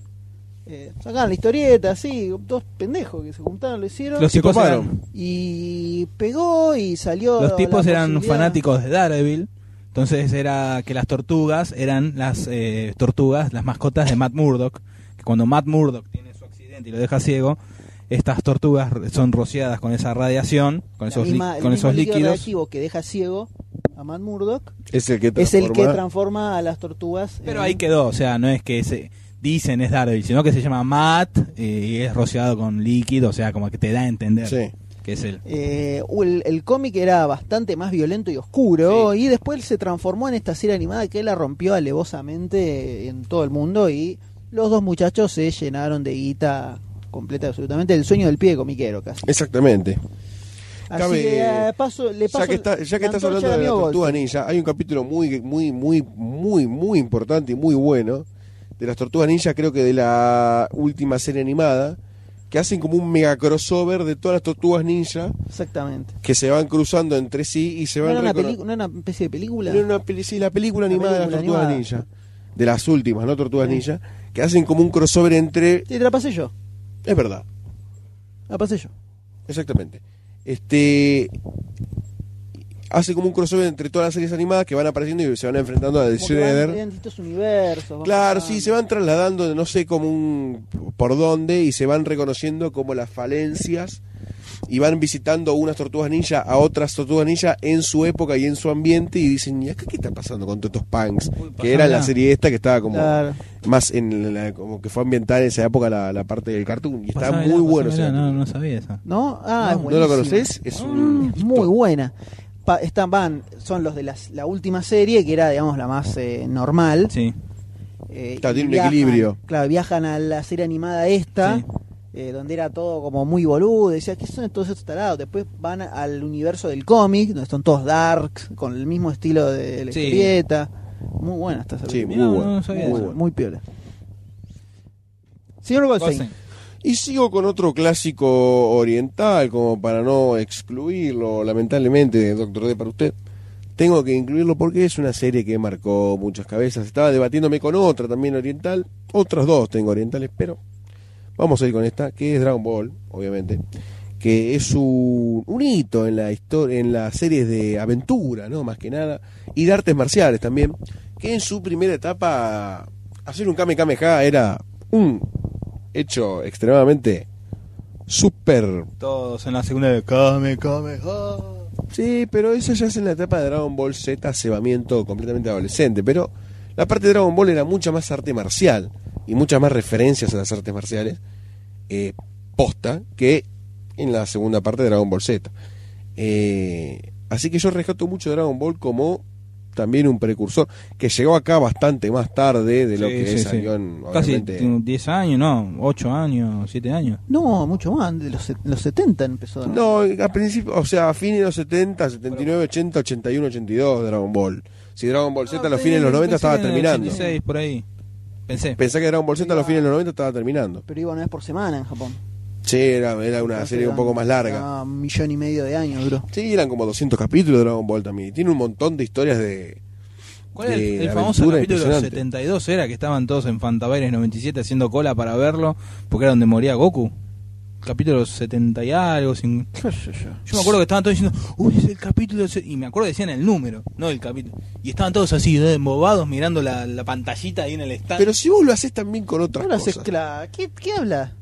Speaker 1: Eh, sacaban la historieta, así, dos pendejos que se juntaron, lo hicieron.
Speaker 3: los tipos
Speaker 2: coparon.
Speaker 3: eran,
Speaker 1: Y pegó y salió.
Speaker 3: los tipos
Speaker 1: la
Speaker 3: eran
Speaker 1: posibilidad-
Speaker 3: fanáticos de Daredevil. Entonces era que las tortugas eran las eh, tortugas, las mascotas de Matt Murdock. Que cuando Matt Murdock tiene su accidente y lo deja ciego, estas tortugas son rociadas con esa radiación, con
Speaker 1: la
Speaker 3: esos, li-
Speaker 1: misma- el
Speaker 3: con
Speaker 1: mismo
Speaker 3: esos
Speaker 1: líquido
Speaker 3: líquidos.
Speaker 1: reactivo que deja ciego a Matt Murdock.
Speaker 2: Es el que
Speaker 1: es el que
Speaker 2: transforma.
Speaker 1: transforma a las tortugas.
Speaker 3: Pero
Speaker 1: en-
Speaker 3: ahí quedó, o sea, no es que se dicen es Daredevil, sino que se llama Matt eh, y es rociado con líquido, o sea, como que te da a entender
Speaker 2: Sí.
Speaker 3: que es él.
Speaker 1: Eh, el, el cómic era bastante más violento y oscuro y después se transformó en esta serie animada que la rompió alevosamente en todo el mundo y los dos muchachos se llenaron de guita completa y absolutamente el sueño del pie de comiquero casi.
Speaker 2: Exactamente.
Speaker 1: Así
Speaker 2: Cabe-
Speaker 1: que, eh, paso, le paso
Speaker 2: Ya que, está- ya que
Speaker 1: la
Speaker 2: estás
Speaker 1: antorcha
Speaker 2: hablando
Speaker 1: al
Speaker 2: de la
Speaker 1: amigo
Speaker 2: tortuga
Speaker 1: Goldstein.
Speaker 2: ninja, hay un capítulo muy, muy, muy, muy, muy importante y muy bueno de las tortugas ninja, creo que de la última serie animada, que hacen como un mega crossover de todas las tortugas ninja
Speaker 1: Exactamente.
Speaker 2: que se van cruzando entre sí y se
Speaker 1: ¿No
Speaker 2: van
Speaker 1: era, una
Speaker 2: recono-
Speaker 1: pelicu- no era una especie de película?
Speaker 2: Era una peli- sí, la película
Speaker 1: La
Speaker 2: animada de
Speaker 1: película
Speaker 2: las tortugas
Speaker 1: animada.
Speaker 2: ninja, de las últimas, ¿no? Tortugas
Speaker 1: Sí.
Speaker 2: ninja, que hacen como un crossover entre.
Speaker 1: Sí, te la pasé yo.
Speaker 2: Es verdad.
Speaker 1: La pasé yo.
Speaker 2: Exactamente. Este hace como un crossover entre todas las series animadas que van apareciendo y se van enfrentando a The
Speaker 1: Como que van
Speaker 2: Shredder.
Speaker 1: creando distintos universos. van
Speaker 2: Claro,
Speaker 1: pasando.
Speaker 2: sí, se van trasladando, de no sé cómo un, por dónde, y se van reconociendo como las falencias y van visitando unas tortugas ninja a otras tortugas ninja en su época y en su ambiente y dicen, ¿y acá qué está pasando con todos estos punks? que era la serie esta que estaba como
Speaker 1: Claro.
Speaker 2: más en la, como que fue ambientada en esa época la, la parte del cartoon y está
Speaker 3: Pasámela,
Speaker 2: muy bueno. ese
Speaker 3: pasámela, No,
Speaker 2: cartoon.
Speaker 3: no sabía esa.
Speaker 1: ¿No? Ah, es
Speaker 2: ¿No
Speaker 1: buenísimo.
Speaker 2: lo conoces? Es un...
Speaker 1: Es muy buena. Pa- están, van, son los de las- la última serie, que era, digamos, la más eh, normal.
Speaker 3: Sí.
Speaker 1: Eh,
Speaker 2: Claro,
Speaker 1: y
Speaker 2: tiene un equilibrio.
Speaker 1: Claro, viajan a la serie animada esta,
Speaker 3: Sí.
Speaker 1: eh, donde era todo como muy boludo. Decías, ¿qué son todos estos tarados? Después van al universo del cómic, donde son todos darks, con el mismo estilo de la
Speaker 14: Sí.
Speaker 1: historieta. Muy buena esta
Speaker 2: Sí,
Speaker 1: serie.
Speaker 2: muy
Speaker 3: Mirá,
Speaker 2: bueno.
Speaker 3: no sabía
Speaker 2: muy
Speaker 3: eso.
Speaker 2: bueno.
Speaker 1: Muy piola. Señor Goldstein.
Speaker 2: Y sigo con otro clásico oriental, como para no excluirlo, lamentablemente, Doctor D, para usted. Tengo que incluirlo porque es una serie que marcó muchas cabezas. Estaba debatiéndome con otra también oriental. Otras dos tengo orientales, pero vamos a ir con esta, que es Dragon Ball, obviamente. Que es un, un hito en la historia, en las series de aventura, ¿no? Más que nada. Y de artes marciales también. Que en su primera etapa, hacer un Kame Kamehameha era un hecho extremadamente súper.
Speaker 3: Todos en la segunda de Come, come,
Speaker 2: Sí, pero eso ya es en la etapa de Dragon Ball Z, cebamiento completamente adolescente. Pero la parte de Dragon Ball era mucha más arte marcial y muchas más referencias a las artes marciales eh, posta que en la segunda parte de Dragon Ball Z. Eh, así que yo rescato mucho Dragon Ball como también un precursor que llegó acá bastante más tarde de lo
Speaker 3: Sí,
Speaker 2: que
Speaker 3: sí, sí.
Speaker 2: salió en.
Speaker 3: Casi
Speaker 2: obviamente,
Speaker 3: tengo 10 años, no, 8 años, 7 años.
Speaker 1: No, mucho más, de los, se- los 70 empezó. ¿no?
Speaker 2: No, a principio, o sea, a fines de los 70, 79, 80, 81, 82 Dragon Ball. Si Dragon Ball Z a los fines de los 90 estaba terminando.
Speaker 3: 16 por ahí. Pensé.
Speaker 2: Pensá que Dragon Ball Z a los fines de los 90 estaba terminando.
Speaker 1: Pero iba una vez por semana en Japón.
Speaker 2: Sí, era, era una
Speaker 1: Entonces
Speaker 2: serie un
Speaker 1: eran-
Speaker 2: poco más larga.
Speaker 1: era Un millón y medio de años duró.
Speaker 2: Sí, eran como 200 capítulos de Dragon Ball también. Y Tiene un montón de historias de...
Speaker 3: ¿Cuál es
Speaker 2: de
Speaker 3: el, el famoso
Speaker 2: aventura
Speaker 3: capítulo de los
Speaker 2: impresionante.
Speaker 3: 72? Era que estaban todos en Fantabaires 97 haciendo cola para verlo, porque era donde moría Goku. Capítulo 70 y algo. sin- Yo me acuerdo que estaban todos diciendo, uy, es el capítulo. se-". Y me acuerdo que decían el número, no el capítulo. Y estaban todos así, ¿no? embobados, mirando la, la pantallita ahí en el stand.
Speaker 2: Pero si vos lo haces también con otras
Speaker 1: No lo haces
Speaker 2: cosas.
Speaker 1: cla- ¿Qué, ¿Qué habla?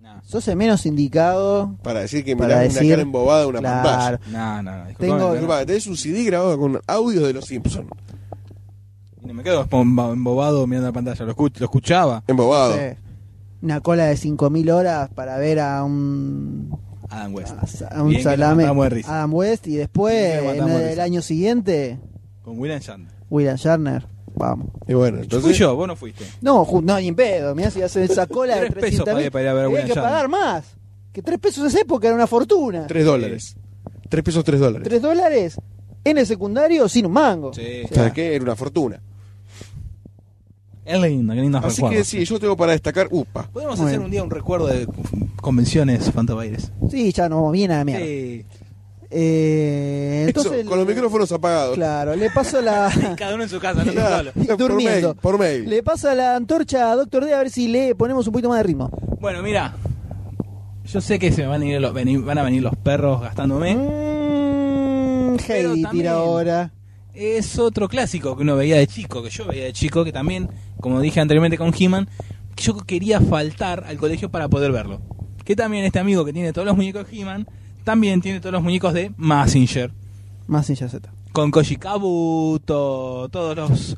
Speaker 3: Nah.
Speaker 1: Sos el menos indicado.
Speaker 2: Para decir que mirás
Speaker 1: Para
Speaker 2: una
Speaker 1: decir-
Speaker 2: cara embobada de una
Speaker 1: Claro.
Speaker 3: No, no, no.
Speaker 1: Tengo-
Speaker 3: disculpame,
Speaker 2: pantalla.
Speaker 3: pero
Speaker 2: Disculpa, Tenés un CD grabado con audios de los Simpsons.
Speaker 3: no. Me quedo embo- embobado mirando la pantalla. Lo, escu- lo escuchaba.
Speaker 2: Embobado.
Speaker 1: Sí. Una cola de 5.000 horas para ver a un,
Speaker 3: Adam West.
Speaker 1: a un
Speaker 3: Pues, Bien que
Speaker 1: salame.
Speaker 3: lo matamos de risa.
Speaker 1: Adam West. Y
Speaker 3: Bien
Speaker 1: después,
Speaker 3: que lo
Speaker 1: en
Speaker 3: matamos de
Speaker 1: el
Speaker 3: risa.
Speaker 1: año siguiente,
Speaker 3: Con William Shatner.
Speaker 1: William Shatner. Vamos.
Speaker 2: Y bueno,
Speaker 3: Fui
Speaker 2: entonces...
Speaker 3: yo, vos no fuiste.
Speaker 1: No, ju- no, ni en pedo. Mirá si hace esa cola de
Speaker 3: Tres pesos
Speaker 1: 300.000.
Speaker 3: pagué para ir a ver a
Speaker 1: Había
Speaker 3: William
Speaker 1: que
Speaker 3: Shatner.
Speaker 1: pagar más. Que tres pesos en esa época era una fortuna.
Speaker 2: 3 dólares. 3 pesos 3 dólares.
Speaker 1: Tres dólares en el secundario sin un mango.
Speaker 3: Sí.
Speaker 1: O sea,
Speaker 2: ¿Sabes qué? Era una fortuna.
Speaker 3: Es lindo, qué lindo
Speaker 2: Así
Speaker 3: recuerdo.
Speaker 2: que sí, yo tengo para destacar, upa,
Speaker 3: Podemos
Speaker 1: Muy
Speaker 3: hacer
Speaker 1: bien.
Speaker 3: un día un recuerdo de convenciones Fantabaires.
Speaker 1: Sí, ya nos vamos bien a la mierda.
Speaker 3: Sí.
Speaker 1: Eh,
Speaker 2: Eso,
Speaker 1: entonces,
Speaker 2: con los
Speaker 1: le-
Speaker 2: micrófonos apagados.
Speaker 1: Claro, le paso la.
Speaker 14: Cada uno en su casa, no te
Speaker 2: Nada,
Speaker 14: solo.
Speaker 2: por
Speaker 1: durmiendo.
Speaker 2: mail, por mail.
Speaker 1: le paso la antorcha a Doctor D a ver si le ponemos un poquito más de ritmo.
Speaker 14: Bueno, mira.
Speaker 3: Yo sé que se me van a, ir los, veni- van a venir los perros gastándome.
Speaker 1: Mm,
Speaker 3: ¿Eh? Pero
Speaker 1: Heidi
Speaker 3: también-
Speaker 1: tira ahora.
Speaker 3: Es otro clásico que uno veía de chico, que yo veía de chico, que también, como dije anteriormente con He-Man, que yo quería faltar al colegio para poder verlo. Que también este amigo que tiene todos los muñecos de He-Man, también tiene todos los muñecos de Massinger.
Speaker 1: Más sin Z.
Speaker 3: Con Koji Kabuto, todos los...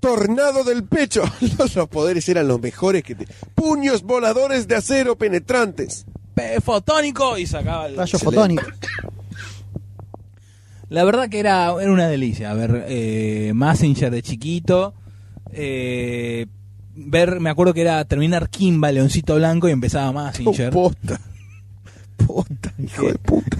Speaker 2: Tornado del pecho. Los, los poderes eran los mejores que te... Puños voladores de acero penetrantes.
Speaker 3: pe- Fotónico y sacaba el...
Speaker 1: Rayo fotónico.
Speaker 3: La verdad que era, era una delicia ver eh, Massinger de chiquito. eh, ver, me acuerdo que era terminar Kimba, Leoncito Blanco y empezaba Massinger.
Speaker 2: Oh, posta. Posta, hijo de puta.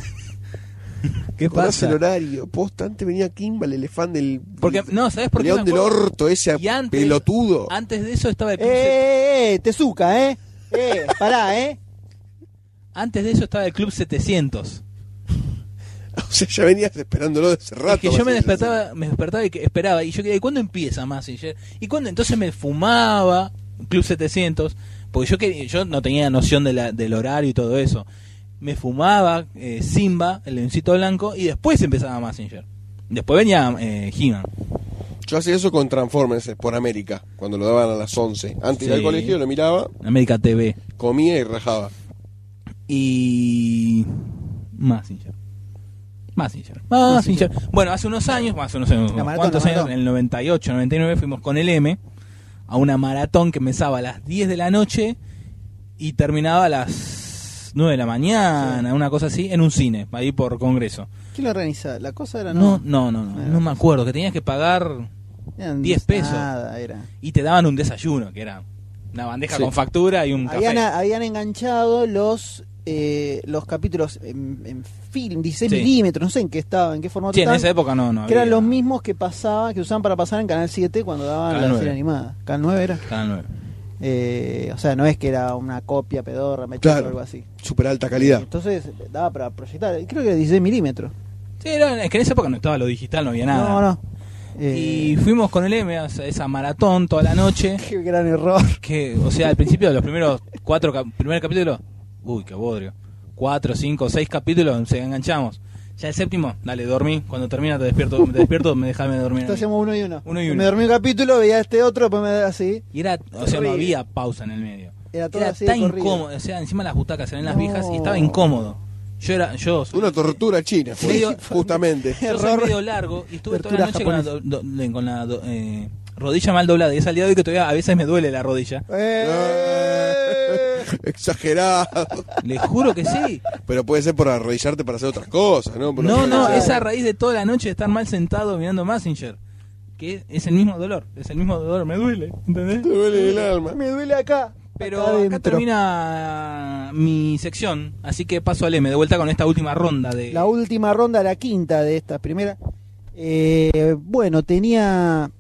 Speaker 3: ¿Qué
Speaker 2: Acordás el
Speaker 3: pasa?
Speaker 2: horario. Posta, antes venía Kimball, el elefante del...
Speaker 3: Porque, no, ¿sabes por qué?
Speaker 2: León
Speaker 3: me
Speaker 2: del
Speaker 3: acuerdo?
Speaker 2: orto, ese
Speaker 3: Y antes- Ah.
Speaker 2: pelotudo.
Speaker 3: Antes de eso estaba el
Speaker 1: Eh,
Speaker 3: Club
Speaker 1: eh, eh, Tezuka, eh. Eh, pará, eh.
Speaker 3: Se- Antes de eso estaba el Club 700.
Speaker 2: O sea, ya venías esperándolo desde hace rato.
Speaker 3: Es que yo me
Speaker 2: Mazinger.
Speaker 3: despertaba, me despertaba y que esperaba. Y yo quería, ¿y cuándo empieza Massinger? Y cuando entonces me fumaba Club 700, porque yo, quería- yo no tenía noción de la- del horario y todo eso. me fumaba eh, Simba, el leoncito blanco, y después empezaba Massinger. Después venía eh, He-Man.
Speaker 2: Yo hacía eso con Transformers eh, por América, cuando lo daban a las 11. Antes de ir
Speaker 3: Sí.
Speaker 2: al colegio lo miraba,
Speaker 3: América TV.
Speaker 2: comía y rajaba.
Speaker 3: y Massinger. Massinger. Massinger. Bueno, hace unos años, bueno, hace unos años,
Speaker 1: maratón,
Speaker 3: ¿cuántos
Speaker 1: la
Speaker 3: años?
Speaker 1: maratón.
Speaker 3: En el 98, 99 fuimos con el M a una maratón que empezaba a las 10 de la noche y terminaba a las 9 de la mañana, una cosa así, en un cine, ahí por congreso.
Speaker 1: ¿Quién lo organiza? La cosa era
Speaker 3: No,
Speaker 1: no.
Speaker 3: no, no, no,
Speaker 1: Bueno.
Speaker 3: no me acuerdo, que tenías que pagar
Speaker 1: eran
Speaker 3: 10 pesos.
Speaker 1: Nada, era.
Speaker 3: y te daban un desayuno, que era una bandeja
Speaker 2: Sí.
Speaker 3: con factura y un café.
Speaker 1: Habían, habían enganchado los eh, los capítulos en, en film, 16
Speaker 3: Sí.
Speaker 1: milímetros, no sé en qué estaba, en qué formato
Speaker 3: Sí, en
Speaker 1: estaban,
Speaker 3: esa época no, no.
Speaker 1: que eran
Speaker 3: había.
Speaker 1: los mismos que pasaban, que usaban para pasar en Canal 7 cuando daban
Speaker 3: Canal
Speaker 1: la
Speaker 3: nueve.
Speaker 1: serie animada. Canal 9 era.
Speaker 3: Canal nueve.
Speaker 1: Eh, o sea, no es que era una copia pedorra, mechada
Speaker 2: Claro.
Speaker 1: o algo así. Eh,
Speaker 2: Super alta calidad.
Speaker 1: Entonces daba para proyectar, creo que era 16 milímetros.
Speaker 3: Sí, era- es que en esa época no estaba lo digital, no había nada.
Speaker 1: No, no.
Speaker 3: Y
Speaker 1: Eh,
Speaker 3: fuimos con el M a esa esa maratón toda la noche.
Speaker 1: Qué gran error.
Speaker 3: Que, o sea, al principio de los primeros cuatro cap- primer capítulo, uy, qué bodrio. Cuatro, cinco, seis capítulos, se enganchamos. Ya el séptimo, dale, dormí. Cuando termina te despierto, te despierto, me dejame dormir.
Speaker 1: Entonces hacíamos uno y uno.
Speaker 3: Uno y uno.
Speaker 1: Me dormí un capítulo, veía este otro, después me así.
Speaker 3: Y era, o sea, no había pausa en el medio.
Speaker 1: Era todo
Speaker 3: Era
Speaker 1: así de
Speaker 3: tan
Speaker 1: corrido.
Speaker 3: incómodo, o sea, encima las butacas eran las
Speaker 1: No.
Speaker 3: viejas y estaba incómodo. Yo era, yo
Speaker 2: Una tortura china, fue,
Speaker 3: Medio-
Speaker 2: justamente.
Speaker 3: Yo soy medio largo y estuve toda la noche
Speaker 1: Tortura
Speaker 3: con la, do- do- con la do- eh, rodilla mal doblada. Y es al día de hoy que todavía a veces me duele la rodilla.
Speaker 2: Ah, Exagerado.
Speaker 3: Les juro que sí.
Speaker 2: Pero puede ser por arrodillarte para hacer otras cosas, ¿no? Por
Speaker 3: No, no,
Speaker 2: arrodillarte.
Speaker 3: es a raíz de toda la noche de estar mal sentado mirando Messenger. Que es el mismo dolor, es el mismo dolor, me duele, ¿entendés?
Speaker 2: Te duele el alma.
Speaker 1: Eh, Me duele acá.
Speaker 3: Pero
Speaker 1: Acá
Speaker 3: acá
Speaker 1: adentro.
Speaker 3: termina mi sección, así que paso al M de vuelta con esta última ronda de...
Speaker 1: La última ronda, la quinta de estas primeras. Eh, bueno, tenía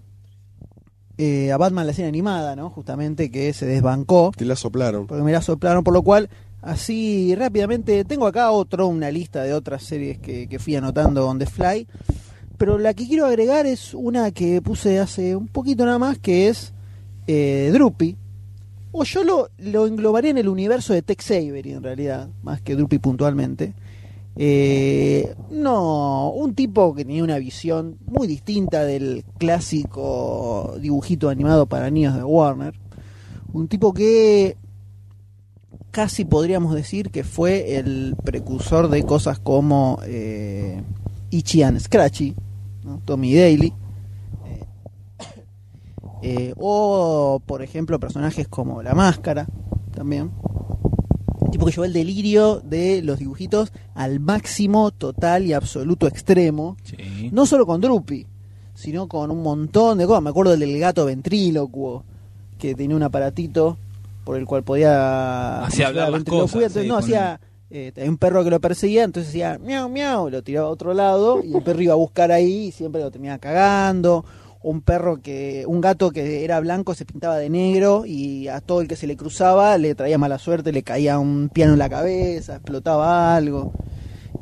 Speaker 1: eh, a Batman la serie animada, ¿no? Justamente que se desbancó.
Speaker 2: Te la soplaron.
Speaker 1: Porque me la soplaron, por lo cual, así rápidamente, tengo acá otro, una lista de otras series que, que fui anotando on the fly. Pero la que quiero agregar es una que puse hace un poquito nada más, que es eh, Droopy. O yo lo, lo englobaré en el universo de Tex Avery, en realidad, más que Droopy puntualmente. Eh, no, un tipo que tenía una visión muy distinta del clásico dibujito animado para niños de Warner. Un tipo que casi podríamos decir que fue el precursor de cosas como eh, Itchy and Scratchy, ¿no? Tommy Daly, eh, eh, o por ejemplo personajes como La Máscara también. Un tipo que llevó el delirio de los dibujitos al máximo total y absoluto extremo
Speaker 3: Sí.
Speaker 1: no solo con Drupi, sino con un montón de cosas. Me acuerdo del gato ventrílocuo, que tenía un aparatito por el cual podía...
Speaker 3: Hacía
Speaker 1: funcionar
Speaker 3: hablar las
Speaker 1: ventriloquía,
Speaker 3: cosas,
Speaker 1: entonces,
Speaker 3: sí,
Speaker 1: no,
Speaker 3: con
Speaker 1: hacía... eh, tenía un perro que lo perseguía, entonces hacía miau, miau, lo tiraba a otro lado y el perro iba a buscar ahí y siempre lo terminaba cagando. Un perro que, un gato que era blanco se pintaba de negro y a todo el que se le cruzaba le traía mala suerte, le caía un piano en la cabeza, explotaba algo.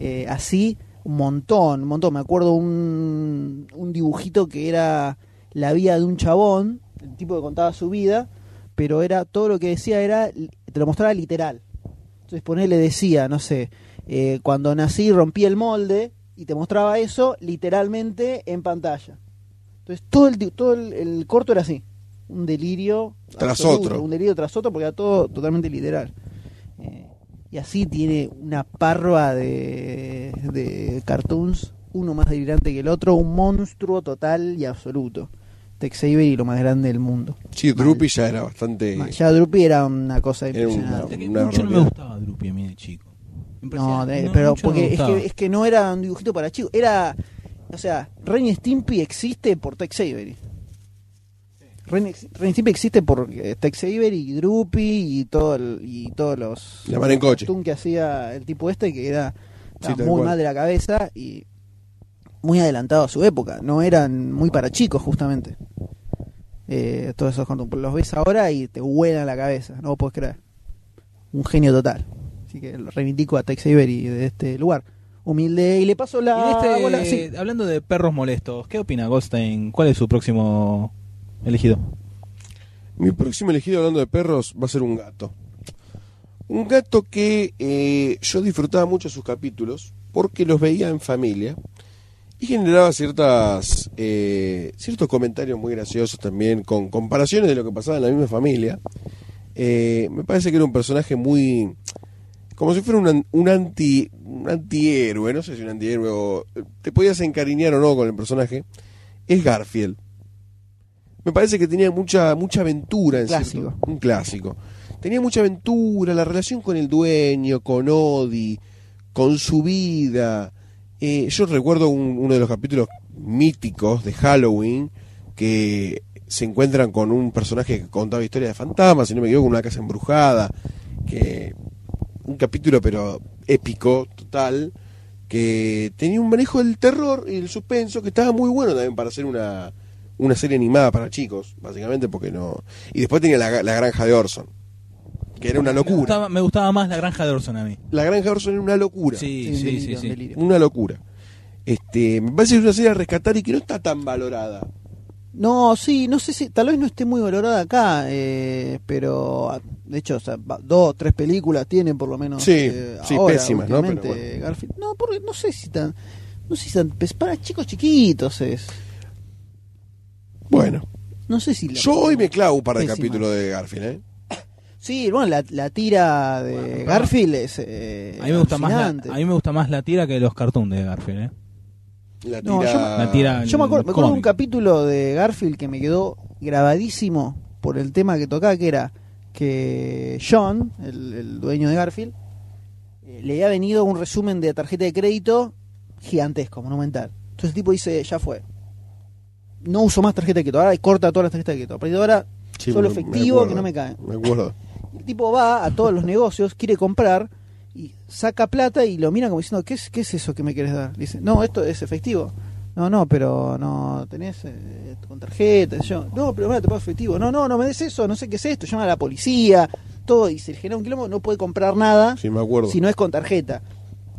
Speaker 1: Eh, así un montón, un montón. Me acuerdo un, un dibujito que era la vida de un chabón, el tipo que contaba su vida, pero era todo lo que decía era, te lo mostraba literal. Entonces ponele decía, no sé, eh, cuando nací rompí el molde y te mostraba eso literalmente en pantalla. Entonces todo el, di- todo el, el corto era así, un delirio
Speaker 2: Tras otro.
Speaker 1: un delirio tras otro porque era todo totalmente literal. Eh, y así tiene una parva de, de cartoons, uno más delirante que el otro, un monstruo total y absoluto. Tex Avery, lo más grande del mundo.
Speaker 2: Sí, Drupi ya era bastante.
Speaker 1: Ya Drupi era una cosa
Speaker 2: Eh, Era un-
Speaker 1: impresionante.
Speaker 3: Hasta que
Speaker 2: Una
Speaker 3: mucho no me
Speaker 2: barbaridad.
Speaker 3: gustaba Drupi a mí de chico. Me parecía-
Speaker 1: No, de- pero
Speaker 3: mucho no me
Speaker 1: porque es
Speaker 3: gustaba.
Speaker 1: que, es que no era un dibujito para chicos, era, o sea, Ren y Stimpy existe por Tex Avery. Ren, ex- Ren y Stimpy existe por eh, Tex Avery y Droopy y todo el- y todos los
Speaker 2: La mar en coche.
Speaker 1: cartoon que hacía el tipo este que era estaba
Speaker 2: Sí, tal
Speaker 1: muy
Speaker 2: cual.
Speaker 1: mal de la cabeza y muy adelantado a su época, no eran muy para chicos justamente. Eh, todos esos cartoons. los ves ahora y te vuelan la cabeza, no lo podés creer. Un genio total. Así que lo reivindico a Tex Avery de este lugar. Humilde y le paso
Speaker 3: Y de
Speaker 1: la
Speaker 3: este,
Speaker 1: bola. Ah, Sí.
Speaker 3: Hablando de perros molestos, ¿qué opina Goldstein? ¿Cuál es su próximo elegido?
Speaker 2: Mi próximo elegido hablando de perros va a ser un gato. Un gato que eh, yo disfrutaba mucho sus capítulos porque los veía en familia y generaba ciertas eh, ciertos comentarios muy graciosos también con comparaciones de lo que pasaba en la misma familia. Eh, me parece que era un personaje muy como si fuera un, an- un anti un antihéroe, no sé si un antihéroe o te podías encariñar o no con el personaje. Es Garfield. Me parece que tenía mucha mucha aventura en
Speaker 1: Clásico.
Speaker 2: cierto- un clásico. Tenía mucha aventura, la relación con el dueño, con Odi, con su vida. Eh, yo recuerdo un- uno de los capítulos míticos de Halloween que se encuentran con un personaje que contaba historias de fantasmas, si no me equivoco, una casa embrujada, que un capítulo pero épico total que tenía un manejo del terror y el suspenso que estaba muy bueno también para hacer una una serie animada para chicos, básicamente porque no y después tenía la, la granja de Orson, que era una
Speaker 3: Me
Speaker 2: locura.
Speaker 3: gustaba, me gustaba más la granja de Orson a mí.
Speaker 2: La granja de Orson era una locura.
Speaker 3: Sí,
Speaker 1: un
Speaker 3: sí, sí,
Speaker 1: delirio, un
Speaker 3: sí.
Speaker 1: delirio.
Speaker 2: Una locura. Este, me parece que es una serie a rescatar y que no está tan valorada.
Speaker 1: No, sí, no sé si, tal vez no esté muy valorada acá, eh, pero ah, de hecho, o sea, va- dos, tres películas tienen por lo menos.
Speaker 2: Sí,
Speaker 1: eh,
Speaker 2: sí,
Speaker 1: ahora,
Speaker 2: pésimas, ¿no? Pero
Speaker 1: últimamente,
Speaker 2: bueno.
Speaker 1: Garfield. No, porque no sé si tan, no sé si tan, es para chicos chiquitos es.
Speaker 2: Bueno,
Speaker 1: No sé si. la-
Speaker 2: yo hoy me clavo un par de
Speaker 1: Pésimas.
Speaker 2: capítulos de Garfield, ¿eh?
Speaker 1: Sí, bueno, la, la tira de Garfield es. eh,
Speaker 3: A mí, me gusta más la,
Speaker 1: alucinante.
Speaker 3: a mí me gusta más la tira que los cartoons de Garfield. ¿eh?
Speaker 2: La tira,
Speaker 1: No, yo-
Speaker 3: La tira
Speaker 1: Yo me acuerdo, me acuerdo de un
Speaker 3: cómica.
Speaker 1: capítulo de Garfield que me quedó grabadísimo por el tema que tocaba, que era que John, el, el dueño de Garfield, eh, le había venido un resumen de tarjeta de crédito gigantesco, monumental. Entonces el tipo dice, ya fue. No uso más tarjeta de crédito, ahora corta todas las tarjetas de crédito. A partir de ahora,
Speaker 2: Sí,
Speaker 1: solo
Speaker 2: me- me
Speaker 1: efectivo
Speaker 2: acuerdo.
Speaker 1: que no me cae.
Speaker 2: Me acuerdo.
Speaker 1: El tipo va a todos los negocios, quiere comprar y saca plata y lo mira como diciendo, ¿qué es, qué es eso que me quieres dar? Le dice, no, esto es efectivo. No, no, pero no tenés eh, con tarjeta. Yo, no, pero bueno, te pago efectivo. No, no, no me des eso, no sé qué es esto. Llama a la policía, todo. Y se genera un quilombo, no puede comprar nada
Speaker 2: Sí, me acuerdo.
Speaker 1: si no es con tarjeta.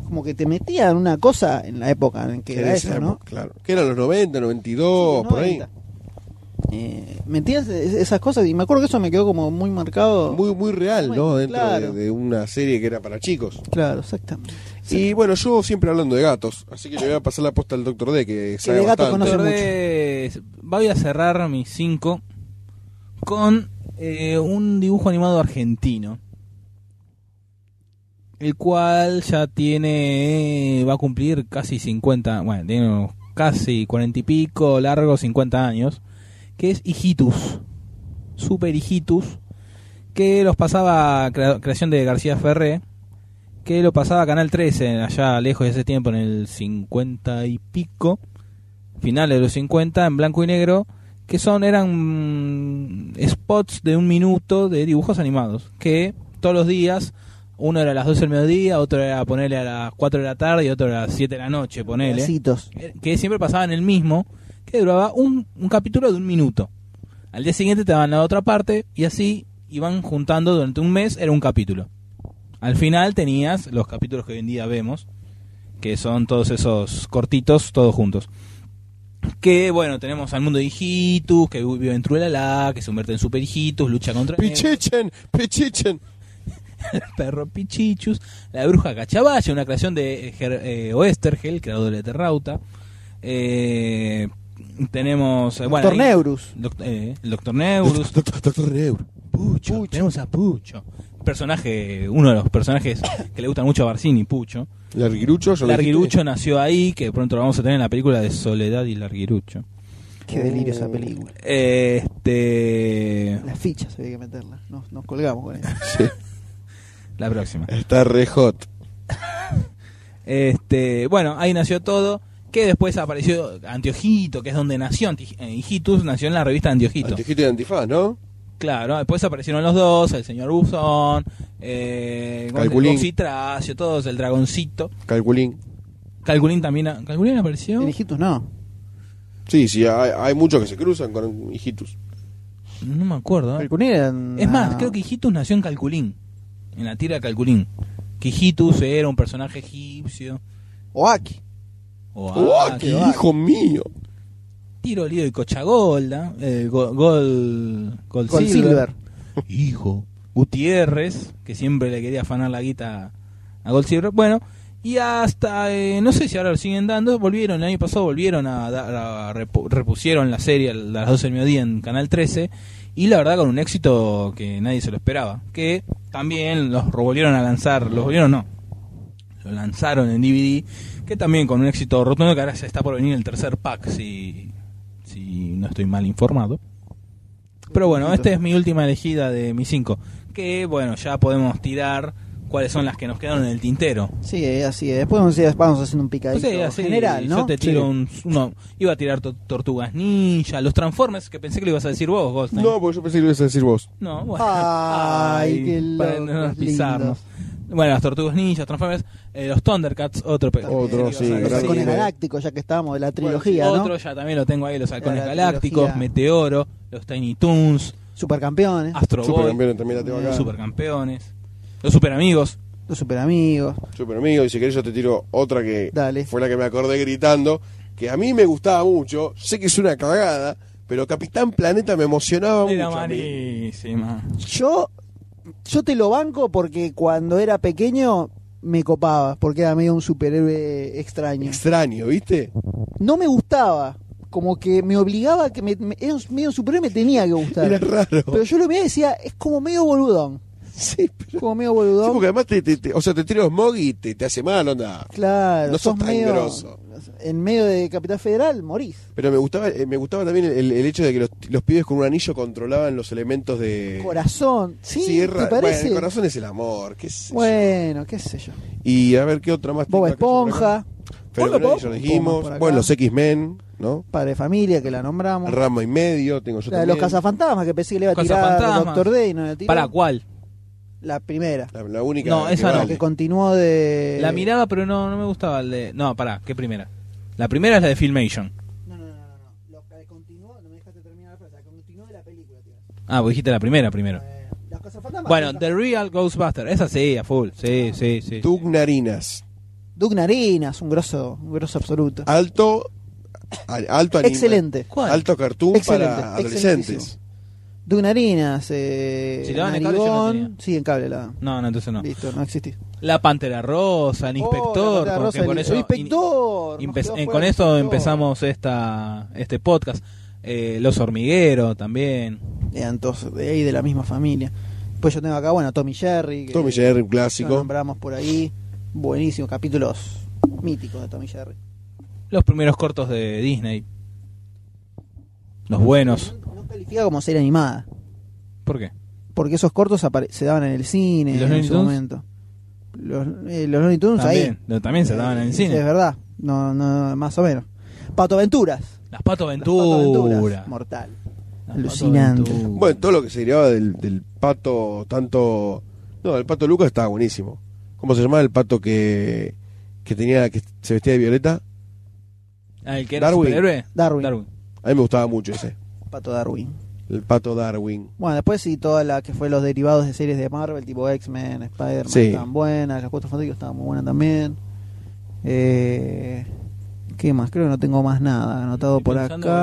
Speaker 1: Como que te metían una cosa en la época en que
Speaker 2: Que
Speaker 1: era
Speaker 2: de esa
Speaker 1: eso, ¿no?
Speaker 2: época, Claro. Que eran los 90, 92, Oh, por ahí.
Speaker 1: 90. Eh, ¿Metías esas cosas? Y me acuerdo que eso me quedó como muy marcado.
Speaker 2: Muy, muy real, ¿no?
Speaker 1: Bueno,
Speaker 2: Dentro
Speaker 1: claro.
Speaker 2: de, de una serie que era para chicos.
Speaker 1: Claro, exactamente.
Speaker 2: Y bueno, yo siempre hablando de gatos, así que le voy a pasar la posta al Doctor D, que sabe
Speaker 1: de gatos
Speaker 2: bastante.
Speaker 1: conoce-
Speaker 3: Acordé- Voy a cerrar mis cinco con eh, un dibujo animado argentino. El cual ya tiene. eh, va a cumplir casi 50. Bueno, tiene unos casi 40 y pico, largo, 50 años. Que es Hijitus. Super Hijitus. Que los pasaba. crea- creación de García Ferré. Que lo pasaba a Canal 13, allá lejos de ese tiempo, en el 50 y pico finales de los 50 en blanco y negro que son eran mm, spots de un minuto de dibujos animados que todos los días uno era a las 12 del mediodía, otro era ponerle a las 4 de la tarde y otro a las 7 de la noche, ponele,
Speaker 1: Pedacitos.
Speaker 3: que siempre pasaban el mismo, que duraba un, un capítulo de un minuto. Al día siguiente te daban la otra parte y así iban juntando durante un mes, era un capítulo. Al final tenías los capítulos que hoy en día vemos, que son todos esos cortitos, todos juntos. Que bueno, tenemos al mundo de Hijitus, que vive en Truelala, que se convierte en Super Hijitus, lucha contra el
Speaker 2: Pichichen, pichichen.
Speaker 3: perro Pichichus, la bruja Cachavalla, una creación de eh, Ger- eh, Oestergel, creador de Terrauta. Eh, tenemos. eh, bueno, ahí-
Speaker 1: Torneurus.
Speaker 3: Doct- eh, el Doctor Neurus.
Speaker 2: Doctor, Doctor Neuro.
Speaker 3: Pucho, Tenemos a Pucho. Personaje, uno de los personajes que le gustan mucho a Barcini, Pucho.
Speaker 2: Larguirucho, yo lo
Speaker 3: Larguirucho nació ahí, que pronto lo vamos a tener en la película de Soledad y Larguirucho.
Speaker 1: Qué delirio
Speaker 3: Oh.
Speaker 1: esa película.
Speaker 3: Este.
Speaker 1: Las fichas había que meterlas. Nos, nos colgamos con eso.
Speaker 2: dijiste.
Speaker 3: La próxima.
Speaker 2: Sí, está re hot.
Speaker 3: Este, bueno, ahí nació todo. Que después apareció Antiojito, que es donde nació Anti- eh, Hijitus, nació en la revista Antiojito.
Speaker 2: Antiojito y antifaz, ¿no?
Speaker 3: claro, después aparecieron los dos, el señor Buzón, eh,
Speaker 2: Calculín.
Speaker 3: Citracio, todos, el dragoncito.
Speaker 2: Calculín.
Speaker 3: Calculín también, a- Calculín apareció.
Speaker 1: En Hijitus no.
Speaker 2: Sí, sí, hay, hay muchos que se cruzan con hijitus.
Speaker 3: No me acuerdo. ¿eh?
Speaker 1: El Cunera era una-
Speaker 3: Es más, creo que Hijitus nació en Calculín, en la tira de Calculín. Que Hijitus era un personaje egipcio.
Speaker 1: O Aki.
Speaker 3: O
Speaker 2: ¡Oh,
Speaker 3: Aki,
Speaker 2: qué hijo mío!
Speaker 3: Tiro Lío y Cochagolda, eh, Gol, Gol, Gold
Speaker 1: Gold Silver.
Speaker 3: Hijo, Gutiérrez, que siempre le quería afanar la guita a Goldsilver. Bueno, y hasta, eh, no sé si ahora lo siguen dando, volvieron, el año pasado volvieron a, dar- a repu- repusieron la serie a las 12 del mediodía en Canal 13, y la verdad con un éxito que nadie se lo esperaba, que también los volvieron a lanzar, los volvieron no, lo lanzaron en DVD, que también con un éxito rotundo, que ahora ya está por venir el tercer pack, si, si no estoy mal informado. Pero bueno, esta es mi última elegida de mis cinco, que bueno, ya podemos tirar cuáles son las que nos quedaron en el tintero.
Speaker 1: Sí, eh, así es. Después vamos, a ir- vamos haciendo un
Speaker 3: No
Speaker 1: picadito
Speaker 3: sé, así,
Speaker 1: general, ¿no?
Speaker 3: Yo te tiro un, uno. Iba a tirar to- Tortugas Ninja, los Transformers, que pensé que lo ibas a decir vos, Goldstein.
Speaker 2: No, porque yo pensé que lo ibas a decir vos.
Speaker 3: No, bueno.
Speaker 1: Ay, qué
Speaker 3: para
Speaker 1: locos,
Speaker 3: no pisarnos. Bueno, las Tortugas Ninja, Transformers, eh, los Thundercats, otro. pe-
Speaker 2: Otro,
Speaker 3: que
Speaker 2: sí,
Speaker 3: ibas
Speaker 2: gracias.
Speaker 1: Los
Speaker 3: a decir.
Speaker 1: halcones
Speaker 2: sí.
Speaker 1: galácticos, ya que estábamos de la trilogía, ¿no?
Speaker 3: Otro, ya también lo tengo ahí, los Halcones
Speaker 1: La
Speaker 3: Galácticos,
Speaker 1: trilogía.
Speaker 3: Meteoro, los Tiny Toons,
Speaker 1: Supercampeones,
Speaker 3: Astro Boy,
Speaker 2: Supercampeones también la tengo acá.
Speaker 3: Supercampeones, los Superamigos.
Speaker 1: los superamigos.
Speaker 2: Super amigo, y si querés yo te tiro otra que
Speaker 1: Dale.
Speaker 2: fue la que me acordé gritando, que a mí me gustaba mucho, sé que es una cagada, pero Capitán Planeta me emocionaba
Speaker 3: Era
Speaker 2: mucho. a mí.
Speaker 3: malísima.
Speaker 1: Yo, yo te lo banco porque cuando era pequeño me copaba, porque era medio un superhéroe extraño.
Speaker 2: Extraño, ¿viste?
Speaker 1: No me gustaba, como que me obligaba a que me, me- era un- medio un superhéroe me tenía que
Speaker 2: Era
Speaker 1: gustar.
Speaker 2: raro.
Speaker 1: Pero yo lo miraba y decía, es como medio boludón,
Speaker 2: Sí, pero-
Speaker 1: como medio
Speaker 2: sí,
Speaker 1: boludón.
Speaker 2: porque además te, te- te- o sea, te tira smog y te, te hace mal, onda.
Speaker 1: Claro,
Speaker 2: No sos
Speaker 1: sos
Speaker 2: tan
Speaker 1: medio,
Speaker 2: grosso.
Speaker 1: en medio de Capital Federal morís.
Speaker 2: Pero me gustaba, eh, me gustaba también el, el hecho de que los, los pibes con un anillo controlaban los elementos de...
Speaker 1: Corazón, sí,
Speaker 2: Sí, es
Speaker 1: ¿te
Speaker 2: ra- Bueno,
Speaker 1: parece?
Speaker 2: el corazón es el amor, qué sé yo.
Speaker 1: Bueno, qué sé yo.
Speaker 2: Y a ver qué otra más tengo
Speaker 1: Bob
Speaker 2: acá sobre acá?
Speaker 1: Esponja,
Speaker 2: Pero
Speaker 1: Ponlo,
Speaker 2: bueno, ya
Speaker 1: Bob. Ponlo por acá.
Speaker 2: dijimos. Bueno, los X-Men, ¿no?
Speaker 1: Padre de Familia, que la nombramos.
Speaker 2: Ramo y medio, tengo yo
Speaker 1: La de los
Speaker 2: también.
Speaker 1: cazafantasmas, que pensé que le iba a
Speaker 3: Los
Speaker 1: tirar
Speaker 3: cazafantasmas.
Speaker 1: Doctor Day, no la tiró.
Speaker 3: ¿Para cuál?
Speaker 1: La primera,
Speaker 2: La, la única.
Speaker 3: No,
Speaker 2: que
Speaker 3: esa
Speaker 1: la
Speaker 3: no.
Speaker 1: que continuó de...
Speaker 3: La miraba, pero no, no me gustaba el de... No, pará, ¿qué primera? La primera es la de Filmation.
Speaker 1: No, no, no, no, no. Lo que continuó, no me dejaste terminar la frase, la continuó de la película. tío.
Speaker 3: Ah, vos dijiste la primera primero.
Speaker 1: Eh, los cazafantasmas...
Speaker 3: Bueno, The Real Ghostbuster. Esa sí, a full. Sí, sí, sí.
Speaker 2: Tug Narinas.
Speaker 1: Doug Narinas, un grosso, un grosso absoluto.
Speaker 2: Alto. a- Alto anime.
Speaker 1: Excelente.
Speaker 3: ¿Cuál?
Speaker 2: Alto cartoon
Speaker 1: Excelente,
Speaker 2: para adolescentes.
Speaker 1: excelentísimo. Doug Narinas, eh,
Speaker 3: Si la daban en cable, yo la
Speaker 1: Narigón.
Speaker 3: tenía.
Speaker 1: sí, en cable la daban.
Speaker 3: No, no, entonces no.
Speaker 1: Listo, no existí.
Speaker 3: La Pantera Rosa, el
Speaker 1: Oh, la
Speaker 3: Inspector.
Speaker 1: Pantera
Speaker 3: como
Speaker 1: Rosa,
Speaker 3: que con
Speaker 1: el-
Speaker 3: eso
Speaker 1: el
Speaker 3: in-
Speaker 1: inspector.
Speaker 3: empe-
Speaker 1: nos quedó
Speaker 3: eh,
Speaker 1: fuera
Speaker 3: con
Speaker 1: el
Speaker 3: esto
Speaker 1: inspector.
Speaker 3: empezamos esta este podcast. Eh, Los Hormigueros también.
Speaker 1: Eran todos de ahí, de la misma familia. Pues yo tengo acá, bueno, Tommy Jerry. que-
Speaker 2: Tommy Jerry, un
Speaker 1: Lo
Speaker 2: clásico.
Speaker 1: nombramos por ahí. Buenísimo, capítulos míticos de Tommy Jerry.
Speaker 3: Los primeros cortos de Disney. Los buenos.
Speaker 1: No, no califica como serie animada.
Speaker 3: ¿Por qué?
Speaker 1: Porque esos cortos apare- se daban en el cine
Speaker 3: ¿Y los
Speaker 1: en
Speaker 3: Looney
Speaker 1: su
Speaker 3: Tunes?
Speaker 1: momento. Los, eh, los Looney Tunes
Speaker 3: También,
Speaker 1: ahí.
Speaker 3: no, también se daban en el
Speaker 1: Sí, Es
Speaker 3: cine.
Speaker 1: verdad. No, no, más o menos. Pato Aventuras.
Speaker 3: Las Pato
Speaker 1: Las
Speaker 3: Aventura.
Speaker 1: Patoaventuras, Mortal.
Speaker 3: Las
Speaker 1: Alucinante.
Speaker 3: Patoaventura.
Speaker 2: Bueno, todo lo que se derivaba del, del pato, tanto. No, el pato Lucas estaba buenísimo. ¿Cómo se llamaba el pato que, que tenía que se vestía de violeta?
Speaker 3: Ah, el que era
Speaker 2: Darwin.
Speaker 3: superhéroe.
Speaker 1: Darwin.
Speaker 3: Darwin.
Speaker 2: A mí me gustaba mucho ese.
Speaker 1: Pato Darwin.
Speaker 2: El pato Darwin.
Speaker 1: Bueno, después sí, toda la que fue los derivados de series de Marvel, tipo X-Men, Spider-Man,
Speaker 2: Sí.
Speaker 1: estaban buenas. Los Cuatro Fantásticos estaban muy buenas también. Eh, ¿Qué más? Creo que no tengo más nada anotado
Speaker 3: Estoy
Speaker 1: por acá.
Speaker 3: pensando, yo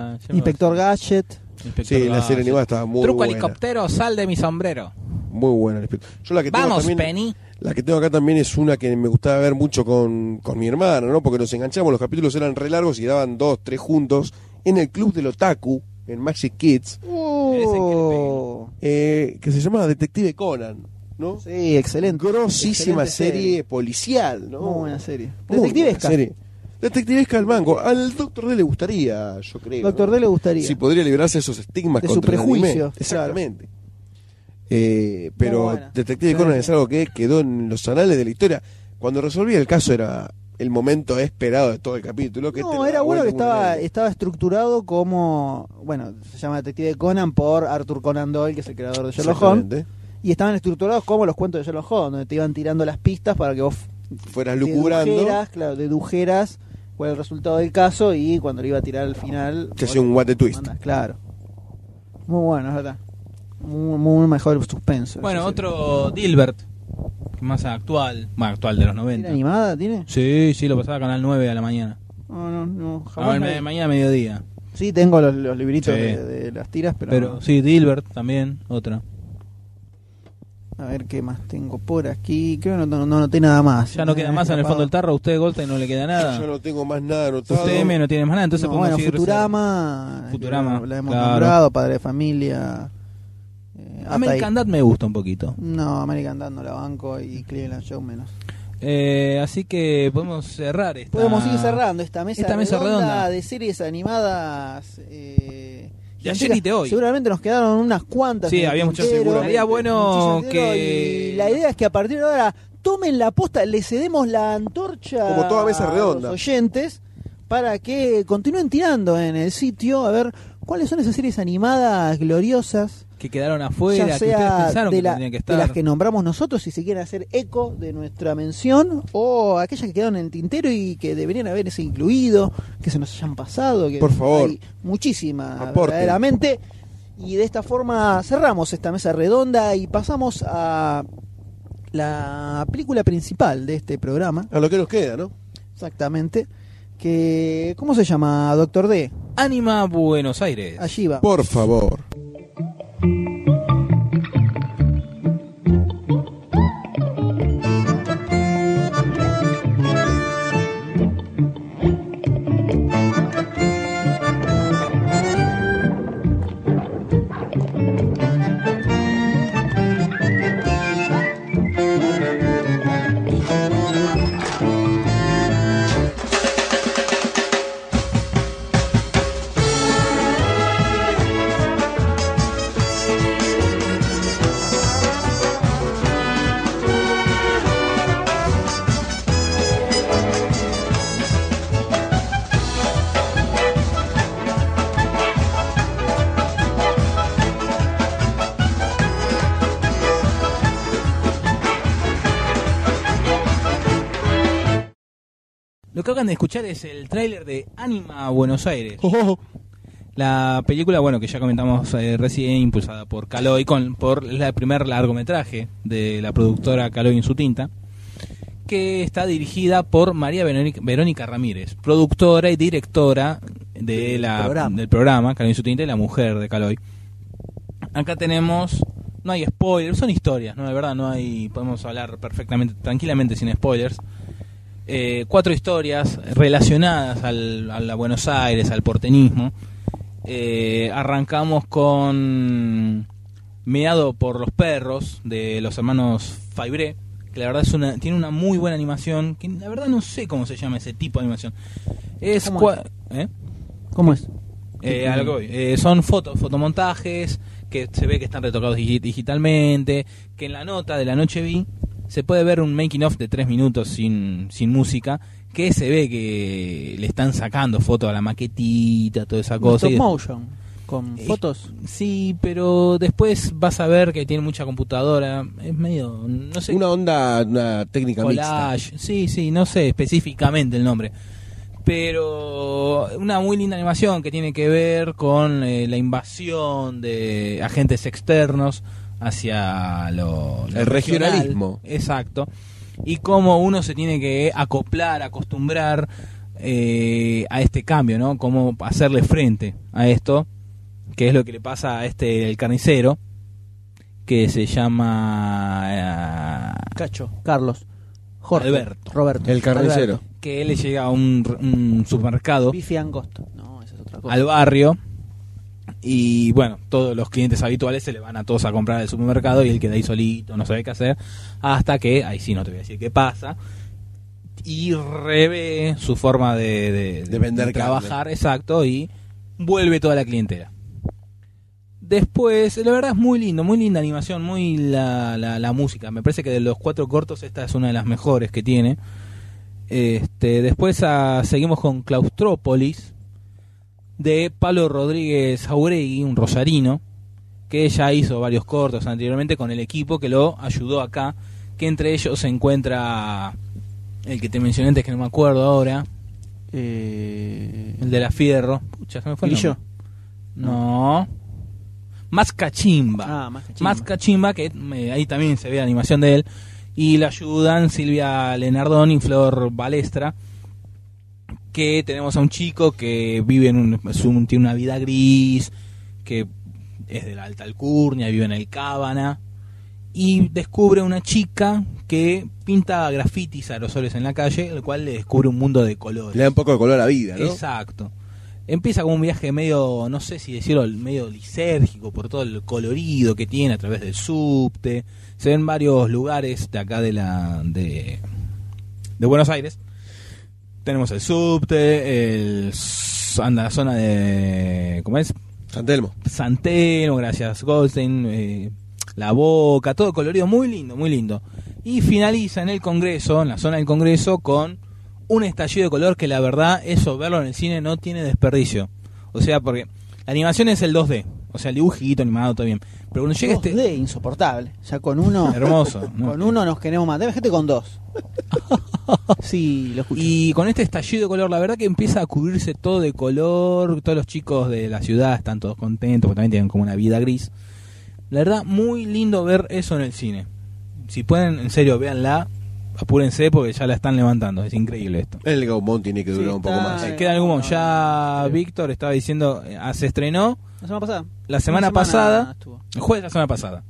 Speaker 3: ya- ya me-
Speaker 1: Inspector Gadget.
Speaker 3: Inspector
Speaker 2: Sí, la serie
Speaker 3: Gadget.
Speaker 2: animada estaba muy
Speaker 3: Truco
Speaker 2: buena.
Speaker 3: helicóptero, sal de mi sombrero.
Speaker 2: Muy buena. el espíritu. Yo la que tengo
Speaker 3: Vamos,
Speaker 2: también-
Speaker 3: Penny.
Speaker 2: La que tengo acá también es una que me gustaba ver mucho con, con mi hermano, ¿no? Porque nos enganchamos, los capítulos eran re largos y daban dos, tres juntos en el club del Otaku, en Magic Kids,
Speaker 1: Oh.
Speaker 2: eh, que se llamaba Detective Conan, ¿no?
Speaker 1: Sí, excelente.
Speaker 2: Grosísima
Speaker 1: Excelente
Speaker 2: serie,
Speaker 1: serie.
Speaker 2: policial, ¿no?
Speaker 1: Muy buena serie.
Speaker 2: Muy buena
Speaker 1: Detectivesca.
Speaker 2: serie. Detectivesca al mango. Al Doctor D le gustaría, yo creo.
Speaker 1: Doctor
Speaker 2: ¿no?
Speaker 1: D le gustaría.
Speaker 2: Si podría librarse de esos estigmas
Speaker 1: De su
Speaker 2: contra el anime.
Speaker 1: prejuicio,
Speaker 2: Exactamente. Eh, pero
Speaker 1: Muy buena.
Speaker 2: Detective
Speaker 1: Sí,
Speaker 2: Conan
Speaker 1: sí.
Speaker 2: es algo que quedó en los anales de la historia. Cuando resolvía el caso era el momento esperado de todo el capítulo. Que te lo
Speaker 1: no,
Speaker 2: da
Speaker 1: era bueno que
Speaker 2: vuelta como una
Speaker 1: estaba, este,
Speaker 2: ley.
Speaker 1: estaba estructurado como. Bueno, se llama Detective Conan por Arthur Conan Doyle, que es el creador de Sherlock Holmes.
Speaker 2: Exactamente.
Speaker 1: Y estaban estructurados como los cuentos de Sherlock Holmes, donde te iban tirando las pistas para que vos
Speaker 2: Fueras lucubrando,
Speaker 1: dedujeras, claro, dedujeras cuál era el resultado del caso y cuando lo iba a tirar al final.
Speaker 2: te hacía un what the twist.
Speaker 1: mandás, Claro. Muy bueno, es verdad. Muy, muy mejor suspenso.
Speaker 3: Bueno,
Speaker 1: Sí, sí.
Speaker 3: otro Dilbert, que más actual, más actual de los 90.
Speaker 1: ¿Tiene animada? ¿Tiene?
Speaker 3: Sí, sí, lo pasaba a Canal 9 a la mañana.
Speaker 1: No, no, no.
Speaker 3: A
Speaker 1: jamás
Speaker 3: ver,
Speaker 1: la
Speaker 3: me-
Speaker 1: vi.
Speaker 3: mañana a mediodía.
Speaker 1: Sí, tengo los, los libritos
Speaker 3: Sí.
Speaker 1: de, de las tiras, pero.
Speaker 3: Pero sí, Dilbert también, otra.
Speaker 1: A ver qué más tengo por aquí. Creo que no, no, no noté nada más.
Speaker 3: Ya no queda más en el fondo del tarro, usted Goldstein no le queda
Speaker 2: Yo
Speaker 3: nada.
Speaker 2: no tengo más nada anotado.
Speaker 3: Usted M no tiene más nada, entonces
Speaker 1: No,
Speaker 3: podemos
Speaker 1: bueno,
Speaker 3: seguir
Speaker 1: Futurama.
Speaker 3: Futurama,
Speaker 1: La hemos
Speaker 3: claro.
Speaker 1: nombrado, Padre de Familia. eh, hasta
Speaker 3: American Dad me gusta un poquito.
Speaker 1: ahí. No, American Dad no la banco y Cleveland Show menos.
Speaker 3: Eh, así que podemos cerrar esta...
Speaker 1: Podemos ir cerrando esta mesa,
Speaker 3: Esta mesa redonda.
Speaker 1: de series animadas. Eh,
Speaker 3: De
Speaker 1: gigantescas.
Speaker 3: ayer y de hoy.
Speaker 1: Seguramente nos quedaron unas cuantas.
Speaker 3: Sí,
Speaker 1: en el
Speaker 3: había muchas
Speaker 1: tintero.
Speaker 3: seguramente. Estaría bueno
Speaker 1: Muchas en el
Speaker 3: que-
Speaker 1: tintero, y La idea es que a partir de ahora tomen la posta, le cedemos la antorcha
Speaker 2: Como toda mesa redonda.
Speaker 1: a los oyentes para que continúen tirando en el sitio a ver cuáles son esas series animadas gloriosas
Speaker 3: Que quedaron afuera, que ustedes pensaron
Speaker 1: de,
Speaker 3: que
Speaker 1: la-
Speaker 3: tenían que
Speaker 1: de
Speaker 3: estar.
Speaker 1: las que nombramos nosotros, si se quieren hacer eco de nuestra mención, o aquellas que quedaron en el tintero y que deberían haberse incluido, que se nos hayan pasado. Que
Speaker 2: Por favor.
Speaker 1: hay muchísimas,
Speaker 2: Aporten.
Speaker 1: verdaderamente. Y de esta forma cerramos esta mesa redonda y pasamos a la película principal de este programa,
Speaker 2: A lo que nos queda, ¿no?
Speaker 1: exactamente, que, ¿cómo se llama? Doctor D.
Speaker 3: Anima Buenos Aires.
Speaker 1: Allí va.
Speaker 2: Por favor.
Speaker 3: Lo que acaban de escuchar es el tráiler de Anima Buenos Aires. La película, bueno, que ya comentamos eh, recién, impulsada por Caloi, con, por la- el primer largometraje de la productora Caloi en su tinta, que está dirigida por María Verónica, Verónica Ramírez, productora y directora de la,
Speaker 1: programa.
Speaker 3: del programa Caloi en su tinta y la mujer de Caloi. Acá tenemos, no hay spoilers, son historias, ¿no? De verdad, no hay, podemos hablar perfectamente, tranquilamente sin spoilers eh, cuatro historias relacionadas al, a la Buenos Aires, al porteñismo. Eh, arrancamos con Meado por los perros de los hermanos Faibré, que la verdad es una, tiene una muy buena animación, que la verdad no sé cómo se llama ese tipo de animación. Es,
Speaker 1: ¿Cómo
Speaker 3: cua- ¿Eh?
Speaker 1: ¿Cómo es?
Speaker 3: Eh, a lo que voy. Eh, son fotos, fotomontajes que se ve que están retocados digi- digitalmente, que en la nota de la noche vi se puede ver un making of de tres minutos sin, sin música, que se ve que le están sacando fotos a la maquetita, toda esa cosa.
Speaker 1: Stop
Speaker 3: y-
Speaker 1: motion, con
Speaker 3: Eh,
Speaker 1: fotos.
Speaker 3: Sí, pero después vas a ver que tiene mucha computadora, es medio, no sé,
Speaker 2: Una onda, una técnica mixta.
Speaker 3: collage, sí, sí, no sé específicamente el nombre. Pero una muy linda animación que tiene que ver con eh, la invasión de agentes externos hacia lo, lo
Speaker 2: El
Speaker 3: regional.
Speaker 2: regionalismo.
Speaker 3: Exacto. Y cómo uno se tiene que acoplar, acostumbrar eh, a este cambio, ¿no? Cómo hacerle frente a esto, que es lo que le pasa a este, el carnicero, que se llama... eh,
Speaker 1: Cacho. Carlos. Jorge.
Speaker 3: Alberto.
Speaker 1: Roberto.
Speaker 2: El carnicero.
Speaker 3: que él le llega a un, r- un supermercado
Speaker 1: Bifi Angosto. No, esa es otra cosa.
Speaker 3: al barrio y bueno, todos los clientes habituales se le van a todos a comprar al supermercado y él queda ahí solito, no sabe qué hacer, hasta que, ahí sí no te voy a decir qué pasa, y revé su forma de, de-
Speaker 2: De vender carne.
Speaker 3: trabajar, exacto, y vuelve toda la clientela. Después, la verdad es muy lindo, muy linda animación, muy la, la, la música. Me parece que de los cuatro cortos esta es una de las mejores que tiene. Este, después ah, seguimos con Claustrópolis de Pablo Rodríguez Jauregui, un rosarino, que ya hizo varios cortos anteriormente con el equipo que lo ayudó acá, que entre ellos se encuentra el que te mencioné antes que no me acuerdo ahora,
Speaker 1: Eh,
Speaker 3: el de la Fierro. Pucha, se me fue el
Speaker 1: Grillo.
Speaker 3: nombre. No. Más cachimba.
Speaker 1: Ah, más cachimba.
Speaker 3: Más Cachimba, que eh, ahí también se ve la animación de él. Y la ayudan Silvia Lenardón y Flor Balestra. Que tenemos a un chico que vive en un, es un- tiene una vida gris, que es de la alta alcurnia, vive en el Cábana. y descubre una chica que pinta grafitis aerosoles en la calle, el cual le descubre un mundo de colores.
Speaker 2: Le da un poco de color a la vida, ¿no?
Speaker 3: Exacto. Empieza como un viaje medio, no sé si decirlo, medio lisérgico por todo el colorido que tiene a través del subte. Se ven varios lugares de acá de la de, de Buenos Aires. Tenemos el subte, el s- anda la zona de ¿cómo es?
Speaker 2: San Telmo.
Speaker 3: Santeno, gracias Goldstein, eh, La Boca, todo colorido, muy lindo, muy lindo. Y finaliza en el Congreso, en la zona del Congreso, con un estallido de color que la verdad, eso, verlo en el cine no tiene desperdicio. O sea, porque la animación es el 2D, o sea, el dibujito animado, todo bien. Pero cuando llega este...
Speaker 1: 2D, insoportable. Ya con uno.
Speaker 3: Hermoso. ¿no?
Speaker 1: Con uno nos queremos matar. Gente con dos. Sí, lo escucho.
Speaker 3: Y con este estallido de color, la verdad que empieza a cubrirse todo de color. Todos los chicos de la ciudad están todos contentos, porque también tienen como una vida gris. La verdad, muy lindo ver eso en el cine. Si pueden, en serio, véanla. Apúrense porque ya la están levantando. Es increíble esto.
Speaker 2: El Gaumont tiene que durar un poco
Speaker 1: está-
Speaker 2: más.
Speaker 1: Sí.
Speaker 3: Queda algún momento. Ya
Speaker 1: Sí.
Speaker 3: Víctor estaba diciendo, eh, ah, se estrenó
Speaker 1: La semana pasada.
Speaker 3: la semana
Speaker 1: Una
Speaker 3: pasada,
Speaker 1: estuvo.
Speaker 3: el jueves de la semana pasada.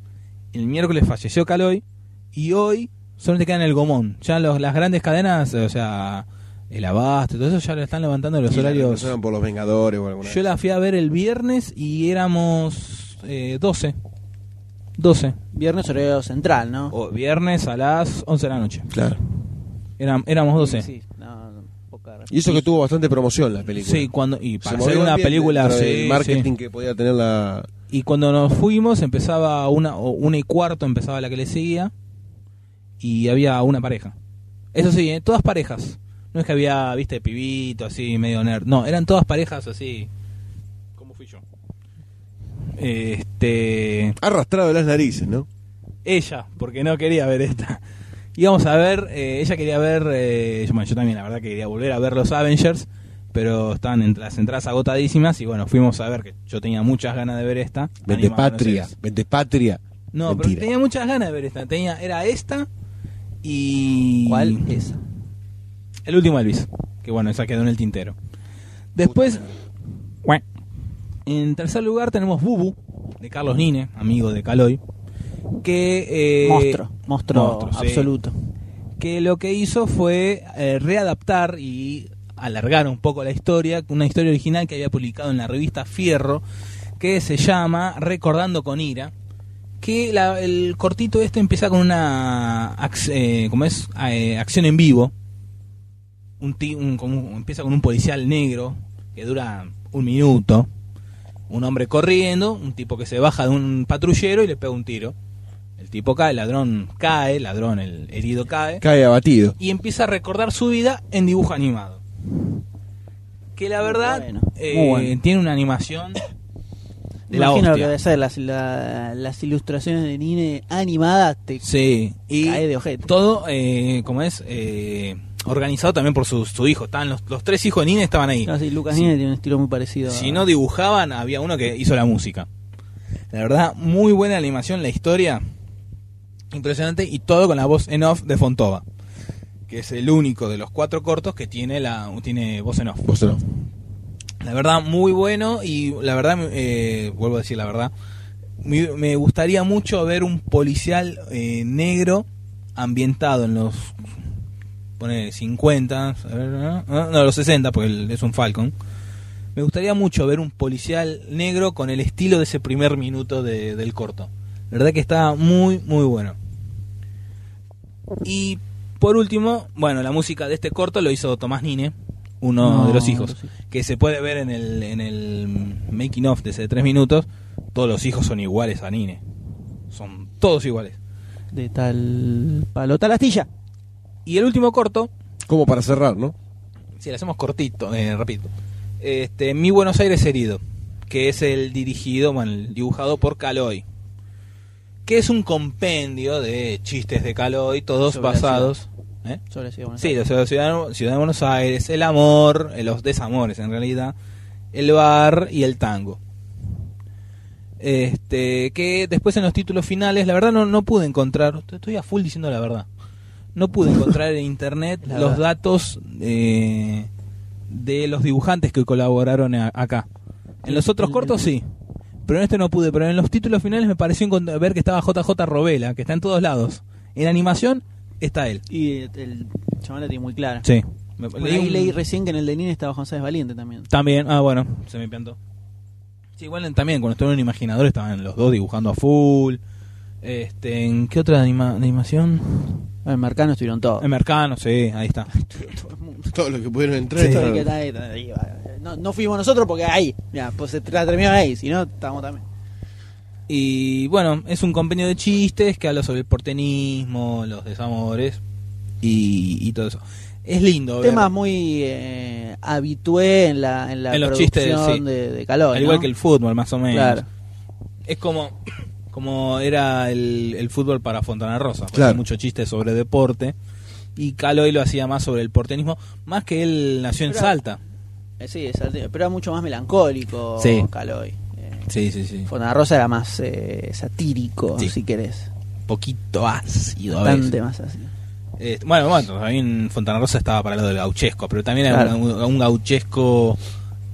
Speaker 3: El miércoles falleció Caloy y hoy solamente quedan el Gomón. Ya los, las grandes cadenas, o sea, el Abasto, y todo eso ya lo están levantando los
Speaker 2: Y la
Speaker 3: horarios.
Speaker 2: reemplazaron por los Vengadores o alguna
Speaker 3: Yo la fui a ver el viernes y éramos eh, 12. 12.
Speaker 1: Viernes horario central, ¿no?
Speaker 2: Oh.
Speaker 3: O Oh, viernes a las 11 de la noche.
Speaker 2: Claro.
Speaker 3: Éram- éramos 12. Sí,
Speaker 1: Sí, no, no, poca
Speaker 2: Y eso que tuvo bastante promoción la película.
Speaker 3: cuando y para
Speaker 2: Se
Speaker 3: hacer
Speaker 2: movió
Speaker 3: una
Speaker 2: bien
Speaker 3: película
Speaker 2: dentro del
Speaker 3: sí,
Speaker 2: marketing
Speaker 3: sí.
Speaker 2: que podía tener la
Speaker 3: y cuando nos fuimos empezaba una o una y cuarto empezaba la que le seguía y había una pareja. Eso sí, eh, todas parejas. No es que había, viste, pibito así medio nerd. No, eran todas parejas así. Como fui yo. Este
Speaker 2: arrastrado de las narices, ¿no?
Speaker 3: ella, porque no quería ver esta. Íbamos a ver, eh, ella quería ver, eh, yo, bueno, yo también la verdad que quería volver a ver los Avengers, pero estaban en, las entradas agotadísimas y bueno, fuimos a ver que yo tenía muchas ganas de ver esta.
Speaker 2: Vente
Speaker 3: Animada, no sé.
Speaker 2: patria, vente patria.
Speaker 3: No, pero
Speaker 2: Mentira.
Speaker 3: tenía muchas ganas de ver esta. Tenía, era esta y...
Speaker 1: ¿Cuál es?
Speaker 3: El último Elvis, que bueno, esa quedó en el tintero. Después, bueno, en tercer lugar tenemos Bubu, de Carlos Nine, amigo de Caloy, que... eh,
Speaker 1: monstruo, monstruo,
Speaker 3: monstruo, sí.
Speaker 1: absoluto.
Speaker 3: que lo que hizo fue eh, readaptar y alargar un poco la historia, una historia original que había publicado en la revista Fierro, que se llama Recordando con Ira, que la- el cortito este empieza con una ac- eh, ¿cómo es? Eh, acción en vivo, un, ti- un- como un- empieza con un policial negro que dura un minuto, un hombre corriendo, un tipo que se baja de un patrullero y le pega un tiro. El tipo cae, el ladrón cae, el ladrón, el herido cae
Speaker 2: Cae abatido.
Speaker 3: y empieza a recordar su vida en dibujo animado. Que la verdad
Speaker 1: bueno,
Speaker 3: eh,
Speaker 1: muy bueno.
Speaker 3: tiene una animación de la
Speaker 1: Imagino lo que
Speaker 3: hostia.
Speaker 1: debe ser las, la- las ilustraciones de Nine animadas te
Speaker 3: Sí, y
Speaker 1: cae de ojete.
Speaker 3: todo, eh, como es, eh, organizado también por su, su hijo. Estaban los, los tres hijos de Nina estaban ahí.
Speaker 1: No, sí, Lucas
Speaker 3: Sí.
Speaker 1: Nine tiene un estilo muy parecido. a-
Speaker 3: Si no dibujaban, había uno que hizo la música. La verdad, muy buena animación, la historia. Impresionante. Y todo con la voz en off de Fontova. Que es el único de los cuatro cortos que tiene, la, tiene voz en off.
Speaker 2: Vos no.
Speaker 3: La verdad, muy bueno y la verdad, eh, vuelvo a decir la verdad, me, me gustaría mucho ver un policial eh, negro ambientado en los, pone 50, a ver, ah, ah, no, los 60, porque el- es un Falcon. Me gustaría mucho ver un policial negro con el estilo de ese primer minuto de- del corto. La verdad que está muy, muy bueno. Y por último, bueno, la música de este corto lo hizo Tomás Nine, uno
Speaker 1: No,
Speaker 3: de los hijos
Speaker 1: los hijos.
Speaker 3: que se puede ver en el, en el making of de ese de tres minutos, todos los hijos son iguales a Nine. Son todos iguales.
Speaker 1: De tal palo, tal astilla.
Speaker 3: Y el último corto,
Speaker 2: Como para cerrar, ¿no?
Speaker 3: si lo hacemos cortito, eh, repito, este, Mi Buenos Aires herido, que es el dirigido, bueno, el dibujado por Caloy, que es un compendio de chistes de Caloy, todos
Speaker 1: Sobre la
Speaker 3: basados... ¿eh?
Speaker 1: Sobre sí, bueno,
Speaker 3: Sí, los ciudad, ciudad de Buenos Aires, el amor, eh, los desamores en realidad, el bar y el tango. Este, que después en los títulos finales, la verdad no, no pude encontrar, estoy a full diciendo la verdad, no pude encontrar en internet
Speaker 1: La
Speaker 3: los
Speaker 1: verdad.
Speaker 3: datos eh, de los dibujantes que colaboraron a- acá. En los otros
Speaker 1: El-
Speaker 3: cortos
Speaker 1: el-
Speaker 3: sí, Pero en este no pude, pero en los títulos finales me pareció encont- ver que estaba JJ Robela, que está en todos lados. En animación está él.
Speaker 1: Y el chaval la tiene muy clara.
Speaker 3: Sí. Me-
Speaker 1: Por
Speaker 3: leí
Speaker 1: ahí
Speaker 3: un-
Speaker 1: leí recién que en el de Nin estaba González Valiente también.
Speaker 3: También, ah, bueno, se me piantó. Sí, igual en- también, cuando estuve en Imaginador estaban los dos dibujando a full. Este, ¿En qué otra anima- animación?
Speaker 1: En Mercano estuvieron todos.
Speaker 3: En Mercano, sí, ahí está.
Speaker 15: Todos los que pudieron entrar.
Speaker 1: Sí,
Speaker 15: estaban-
Speaker 1: que está ahí, está ahí, va. No, no fuimos nosotros porque ahí, ya, pues se la terminaron ahí, si no, estábamos también.
Speaker 3: Y bueno, es un convenio de chistes que habla sobre el porteñismo, los desamores y, y todo eso. Es lindo. ver.
Speaker 1: Temas muy eh, habitué en la, en la
Speaker 3: En los
Speaker 1: producción
Speaker 3: chistes, sí.
Speaker 1: de, de calor.
Speaker 3: Al igual
Speaker 1: ¿no?
Speaker 3: que el fútbol, más o menos.
Speaker 1: Claro.
Speaker 3: Es como, como era el, el fútbol para Fontana Rosa. porque
Speaker 2: Claro.
Speaker 3: hay mucho chiste sobre deporte. Y Caloy lo hacía más sobre el porteñismo, más que él nació en
Speaker 1: Pero-
Speaker 3: Salta.
Speaker 1: Eh, sí, es arte- pero era mucho más melancólico
Speaker 3: Sí.
Speaker 1: Caloy. Eh,
Speaker 3: Sí, sí, sí.
Speaker 1: Fontana Rosa era más eh, satírico,
Speaker 3: Sí.
Speaker 1: si querés.
Speaker 3: Poquito ácido. a
Speaker 1: Bastante
Speaker 3: veces.
Speaker 1: más así.
Speaker 3: Eh, bueno, bueno, también Fontana Rosa estaba para lo del gauchesco, pero también era
Speaker 1: Claro.
Speaker 3: un, un gauchesco...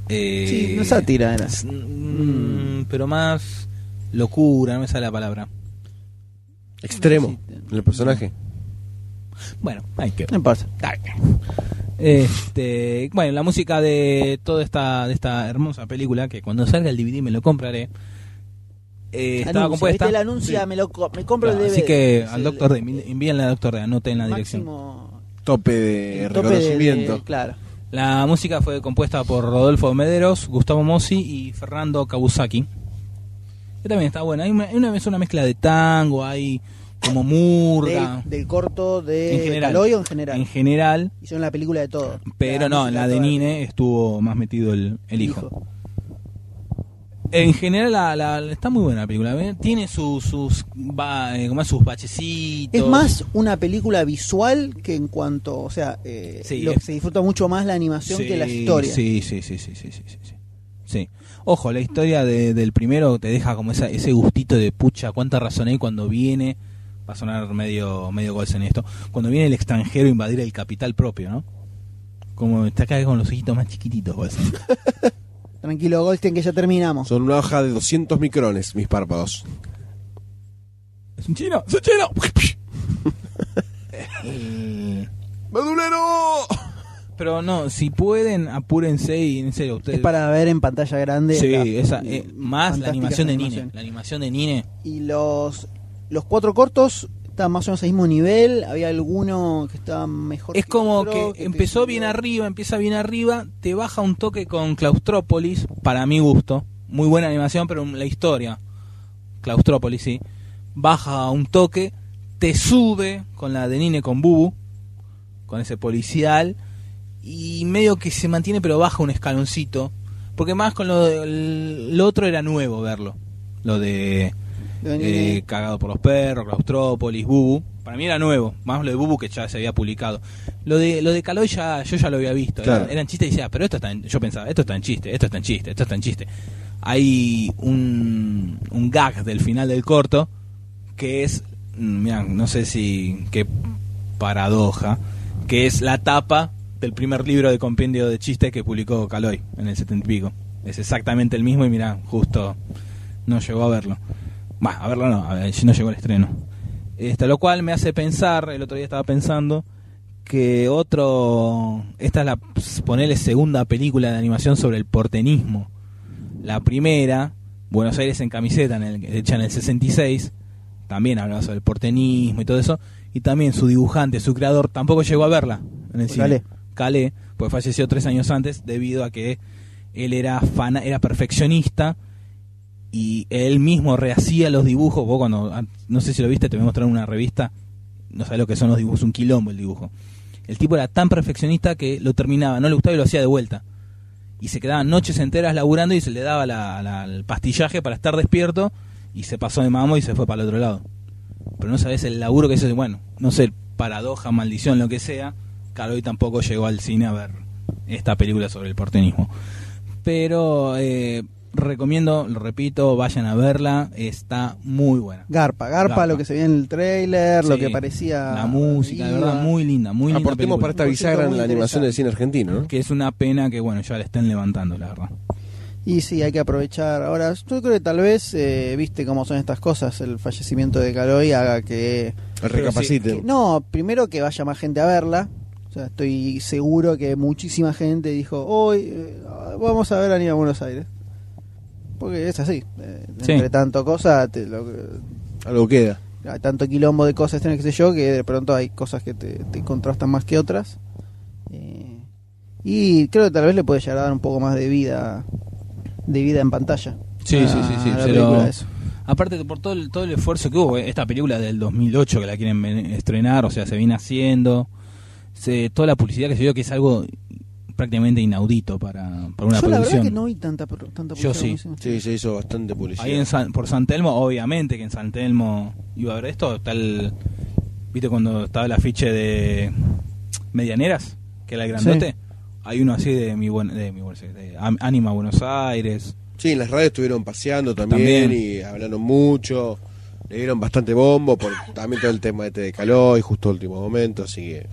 Speaker 3: eh,
Speaker 1: sí, no sátira era.
Speaker 3: s- mm, pero más locura, no me sale la palabra.
Speaker 2: Extremo. El personaje.
Speaker 3: Bueno, hay que...
Speaker 1: No importa.
Speaker 3: Este, bueno, la música de toda esta, de esta hermosa película, que cuando salga el DVD me lo compraré, eh, estaba
Speaker 1: Anuncia,
Speaker 3: compuesta.
Speaker 1: ¿viste? La anuncia, me, lo, co- me compro
Speaker 3: Claro,
Speaker 1: el DVD.
Speaker 3: así que
Speaker 1: Es
Speaker 3: al
Speaker 1: el- eh,
Speaker 3: doctor D, envíenle al doctor D, anoten la dirección. Eh,
Speaker 1: máximo
Speaker 15: Tope de
Speaker 1: el tope de-
Speaker 15: reconocimiento.
Speaker 1: de- claro.
Speaker 3: La música fue compuesta por Rodolfo Mederos, Gustavo Mossi y Fernando Kawasaki. Que también está buena. Hay una, hay una, es una mezcla de tango, hay como murga.
Speaker 1: Del, del corto de
Speaker 3: En general.
Speaker 1: Caloy o en general.
Speaker 3: En general,
Speaker 1: Hicieron la película de todo.
Speaker 3: Pero no, en la de
Speaker 1: Nine
Speaker 3: Nine estuvo más metido el, el hijo. En general la, la- la- está muy buena la película. ¿eh? Tiene sus sus, ba- eh, como es, sus bachecitos.
Speaker 1: Es más una película visual que en cuanto, o sea, eh,
Speaker 3: Sí,
Speaker 1: lo-
Speaker 3: es-
Speaker 1: se disfruta mucho más la animación
Speaker 3: Sí,
Speaker 1: que la historia.
Speaker 3: Sí, sí, sí, sí, sí, sí, sí, sí. Sí. Ojo, la historia de- del primero te deja como esa- ese gustito de pucha, cuánta razón hay cuando viene, va a sonar medio, medio gols en esto, cuando viene el extranjero a invadir el capital propio, ¿no? Como está acá con los ojitos más chiquititos, Golsen.
Speaker 1: Tranquilo, Goldstein, que ya terminamos.
Speaker 2: Son una hoja de 200 micrones, mis párpados.
Speaker 3: ¿Es un chino? ¡Es un chino!
Speaker 2: ¡Madulero!
Speaker 3: Pero no, si pueden, apúrense y en serio, ustedes.
Speaker 1: Es para ver en pantalla grande.
Speaker 3: Sí,
Speaker 1: la-
Speaker 3: esa,
Speaker 1: y-
Speaker 3: eh, más la
Speaker 1: fantásticas
Speaker 3: animación de Nine.
Speaker 1: animaciones.
Speaker 3: La animación de Nine.
Speaker 1: Y los, los cuatro cortos estaban más o menos al mismo nivel. Había alguno que estaba mejor.
Speaker 3: Es como
Speaker 1: otro,
Speaker 3: que
Speaker 1: te-
Speaker 3: empezó bien arriba, empieza bien arriba, te baja un toque con Claustrópolis, para mi gusto. Muy buena animación, pero la historia. Claustrópolis, sí. Baja un toque, te sube con la de Nine con Bubu, con ese policial, y medio que se mantiene, pero baja un escaloncito. Porque más con lo, de- lo otro era nuevo verlo. Lo de
Speaker 1: de Nine.
Speaker 3: eh, Cagado por los perros, Claustrópolis, Bubu. Para mí era nuevo, más lo de Bubu que ya se había publicado. Lo de lo de Caló ya, yo ya lo había visto.
Speaker 2: Claro.
Speaker 3: Era- eran chistes y decía, "Ah, pero esto está en-". yo pensaba, esto está en chiste, esto está en chiste, esto está en chiste. Hay un, un gag del final del corto que es, mm, mirá, no sé si qué paradoja, que es la tapa del primer libro de compendio de chistes que publicó Caloy en el 70 y pico. Es exactamente el mismo y mirá, justo no llegó a verlo. Va, a verlo no, a ver, no llegó el estreno. Este, lo cual me hace pensar, el otro día estaba pensando, que otro, esta es la, ponele segunda película de animación sobre el portenismo. La primera, Buenos Aires en camiseta, en el, hecha en el 66, también hablaba sobre el portenismo y todo eso, y también su dibujante, su creador, tampoco llegó a verla en el cine.
Speaker 16: Calé.
Speaker 3: Calé, pues falleció tres años antes debido a que él era, fana, era perfeccionista y él mismo rehacía los dibujos. Vos cuando, ah, no sé si lo viste, te voy a mostrar una revista, no sabes lo que son los dibujos, un quilombo el dibujo. El tipo era tan perfeccionista que lo terminaba, no le gustaba y lo hacía de vuelta. Y se quedaban noches enteras laburando y se le daba la- la- el pastillaje para estar despierto y se pasó de mamo y se fue para el otro lado. Pero no sabes el laburo que es ese, bueno, no sé, paradoja, maldición, lo que sea. Caroy tampoco llegó al cine a ver esta película sobre el porteñismo. Pero eh, recomiendo, lo repito, vayan a verla, está muy buena.
Speaker 1: Garpa, Garpa,
Speaker 3: Garpa.
Speaker 1: lo que se veía en el trailer, lo
Speaker 3: Sí.
Speaker 1: que parecía.
Speaker 3: La música, de
Speaker 1: viva.
Speaker 3: verdad, muy linda, muy linda.
Speaker 2: Aportemos
Speaker 1: este
Speaker 3: película.
Speaker 2: para esta
Speaker 1: Un proyecto
Speaker 2: bisagra en
Speaker 1: muy
Speaker 2: la animación
Speaker 1: interesante.
Speaker 2: del cine argentino, ¿no?
Speaker 3: Que es una pena que, bueno, ya la estén levantando, la verdad.
Speaker 1: Y sí, hay que aprovechar. Ahora, yo creo que tal vez, eh, viste cómo son estas cosas, el fallecimiento de Caloi haga que
Speaker 2: Recapaciten.
Speaker 1: que- No, primero que vaya más gente a verla. O sea, estoy seguro que muchísima gente dijo, hoy eh, vamos a ver a Aníbal Buenos Aires. Porque es así. eh,
Speaker 9: Sí.
Speaker 1: Entre tanto cosa, te lo- eh,
Speaker 2: Algo queda.
Speaker 1: hay tanto quilombo de cosas, que sé yo, que de pronto hay cosas que te, te contrastan más que otras. Eh, y creo que tal vez le puede llegar a dar un poco más de vida de vida en pantalla.
Speaker 9: Sí,
Speaker 1: a-
Speaker 9: sí, sí, sí,
Speaker 1: a Ah, la
Speaker 9: se
Speaker 1: película
Speaker 9: lo-
Speaker 1: eso.
Speaker 9: Aparte que por todo el, todo el esfuerzo que hubo, eh, esta película del 2008 que la quieren ven- estrenar, o sea, se viene haciendo, se, toda la publicidad que se dio que es algo prácticamente inaudito para, para una
Speaker 1: Yo la verdad
Speaker 9: producción.
Speaker 1: que no vi tanta, pro- tanta
Speaker 9: Yo
Speaker 1: publicidad
Speaker 9: sí.
Speaker 1: como hicimos.
Speaker 2: Sí, se hizo bastante publicidad.
Speaker 9: Ahí en San- por San Telmo, obviamente que en San Telmo iba a haber esto, tal, viste cuando estaba el afiche de Medianeras, que era el grandote, hay uno así de mi buen, de mi Buen- de Am- Anima Buenos Aires,
Speaker 2: Sí, en las radios estuvieron paseando también,
Speaker 9: También.
Speaker 2: y hablaron mucho. Le dieron bastante bombo por también todo el tema este de Caló y justo último momento, así que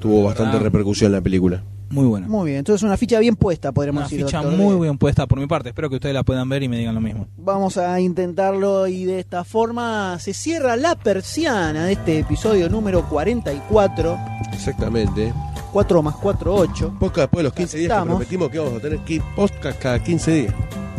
Speaker 2: tuvo bastante
Speaker 9: verdad.
Speaker 2: repercusión la película.
Speaker 9: muy bueno.
Speaker 1: Muy bien, entonces una ficha bien puesta, podremos
Speaker 9: Una
Speaker 1: decir.
Speaker 9: ficha
Speaker 1: doctor
Speaker 9: muy
Speaker 1: D.
Speaker 9: bien puesta por mi parte, espero que ustedes la puedan ver y me digan lo mismo.
Speaker 1: Vamos a intentarlo y de esta forma se cierra la persiana de este episodio número 44.
Speaker 2: Exactamente.
Speaker 1: 4 más 4, 8.
Speaker 2: Podcast después de los 15 días que
Speaker 1: Estamos.
Speaker 2: prometimos que vamos a tener que podcast cada 15 días.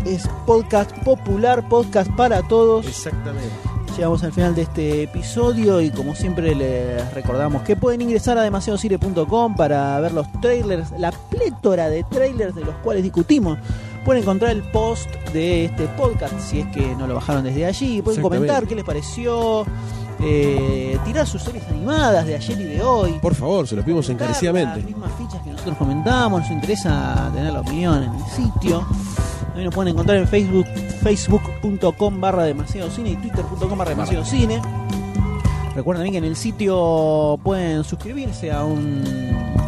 Speaker 1: Es podcast popular, podcast para todos.
Speaker 2: Exactamente.
Speaker 1: Llegamos al final de este episodio y como siempre les recordamos que pueden ingresar a demasiadosire.com para ver los trailers, la plétora de trailers de los cuales discutimos. Pueden encontrar el post de este podcast si es que no lo bajaron desde allí. Pueden
Speaker 2: Exactamente.
Speaker 1: comentar qué les pareció, eh, tirar sus series animadas de ayer y de hoy.
Speaker 2: Por favor, se los pedimos
Speaker 1: comentar Las
Speaker 2: encarecidamente.
Speaker 1: mismas fichas que nosotros comentamos, nos interesa tener la opinión en el sitio. También nos pueden encontrar en Facebook, facebook.com barra demasiado cine y twitter.com barra demasiado cine. Recuerden también que en el sitio pueden suscribirse a un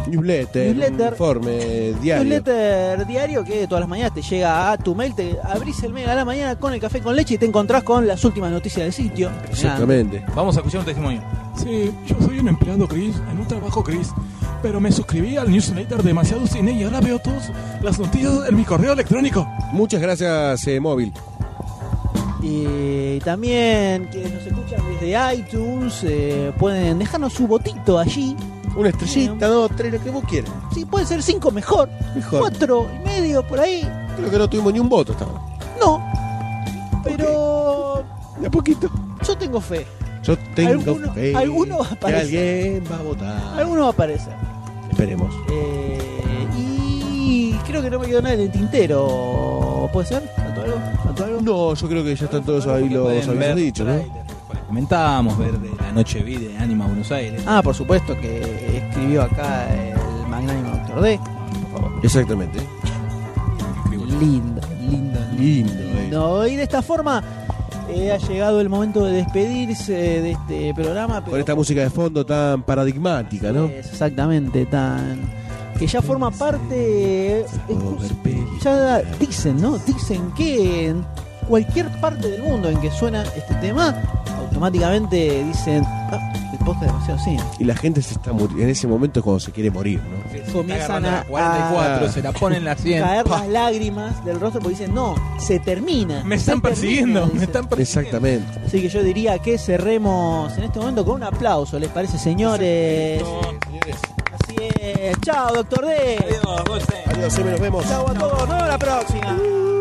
Speaker 2: Newsletter,
Speaker 1: Newsletter.
Speaker 2: informe, diario.
Speaker 1: newsletter diario que todas las mañanas te llega a tu mail, te abrís el mail a la mañana con el café con leche y te encontrás con las últimas noticias del sitio.
Speaker 2: Exactamente.
Speaker 9: Vamos a escuchar un testimonio.
Speaker 17: Sí, yo soy un empleado gris, en un trabajo gris, pero me suscribí al newsletter Demasiado Cine y ahora veo todas las noticias en mi correo electrónico.
Speaker 2: Muchas gracias, eh, móvil.
Speaker 1: Y también quienes nos escuchan desde iTunes eh, pueden dejarnos su votito allí.
Speaker 2: Una estrellita, dos, tres, lo que vos quieras.
Speaker 1: Sí, puede ser cinco mejor,
Speaker 2: Mejor.
Speaker 1: cuatro y medio por ahí.
Speaker 2: Creo que no tuvimos ni un voto hasta ahora.
Speaker 1: No, pero
Speaker 2: De a poquito.
Speaker 1: yo tengo fe.
Speaker 2: Yo tengo
Speaker 1: Alguno-
Speaker 2: fe
Speaker 1: alguno va a
Speaker 2: que
Speaker 1: aparecer.
Speaker 2: alguien va a votar.
Speaker 1: Alguno va a aparecer.
Speaker 2: Esperemos.
Speaker 1: Eh, y creo que no me quedó nada en el tintero. ¿Puede ser? ¿Faltó algo? ¿Faltó algo?
Speaker 2: No, yo creo que ya están todos ahí los
Speaker 9: Pueden ver
Speaker 2: habéis dicho, ¿no?
Speaker 9: trailers, los cuales Comentábamos ver de la noche vi de Anima Buenos Aires.
Speaker 1: Ah, por supuesto que escribió acá el magnánimo Doctor D.
Speaker 2: Exactamente.
Speaker 1: Lindo, lindo,
Speaker 2: Lindo, eh.
Speaker 1: lindo. Y de esta forma eh, ha llegado el momento de despedirse de este programa. pero-
Speaker 2: Con esta música de fondo tan paradigmática, ¿no?
Speaker 1: Es exactamente, tan. que ya forma parte. eh,
Speaker 2: Over película.
Speaker 1: ya dicen, ¿no? Dicen que en cualquier parte del mundo en que suena este tema, automáticamente dicen. Ah, el podcast de demasiado cine.
Speaker 2: Y la gente se está muriendo. En ese momento es cuando se quiere morir, ¿no?
Speaker 1: Comienzan
Speaker 3: Agarrando
Speaker 1: a,
Speaker 3: la 44,
Speaker 2: a-
Speaker 3: se la ponen la 100.
Speaker 1: caer
Speaker 3: pa.
Speaker 1: las lágrimas del rostro porque dicen, no, se termina.
Speaker 3: Me
Speaker 1: se
Speaker 3: están
Speaker 1: termina",
Speaker 3: persiguiendo,
Speaker 1: dicen.
Speaker 3: me están persiguiendo.
Speaker 2: Exactamente.
Speaker 1: Así que yo diría que cerremos en este momento con un aplauso, ¿les parece, señores? Así es. Chao, doctor D.
Speaker 3: Adiós, Dulce.
Speaker 2: Adiós, eh, nos vemos.
Speaker 1: Chao a todos, nos vemos la próxima.